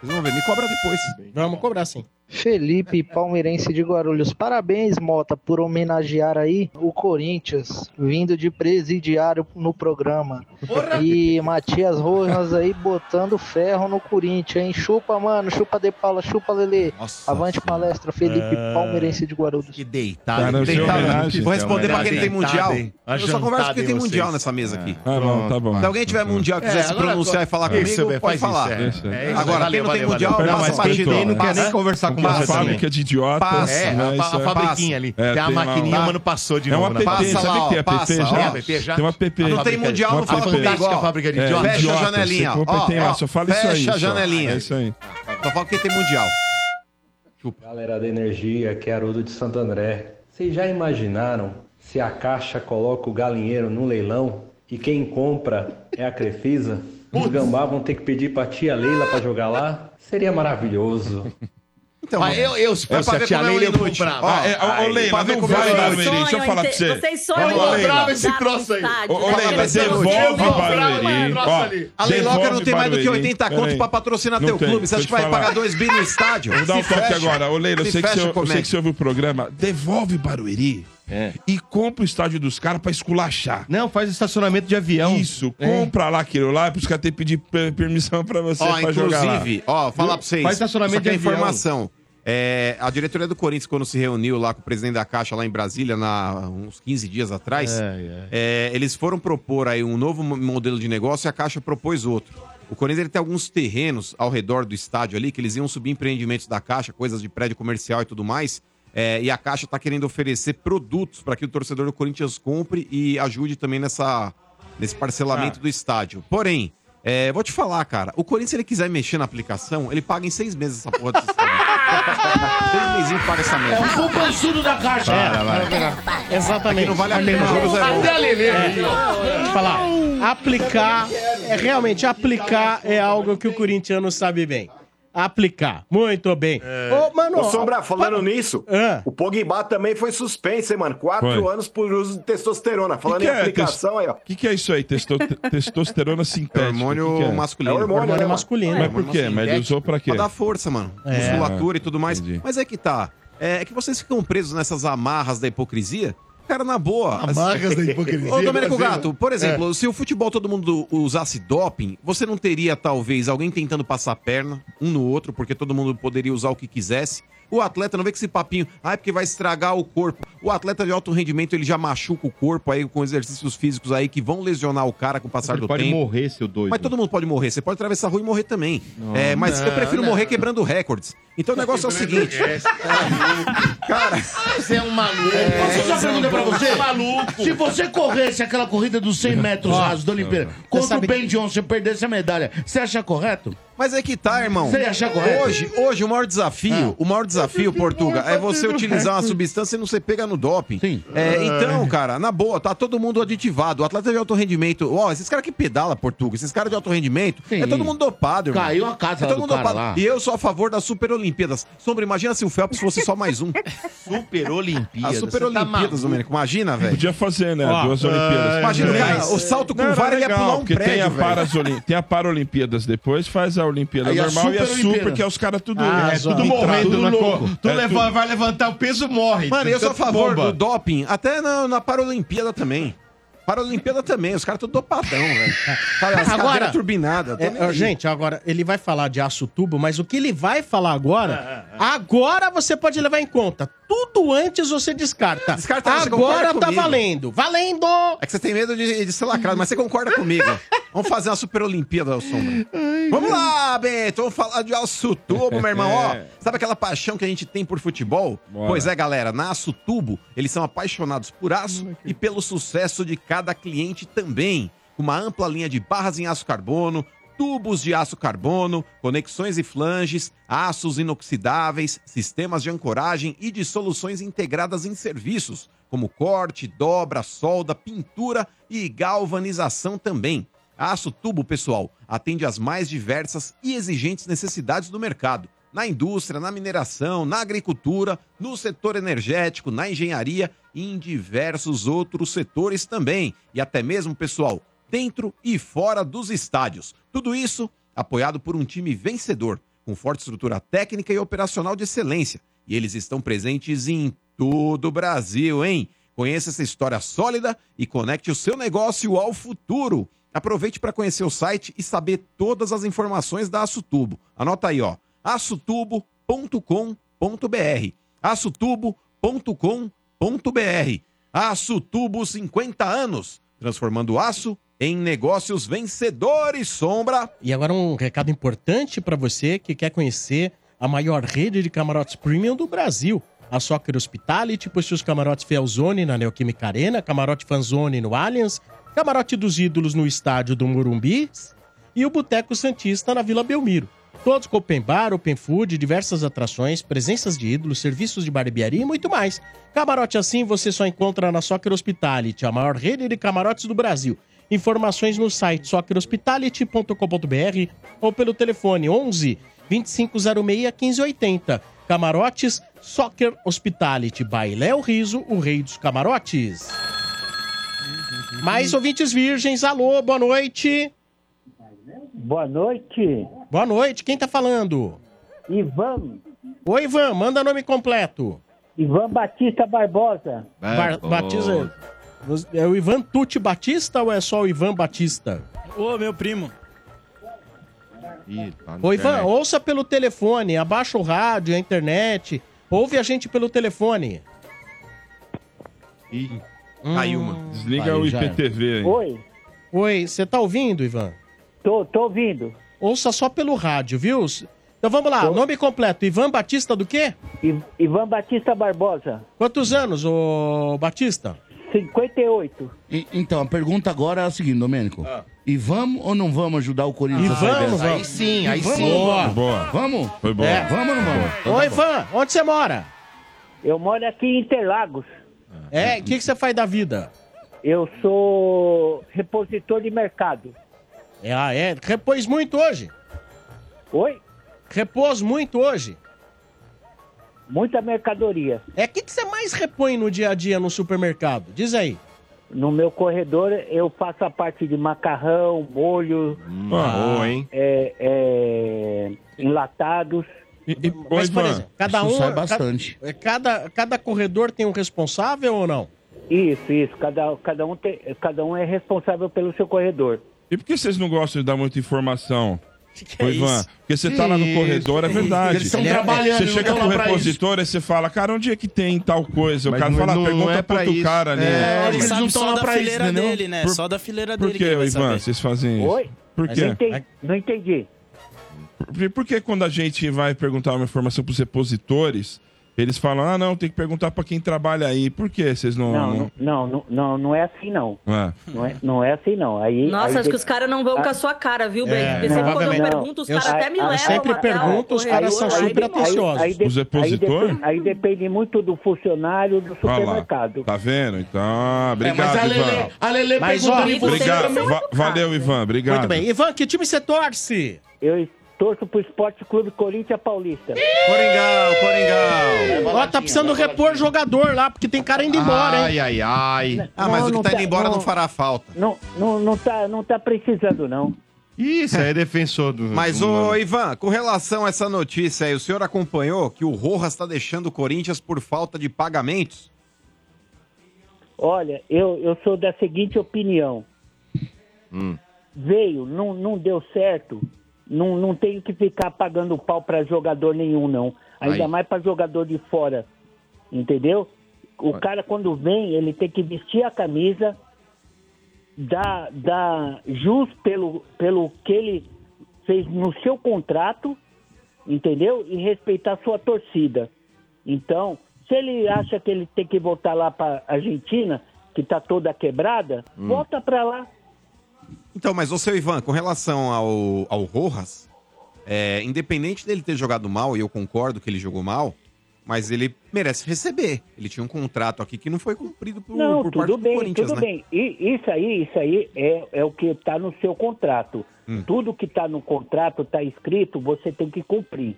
Speaker 5: Vocês vão ver, me cobra depois.
Speaker 11: Vamos cobrar sim.
Speaker 18: Felipe Palmeirense de Guarulhos, parabéns Mota por homenagear aí o Corinthians, vindo de presidiário no programa. E Matias Rojas aí botando ferro no Corinthians, hein? Chupa, mano, chupa de Paula, chupa Lele. Avante palestra, Felipe
Speaker 2: É.
Speaker 18: Palmeirense de Guarulhos. Que
Speaker 2: deitado,
Speaker 5: Cara, eu
Speaker 2: deitado.
Speaker 5: sou homenagem,
Speaker 2: Vou
Speaker 5: então,
Speaker 2: responder pra
Speaker 5: homenagem.
Speaker 2: quem tem mundial.
Speaker 5: Deitado, hein?
Speaker 2: Eu só converso com quem tem mundial nessa mesa aqui.
Speaker 4: Ah, bom, tá bom.
Speaker 5: Se alguém tiver mundial e quiser
Speaker 2: É,
Speaker 5: se
Speaker 2: agora-
Speaker 5: pronunciar e falar
Speaker 2: Isso,
Speaker 5: comigo,
Speaker 2: bem,
Speaker 5: pode
Speaker 2: faz isso,
Speaker 5: falar.
Speaker 2: é. Isso, é.
Speaker 5: Agora, quem não tem
Speaker 2: Valeu,
Speaker 5: mundial,
Speaker 2: valeu, valeu.
Speaker 5: passa pra
Speaker 2: Mas quem tem,
Speaker 5: G2.
Speaker 2: não quer nem
Speaker 5: Passa.
Speaker 2: conversar com
Speaker 5: Passa.
Speaker 2: você também.
Speaker 4: Fábrica de idiotas.
Speaker 5: Passa.
Speaker 4: né?
Speaker 5: É, a fa-
Speaker 4: Isso
Speaker 5: a
Speaker 4: é-
Speaker 5: fabriquinha ali. Tem a
Speaker 4: uma-
Speaker 5: maquininha,
Speaker 4: uma-
Speaker 5: mano, passou de
Speaker 4: É uma
Speaker 9: né?
Speaker 5: novo na
Speaker 4: PP,
Speaker 5: passa
Speaker 4: sabe
Speaker 5: lá,
Speaker 4: o que é
Speaker 5: ó,
Speaker 4: PP
Speaker 5: passa, ó.
Speaker 4: já?
Speaker 5: Tem PP já?
Speaker 4: Tem uma PP.
Speaker 5: Não
Speaker 4: Uma
Speaker 5: tem
Speaker 4: PP.
Speaker 5: mundial,
Speaker 4: Uma
Speaker 5: não fala
Speaker 4: PP.
Speaker 5: comigo, ó.
Speaker 4: Fantástica fábrica de
Speaker 5: É,
Speaker 4: idiotas.
Speaker 5: fecha a
Speaker 4: Idiotas,
Speaker 5: janelinha,
Speaker 4: você
Speaker 5: ó,
Speaker 4: competente,
Speaker 5: ó,
Speaker 4: só fala isso
Speaker 5: fecha
Speaker 4: aí,
Speaker 5: a
Speaker 4: só.
Speaker 5: janelinha.
Speaker 4: É isso aí.
Speaker 5: Só fala quem tem mundial.
Speaker 19: Galera da Energia, aqui é Haroldo de Santo André. Vocês já imaginaram se a Caixa coloca o galinheiro no leilão e quem compra é a Crefisa? Os gambá vão ter que pedir pra tia Leila pra jogar lá? Seria maravilhoso.
Speaker 2: Então, Ah, eu- eu,
Speaker 4: É,
Speaker 2: se fosse a tia Leila, eu comprava.
Speaker 4: Ah, é, ô, ô, Leila, não vai, Barueri, deixa eu falar pra você. Ô, Leila.
Speaker 1: Tá
Speaker 4: Ô, ô, Leila, devolve o Barueri. Ó,
Speaker 5: A Leiloca não
Speaker 4: devolve
Speaker 5: tem mais do que
Speaker 4: Barueri.
Speaker 5: 80
Speaker 4: Pera
Speaker 5: conto
Speaker 4: aí.
Speaker 5: pra patrocinar
Speaker 4: Não
Speaker 5: teu
Speaker 4: tem,
Speaker 5: clube. Você
Speaker 4: vou
Speaker 5: acha que
Speaker 4: te
Speaker 5: vai
Speaker 4: falar.
Speaker 5: pagar 2 bi no estádio?
Speaker 4: Vou dar um
Speaker 5: Se
Speaker 4: toque
Speaker 5: fecha.
Speaker 4: agora. Ô, Leila, eu
Speaker 5: Se
Speaker 4: sei, que
Speaker 5: fecha,
Speaker 4: você, eu sei
Speaker 5: comédia.
Speaker 4: que você ouve o programa. Devolve Barueri
Speaker 5: É.
Speaker 4: e compra o estádio dos caras pra esculachar.
Speaker 13: Não, faz estacionamento de avião.
Speaker 4: Isso,
Speaker 5: É.
Speaker 4: compra lá aquilo lá, pros caras terem que pedir per- permissão pra você
Speaker 5: Ó,
Speaker 4: pra jogar lá.
Speaker 5: inclusive, ó, falar pra vocês.
Speaker 13: Faz estacionamento
Speaker 5: só que é
Speaker 13: de avião.
Speaker 5: informação. É, a diretoria do Corinthians, quando se reuniu lá com o presidente da Caixa lá em Brasília, na, uns 15 dias atrás,
Speaker 13: É,
Speaker 5: é, eles foram propor aí um novo mo- modelo de negócio e a Caixa propôs outro. O Corinthians ele tem alguns terrenos ao redor do estádio ali, que eles iam subir empreendimentos da Caixa, coisas de prédio comercial e tudo mais. é, e a Caixa está querendo oferecer produtos para que o torcedor do Corinthians compre e ajude também nessa, nesse
Speaker 13: Ah.
Speaker 5: parcelamento do estádio. Porém, é, vou te falar, cara, o Corinthians, se ele quiser mexer na aplicação, ele paga em seis meses essa porra do sistema. seis meses paga essa merda.
Speaker 3: É um poupançudo da caixa.
Speaker 5: Para, vai.
Speaker 11: Exatamente.
Speaker 5: Aqui não vale a pena, o jogo zero.
Speaker 3: Até a Lelê.
Speaker 11: Deixa eu falar. Aplicar, é, realmente, aplicar é algo que o corintiano sabe bem. Aplicar. Muito bem.
Speaker 8: É.
Speaker 11: Ô, mano,
Speaker 8: Ô, Sombra,
Speaker 11: ó,
Speaker 8: falando
Speaker 11: fala-
Speaker 8: nisso,
Speaker 5: É.
Speaker 8: o Pogba também foi suspenso, hein, mano? Quatro
Speaker 4: Foi.
Speaker 8: anos por uso de testosterona.
Speaker 4: O
Speaker 8: Falando
Speaker 5: é
Speaker 8: em aplicação aí, ó.
Speaker 4: O é, que, que é isso aí? Testo- testosterona sintética.
Speaker 5: Hormônio
Speaker 4: que que
Speaker 5: masculino.
Speaker 4: É hormônio,
Speaker 5: Hormônio
Speaker 4: né, mano?
Speaker 5: masculino.
Speaker 4: Mas por quê?
Speaker 5: Hormônio
Speaker 4: Mas ele
Speaker 5: sintético.
Speaker 4: usou pra quê?
Speaker 5: Pra dar força, mano.
Speaker 4: É.
Speaker 5: Musculatura e tudo mais. Mas é que tá. É que vocês ficam presos nessas amarras da hipocrisia. Cara, na boa. assim.
Speaker 20: Amarras da hipocrisia,
Speaker 5: Ô, Domênico
Speaker 20: Brasil.
Speaker 5: Gato, por exemplo,
Speaker 20: É.
Speaker 5: se o futebol todo mundo usasse doping, você não teria, talvez, alguém tentando passar a perna um no outro, porque todo mundo poderia usar o que quisesse. O atleta não vê que esse papinho, ah, é porque vai estragar o corpo. O atleta de alto rendimento, ele já machuca o corpo aí com exercícios físicos aí que vão lesionar o cara com o passar
Speaker 13: Ele
Speaker 5: do
Speaker 13: pode
Speaker 5: tempo.
Speaker 13: morrer, seu doido.
Speaker 5: Mas todo mundo pode morrer. Você pode atravessar a rua e morrer também. É, mas eu
Speaker 13: Não,
Speaker 5: prefiro
Speaker 13: não.
Speaker 5: morrer quebrando recordes. Então o negócio é o seguinte. Cara,
Speaker 2: você é um maluco.
Speaker 3: Posso fazer uma pergunta pra você? é
Speaker 2: Maluco.
Speaker 3: Se você corresse aquela corrida dos 100 metros
Speaker 11: Ah,
Speaker 2: Ó,
Speaker 3: rasos da Olimpíada contra o Ben Johnson e perdesse a medalha, você acha correto?
Speaker 5: Mas é que tá, irmão.
Speaker 3: Você acha correto?
Speaker 5: Hoje, hoje o maior desafio, o maior desafio, Portuga, é você utilizar uma substância e não ser pega no doping. Sim. então, cara, na boa, tá todo mundo aditivado. O atleta é de alto rendimento, ó, esses caras que pedala, Portuga, esses caras de alto rendimento, é todo mundo dopado, irmão.
Speaker 3: Caiu a casa
Speaker 5: é
Speaker 3: lá
Speaker 5: todo
Speaker 3: do
Speaker 5: mundo
Speaker 3: cara
Speaker 5: dopado.
Speaker 3: lá.
Speaker 5: E eu sou a favor das Super Olimpíadas. Sombra, imagina se o Phelps fosse só mais um. Super Olimpíadas. A Super
Speaker 4: você tá
Speaker 5: Olimpíadas,
Speaker 4: maluco.
Speaker 5: Domênico, imagina, velho.
Speaker 4: Podia fazer, né?
Speaker 5: Ó,
Speaker 4: Duas Olimpíadas.
Speaker 5: é, imagina,
Speaker 4: Não,
Speaker 5: cara,
Speaker 4: mas-
Speaker 5: o salto com
Speaker 4: Não, era
Speaker 5: vara, ele ia
Speaker 4: legal,
Speaker 5: pular um
Speaker 4: porque tem a,
Speaker 5: prédio, velho.
Speaker 4: Parasoli- tem a Paralimpíadas depois, faz a Olimpíada
Speaker 5: Aí a
Speaker 4: normal e a
Speaker 5: Super
Speaker 4: Super,
Speaker 5: Olimpíada.
Speaker 4: que é os caras tudo...
Speaker 5: Ah,
Speaker 4: é,
Speaker 5: só.
Speaker 4: tudo
Speaker 5: Entrado,
Speaker 4: morrendo
Speaker 5: tudo
Speaker 4: na
Speaker 5: louco.
Speaker 4: cor.
Speaker 5: Tu
Speaker 4: É,
Speaker 5: leva-
Speaker 4: tudo-
Speaker 13: Vai levantar o peso, morre.
Speaker 5: Mano, eu sou a
Speaker 13: Tanto
Speaker 5: favor
Speaker 13: bomba.
Speaker 5: do doping, até na, na Paralimpíada também. Paralimpíada também, os caras tudo dopadão, velho. Cara, as
Speaker 11: Agora,
Speaker 5: cadeiras turbinadas.
Speaker 11: É, ó, gente, agora ele vai falar de aço tubo, mas o que ele vai falar agora, agora você pode levar em conta. Tudo antes você descarta.
Speaker 5: Descarta, você
Speaker 11: agora
Speaker 5: concorda
Speaker 11: tá
Speaker 5: comigo.
Speaker 11: valendo. Valendo!
Speaker 5: É que você tem medo de, de ser lacrado, mas você concorda comigo. Vamos fazer uma Super Olimpíada, Sombra. Vamos lá, Bento. Vamos falar de Açutubo, meu irmão. Ó,
Speaker 11: É.
Speaker 5: É. sabe aquela paixão que a gente tem por futebol?
Speaker 13: Bora.
Speaker 5: Pois é, galera. Na Açutubo, eles são apaixonados por aço e pelo sucesso de cada cliente também. Com uma ampla linha de barras em aço carbono, tubos de aço carbono, conexões e flanges, aços inoxidáveis, sistemas de ancoragem e de soluções integradas em serviços, como corte, dobra, solda, pintura e galvanização também. A Aço Tubo, pessoal, atende às mais diversas e exigentes necessidades do mercado. Na indústria, na mineração, na agricultura, no setor energético, na engenharia e em diversos outros setores também. E até mesmo, pessoal, dentro e fora dos estádios. Tudo isso apoiado por um time vencedor, com forte estrutura técnica e operacional de excelência. E eles estão presentes em todo o Brasil, hein? Conheça essa história sólida e conecte o seu negócio ao futuro. Aproveite para conhecer o site e saber todas as informações da Açutubo. Anota aí, ó, açutubo.com.br. açutubo.com.br. Açutubo 50 anos, transformando aço em negócios vencedores, sombra.
Speaker 11: E agora um recado importante para você que quer conhecer a maior rede de camarotes premium do Brasil. A Soccer Hospitality possui os camarotes Felzone na Neoquímica Arena, camarote Fanzone no Allianz, camarote dos Ídolos no estádio do Morumbi e o Boteco Santista na Vila Belmiro. Todos com open bar, open food, diversas atrações, presenças de ídolos, serviços de barbearia e muito mais. Camarote assim você só encontra na Soccer Hospitality, a maior rede de camarotes do Brasil. Informações no site soccerhospitality.com.br ou pelo telefone 11 2506 1580. Camarotes Soccer Hospitality by Léo Riso, o rei dos camarotes. Mais ouvintes virgens, alô, boa noite.
Speaker 20: Boa noite.
Speaker 11: Boa noite, quem tá falando?
Speaker 20: Ivan.
Speaker 11: Oi, Ivan, manda nome completo.
Speaker 20: Ivan Batista Barbosa.
Speaker 11: Bar Batista. É o Ivan Tuti Batista ou é só o Ivan Batista?
Speaker 6: Ô, meu primo.
Speaker 11: Ô, Ivan, ouça pelo telefone, abaixa o rádio, a internet. Ouve a gente pelo telefone.
Speaker 4: Ih, caiu uma. Desliga
Speaker 11: Caiu,
Speaker 4: o
Speaker 11: já era.
Speaker 4: IPTV aí.
Speaker 20: Oi.
Speaker 11: Oi, você tá ouvindo, Ivan?
Speaker 20: Tô, tô ouvindo.
Speaker 11: Ouça só pelo rádio, viu? Então vamos lá, nome completo. Ivan Batista do quê?
Speaker 20: Ivan Batista Barbosa.
Speaker 11: Quantos anos, ô Batista?
Speaker 20: 58.
Speaker 3: então, a pergunta agora é a seguinte, Domênico. E vamos ou não vamos ajudar o Corinthians?
Speaker 11: E
Speaker 3: a sair
Speaker 11: vamos,
Speaker 3: dessa?
Speaker 11: vamos. Aí sim, aí
Speaker 3: E vamos
Speaker 11: sim.
Speaker 3: ou não
Speaker 11: Boa.
Speaker 3: vamos?
Speaker 11: Boa.
Speaker 3: Vamos?
Speaker 11: Foi boa.
Speaker 3: É, Vamos ou não vamos?
Speaker 2: Então
Speaker 11: Ô,
Speaker 2: tá
Speaker 11: Oi, Ivan, onde você mora?
Speaker 20: Eu moro aqui em Interlagos.
Speaker 11: É, o que, que você faz da vida?
Speaker 20: Eu sou repositor de mercado.
Speaker 11: É, ah, é. Repôs muito hoje?
Speaker 20: Oi?
Speaker 11: Repôs muito hoje?
Speaker 20: Muita mercadoria.
Speaker 11: É, o que, que você mais repõe no dia a dia no supermercado? Diz aí.
Speaker 20: No meu corredor eu faço a parte de macarrão, molho.
Speaker 11: Ah, boa, hein?
Speaker 20: é, é, enlatados.
Speaker 11: Mas, por exemplo, cada um. Cada, cada, cada corredor tem um responsável ou não?
Speaker 20: Isso, isso. Cada, cada, um tem, cada um é responsável pelo seu corredor.
Speaker 4: E por que vocês não gostam de dar muita informação? Ô, Ivan,
Speaker 20: isso?
Speaker 4: porque você tá lá
Speaker 20: Que
Speaker 4: no corredor, é
Speaker 20: isso?
Speaker 4: verdade.
Speaker 20: Eles tão trabalhando,
Speaker 4: Você
Speaker 20: não
Speaker 4: chega
Speaker 20: tão
Speaker 4: pro
Speaker 20: lá pra
Speaker 4: repositor e você fala, cara, onde é que tem tal coisa? O
Speaker 9: Mas
Speaker 4: cara
Speaker 9: não-
Speaker 4: fala,
Speaker 9: não- não
Speaker 4: pergunta
Speaker 9: é pra
Speaker 4: pro outro
Speaker 9: isso.
Speaker 4: cara, né?
Speaker 9: É,
Speaker 6: Ele
Speaker 9: eles não
Speaker 6: sabe
Speaker 9: tão
Speaker 6: só
Speaker 9: lá
Speaker 6: da
Speaker 9: pra
Speaker 6: fileira
Speaker 9: isso, entendeu?
Speaker 6: dele, né?
Speaker 9: Por-
Speaker 6: Só da fileira
Speaker 4: Por
Speaker 6: dele que
Speaker 4: que,
Speaker 6: ele vai
Speaker 4: Ivan,
Speaker 6: saber.
Speaker 4: vocês fazem isso?
Speaker 6: Oi?
Speaker 4: Por
Speaker 6: Mas
Speaker 4: quê?
Speaker 6: não entendi-
Speaker 20: não entendi.
Speaker 4: Por, por que quando a gente vai perguntar uma informação pros repositores, eles falam, ah, não, tem que perguntar pra quem trabalha aí. Por que vocês não... né?
Speaker 20: Não, não, não, não, não, não é assim não.
Speaker 4: É.
Speaker 20: Não é, não é assim não. Aí,
Speaker 7: Nossa,
Speaker 20: aí
Speaker 7: acho que
Speaker 20: de-
Speaker 7: os caras não vão
Speaker 20: Ah,
Speaker 7: com a sua cara, viu, Ben?
Speaker 20: É,
Speaker 7: Porque sempre quando eu
Speaker 20: provavelmente.
Speaker 7: pergunto, os
Speaker 20: Eu-
Speaker 7: caras até me
Speaker 20: eu
Speaker 7: levam. até
Speaker 20: sempre
Speaker 7: o
Speaker 20: pergunto, os
Speaker 7: corredor,
Speaker 20: caras são
Speaker 7: aí
Speaker 20: super
Speaker 7: depois-
Speaker 20: atenciosos. Aí de-
Speaker 4: Os
Speaker 20: Aí
Speaker 4: repositores?
Speaker 20: depende, aí depende muito do funcionário do
Speaker 4: Olha lá.
Speaker 20: supermercado.
Speaker 4: Tá vendo? Então, ah, obrigado,
Speaker 3: É, mas a Lele-
Speaker 4: Ivan.
Speaker 3: a Lele Mas, perguntou ó, de você,
Speaker 4: Obrigado.
Speaker 3: você é um
Speaker 4: Va- valeu, Ivan. Obrigado.
Speaker 11: Muito bem. Ivan, que time você torce?
Speaker 20: Eu torço pro Esporte Clube Corinthians Paulista.
Speaker 11: Coringão,
Speaker 20: Coringão.
Speaker 11: Ó, tá precisando repor jogador lá, porque tem cara indo embora, hein? ai,
Speaker 20: Ai,
Speaker 11: ai.
Speaker 5: Ah, mas o que tá indo embora não fará falta.
Speaker 20: Não, não, não, tá, não tá precisando, não.
Speaker 5: Isso, é defensor do. Mas,
Speaker 20: do
Speaker 5: ô
Speaker 20: Mano.
Speaker 5: Ivan, com relação a essa notícia aí, o senhor acompanhou que o Rojas está deixando o Corinthians por falta de pagamentos?
Speaker 20: Olha, eu, eu sou da seguinte opinião.
Speaker 2: Hum.
Speaker 20: Veio, não, não deu certo. Não, não tenho que ficar pagando pau pra jogador nenhum, não. Ainda
Speaker 21: Aí.
Speaker 20: mais pra jogador de fora. Entendeu? O cara, quando vem, ele tem que vestir a camisa, dar, dar jus pelo, pelo que ele fez no seu contrato, entendeu? E respeitar a sua torcida. Então, se ele acha que ele tem que voltar lá para Argentina, que tá toda quebrada, volta para lá.
Speaker 5: Então, mas ô seu Ivan, com relação ao, ao Rojas, é, independente dele ter jogado mal, e eu concordo que ele jogou mal, mas ele merece receber. Ele tinha um contrato aqui que não foi cumprido por,
Speaker 20: Não,
Speaker 5: por parte
Speaker 20: tudo
Speaker 5: do
Speaker 20: bem,
Speaker 5: Corinthians,
Speaker 20: tudo
Speaker 5: né?
Speaker 20: bem. E isso aí, isso aí é, é o que está no seu contrato. Tudo que está no contrato, está escrito, você tem que cumprir.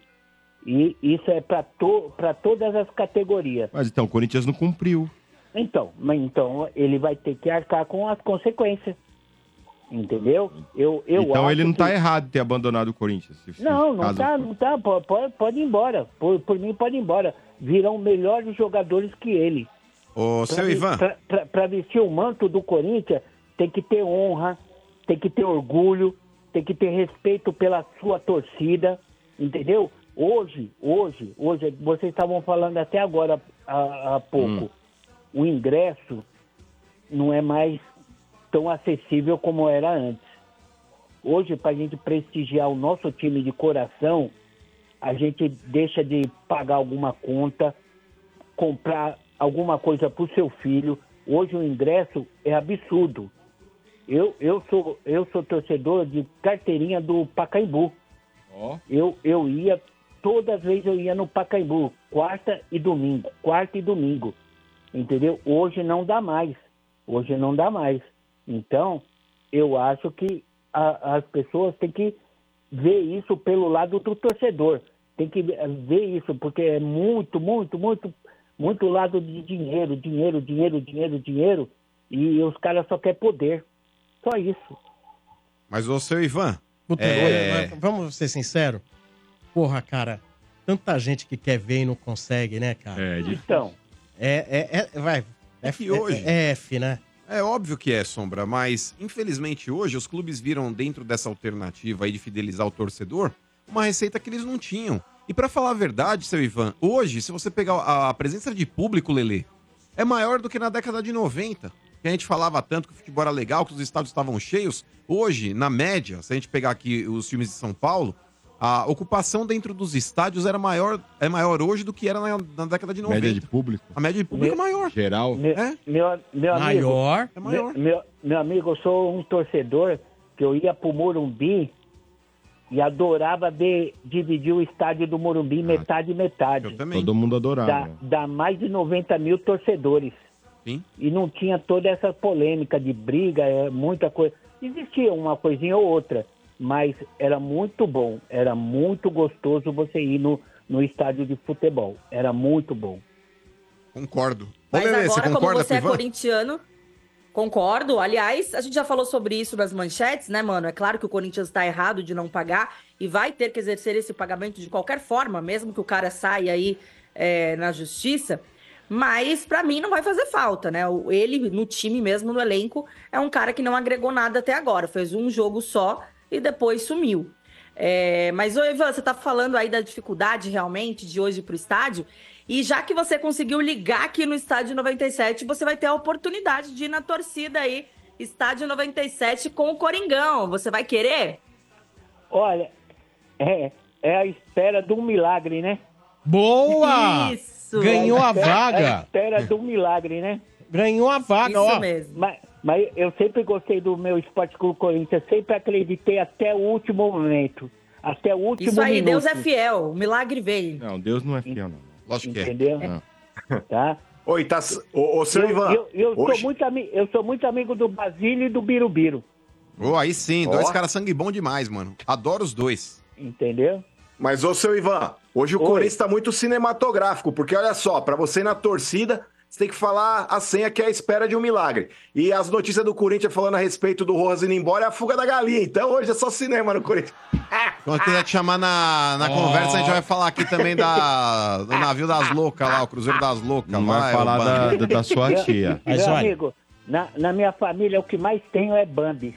Speaker 20: E isso é para to, pra todas as categorias.
Speaker 9: Mas então, o Corinthians não cumpriu.
Speaker 20: Então, mas então ele vai ter que arcar com as consequências. Entendeu? Eu, eu
Speaker 9: então
Speaker 20: acho
Speaker 9: ele não tá
Speaker 20: que-
Speaker 9: errado de ter abandonado o Corinthians. se- se
Speaker 20: Não, não
Speaker 9: caso-
Speaker 20: tá, não tá. po- po- Pode, ir embora. Por, por mim, pode ir embora. Virão melhores jogadores que ele.
Speaker 5: Ô,
Speaker 20: Pra
Speaker 5: seu
Speaker 20: vi-
Speaker 5: Ivan.
Speaker 20: Pra, pra- pra vestir o manto do Corinthians, tem que ter honra, tem que ter orgulho, tem que ter respeito pela sua torcida, entendeu? Hoje, hoje, hoje, vocês estavam falando até agora há, há pouco,
Speaker 5: Hum.
Speaker 20: o ingresso não é mais tão acessível como era antes. Hoje, para a gente prestigiar o nosso time de coração, a gente deixa de pagar alguma conta, comprar alguma coisa para o seu filho. Hoje o ingresso é absurdo. Eu, eu, sou, eu sou torcedor de carteirinha do Pacaembu. Eu, eu ia, todas as vezes eu ia no Pacaembu, quarta e domingo, quarta e domingo. Entendeu? Hoje não dá mais. Hoje não dá mais. Então, eu acho que a- as pessoas têm que ver isso pelo lado do torcedor. Tem que eh, ver isso, porque é muito, muito, muito, muito lado de dinheiro, dinheiro, dinheiro, dinheiro, dinheiro. E os caras só querem poder. Só isso.
Speaker 5: Mas ô, seu Ivan.
Speaker 11: Puta,
Speaker 5: é,
Speaker 11: olha, mas vamos ser sinceros. Porra, cara, tanta gente que quer ver e não consegue, né, cara?
Speaker 5: É, difícil.
Speaker 20: Então.
Speaker 11: É, é, é, vai. É,
Speaker 5: que hoje-
Speaker 11: É, é F, né?
Speaker 5: É óbvio que é, Sombra, mas infelizmente hoje os clubes viram dentro dessa alternativa aí de fidelizar o torcedor uma receita que eles não tinham. E pra falar a verdade, seu Ivan, hoje, se você pegar a a presença de público, Lelê, é maior do que na década de 90. Que a gente falava tanto que o futebol era legal, que os estádios estavam cheios. Hoje, na média, se a gente pegar aqui os times de São Paulo, a ocupação dentro dos estádios era maior, é maior hoje do que era na, na década de 90.
Speaker 13: Média de público.
Speaker 5: A média de público é maior.
Speaker 13: Geral.
Speaker 20: Meu, meu, meu amigo,
Speaker 5: Maior. É
Speaker 20: Meu, meu, meu amigo, eu sou um torcedor que eu ia pro Morumbi e adorava ver dividir o estádio do
Speaker 5: Ah.
Speaker 20: Morumbi metade e metade. Eu
Speaker 5: também.
Speaker 13: Todo mundo adorava.
Speaker 20: Dá, dá mais de 90 mil torcedores.
Speaker 5: Sim.
Speaker 20: E não tinha toda essa polêmica de briga, é, muita coisa. Existia uma coisinha ou outra, mas era muito bom, era muito gostoso você ir no, no estádio de futebol. Era muito bom.
Speaker 5: Concordo.
Speaker 20: Ô,
Speaker 7: Mas
Speaker 20: Lelê, você
Speaker 7: agora, como
Speaker 20: concorda
Speaker 7: você
Speaker 20: com
Speaker 7: é
Speaker 20: o Ivan?
Speaker 7: corintiano, concordo. Aliás, a gente já falou sobre isso nas manchetes, né, mano? É claro que o Corinthians está errado de não pagar e vai ter que exercer esse pagamento de qualquer forma, mesmo que o cara saia aí é, na justiça. Mas pra mim não vai fazer falta, né? O- Ele no time mesmo, no elenco, é um cara que não agregou nada até agora. Fez um jogo só e depois sumiu. É, mas, ô Ivan, você tá falando aí da dificuldade realmente de hoje pro estádio. E já que você conseguiu ligar aqui no Estádio 97, você vai ter a oportunidade de ir na torcida aí, Estádio 97 com o Coringão. Você vai querer?
Speaker 20: Olha, é, é a espera de um milagre, né?
Speaker 11: Boa!
Speaker 7: Isso!
Speaker 11: Ganhou a
Speaker 20: É espera- É a
Speaker 11: vaga.
Speaker 20: espera de um milagre, né?
Speaker 11: Ganhou a vaga, Isso ó.
Speaker 7: mesmo.
Speaker 20: Mas, mas eu sempre gostei do meu Esporte Clube Corinthians, sempre acreditei até o último momento. Até o último
Speaker 7: Isso aí,
Speaker 20: minuto.
Speaker 7: Deus é fiel. O milagre veio.
Speaker 13: Não, Deus não é fiel, não. É.
Speaker 5: Lógico
Speaker 13: que é.
Speaker 20: Entendeu? Tá?
Speaker 8: Oi, tá. Ô, ô seu
Speaker 20: Eu-
Speaker 8: Ivan.
Speaker 20: Eu, eu
Speaker 8: hoje-
Speaker 20: sou muito ami- eu sou muito amigo do Basílio e do Birubiru.
Speaker 5: Ô, aí sim,
Speaker 8: Ó.
Speaker 5: dois caras sangue bom demais, mano. Adoro os dois.
Speaker 20: Entendeu?
Speaker 8: Mas, ô, seu Ivan, hoje o
Speaker 5: Oi.
Speaker 8: Corinthians tá muito cinematográfico, porque olha só, pra você ir na torcida, você tem que falar a senha que é a espera de um milagre. E as notícias do Corinthians falando a respeito do Rojas indo embora é a fuga da galinha. Então hoje é só cinema no Corinthians.
Speaker 5: Quando quiser te chamar na, na
Speaker 8: Ó.
Speaker 5: conversa, a gente vai falar aqui também da, do navio das loucas lá, o Cruzeiro das Loucas.
Speaker 13: Não vai falar
Speaker 5: ô,
Speaker 13: da-
Speaker 5: Bambi.
Speaker 13: da- da sua
Speaker 20: Meu- Meu amigo, na, na minha família o que mais tenho é Bambi.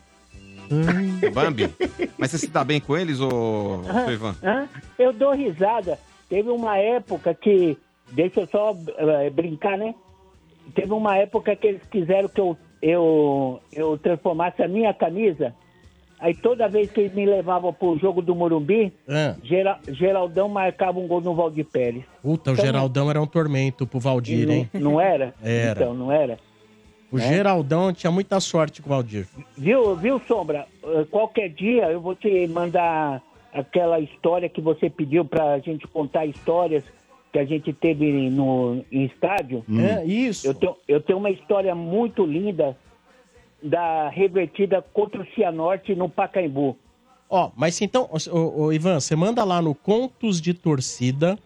Speaker 5: É Bambi, mas você se dá bem com eles, ô,
Speaker 20: Hã?
Speaker 5: seu Ivan?
Speaker 20: Hã? Eu dou risada. Teve uma época que. Deixa eu só eh, brincar, né? Teve uma época que eles quiseram que eu, eu, eu transformasse a minha camisa. Aí toda vez que eles me levavam pro jogo do Morumbi, Gera- Geraldão marcava um gol no Valdir Pérez.
Speaker 11: Puta, o
Speaker 20: Então-
Speaker 11: Geraldão era um tormento pro Valdir, hein?
Speaker 20: Não, não era?
Speaker 11: Era.
Speaker 20: Então, não era.
Speaker 11: O Geraldão tinha muita sorte com o Valdir.
Speaker 20: Viu, viu, Sombra? Eh, Qualquer dia eu vou te mandar aquela história que você pediu pra gente contar histórias que a gente teve no em estádio.
Speaker 11: Hum. É, isso.
Speaker 20: Eu tenho, eu tenho uma história muito linda da revertida contra o Cianorte no Pacaembu.
Speaker 11: Ó, mas então, ô, ô, ô, Ivan, você manda lá no Contos de Torcida,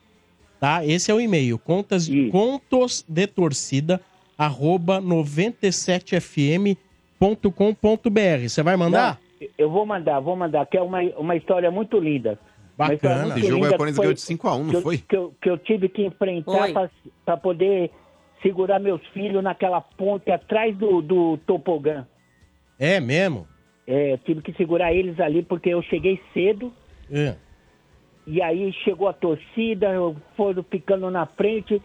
Speaker 11: tá? Esse é o e-mail, contas, contos de torcida, arroba 97fm.com.br. Você vai mandar?
Speaker 20: Não, eu vou mandar, vou mandar, que é uma, uma história muito linda. Uma história
Speaker 11: Bacana.
Speaker 20: muito
Speaker 11: Esse jogo
Speaker 20: linda
Speaker 11: aí o Corinthians
Speaker 20: que foi-
Speaker 11: ganhou de 5 a 1, não
Speaker 20: que eu-
Speaker 11: foi?
Speaker 20: Que eu, que eu tive que enfrentar
Speaker 11: Foi.
Speaker 20: pra- pra poder segurar meus filhos naquela ponte atrás do, do Topogan.
Speaker 11: É mesmo?
Speaker 20: É, eu tive que segurar eles ali porque eu cheguei cedo
Speaker 11: É.
Speaker 20: e aí chegou a torcida, eu- foram ficando na frente,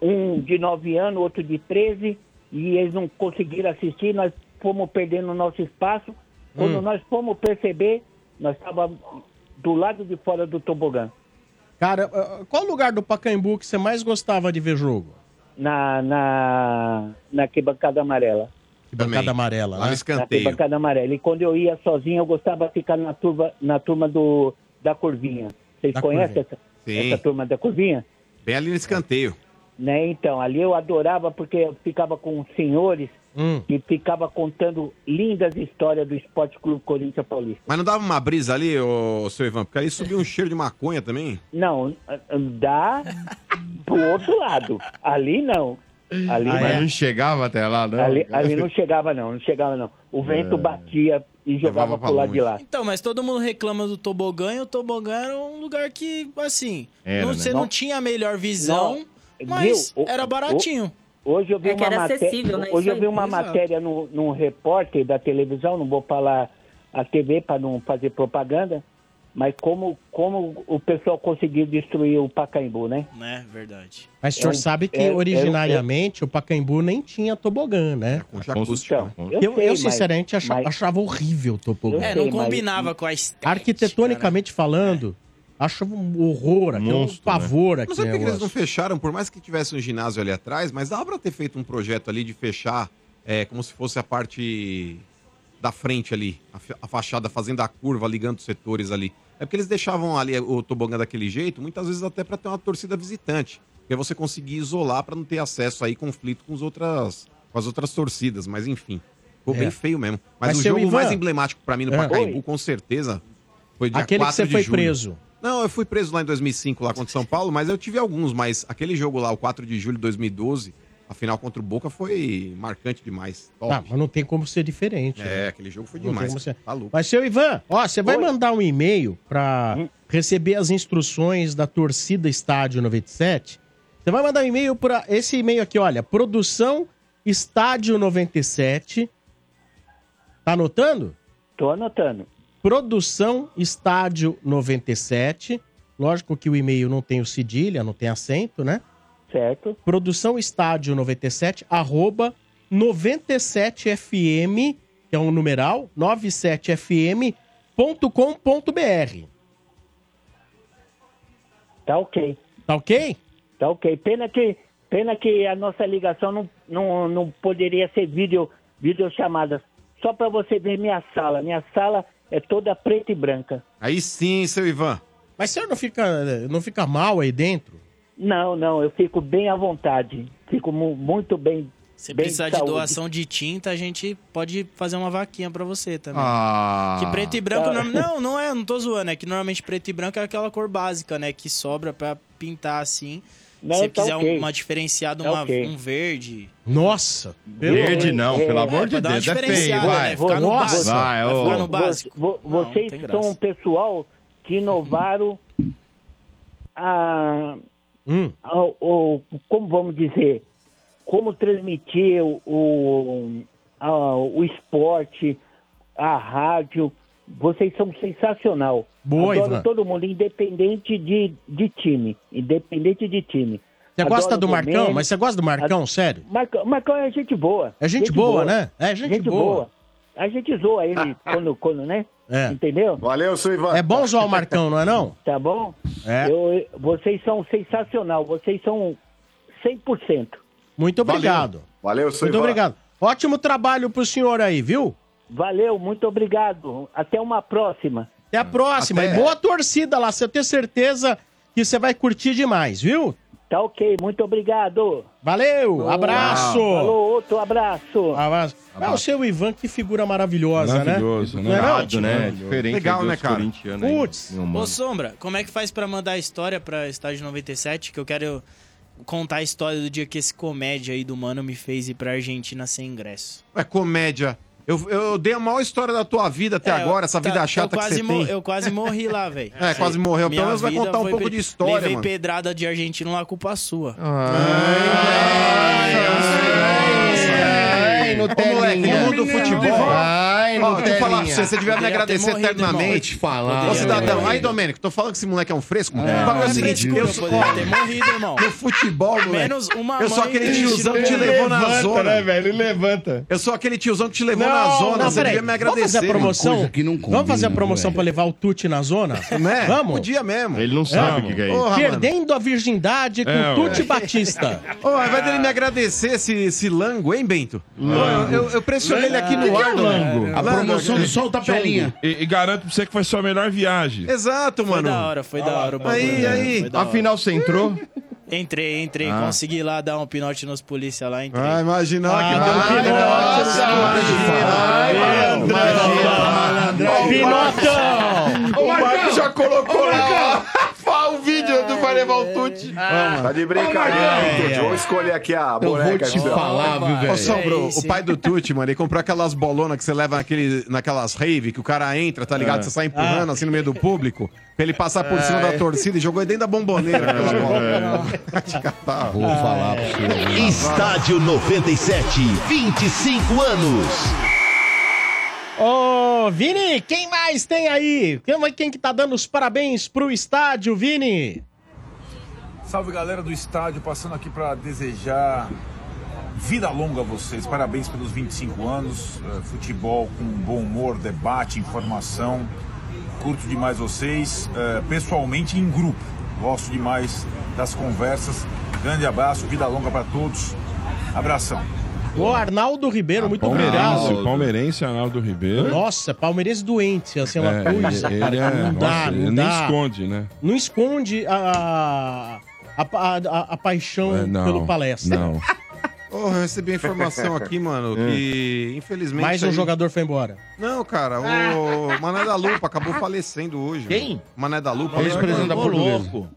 Speaker 20: um de 9 anos, outro de 13, e eles não conseguiram assistir, nós fomos perdendo o nosso espaço. Quando
Speaker 11: Hum.
Speaker 20: nós fomos perceber, nós estávamos do lado de fora do tobogã,
Speaker 11: Cara, ó, ó, qual lugar do Pacaembu que você mais gostava de ver jogo?
Speaker 20: na, na, na arquibancada amarela.
Speaker 11: Bancada amarela, né?
Speaker 20: Na arquibancada amarela. E quando eu ia sozinho, eu gostava de ficar na turma, na turma do, da Corvinha. Vocês
Speaker 5: Da
Speaker 20: conhecem essa,
Speaker 5: Corvinha. Sim.
Speaker 20: essa turma da Corvinha?
Speaker 5: Bem ali no escanteio.
Speaker 20: Né? Então, ali eu adorava porque eu ficava com os senhores
Speaker 13: Hum.
Speaker 20: e ficava contando lindas histórias do Esporte Clube Corinthians Paulista.
Speaker 5: Mas não dava uma brisa ali, ô, seu Ivan? Porque ali subiu um cheiro de maconha também.
Speaker 20: Não, dá pro outro lado. Ali não. Ali
Speaker 13: Mas
Speaker 20: não.
Speaker 13: não chegava até lá, não.
Speaker 20: Ali, ali não chegava, não, não chegava, não. O vento
Speaker 13: É.
Speaker 20: batia e jogava
Speaker 13: Levava pra
Speaker 20: pro lado de
Speaker 13: longe.
Speaker 20: lá.
Speaker 6: Então, mas todo mundo reclama do tobogã e o tobogã era um lugar que, assim,
Speaker 20: Era,
Speaker 6: não-
Speaker 20: né?
Speaker 6: você não,
Speaker 20: Não.
Speaker 6: tinha a melhor visão, mas
Speaker 20: Viu? O-
Speaker 6: era baratinho.
Speaker 20: o- hoje eu vi
Speaker 6: É que
Speaker 20: uma
Speaker 6: era
Speaker 20: maté-
Speaker 6: acessível, né?
Speaker 20: Hoje
Speaker 6: Isso
Speaker 20: eu vi
Speaker 6: aí.
Speaker 20: uma
Speaker 6: Exato.
Speaker 20: matéria no, num repórter da televisão, não vou falar a TV para não fazer propaganda, mas como, como o pessoal conseguiu destruir o Pacaembu, né?
Speaker 6: Né, verdade.
Speaker 11: Mas o senhor
Speaker 20: É um-
Speaker 11: sabe que
Speaker 20: é- é um-
Speaker 11: originariamente o Pacaembu nem tinha tobogã, né? eu,
Speaker 20: Então, É, eu sei,
Speaker 11: eu,
Speaker 20: mas-
Speaker 11: sinceramente, acha-
Speaker 20: mas-
Speaker 11: achava horrível o tobogã.
Speaker 6: É, não combinava com a estética.
Speaker 11: Arquitetonicamente falando, achava um horror, aquele
Speaker 5: né?
Speaker 11: um pavor
Speaker 5: Não
Speaker 11: aqui.
Speaker 5: sei porque eles não fecharam, por mais que tivesse um ginásio ali atrás, mas dava pra ter feito um projeto ali de fechar é, como se fosse a parte da frente ali, a, fa- a fachada fazendo a curva, ligando os setores ali. É porque eles deixavam ali o tobogã daquele jeito, muitas vezes até pra ter uma torcida visitante. Porque você conseguir isolar pra não ter acesso aí, conflito com, os outras, com as outras torcidas, mas enfim. Ficou
Speaker 11: É.
Speaker 5: bem feio mesmo. Mas,
Speaker 11: Mas,
Speaker 5: o
Speaker 11: seu
Speaker 5: jogo
Speaker 11: Ivan-
Speaker 5: mais emblemático pra mim no
Speaker 11: É.
Speaker 5: Pacaembu,
Speaker 11: Oi.
Speaker 5: com certeza, foi dia
Speaker 11: Aquele que
Speaker 5: 4
Speaker 11: você
Speaker 5: de
Speaker 11: foi
Speaker 5: julho.
Speaker 11: preso.
Speaker 5: Não, eu fui preso lá em 2005, lá contra o São Paulo, mas eu tive alguns, mas aquele jogo lá, o 4 de julho de 2012, a final contra o Boca, foi marcante demais. Top.
Speaker 11: Tá, mas não tem como ser diferente. né?
Speaker 5: é, aquele jogo foi
Speaker 11: Não tem
Speaker 5: demais.
Speaker 11: como ser.
Speaker 5: Tá louco.
Speaker 11: Mas, seu Ivan, ó, você vai mandar um e-mail pra
Speaker 5: Hum.
Speaker 11: receber as instruções da torcida Estádio 97. Você vai mandar um e-mail para esse e-mail aqui, olha, produção estádio 97. Tá anotando?
Speaker 20: Tô anotando.
Speaker 11: Produção estádio 97. Lógico que o e-mail não tem o cedilha, não tem acento, né?
Speaker 20: Certo.
Speaker 11: Produção estádio 97, arroba 97fm, que é um numeral, 97fm.com.br.
Speaker 20: Tá ok.
Speaker 11: Tá ok?
Speaker 20: Tá ok. Pena que, pena que a nossa ligação não, não, não poderia ser vídeo, videochamada. Só para você ver minha sala. Minha sala é toda preta e branca.
Speaker 5: Aí sim, seu Ivan.
Speaker 11: Mas o senhor não fica, não fica mal aí dentro?
Speaker 20: Não, não, eu fico bem à vontade. Fico mu- muito bem.
Speaker 6: Se
Speaker 20: bem
Speaker 6: precisar de
Speaker 20: saúde.
Speaker 6: doação de tinta, a gente pode fazer uma vaquinha pra você também.
Speaker 20: Ah.
Speaker 6: Que preto e branco.
Speaker 20: Ah.
Speaker 6: norma- Não, não é, não tô zoando. É que normalmente preto e branco é aquela cor básica, né? Que sobra pra pintar assim.
Speaker 20: Não,
Speaker 6: Se você
Speaker 20: tá
Speaker 6: quiser
Speaker 20: ok.
Speaker 6: uma diferenciada,
Speaker 20: Tá
Speaker 6: uma-
Speaker 20: ok.
Speaker 6: um verde.
Speaker 11: Nossa!
Speaker 13: Verde não, pelo amor de
Speaker 6: pra dar uma
Speaker 13: Deus. É feio,
Speaker 6: diferenciada,
Speaker 13: vai.
Speaker 6: né? Ficar no básico.
Speaker 13: Vai,
Speaker 6: Vai ficar
Speaker 13: ô.
Speaker 6: no básico.
Speaker 20: Vo-
Speaker 6: Não, não
Speaker 20: vocês
Speaker 6: tem graça.
Speaker 20: são um pessoal que inovaram a, a- o- como vamos dizer, como transmitir o, o, a- o esporte, a rádio. Vocês são sensacional.
Speaker 11: Boa,
Speaker 20: Adoro
Speaker 11: Ivan.
Speaker 20: todo mundo, independente de, de time. Independente de time.
Speaker 11: Você
Speaker 20: Adoro
Speaker 11: gosta do Marcão?
Speaker 20: Domênico.
Speaker 11: Mas você gosta do Marcão, sério?
Speaker 20: Marcão, Marcão é gente boa.
Speaker 11: É gente boa, né? É gente boa.
Speaker 20: A gente zoa ele quando, quando, né?
Speaker 11: É.
Speaker 20: Entendeu?
Speaker 8: Valeu, Suivan.
Speaker 11: É bom zoar o Marcão, não é não?
Speaker 20: Tá bom?
Speaker 11: É.
Speaker 20: Eu- vocês são sensacional. Vocês são 100%.
Speaker 11: Muito obrigado.
Speaker 8: Valeu,
Speaker 11: Muito obrigado. Ótimo trabalho pro senhor aí, viu?
Speaker 20: Valeu, muito obrigado. Até uma próxima.
Speaker 11: Até a próxima. E boa torcida lá. Eu tenho certeza que você vai curtir demais, viu?
Speaker 20: Tá ok, muito obrigado.
Speaker 11: Valeu, abraço.
Speaker 20: Falou, outro abraço.
Speaker 11: Abraço. É o seu Ivan, que figura maravilhosa,
Speaker 13: Maravilhoso,
Speaker 11: né? Não é não?
Speaker 13: Irado, né? Diferente
Speaker 6: Legal,
Speaker 13: dos
Speaker 6: né, cara?
Speaker 13: corintianos aí,
Speaker 11: Putz.
Speaker 13: meu mano.
Speaker 6: Ô Sombra, como é que faz pra mandar a história pra Estádio 97? Que eu quero contar a história do dia que esse comédia aí do mano me fez ir pra Argentina sem ingresso.
Speaker 5: É comédia. Eu, eu dei a maior história da tua vida até
Speaker 6: É,
Speaker 5: agora,
Speaker 6: eu-
Speaker 5: essa
Speaker 6: tá,
Speaker 5: vida
Speaker 6: eu
Speaker 5: chata que
Speaker 6: quase
Speaker 5: você
Speaker 6: mo-
Speaker 5: tem.
Speaker 6: Eu quase morri lá, velho.
Speaker 5: É, quase morreu. Pelo
Speaker 6: Minha
Speaker 5: menos vai
Speaker 6: vida
Speaker 5: contar um
Speaker 6: foi
Speaker 5: pouco
Speaker 6: pe-
Speaker 5: de história,
Speaker 6: Levei
Speaker 5: mano. Ah.
Speaker 6: pedrada de argentino lá, culpa sua.
Speaker 5: Ai, no moleque, no mundo do futebol.
Speaker 6: Ai,
Speaker 5: Ó, deixa eu falar pra
Speaker 6: Nutelinha.
Speaker 5: você, você devia me
Speaker 6: Poderia ter
Speaker 5: agradecer
Speaker 6: morrido,
Speaker 5: eternamente.
Speaker 6: irmão. Vou te falar,
Speaker 5: Ô, cidadão,
Speaker 6: velho.
Speaker 5: aí, Domênico, tô falando que esse moleque é um fresco, mano.
Speaker 6: É,
Speaker 5: o bagulho é o
Speaker 6: é
Speaker 5: seguinte,
Speaker 6: frescura,
Speaker 5: eu
Speaker 6: eu
Speaker 5: sou...
Speaker 6: poderia ter morrido, irmão.
Speaker 5: No futebol, moleque.
Speaker 6: Menos uma
Speaker 5: Eu sou
Speaker 6: mãe
Speaker 5: aquele
Speaker 6: que
Speaker 5: tiozão que te
Speaker 6: tirou-
Speaker 5: levou na zona.
Speaker 13: né, velho? Ele levanta.
Speaker 5: Eu sou aquele tiozão que te levou
Speaker 13: Não,
Speaker 5: na zona,
Speaker 13: não,
Speaker 5: você
Speaker 13: peraí.
Speaker 5: devia me
Speaker 11: Vamos
Speaker 5: agradecer.
Speaker 11: fazer a promoção?
Speaker 5: mano.
Speaker 11: Vamos fazer a promoção pra levar o Tuti na zona?
Speaker 5: Né?
Speaker 11: Vamos?
Speaker 5: Podia mesmo.
Speaker 13: Ele não sabe o que que é isso. Porra,
Speaker 11: Perdendo a virgindade com
Speaker 5: É,
Speaker 11: Tuti
Speaker 5: ué.
Speaker 11: Batista.
Speaker 5: Ô, ao invés dele me agradecer esse, esse lango, hein, Bento? Ô, eu, eu pressionei ele
Speaker 11: Que
Speaker 5: aqui no
Speaker 11: que é
Speaker 5: ar,
Speaker 11: o
Speaker 5: Domênico.
Speaker 11: lango?
Speaker 5: Ah, Holanda.
Speaker 3: Promoção do solta a pelinha.
Speaker 4: E, e garanto pra você que foi sua melhor viagem.
Speaker 5: Exato,
Speaker 6: Foi da hora, foi da hora. o
Speaker 4: Aí,
Speaker 6: bagulho, né?
Speaker 4: aí.
Speaker 6: foi da hora.
Speaker 4: Afinal, você entrou?
Speaker 6: Entrei, entrei.
Speaker 4: Ah.
Speaker 6: Consegui lá dar um pinote nos polícia lá, entrei.
Speaker 5: Ah, imagina.
Speaker 6: Ah,
Speaker 5: que
Speaker 4: Então,
Speaker 6: nossa,
Speaker 5: maravilha.
Speaker 6: nossa,
Speaker 5: Imagina.
Speaker 12: Pinotão!
Speaker 9: O Marcão já colocou
Speaker 12: lá.
Speaker 9: Fala o vídeo do Vai Levar o Tute.
Speaker 8: Tá de brincadeira, Tuti. Vamos escolher aqui
Speaker 5: Ah,
Speaker 8: a boneca. então.
Speaker 5: Ô,
Speaker 8: É
Speaker 5: Sombro, o pai do Tuti, mano, ele comprou aquelas bolonas que você leva naquele, naquelas rave, que o cara entra, tá ligado?
Speaker 8: É.
Speaker 5: Você sai empurrando assim no meio do público, pra ele passar por cima
Speaker 8: É.
Speaker 5: da torcida e jogou dentro da bomboneira. aquela bola.
Speaker 11: É.
Speaker 5: Tá. Te catar.
Speaker 2: Vou falar pra você. É. Estádio 97, 25 anos.
Speaker 11: Ô, Vini, quem mais tem aí? Quem, quem que tá dando os parabéns pro estádio, Vini?
Speaker 21: Salve galera do estádio, passando aqui para desejar vida longa a vocês. Parabéns pelos 25 anos. Eh, Futebol com bom humor, debate, informação. Curto demais vocês, eh, pessoalmente e em grupo. Gosto demais das conversas. Grande abraço, vida longa para todos. Abração.
Speaker 11: O Arnaldo Ribeiro, muito
Speaker 4: Ah, Palmeirense,
Speaker 11: obrigado.
Speaker 4: palmeirense Arnaldo Ribeiro.
Speaker 11: Nossa, palmeirense doente, assim, é uma
Speaker 4: É,
Speaker 11: coisa.
Speaker 4: ele, ele é,
Speaker 11: não
Speaker 4: nossa,
Speaker 11: dá,
Speaker 4: ele
Speaker 11: não
Speaker 4: nem
Speaker 11: dá.
Speaker 4: esconde, né?
Speaker 11: Não esconde a, a, a, a- a paixão
Speaker 4: É, não,
Speaker 11: pelo palestra.
Speaker 4: não.
Speaker 5: Porra, eu recebi a informação aqui, mano,
Speaker 3: É.
Speaker 5: que infelizmente.
Speaker 11: Mais um
Speaker 5: aí-
Speaker 11: jogador foi embora.
Speaker 5: Não, cara, o Mané da Lupa acabou falecendo hoje. Quem? Mané da Lupa.
Speaker 3: Ex-presidente da
Speaker 5: Ô,
Speaker 3: Portuguesa.
Speaker 5: louco.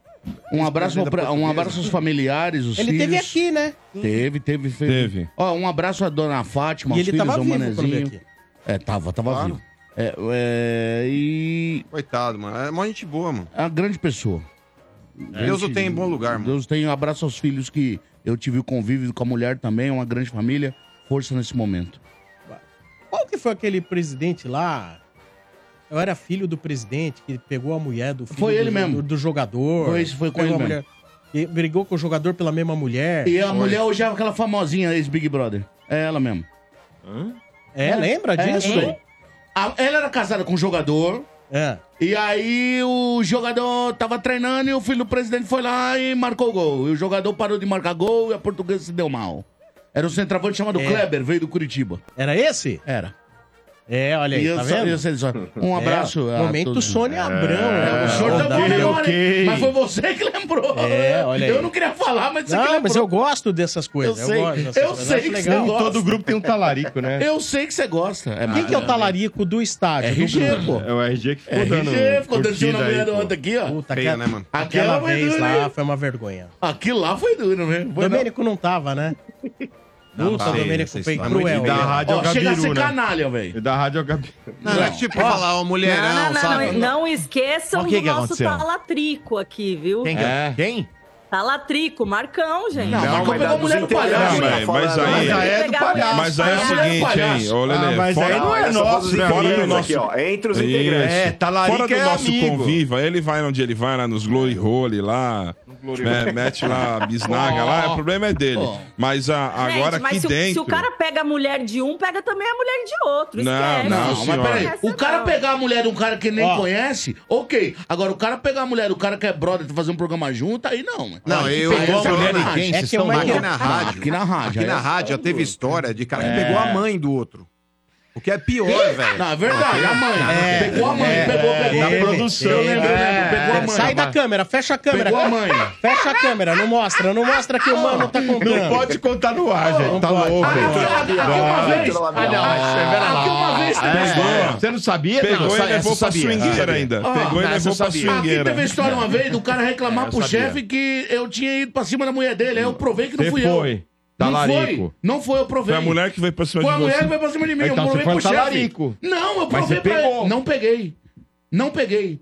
Speaker 3: Um abraço, pra- um abraço aos familiares, os
Speaker 11: Ele
Speaker 3: filhos.
Speaker 11: teve aqui, né?
Speaker 3: Teve, teve, teve. Ó, um abraço à dona Fátima,
Speaker 11: E
Speaker 3: aos
Speaker 11: ele
Speaker 3: filhos,
Speaker 11: tava
Speaker 3: ao
Speaker 11: vivo quando
Speaker 3: Manezinho.
Speaker 11: veio aqui.
Speaker 3: É, tava, tava
Speaker 5: Claro.
Speaker 3: vivo. É, é, e...
Speaker 5: Coitado, mano. É uma gente boa, mano.
Speaker 3: É uma grande pessoa.
Speaker 5: É. Deus o tem em bom lugar, mano.
Speaker 3: Deus tem. Um abraço aos filhos que eu tive o convívio com a mulher também, é uma grande família. Força nesse momento.
Speaker 11: Qual que foi aquele presidente lá? Eu era filho do presidente que pegou a mulher do filho
Speaker 3: Foi
Speaker 11: do,
Speaker 3: ele mesmo.
Speaker 11: do, do jogador.
Speaker 3: Foi esse, foi com
Speaker 11: Pegou
Speaker 3: ele
Speaker 11: a
Speaker 3: mesmo.
Speaker 11: mulher- e brigou com o jogador pela mesma mulher.
Speaker 3: E a mulher hoje é aquela famosinha, ex-Big Brother. É ela mesmo. é.
Speaker 11: É, lembra disso?
Speaker 3: essa aí. A- ela era casada com um jogador.
Speaker 11: É.
Speaker 3: E aí o jogador tava treinando e o filho do presidente foi lá e marcou o gol. E o jogador parou de marcar gol e a portuguesa se deu mal. Era um centroavante chamado
Speaker 11: É.
Speaker 3: Kleber, veio do Curitiba.
Speaker 11: Era esse?
Speaker 3: Era.
Speaker 11: É, olha aí,
Speaker 3: E eu
Speaker 11: tá
Speaker 3: só-
Speaker 11: vendo?
Speaker 3: eu sei só. Um abraço
Speaker 11: É,
Speaker 3: a
Speaker 11: momento
Speaker 3: todos.
Speaker 11: Sônia
Speaker 3: É.
Speaker 11: Abrão. né?
Speaker 3: É, o senhor tá bom memória, hein? Mas foi você que lembrou.
Speaker 11: É, olha aí.
Speaker 3: Eu não queria falar, mas você que
Speaker 11: Não,
Speaker 3: lembrou.
Speaker 11: mas eu gosto dessas
Speaker 3: Eu
Speaker 11: coisas. Eu,
Speaker 3: sei,
Speaker 11: gosto dessas
Speaker 3: eu
Speaker 11: coisas,
Speaker 3: sei
Speaker 11: acho
Speaker 3: que
Speaker 11: legal.
Speaker 3: você gosta. Todo grupo
Speaker 13: tem um talarico, né?
Speaker 3: Eu sei que você gosta. É
Speaker 11: Quem que é o talarico do estádio? do
Speaker 3: RG,
Speaker 11: grupo?
Speaker 3: pô.
Speaker 13: É o RG que ficou dando.
Speaker 3: RG, ficou
Speaker 13: curtida
Speaker 3: dançando na mulher
Speaker 13: aí,
Speaker 3: da
Speaker 13: pô.
Speaker 3: outra aqui, ó.
Speaker 11: Puta,
Speaker 13: Feia,
Speaker 11: aquela,
Speaker 13: né, mano?
Speaker 11: aquela
Speaker 3: Aquela foi
Speaker 11: vez
Speaker 3: dura,
Speaker 11: lá
Speaker 3: hein?
Speaker 11: foi uma vergonha.
Speaker 3: Aquilo lá foi duro, né? Foi
Speaker 11: Domênico não tava, né?
Speaker 3: Não,
Speaker 11: Puta,
Speaker 3: tá.
Speaker 11: Domênico
Speaker 3: Essa
Speaker 11: foi
Speaker 3: história.
Speaker 11: cruel.
Speaker 3: E da rádio
Speaker 11: Ó,
Speaker 3: ao
Speaker 11: chega a
Speaker 3: Gabiru,
Speaker 11: ser
Speaker 3: né?
Speaker 11: canalha.
Speaker 3: Canalha, velho.
Speaker 13: E da rádio ao Gabi.
Speaker 5: Não, é tipo
Speaker 3: Ó.
Speaker 5: falar, ó, mulherão,
Speaker 7: não, não,
Speaker 5: sabe?
Speaker 7: não, não esqueçam
Speaker 5: Mas o que
Speaker 7: do
Speaker 5: que
Speaker 7: nosso
Speaker 5: aconteceu?
Speaker 7: talatrico aqui, viu?
Speaker 5: Quem que- É. quem?
Speaker 7: Talatrico, Marcão, gente.
Speaker 4: Não, Marcão
Speaker 7: mas
Speaker 4: pegou
Speaker 7: dá
Speaker 4: a mulher do
Speaker 7: 200
Speaker 4: palhaço.
Speaker 7: reais.
Speaker 4: Não,
Speaker 5: né?
Speaker 4: mas- mas aí- Mas aí é do palhaço. Mas aí é o
Speaker 7: Pegar a mulher do
Speaker 4: seguinte,
Speaker 7: palhaço.
Speaker 4: hein, ô, Lelê, Ah, mas fora- aí não é
Speaker 8: Essa
Speaker 4: nosso,
Speaker 8: voz
Speaker 4: né?
Speaker 8: dos
Speaker 4: Fora do
Speaker 8: integrantes
Speaker 4: nosso-
Speaker 8: aqui, ó. Entre os
Speaker 4: Isso.
Speaker 8: integrantes.
Speaker 4: Fora do nosso convívio, aí ele vai onde ele vai, lá nos Glory Hole, lá,
Speaker 8: Glory
Speaker 4: né,
Speaker 8: Hole.
Speaker 4: mete lá a bisnaga
Speaker 7: Ó.
Speaker 4: lá, o problema é dele.
Speaker 7: Ó.
Speaker 4: Mas a- agora
Speaker 7: Gente, mas
Speaker 4: aqui
Speaker 7: se, o- se
Speaker 4: dentro...
Speaker 7: o cara pega a mulher de um, pega também a mulher de outro.
Speaker 4: Não,
Speaker 7: esquece.
Speaker 4: não,
Speaker 3: Não, mas
Speaker 4: senhora.
Speaker 3: peraí. O cara pegar a mulher de um cara que nem
Speaker 7: Ó.
Speaker 3: conhece, ok. Agora, o cara pegar a mulher do cara que é brother pra fazer um programa junto, aí não.
Speaker 5: Não,
Speaker 3: Aí
Speaker 5: eu
Speaker 3: pegou a
Speaker 5: eu-
Speaker 3: mulher
Speaker 5: não,
Speaker 3: de quem?
Speaker 5: é
Speaker 3: Vocês
Speaker 5: que eu-
Speaker 3: estão
Speaker 5: aqui
Speaker 3: loucos?
Speaker 5: na rádio.
Speaker 3: Aqui na rádio.
Speaker 5: Aqui na
Speaker 3: aí-
Speaker 5: rádio já teve história de cara que
Speaker 3: É.
Speaker 5: pegou a mãe do outro. O que é pior,
Speaker 3: Quê?
Speaker 5: velho.
Speaker 3: Não, é verdade, a mãe.
Speaker 11: É,
Speaker 3: Pegou a mãe, pegou, pegou.
Speaker 5: Da
Speaker 3: Teve,
Speaker 5: produção.
Speaker 3: teve.
Speaker 5: né?
Speaker 3: É, pegou a mãe.
Speaker 11: Sai da câmera, fecha a câmera.
Speaker 3: Pegou a mãe.
Speaker 11: Fecha a câmera, não mostra, não mostra que o mano tá contando. Ah,
Speaker 13: Não pode contar no ar, gente. Tá louco.
Speaker 11: aqui uma vez- Ah,
Speaker 5: É
Speaker 9: É,
Speaker 11: não, aqui uma vez teve
Speaker 13: É,
Speaker 11: história.
Speaker 13: Você não sabia?
Speaker 11: Pegou
Speaker 13: Não,
Speaker 11: e
Speaker 13: essa- essa
Speaker 11: levou
Speaker 13: eu
Speaker 11: pra
Speaker 13: sabia.
Speaker 11: swingueira
Speaker 13: Ah,
Speaker 11: ainda.
Speaker 13: sabia.
Speaker 4: Pegou e
Speaker 13: Ah, essa eu
Speaker 4: levou pra
Speaker 13: sabia.
Speaker 3: Aqui
Speaker 4: swingueira.
Speaker 3: teve história uma vez do cara reclamar
Speaker 4: É, eu
Speaker 3: pro
Speaker 4: sabia.
Speaker 3: chefe que eu tinha ido pra cima da mulher dele. Aí eu provei que não
Speaker 4: Você
Speaker 3: fui
Speaker 4: foi.
Speaker 3: eu. Não foi.
Speaker 4: Talarico.
Speaker 3: Não foi, eu provei.
Speaker 4: Foi a mulher que veio pra cima
Speaker 3: Foi
Speaker 4: de
Speaker 3: a mulher
Speaker 4: você.
Speaker 3: que veio pra cima de mim.
Speaker 4: Então,
Speaker 3: eu
Speaker 4: você foi
Speaker 3: provei pro chefe.
Speaker 4: talarico.
Speaker 3: Não, eu
Speaker 4: Mas
Speaker 3: provei
Speaker 4: você
Speaker 3: pra
Speaker 4: pegou.
Speaker 3: ele. Não peguei. Não peguei.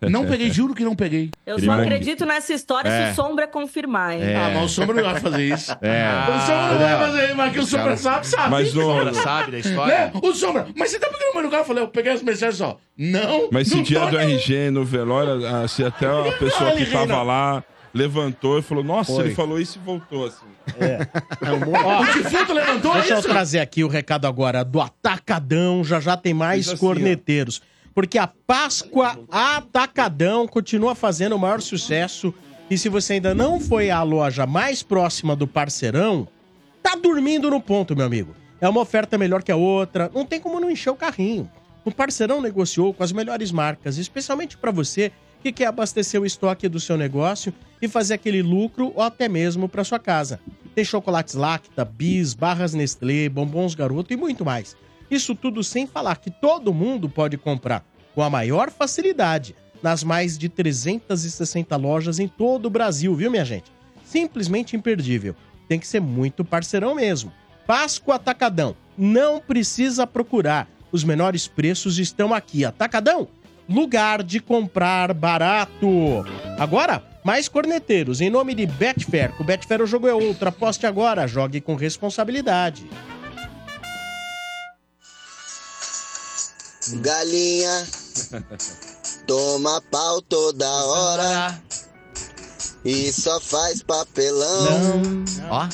Speaker 3: Não peguei, juro que não peguei.
Speaker 7: Eu só acredito nessa história
Speaker 3: É.
Speaker 7: se o Sombra confirmar, hein?
Speaker 3: Ah, mas o Sombra não vai fazer isso.
Speaker 12: É.
Speaker 3: O Sombra não vai
Speaker 12: Ah,
Speaker 3: fazer isso, mas que o
Speaker 12: os
Speaker 3: Sombra
Speaker 12: caras-
Speaker 3: sabe, sabe.
Speaker 12: Mas o- O Sombra sabe da história?
Speaker 3: Né? O Sombra, mas você tá pegando o meu cara? Eu falei, eu peguei as mensagens só. Não,
Speaker 4: Mas esse
Speaker 3: não
Speaker 4: dia
Speaker 3: tô
Speaker 4: do
Speaker 3: nem-
Speaker 4: RG no velório, assim, até a pessoa que tava lá levantou e falou, nossa,
Speaker 11: Foi.
Speaker 4: ele falou isso e voltou, assim.
Speaker 11: É um Ó,
Speaker 3: O defunto levantou
Speaker 11: Deixa eu
Speaker 3: isso?
Speaker 11: trazer aqui o recado agora do Atacadão. Já já tem mais
Speaker 3: Diz assim,
Speaker 11: corneteiros. Porque a Páscoa Atacadão continua fazendo o maior sucesso. E se você ainda não foi à loja mais próxima do parceirão, tá dormindo no ponto, meu amigo. é uma oferta melhor que a outra. Não tem como não encher o carrinho. O parceirão negociou com as melhores marcas, especialmente para você que quer abastecer o estoque do seu negócio e fazer aquele lucro ou até mesmo para sua casa. Tem chocolates Lacta, Bis, barras Nestlé, bombons Garoto e muito mais. Isso tudo sem falar que todo mundo pode comprar com a maior facilidade nas mais de 360 lojas em todo o Brasil, viu, minha gente? Simplesmente imperdível. Tem que ser muito parceirão mesmo. Páscoa Atacadão. Não precisa procurar. Os menores preços estão aqui. Atacadão, lugar de comprar barato. Agora, mais corneteiros em nome de Betfair. Com Betfair o jogo é outro. Aposte agora, jogue com responsabilidade.
Speaker 10: Galinha toma pau toda hora e só faz papelão.
Speaker 2: Ó.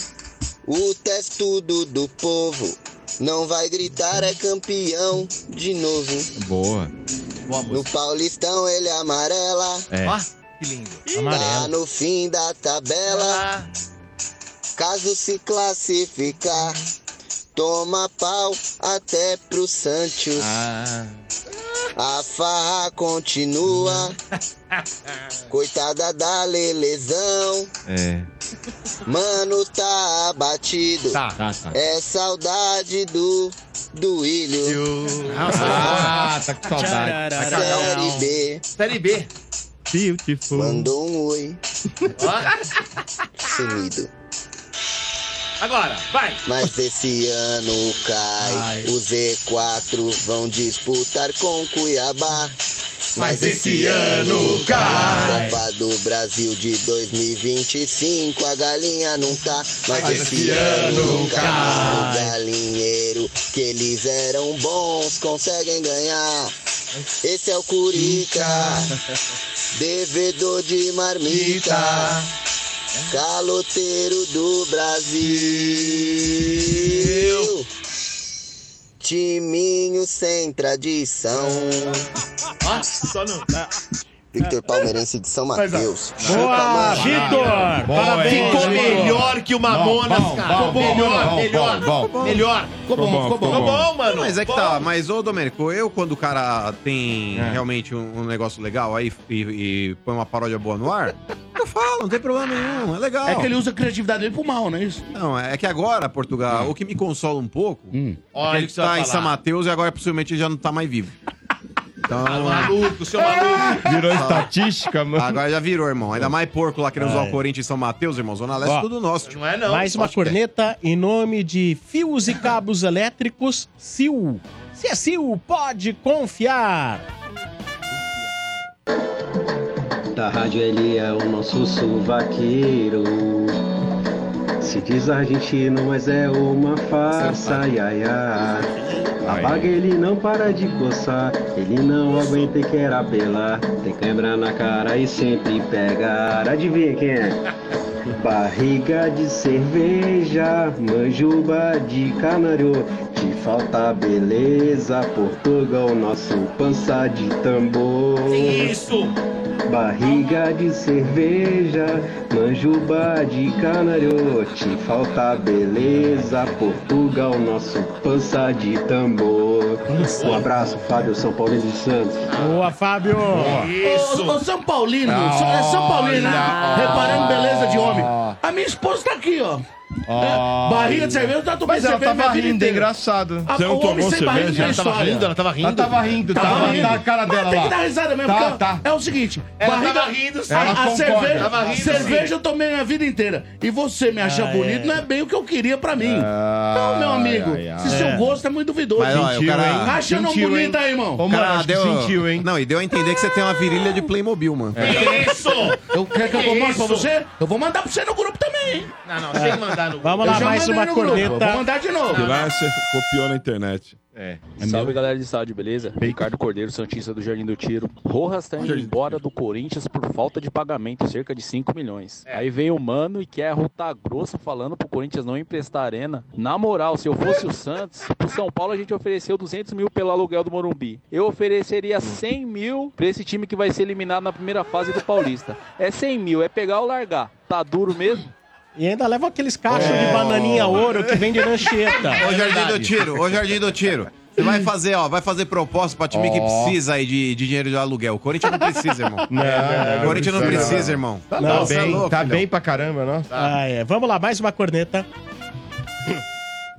Speaker 10: O testudo do povo não vai gritar, é campeão de novo.
Speaker 13: Boa.
Speaker 10: No Paulistão ele amarela.
Speaker 13: É. Ó,
Speaker 10: que lindo. Ah. Tá
Speaker 13: Amarelo.
Speaker 10: no fim da tabela. Caso se classificar, toma pau até pro Santos. Ah. A farra continua. Coitada da Lelezão.
Speaker 13: É.
Speaker 10: Mano, tá abatido.
Speaker 13: Tá, tá, tá.
Speaker 10: É saudade do. Do Ilho.
Speaker 13: Ah, tá com saudade. Tá
Speaker 10: Série
Speaker 13: cagão.
Speaker 10: B.
Speaker 2: Série B.
Speaker 13: Beautiful.
Speaker 10: Mandou um oi. Sumido.
Speaker 2: Agora, vai.
Speaker 10: Mas esse ano cai. Os E4 vão disputar com Cuiabá.
Speaker 2: Mas esse ano cai.
Speaker 10: Copa do Brasil de 2025, a galinha não tá. Mas,
Speaker 2: Mas
Speaker 10: esse
Speaker 2: esse
Speaker 10: ano
Speaker 2: ano
Speaker 10: cai. O
Speaker 2: cai.
Speaker 10: galinheiro que eles eram bons conseguem ganhar. Esse é o Curica, devedor de marmita. Caloteiro do Brasil. Timinho sem tradição.
Speaker 2: Só não. tá.
Speaker 10: Victor Palmeirense de São
Speaker 2: Mas, ó.
Speaker 10: Mateus.
Speaker 2: Boa,
Speaker 10: Mano.
Speaker 2: Vitor! Boa, Parabéns, hein? Ficou Vitor. melhor que o Mamonas, Bom, bom, cara. bom, Ah, Ficou bom, melhor, bom, melhor, bom, ficou bom. melhor. Ficou bom, Ficou bom, ficou bom. ficou bom, mano.
Speaker 5: Mas é que
Speaker 2: Bom. É.
Speaker 5: tá, mas ô Domênico, eu quando o cara tem realmente um, um negócio legal aí e, e põe uma paródia boa no ar, eu falo, não tem problema nenhum, é legal.
Speaker 3: É que ele usa a criatividade dele pro mal, não é isso?
Speaker 5: Não, é que agora, Portugal,
Speaker 11: É.
Speaker 5: o que me consola um pouco
Speaker 11: Hum.
Speaker 5: é que
Speaker 2: Olha o
Speaker 5: ele
Speaker 2: que você vai
Speaker 5: tá em
Speaker 2: falar.
Speaker 5: São Mateus e agora possivelmente ele já não tá mais vivo. Então,
Speaker 2: Tá Maluco, seu maluco.
Speaker 13: Virou estatística, mano.
Speaker 5: Agora já virou, irmão. Ainda mais porco lá querendo usar o Corinthians e São Mateus, irmão. Zona Leste,
Speaker 11: Ó,
Speaker 5: tudo nosso.
Speaker 2: Não é,
Speaker 11: Mais uma corneta em nome de Fios e Cabos Elétricos Sil. Se é Sil, pode confiar.
Speaker 22: Da rádio ele é o nosso sovaqueiro. Se diz argentino, mas é uma farsa, ai, ai, ai. A vaga ele não para de coçar, ele não aguenta e quer apelar. Tem câimbra na cara e sempre pega. Adivinha quem é? Barriga de cerveja, manjuba de canário. Te falta beleza, Portugal, nosso pança de tambor.
Speaker 2: Isso!
Speaker 22: Barriga de cerveja, manjuba de canário. Te falta beleza, Portugal, nosso pança de tambor. Um abraço, Fábio São Paulino de Santos.
Speaker 11: Boa, Fábio!
Speaker 3: Isso. Ô, ô, São Paulino,
Speaker 22: Ah,
Speaker 3: só- é São Paulino, né?
Speaker 22: olha.
Speaker 3: Reparando beleza de homem. A minha esposa tá aqui, ó. É, barriga de cerveja, tá tomando
Speaker 13: Ah, Mas ela
Speaker 3: cerveja
Speaker 13: tava
Speaker 3: minha vida
Speaker 13: rindo, é
Speaker 3: inteira.
Speaker 13: engraçado.
Speaker 3: Ah, o homem sem barriga tem
Speaker 13: Ela tava
Speaker 3: história.
Speaker 13: rindo, ela tava rindo. Ela tava rindo,
Speaker 3: Tava
Speaker 13: tava
Speaker 3: rindo.
Speaker 13: rindo. a cara
Speaker 3: Mas
Speaker 13: dela
Speaker 3: tem que
Speaker 13: lá.
Speaker 3: dar risada mesmo,
Speaker 13: Tá,
Speaker 3: porque
Speaker 13: tá.
Speaker 3: é o seguinte,
Speaker 13: Ela
Speaker 3: barriga,
Speaker 13: tava rindo, sim. Ela
Speaker 3: a, a
Speaker 13: concorda.
Speaker 3: cerveja,
Speaker 13: Tava rindo,
Speaker 3: cerveja
Speaker 13: sim.
Speaker 3: eu tomei minha vida inteira. E você me achar
Speaker 13: Ah,
Speaker 3: bonito
Speaker 13: é.
Speaker 3: não é bem o que eu queria pra mim.
Speaker 13: Ah,
Speaker 3: então, meu amigo,
Speaker 13: ai, ai.
Speaker 3: se seu
Speaker 13: É.
Speaker 3: gosto é muito duvidoso.
Speaker 5: Mas, ó, o cara-
Speaker 3: Acha não
Speaker 5: Sentiu,
Speaker 3: bonita
Speaker 5: hein?
Speaker 3: aí, irmão.
Speaker 5: O cara hein? Não, e deu a entender que você tem uma virilha de Playmobil, mano.
Speaker 3: Isso! Eu quero que eu
Speaker 5: Que
Speaker 3: mande pra
Speaker 5: isso?
Speaker 3: você? Eu vou mandar pra você no grupo também, hein?
Speaker 2: Não, não,
Speaker 3: sem
Speaker 2: mandar no
Speaker 11: Vamos lá, mais uma corneta.
Speaker 3: Vou mandar de novo.
Speaker 4: Que lá você copiou na internet.
Speaker 13: É.
Speaker 23: Salve galera de estádio, beleza? Ricardo Cordeiro, Santista do Jardim do Tiro. Rojas tá indo embora do Corinthians por falta de pagamento, cerca de 5 milhões. Aí vem o Mano e quer rotar grossa falando pro Corinthians não emprestar arena. Na moral, se eu fosse o Santos, pro São Paulo a gente ofereceu 200 mil pelo aluguel do Morumbi. Eu ofereceria 100 mil pra esse time que vai ser eliminado na primeira fase do Paulista. É 100 mil, é pegar ou largar. Tá duro mesmo?
Speaker 11: E ainda leva aqueles cachos
Speaker 4: É.
Speaker 11: de bananinha ouro que vende lancheta.
Speaker 5: Ô, Jardim do Tiro, ô, Jardim do Tiro. Você vai fazer, ó, vai fazer proposta pra time que
Speaker 11: Ó.
Speaker 5: precisa aí de, de dinheiro de aluguel. O Corinthians não precisa, irmão.
Speaker 9: Não,
Speaker 5: o Corinthians não precisa, irmão.
Speaker 9: Tá,
Speaker 5: Não, você é
Speaker 9: bem,
Speaker 5: louco,
Speaker 9: tá
Speaker 5: filhão.
Speaker 9: bem pra caramba, não?
Speaker 11: Ah, é. Vamos lá, mais uma corneta.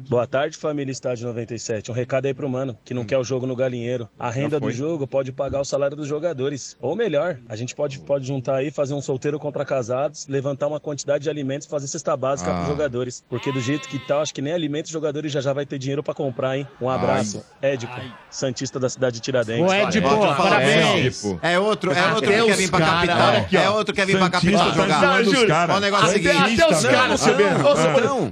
Speaker 13: Boa tarde, família Estádio 97. Um recado aí pro mano que não quer o jogo no galinheiro. A renda do
Speaker 20: Hum. foi.
Speaker 13: jogo pode pagar o salário dos jogadores. Ou melhor, a gente pode, pode juntar aí, fazer um solteiro contra casados, levantar uma quantidade de alimentos, fazer cesta básica
Speaker 20: Ah.
Speaker 13: pros jogadores. Porque do jeito que tá, acho que nem alimentos os jogadores já já vai ter dinheiro pra comprar, hein? Um abraço. Édipo, Santista da cidade de Tiradentes.
Speaker 5: Ô, Édipo,
Speaker 13: Valeu.
Speaker 5: parabéns. É outro, é outro que quer vir pra capital. é outro que quer vir pra capital jogar. Ó, O negócio é o seguinte.
Speaker 2: Até os caras, você vê.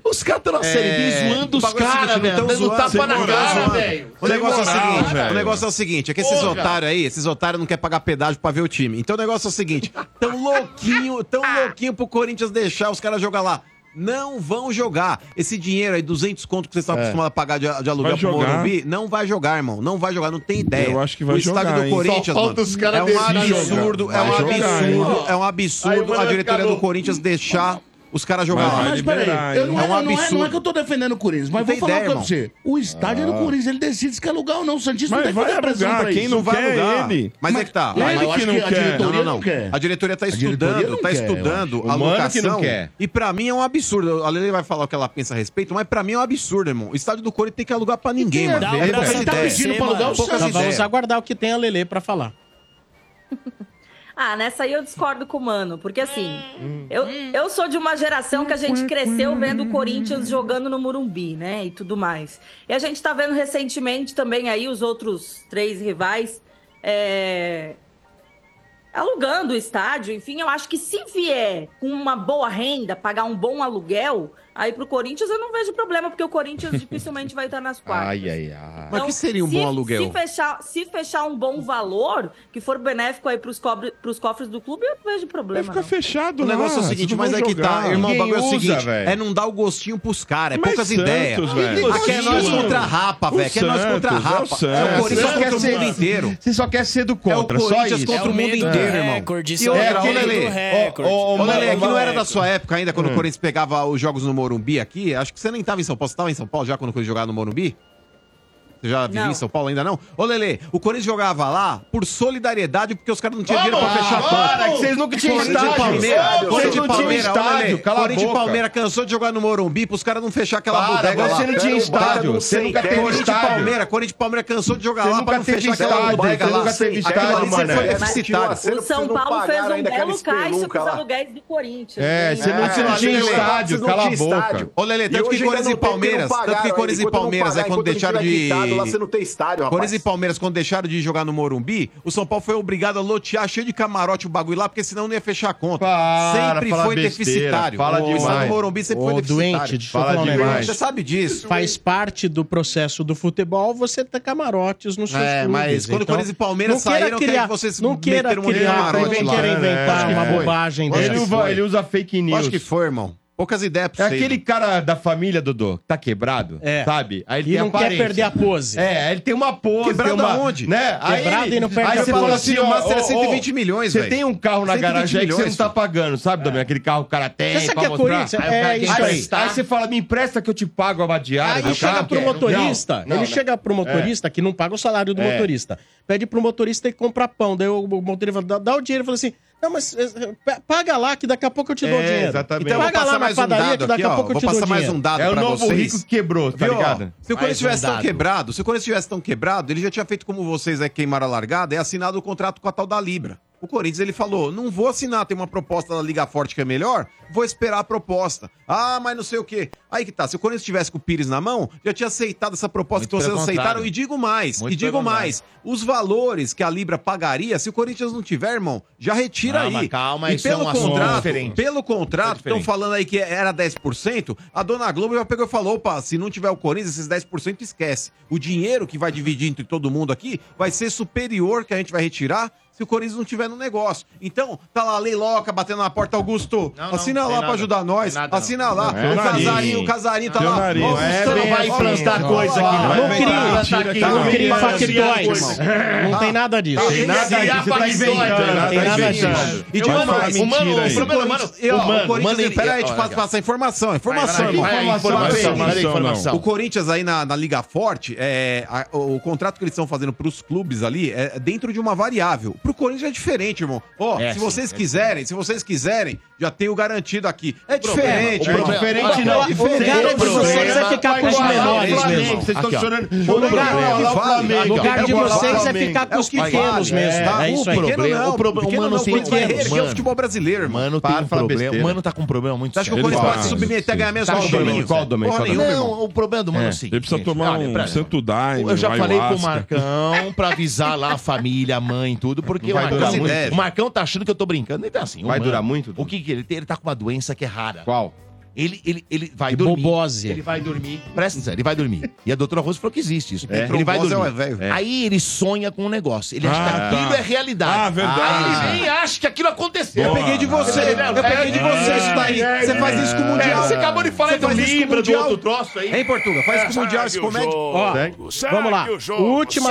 Speaker 2: Os caras estão na série
Speaker 5: é.
Speaker 2: B zoando os
Speaker 5: assim
Speaker 2: caras, velho.
Speaker 5: um
Speaker 2: Dando tapa na cara, velho.
Speaker 5: O negócio,
Speaker 2: Sem
Speaker 5: é o
Speaker 2: moral,
Speaker 5: seguinte,
Speaker 2: velho.
Speaker 5: o negócio é o seguinte, é que esses
Speaker 2: Porra.
Speaker 5: otários aí, esses otários não querem pagar pedágio pra ver o time. Então o negócio é o seguinte, tão louquinho, tão
Speaker 8: Ah.
Speaker 5: louquinho pro Corinthians deixar os caras jogar lá. Não vão jogar. Esse dinheiro aí, 200 conto que vocês estão acostumados a pagar de, de aluguel
Speaker 8: É. Vai
Speaker 5: pro
Speaker 8: jogar.
Speaker 5: Morumbi, não vai jogar, irmão. Não vai jogar, não tem ideia.
Speaker 8: Eu acho que vai
Speaker 5: o estádio
Speaker 8: jogar,
Speaker 5: do
Speaker 8: hein? Só
Speaker 5: Corinthians,
Speaker 8: falta
Speaker 5: mano,
Speaker 8: os caras
Speaker 5: é um
Speaker 8: decidirem jogar.
Speaker 5: absurdo, é um
Speaker 8: Vai jogar, hein?
Speaker 5: absurdo,
Speaker 3: Aí
Speaker 5: é um
Speaker 3: o
Speaker 5: absurdo
Speaker 3: Mano
Speaker 5: a diretoria do
Speaker 3: acabou.
Speaker 5: Corinthians deixar os caras jogar lá.
Speaker 3: Mas peraí, eu não,
Speaker 5: é
Speaker 3: é,
Speaker 5: um
Speaker 3: não, é, não é que
Speaker 5: absurdo.
Speaker 3: eu tô defendendo o Corinthians, mas
Speaker 5: Não
Speaker 3: vou
Speaker 5: tem
Speaker 3: falar
Speaker 5: ideia,
Speaker 3: uma coisa
Speaker 5: irmão.
Speaker 3: pra você. O estádio é do
Speaker 5: Ah.
Speaker 3: Corinthians, ele decide se quer alugar ou não. O Santista não
Speaker 5: Mas
Speaker 3: tem que
Speaker 5: vai
Speaker 3: fazer pressão
Speaker 5: alugar,
Speaker 3: pra
Speaker 5: quem
Speaker 3: isso.
Speaker 5: não vai alugar? Mas é que tá. Mas eu acho que a diretoria não quer.
Speaker 3: A diretoria
Speaker 5: Tá estudando, tá estudando a locação. E pra mim é um absurdo. A Lele vai falar o que ela pensa a respeito, mas pra mim é um absurdo, irmão. O estádio do Corinthians tem que alugar pra ninguém, mano.
Speaker 9: um
Speaker 5: É poucas
Speaker 11: tá
Speaker 9: tá
Speaker 5: ideias. Poucas
Speaker 11: Nós vamos
Speaker 5: ideias.
Speaker 11: aguardar o que tem a Lele pra falar.
Speaker 7: Ah, nessa aí eu discordo com o Mano, porque assim,
Speaker 3: Hum.
Speaker 7: eu, eu sou de uma geração que a gente cresceu vendo o Corinthians jogando no Murumbi, né, e tudo mais. E a gente tá vendo recentemente também aí os outros três rivais é, alugando o estádio. Enfim, eu acho que se vier com uma boa renda, pagar um bom aluguel, aí pro Corinthians eu não vejo problema, porque o Corinthians dificilmente vai estar nas quartas.
Speaker 9: Ai, ai,
Speaker 7: ah.
Speaker 9: ai.
Speaker 5: Mas o que seria um
Speaker 7: Então, se-
Speaker 5: bom aluguel?
Speaker 7: Se fechar, se fechar um bom valor, que for benéfico aí pros, cobre, pros cofres do clube, eu não vejo problema. Vai ficar
Speaker 5: O
Speaker 7: fechado,
Speaker 5: negócio é o seguinte, mas é que tá, irmão, o bagulho é o seguinte,
Speaker 7: velho.
Speaker 5: é não dar o gostinho pros caras, é
Speaker 7: Mas
Speaker 5: poucas
Speaker 7: Santos,
Speaker 5: ideias.
Speaker 9: velho.
Speaker 5: Aqui é nós
Speaker 9: Gostinho.
Speaker 5: contra a rapa,
Speaker 9: O
Speaker 5: velho, aqui é nós
Speaker 9: Santos,
Speaker 5: contra a
Speaker 9: é o
Speaker 5: rapa. É o
Speaker 9: Santos.
Speaker 5: Corinthians
Speaker 9: Você só
Speaker 5: contra o
Speaker 9: quer
Speaker 5: mundo
Speaker 9: ser-
Speaker 5: inteiro. É
Speaker 9: Você só quer ser do contra, só
Speaker 5: Corinthians
Speaker 9: isso. É
Speaker 5: contra o mundo inteiro, irmão.
Speaker 9: E outra, ô, Lelê. Ô, ô,
Speaker 5: Ô, Lelê,
Speaker 9: mano,
Speaker 5: que não era da
Speaker 9: mano.
Speaker 5: sua época ainda, quando
Speaker 9: Hum.
Speaker 5: o Corinthians pegava os jogos no Morumbi aqui. Acho que você nem tava em São Paulo. Você tava em São Paulo já quando o Corinthians jogava no Morumbi? Você já vivia
Speaker 7: Não.
Speaker 5: em São Paulo ainda não? Ô, Lelê, o Corinthians jogava lá por solidariedade, porque os caras não tinham dinheiro pra
Speaker 9: Vamos,
Speaker 5: fechar
Speaker 9: para,
Speaker 5: conta.
Speaker 9: que vocês nunca tinham
Speaker 5: Corinthians e
Speaker 9: estádio.
Speaker 5: Palmeiras.
Speaker 9: Vocês
Speaker 5: Corinthians e
Speaker 9: não tinham
Speaker 5: Palmeiras, é ô, Lelê,
Speaker 9: estádio, cala a
Speaker 5: Corinthians e
Speaker 9: boca.
Speaker 5: Palmeiras cansou de jogar no Morumbi pros caras não fechar aquela
Speaker 9: Para,
Speaker 5: bodega
Speaker 9: agora
Speaker 5: lá.
Speaker 9: você não tinha
Speaker 5: Era um
Speaker 9: estádio,
Speaker 5: baita de um
Speaker 9: você
Speaker 5: sem
Speaker 9: nunca
Speaker 5: ideia.
Speaker 9: teve
Speaker 5: Corinthians e
Speaker 9: estádio.
Speaker 5: Palmeiras, Corinthians e Palmeiras cansou de jogar
Speaker 9: Você
Speaker 5: lá
Speaker 9: nunca
Speaker 5: pra não
Speaker 9: teve
Speaker 5: fechar aquela
Speaker 9: estádio,
Speaker 5: bodega
Speaker 9: você
Speaker 5: lá.
Speaker 9: nunca teve
Speaker 5: Aquilo
Speaker 9: estádio,
Speaker 5: ali sempre
Speaker 9: mano. É
Speaker 5: foi
Speaker 9: Mas-
Speaker 5: deficitário.
Speaker 7: O São Paulo fez um belo caixa com os aluguéis do Corinthians. né?
Speaker 9: É, você não tinha estádio, cala a boca.
Speaker 5: Ô, Lelê, tanto que Corinthians e Palmeiras, tanto que Corinthians e Palmeiras aí quando deixaram de...
Speaker 24: Lá você não tem estádio, rapaz.
Speaker 5: Corinthians e Palmeiras, quando deixaram de jogar no Morumbi, o São Paulo foi obrigado a lotear cheio de camarote o bagulho lá, porque senão não ia fechar a conta.
Speaker 9: Para,
Speaker 5: sempre
Speaker 9: fala
Speaker 5: foi
Speaker 9: besteira,
Speaker 5: deficitário.
Speaker 9: fala
Speaker 5: O estádio
Speaker 9: demais.
Speaker 5: do Morumbi sempre
Speaker 11: Ô,
Speaker 5: foi deficitário.
Speaker 11: doente, deixa eu falar um negócio.
Speaker 5: Você sabe disso.
Speaker 11: Faz parte do processo do futebol você ter camarotes nos seus
Speaker 5: É,
Speaker 11: clubes.
Speaker 5: mas quando
Speaker 11: Então,
Speaker 5: Corinthians e Palmeiras
Speaker 11: não queira
Speaker 5: saíram, querem
Speaker 11: criar-
Speaker 5: que vocês
Speaker 11: não queira
Speaker 5: meteram um monte de
Speaker 11: criar,
Speaker 5: camarote
Speaker 11: não
Speaker 5: lá.
Speaker 11: queira
Speaker 5: É,
Speaker 11: inventar
Speaker 5: né?
Speaker 11: uma
Speaker 5: Acho que foi.
Speaker 11: bobagem
Speaker 5: Acho que
Speaker 11: dessa.
Speaker 9: Ele, usa-
Speaker 5: foi.
Speaker 9: ele usa fake news.
Speaker 5: Acho que foi, irmão. Poucas ideias pra
Speaker 9: É
Speaker 5: você,
Speaker 9: aquele cara da família, Dodô, que tá quebrado,
Speaker 5: É.
Speaker 9: sabe? Aí ele
Speaker 5: E
Speaker 9: tem
Speaker 5: não quer
Speaker 9: aparência.
Speaker 5: perder a
Speaker 11: pose.
Speaker 9: É, ele tem uma pose.
Speaker 5: Quebrado
Speaker 9: tem uma,
Speaker 5: aonde?
Speaker 9: Né? Aí
Speaker 5: Quebrado
Speaker 9: ele-
Speaker 5: e não perde
Speaker 9: aí
Speaker 5: a
Speaker 9: você
Speaker 5: pose.
Speaker 9: fala assim, ó,
Speaker 5: O Master é
Speaker 9: ó, ó,
Speaker 5: 120 milhões,
Speaker 9: Você
Speaker 5: velho.
Speaker 9: tem um carro na
Speaker 5: 120
Speaker 9: garagem aí que você não
Speaker 5: milhões,
Speaker 9: tá pagando, sabe, Domingo? Aquele carro que o cara tem
Speaker 11: Você sabe
Speaker 9: pra
Speaker 11: que é
Speaker 9: mostrar.
Speaker 11: Corinthians? É,
Speaker 9: o cara
Speaker 11: isso
Speaker 9: quer
Speaker 11: aí.
Speaker 9: emprestar. Aí você fala, me empresta que eu te pago a vadiária.
Speaker 11: Aí
Speaker 9: do
Speaker 11: chega
Speaker 9: carro.
Speaker 11: pro motorista,
Speaker 9: Não, É. não,
Speaker 2: né?
Speaker 11: ele
Speaker 9: não.
Speaker 11: chega
Speaker 2: É.
Speaker 11: pro motorista que não paga o salário do
Speaker 9: É.
Speaker 11: motorista. Pede pro motorista e comprar pão. Daí o o motorista fala, dá, dá o dinheiro. Ele fala assim, não, mas eh, pa- paga lá que daqui a pouco eu te dou o
Speaker 9: É,
Speaker 11: dinheiro.
Speaker 9: exatamente.
Speaker 11: Então
Speaker 9: Então eu vou
Speaker 11: paga lá
Speaker 9: passar
Speaker 11: na
Speaker 9: mais um
Speaker 11: padaria
Speaker 9: dado
Speaker 11: que daqui
Speaker 9: aqui,
Speaker 11: a
Speaker 9: ó.
Speaker 11: pouco eu
Speaker 9: Vou
Speaker 11: te dou
Speaker 9: passar mais
Speaker 11: dinheiro.
Speaker 9: um dado É o pra novo vocês. rico que quebrou, tá
Speaker 5: Viu, ó?
Speaker 9: ligado?
Speaker 5: Se o
Speaker 9: Mais
Speaker 5: Corinthians
Speaker 9: um
Speaker 5: tivesse tão
Speaker 9: dado.
Speaker 5: quebrado, se o Corinthians tivesse tão quebrado, ele já tinha feito como vocês aí queimaram a largada e assinado o contrato com a tal da Libra. O Corinthians ele falou: não vou assinar, tem uma proposta da Liga Forte que é melhor, vou esperar a proposta. Ah, mas não sei o quê. Aí que tá, se o Corinthians tivesse com o Pires na mão, já tinha aceitado essa proposta
Speaker 2: Muito
Speaker 5: que vocês
Speaker 2: pelo
Speaker 5: aceitaram.
Speaker 2: contrário.
Speaker 5: E digo mais,
Speaker 2: Muito
Speaker 5: e digo
Speaker 2: pelo
Speaker 5: mais, os valores que a Libra pagaria, se o Corinthians não tiver, irmão, já retira
Speaker 2: Calma,
Speaker 5: aí.
Speaker 2: calma,
Speaker 5: e
Speaker 2: isso é
Speaker 5: pelo
Speaker 2: um assunto
Speaker 5: contrato,
Speaker 2: diferente. é
Speaker 5: pelo contrato,
Speaker 2: diferente.
Speaker 5: estão falando aí que era 10%, a dona Globo já pegou e falou: opa, se não tiver o Corinthians, esses 10% esquece. O dinheiro que vai dividir entre todo mundo aqui vai ser superior que a gente vai retirar se o Corinthians não tiver no negócio. Então, tá lá a Leiloca batendo na porta, Augusto. assina
Speaker 2: tem
Speaker 5: lá pra
Speaker 2: nada.
Speaker 5: ajudar nós.
Speaker 2: Tem nada,
Speaker 5: assina
Speaker 2: não.
Speaker 5: lá.
Speaker 2: Não, é
Speaker 5: o
Speaker 2: o nariz.
Speaker 5: casarinho, o casarinho tá
Speaker 2: Teu
Speaker 5: lá.
Speaker 2: nariz.
Speaker 5: Ó,
Speaker 2: É,
Speaker 5: Augustão,
Speaker 2: não vai
Speaker 5: ó,
Speaker 2: implantar
Speaker 5: Augustão,
Speaker 2: coisa
Speaker 5: ó,
Speaker 2: aqui, não.
Speaker 5: ó,
Speaker 2: Não
Speaker 5: vai Tá
Speaker 2: crie,
Speaker 5: implantar
Speaker 2: tira
Speaker 5: aqui,
Speaker 2: aqui,
Speaker 5: ó.
Speaker 2: não
Speaker 5: Vai
Speaker 2: crie
Speaker 5: implantar
Speaker 2: factoides.
Speaker 5: aqui,
Speaker 2: É.
Speaker 5: irmão.
Speaker 2: Não tem
Speaker 11: nada
Speaker 2: disso. Tem nada disso, tá inventando,
Speaker 5: Tem
Speaker 2: tá
Speaker 5: nada disso.
Speaker 2: inventando.
Speaker 5: E de
Speaker 2: Mano,
Speaker 5: humano,
Speaker 2: faz mentira aí.
Speaker 5: E, ó,
Speaker 2: Humano,
Speaker 5: o Corinthians,
Speaker 2: humano, ele-
Speaker 5: peraí, deixa eu
Speaker 2: olha,
Speaker 5: passar essa informação. Informação,
Speaker 2: Vai, vai, vai,
Speaker 5: irmão.
Speaker 2: informação, informação,
Speaker 5: Peraí,
Speaker 2: informação.
Speaker 5: O Corinthians aí na, na Liga Forte, é, a- o, o contrato que eles estão fazendo pros clubes ali é dentro de uma variável. Pro Corinthians é diferente, irmão. Ó,
Speaker 2: É,
Speaker 5: se
Speaker 2: sim,
Speaker 5: vocês
Speaker 2: é
Speaker 5: quiserem, se vocês quiserem, já tem o garantido aqui. É
Speaker 2: problema,
Speaker 5: diferente,
Speaker 2: o
Speaker 5: irmão.
Speaker 2: problema- o lugar de
Speaker 5: Diferente.
Speaker 2: vocês é ficar com os menores, meu irmão.
Speaker 5: Vocês estão
Speaker 2: Aqui, ó.
Speaker 5: chorando.
Speaker 2: O lugar- é o lugar de vocês é ficar com os pequenos mesmo. É isso aí. Pequeno não,
Speaker 5: O problema
Speaker 2: pequeno
Speaker 5: humano
Speaker 2: não,
Speaker 5: não,
Speaker 2: porque
Speaker 5: porque
Speaker 2: ergueu
Speaker 5: ergueu
Speaker 2: o
Speaker 5: o futebol brasileiro, irmão.
Speaker 2: Mano, tem um problema. O Mano tá com um problema muito
Speaker 5: Você acha que o Corinthians pode submeter a ganhar mesmo
Speaker 2: Qual
Speaker 5: ao
Speaker 2: domínio?
Speaker 5: Chirinho?
Speaker 2: Qual domínio?
Speaker 5: Porra
Speaker 2: Qual
Speaker 5: nenhuma,
Speaker 2: domínio?
Speaker 5: irmão.
Speaker 2: Não, o problema do Mano é o seguinte.
Speaker 4: Ele precisa tomar
Speaker 2: olha,
Speaker 4: um
Speaker 2: pera-
Speaker 4: santo daime,
Speaker 2: Eu já
Speaker 4: um
Speaker 2: falei pro
Speaker 4: ayahuasca.
Speaker 2: Marcão pra avisar lá a família, a mãe, tudo, porque o
Speaker 13: Não vai durar
Speaker 2: Marcão,
Speaker 13: muito.
Speaker 2: o Marcão tá achando que eu tô brincando. Então, assim, o
Speaker 13: Vai
Speaker 2: Mano-
Speaker 13: durar muito?
Speaker 2: O que que ele tem? Ele tá com uma doença que é rara.
Speaker 13: Qual?
Speaker 2: Ele, ele, ele vai dormir.
Speaker 11: Bobose.
Speaker 2: Ele vai dormir. Presta atenção, ele vai dormir. E a doutora Rosa falou que existe isso.
Speaker 13: É.
Speaker 2: Ele vai
Speaker 13: Trombose
Speaker 2: dormir.
Speaker 13: é o velho. É.
Speaker 2: Aí ele sonha com um negócio. Ele acha
Speaker 13: Ah,
Speaker 2: que
Speaker 13: tá.
Speaker 2: aquilo é realidade.
Speaker 13: Ah, verdade.
Speaker 2: Aí ele nem acha que aquilo aconteceu. é
Speaker 5: Eu peguei de você, eu peguei de você isso daí. Você faz isso com o Mundial.
Speaker 2: Você acabou de falar
Speaker 5: Você
Speaker 2: do
Speaker 5: faz isso com o
Speaker 2: Libra, do
Speaker 5: Mundial.
Speaker 2: outro troço aí.
Speaker 5: Hein, Portuga? Faz isso com o Mundial, esse comédia.
Speaker 11: Ó, vamos lá. última,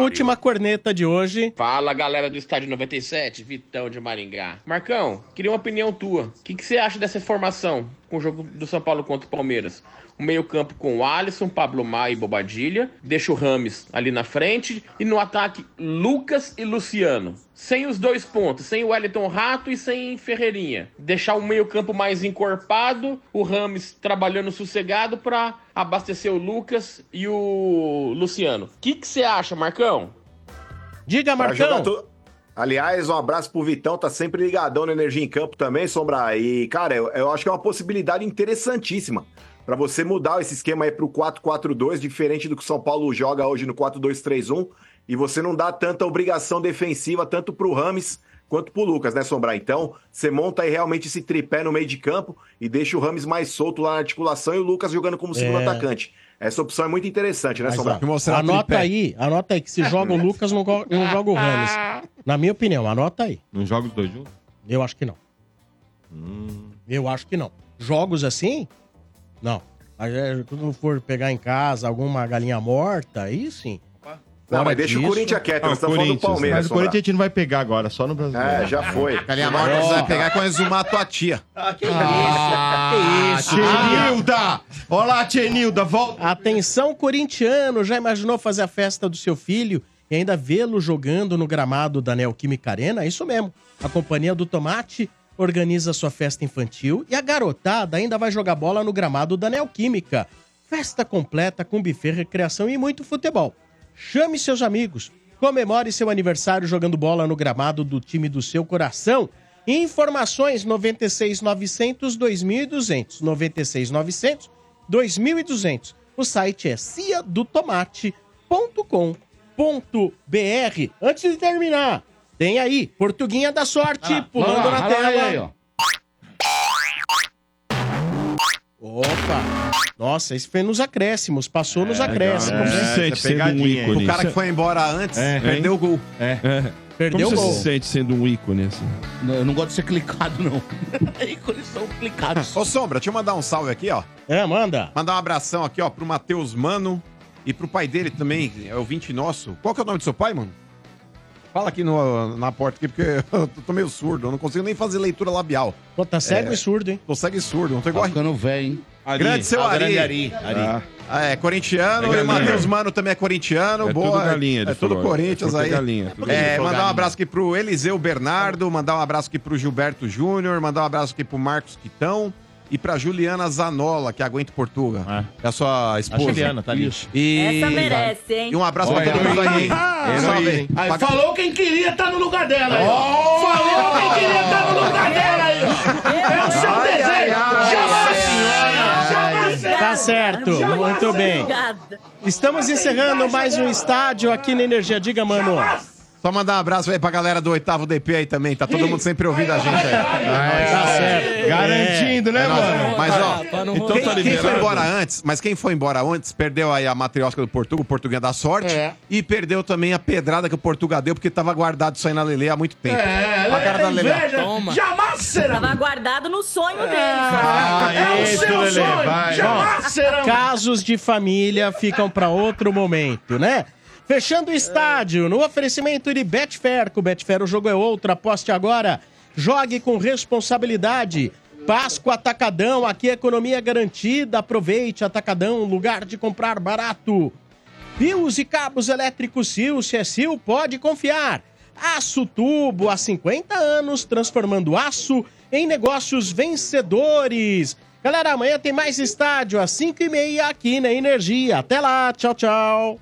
Speaker 11: última corneta de hoje.
Speaker 14: Fala galera do Estádio 97, Vitão de Maringá. Marcão, queria uma opinião tua. O que, que você acha dessa formação com o jogo do São Paulo contra o Palmeiras? O meio-campo com o Alisson, Pablo Maia e Bobadilha. Deixa o Rames ali na frente. E no ataque, Lucas e Luciano. Sem os dois pontos, sem o Wellington Rato e sem Ferreirinha. Deixar o meio-campo mais encorpado, o Rames trabalhando sossegado para abastecer o Lucas e o Luciano. O que que você acha, Marcão?
Speaker 11: Diga,
Speaker 8: Pra
Speaker 14: Marcão.
Speaker 8: jogar tu- Aliás, um abraço pro Vitão, tá sempre ligadão na Energia em Campo também, Sombra. E, cara, eu, eu acho que é uma possibilidade interessantíssima pra você mudar esse esquema aí pro 4-4-2, diferente do que o São Paulo joga hoje no 4-2-3-1. E você não dá tanta obrigação defensiva, tanto pro Rames quanto pro Lucas, né, Sombra? Então, você monta aí realmente esse tripé no meio de campo e deixa o Rames mais solto lá na articulação e o Lucas jogando como segundo
Speaker 11: É.
Speaker 8: atacante. Essa opção é muito interessante, né,
Speaker 11: Mas,
Speaker 8: Sombra?
Speaker 11: ó, anota aí, anota aí que se joga o Lucas, não, go- não joga o Rames. Na minha opinião, anota aí.
Speaker 13: Não joga os dois juntos?
Speaker 11: Eu acho que não. Eu acho que não. Jogos assim? Não. Mas é, quando for pegar em casa alguma galinha morta, aí sim.
Speaker 8: Não,
Speaker 11: Fora
Speaker 8: mas deixa o
Speaker 11: disso-
Speaker 8: Corinthians quieto,
Speaker 11: Ah,
Speaker 9: Tá
Speaker 8: nós
Speaker 11: o
Speaker 8: estamos falando do
Speaker 11: Corinthians,
Speaker 8: Palmeiras.
Speaker 13: Mas o Corinthians a
Speaker 8: Sombra.
Speaker 13: gente não vai pegar agora, só no Brasil.
Speaker 8: É, já foi.
Speaker 5: Galinha morta você vai pegar
Speaker 13: com
Speaker 5: exumar a tua tia.
Speaker 13: Ah, que
Speaker 5: isso, cara.
Speaker 13: Ah, Tchenilda! Olá, Tchenilda, volta!
Speaker 11: Atenção, corintiano! Já imaginou fazer a festa do seu filho e ainda vê-lo jogando no gramado da Neoquímica Arena? É isso mesmo. A Companhia do Tomate organiza sua festa infantil e a garotada ainda vai jogar bola no gramado da Neoquímica. Festa completa com buffet, recreação e muito futebol. Chame seus amigos. Comemore seu aniversário jogando bola no gramado do time do seu coração. Informações 96900 2200 96900 2200. O site é ciadotomate.com.br. Antes de terminar, tem aí Portuguinha da Sorte
Speaker 3: Ah,
Speaker 11: pulando
Speaker 3: vamos lá,
Speaker 11: na
Speaker 3: vai lá,
Speaker 11: tela.
Speaker 3: aí, ó.
Speaker 11: Opa! Nossa, esse foi nos acréscimos, passou nos
Speaker 5: legal,
Speaker 11: acréscimos.
Speaker 5: né? Como se
Speaker 11: né?
Speaker 5: sente
Speaker 11: Essa
Speaker 5: sendo um
Speaker 11: pegadinha aí.
Speaker 5: ícone? O cara que foi embora antes, perdeu o gol.
Speaker 13: É.
Speaker 11: Perdeu
Speaker 4: Como
Speaker 11: o
Speaker 4: você
Speaker 11: gol.
Speaker 4: se sente sendo um ícone, assim?
Speaker 3: Eu não gosto de ser clicado, não.
Speaker 5: Ô, Sombra, deixa eu mandar um salve aqui, ó.
Speaker 11: É, manda.
Speaker 5: Mandar um abração aqui, ó, pro Matheus Mano e pro pai dele também, é ouvinte nosso. Qual que é o nome do seu pai, mano? Fala aqui no- na porta aqui, porque eu tô meio surdo, eu não consigo nem fazer leitura labial. É,
Speaker 11: Pô, tá cego e surdo, hein?
Speaker 5: Tô cego e surdo, não tô igual... Tá
Speaker 3: ficando velho, hein?
Speaker 5: Grande seu
Speaker 2: Ah, o
Speaker 5: Ari.
Speaker 2: grande Ari, Ari.
Speaker 5: Ah, é, corintiano,
Speaker 2: É
Speaker 5: e o
Speaker 2: galinha.
Speaker 5: Matheus Mano também é corintiano.
Speaker 2: É
Speaker 5: boa.
Speaker 2: tudo galinha, ele
Speaker 5: é tudo
Speaker 2: falou.
Speaker 5: Corinthians
Speaker 2: É tudo
Speaker 5: aí.
Speaker 2: galinha, tudo
Speaker 5: É,
Speaker 2: galinha.
Speaker 5: mandar
Speaker 2: Galinha.
Speaker 5: um abraço aqui pro Eliseu Bernardo, mandar um abraço aqui pro Gilberto Júnior, mandar um abraço aqui pro Marcos Quitão e pra Juliana Zanola, que aguenta o Portuga. É, a sua esposa.
Speaker 2: Juliana, tá ali.
Speaker 5: Isso. E...
Speaker 7: Essa merece, hein?
Speaker 5: E um abraço pra
Speaker 3: Olha,
Speaker 5: todo mundo
Speaker 3: heroína,
Speaker 5: aí.
Speaker 3: hein?
Speaker 5: Salve.
Speaker 3: Heroína, hein?
Speaker 5: Aí,
Speaker 3: Paga-
Speaker 5: falou.
Speaker 3: Ah, Falou quem queria tá no lugar dela aí. ó. Falou quem queria tá no lugar dela aí. ó. É o seu
Speaker 11: Ai, ai,
Speaker 3: desejo.
Speaker 11: ai,
Speaker 3: Chama
Speaker 11: ai,
Speaker 3: a senhora. Chama a senhora.
Speaker 11: Tá certo, muito bem. Estamos encerrando mais um estádio aqui na Energia. Diga, mano.
Speaker 5: Só mandar um abraço aí pra galera do oitavo DP aí também. Tá todo mundo sempre ouvindo a gente aí. É
Speaker 13: É, tá certo. Garantindo, né,
Speaker 5: nóis.
Speaker 13: mano?
Speaker 5: Mas,
Speaker 13: Pra não
Speaker 5: ó,
Speaker 13: voltar.
Speaker 5: quem,
Speaker 13: Então
Speaker 5: quem foi
Speaker 13: tá liberado.
Speaker 5: embora antes, mas quem foi embora antes, perdeu aí a matriosca do Portugal, o Português da sorte.
Speaker 3: É.
Speaker 5: E perdeu também a pedrada que o Portugal deu, porque tava guardado isso aí na Lele há muito tempo.
Speaker 3: É,
Speaker 5: a cara da Lele.
Speaker 3: inveja.
Speaker 5: Toma.
Speaker 3: Jamais será.
Speaker 7: Tava guardado no sonho dele.
Speaker 3: Ah,
Speaker 7: sabe?
Speaker 3: é o seu sonho. Jamais
Speaker 11: Bom,
Speaker 3: será.
Speaker 11: Casos de família ficam para outro momento, né? Fechando o estádio, no oferecimento de Betfair. Com Betfair o jogo é outro, aposte agora. Jogue com responsabilidade. Páscoa Atacadão, aqui a economia é garantida. Aproveite, Atacadão, um lugar de comprar barato. Fios e cabos elétricos Sil, se é Sil, pode confiar. Aço Tubo, há 50 anos, transformando aço em negócios vencedores. Galera, amanhã tem mais estádio às 5h30 aqui na Energia. Até lá, tchau, tchau.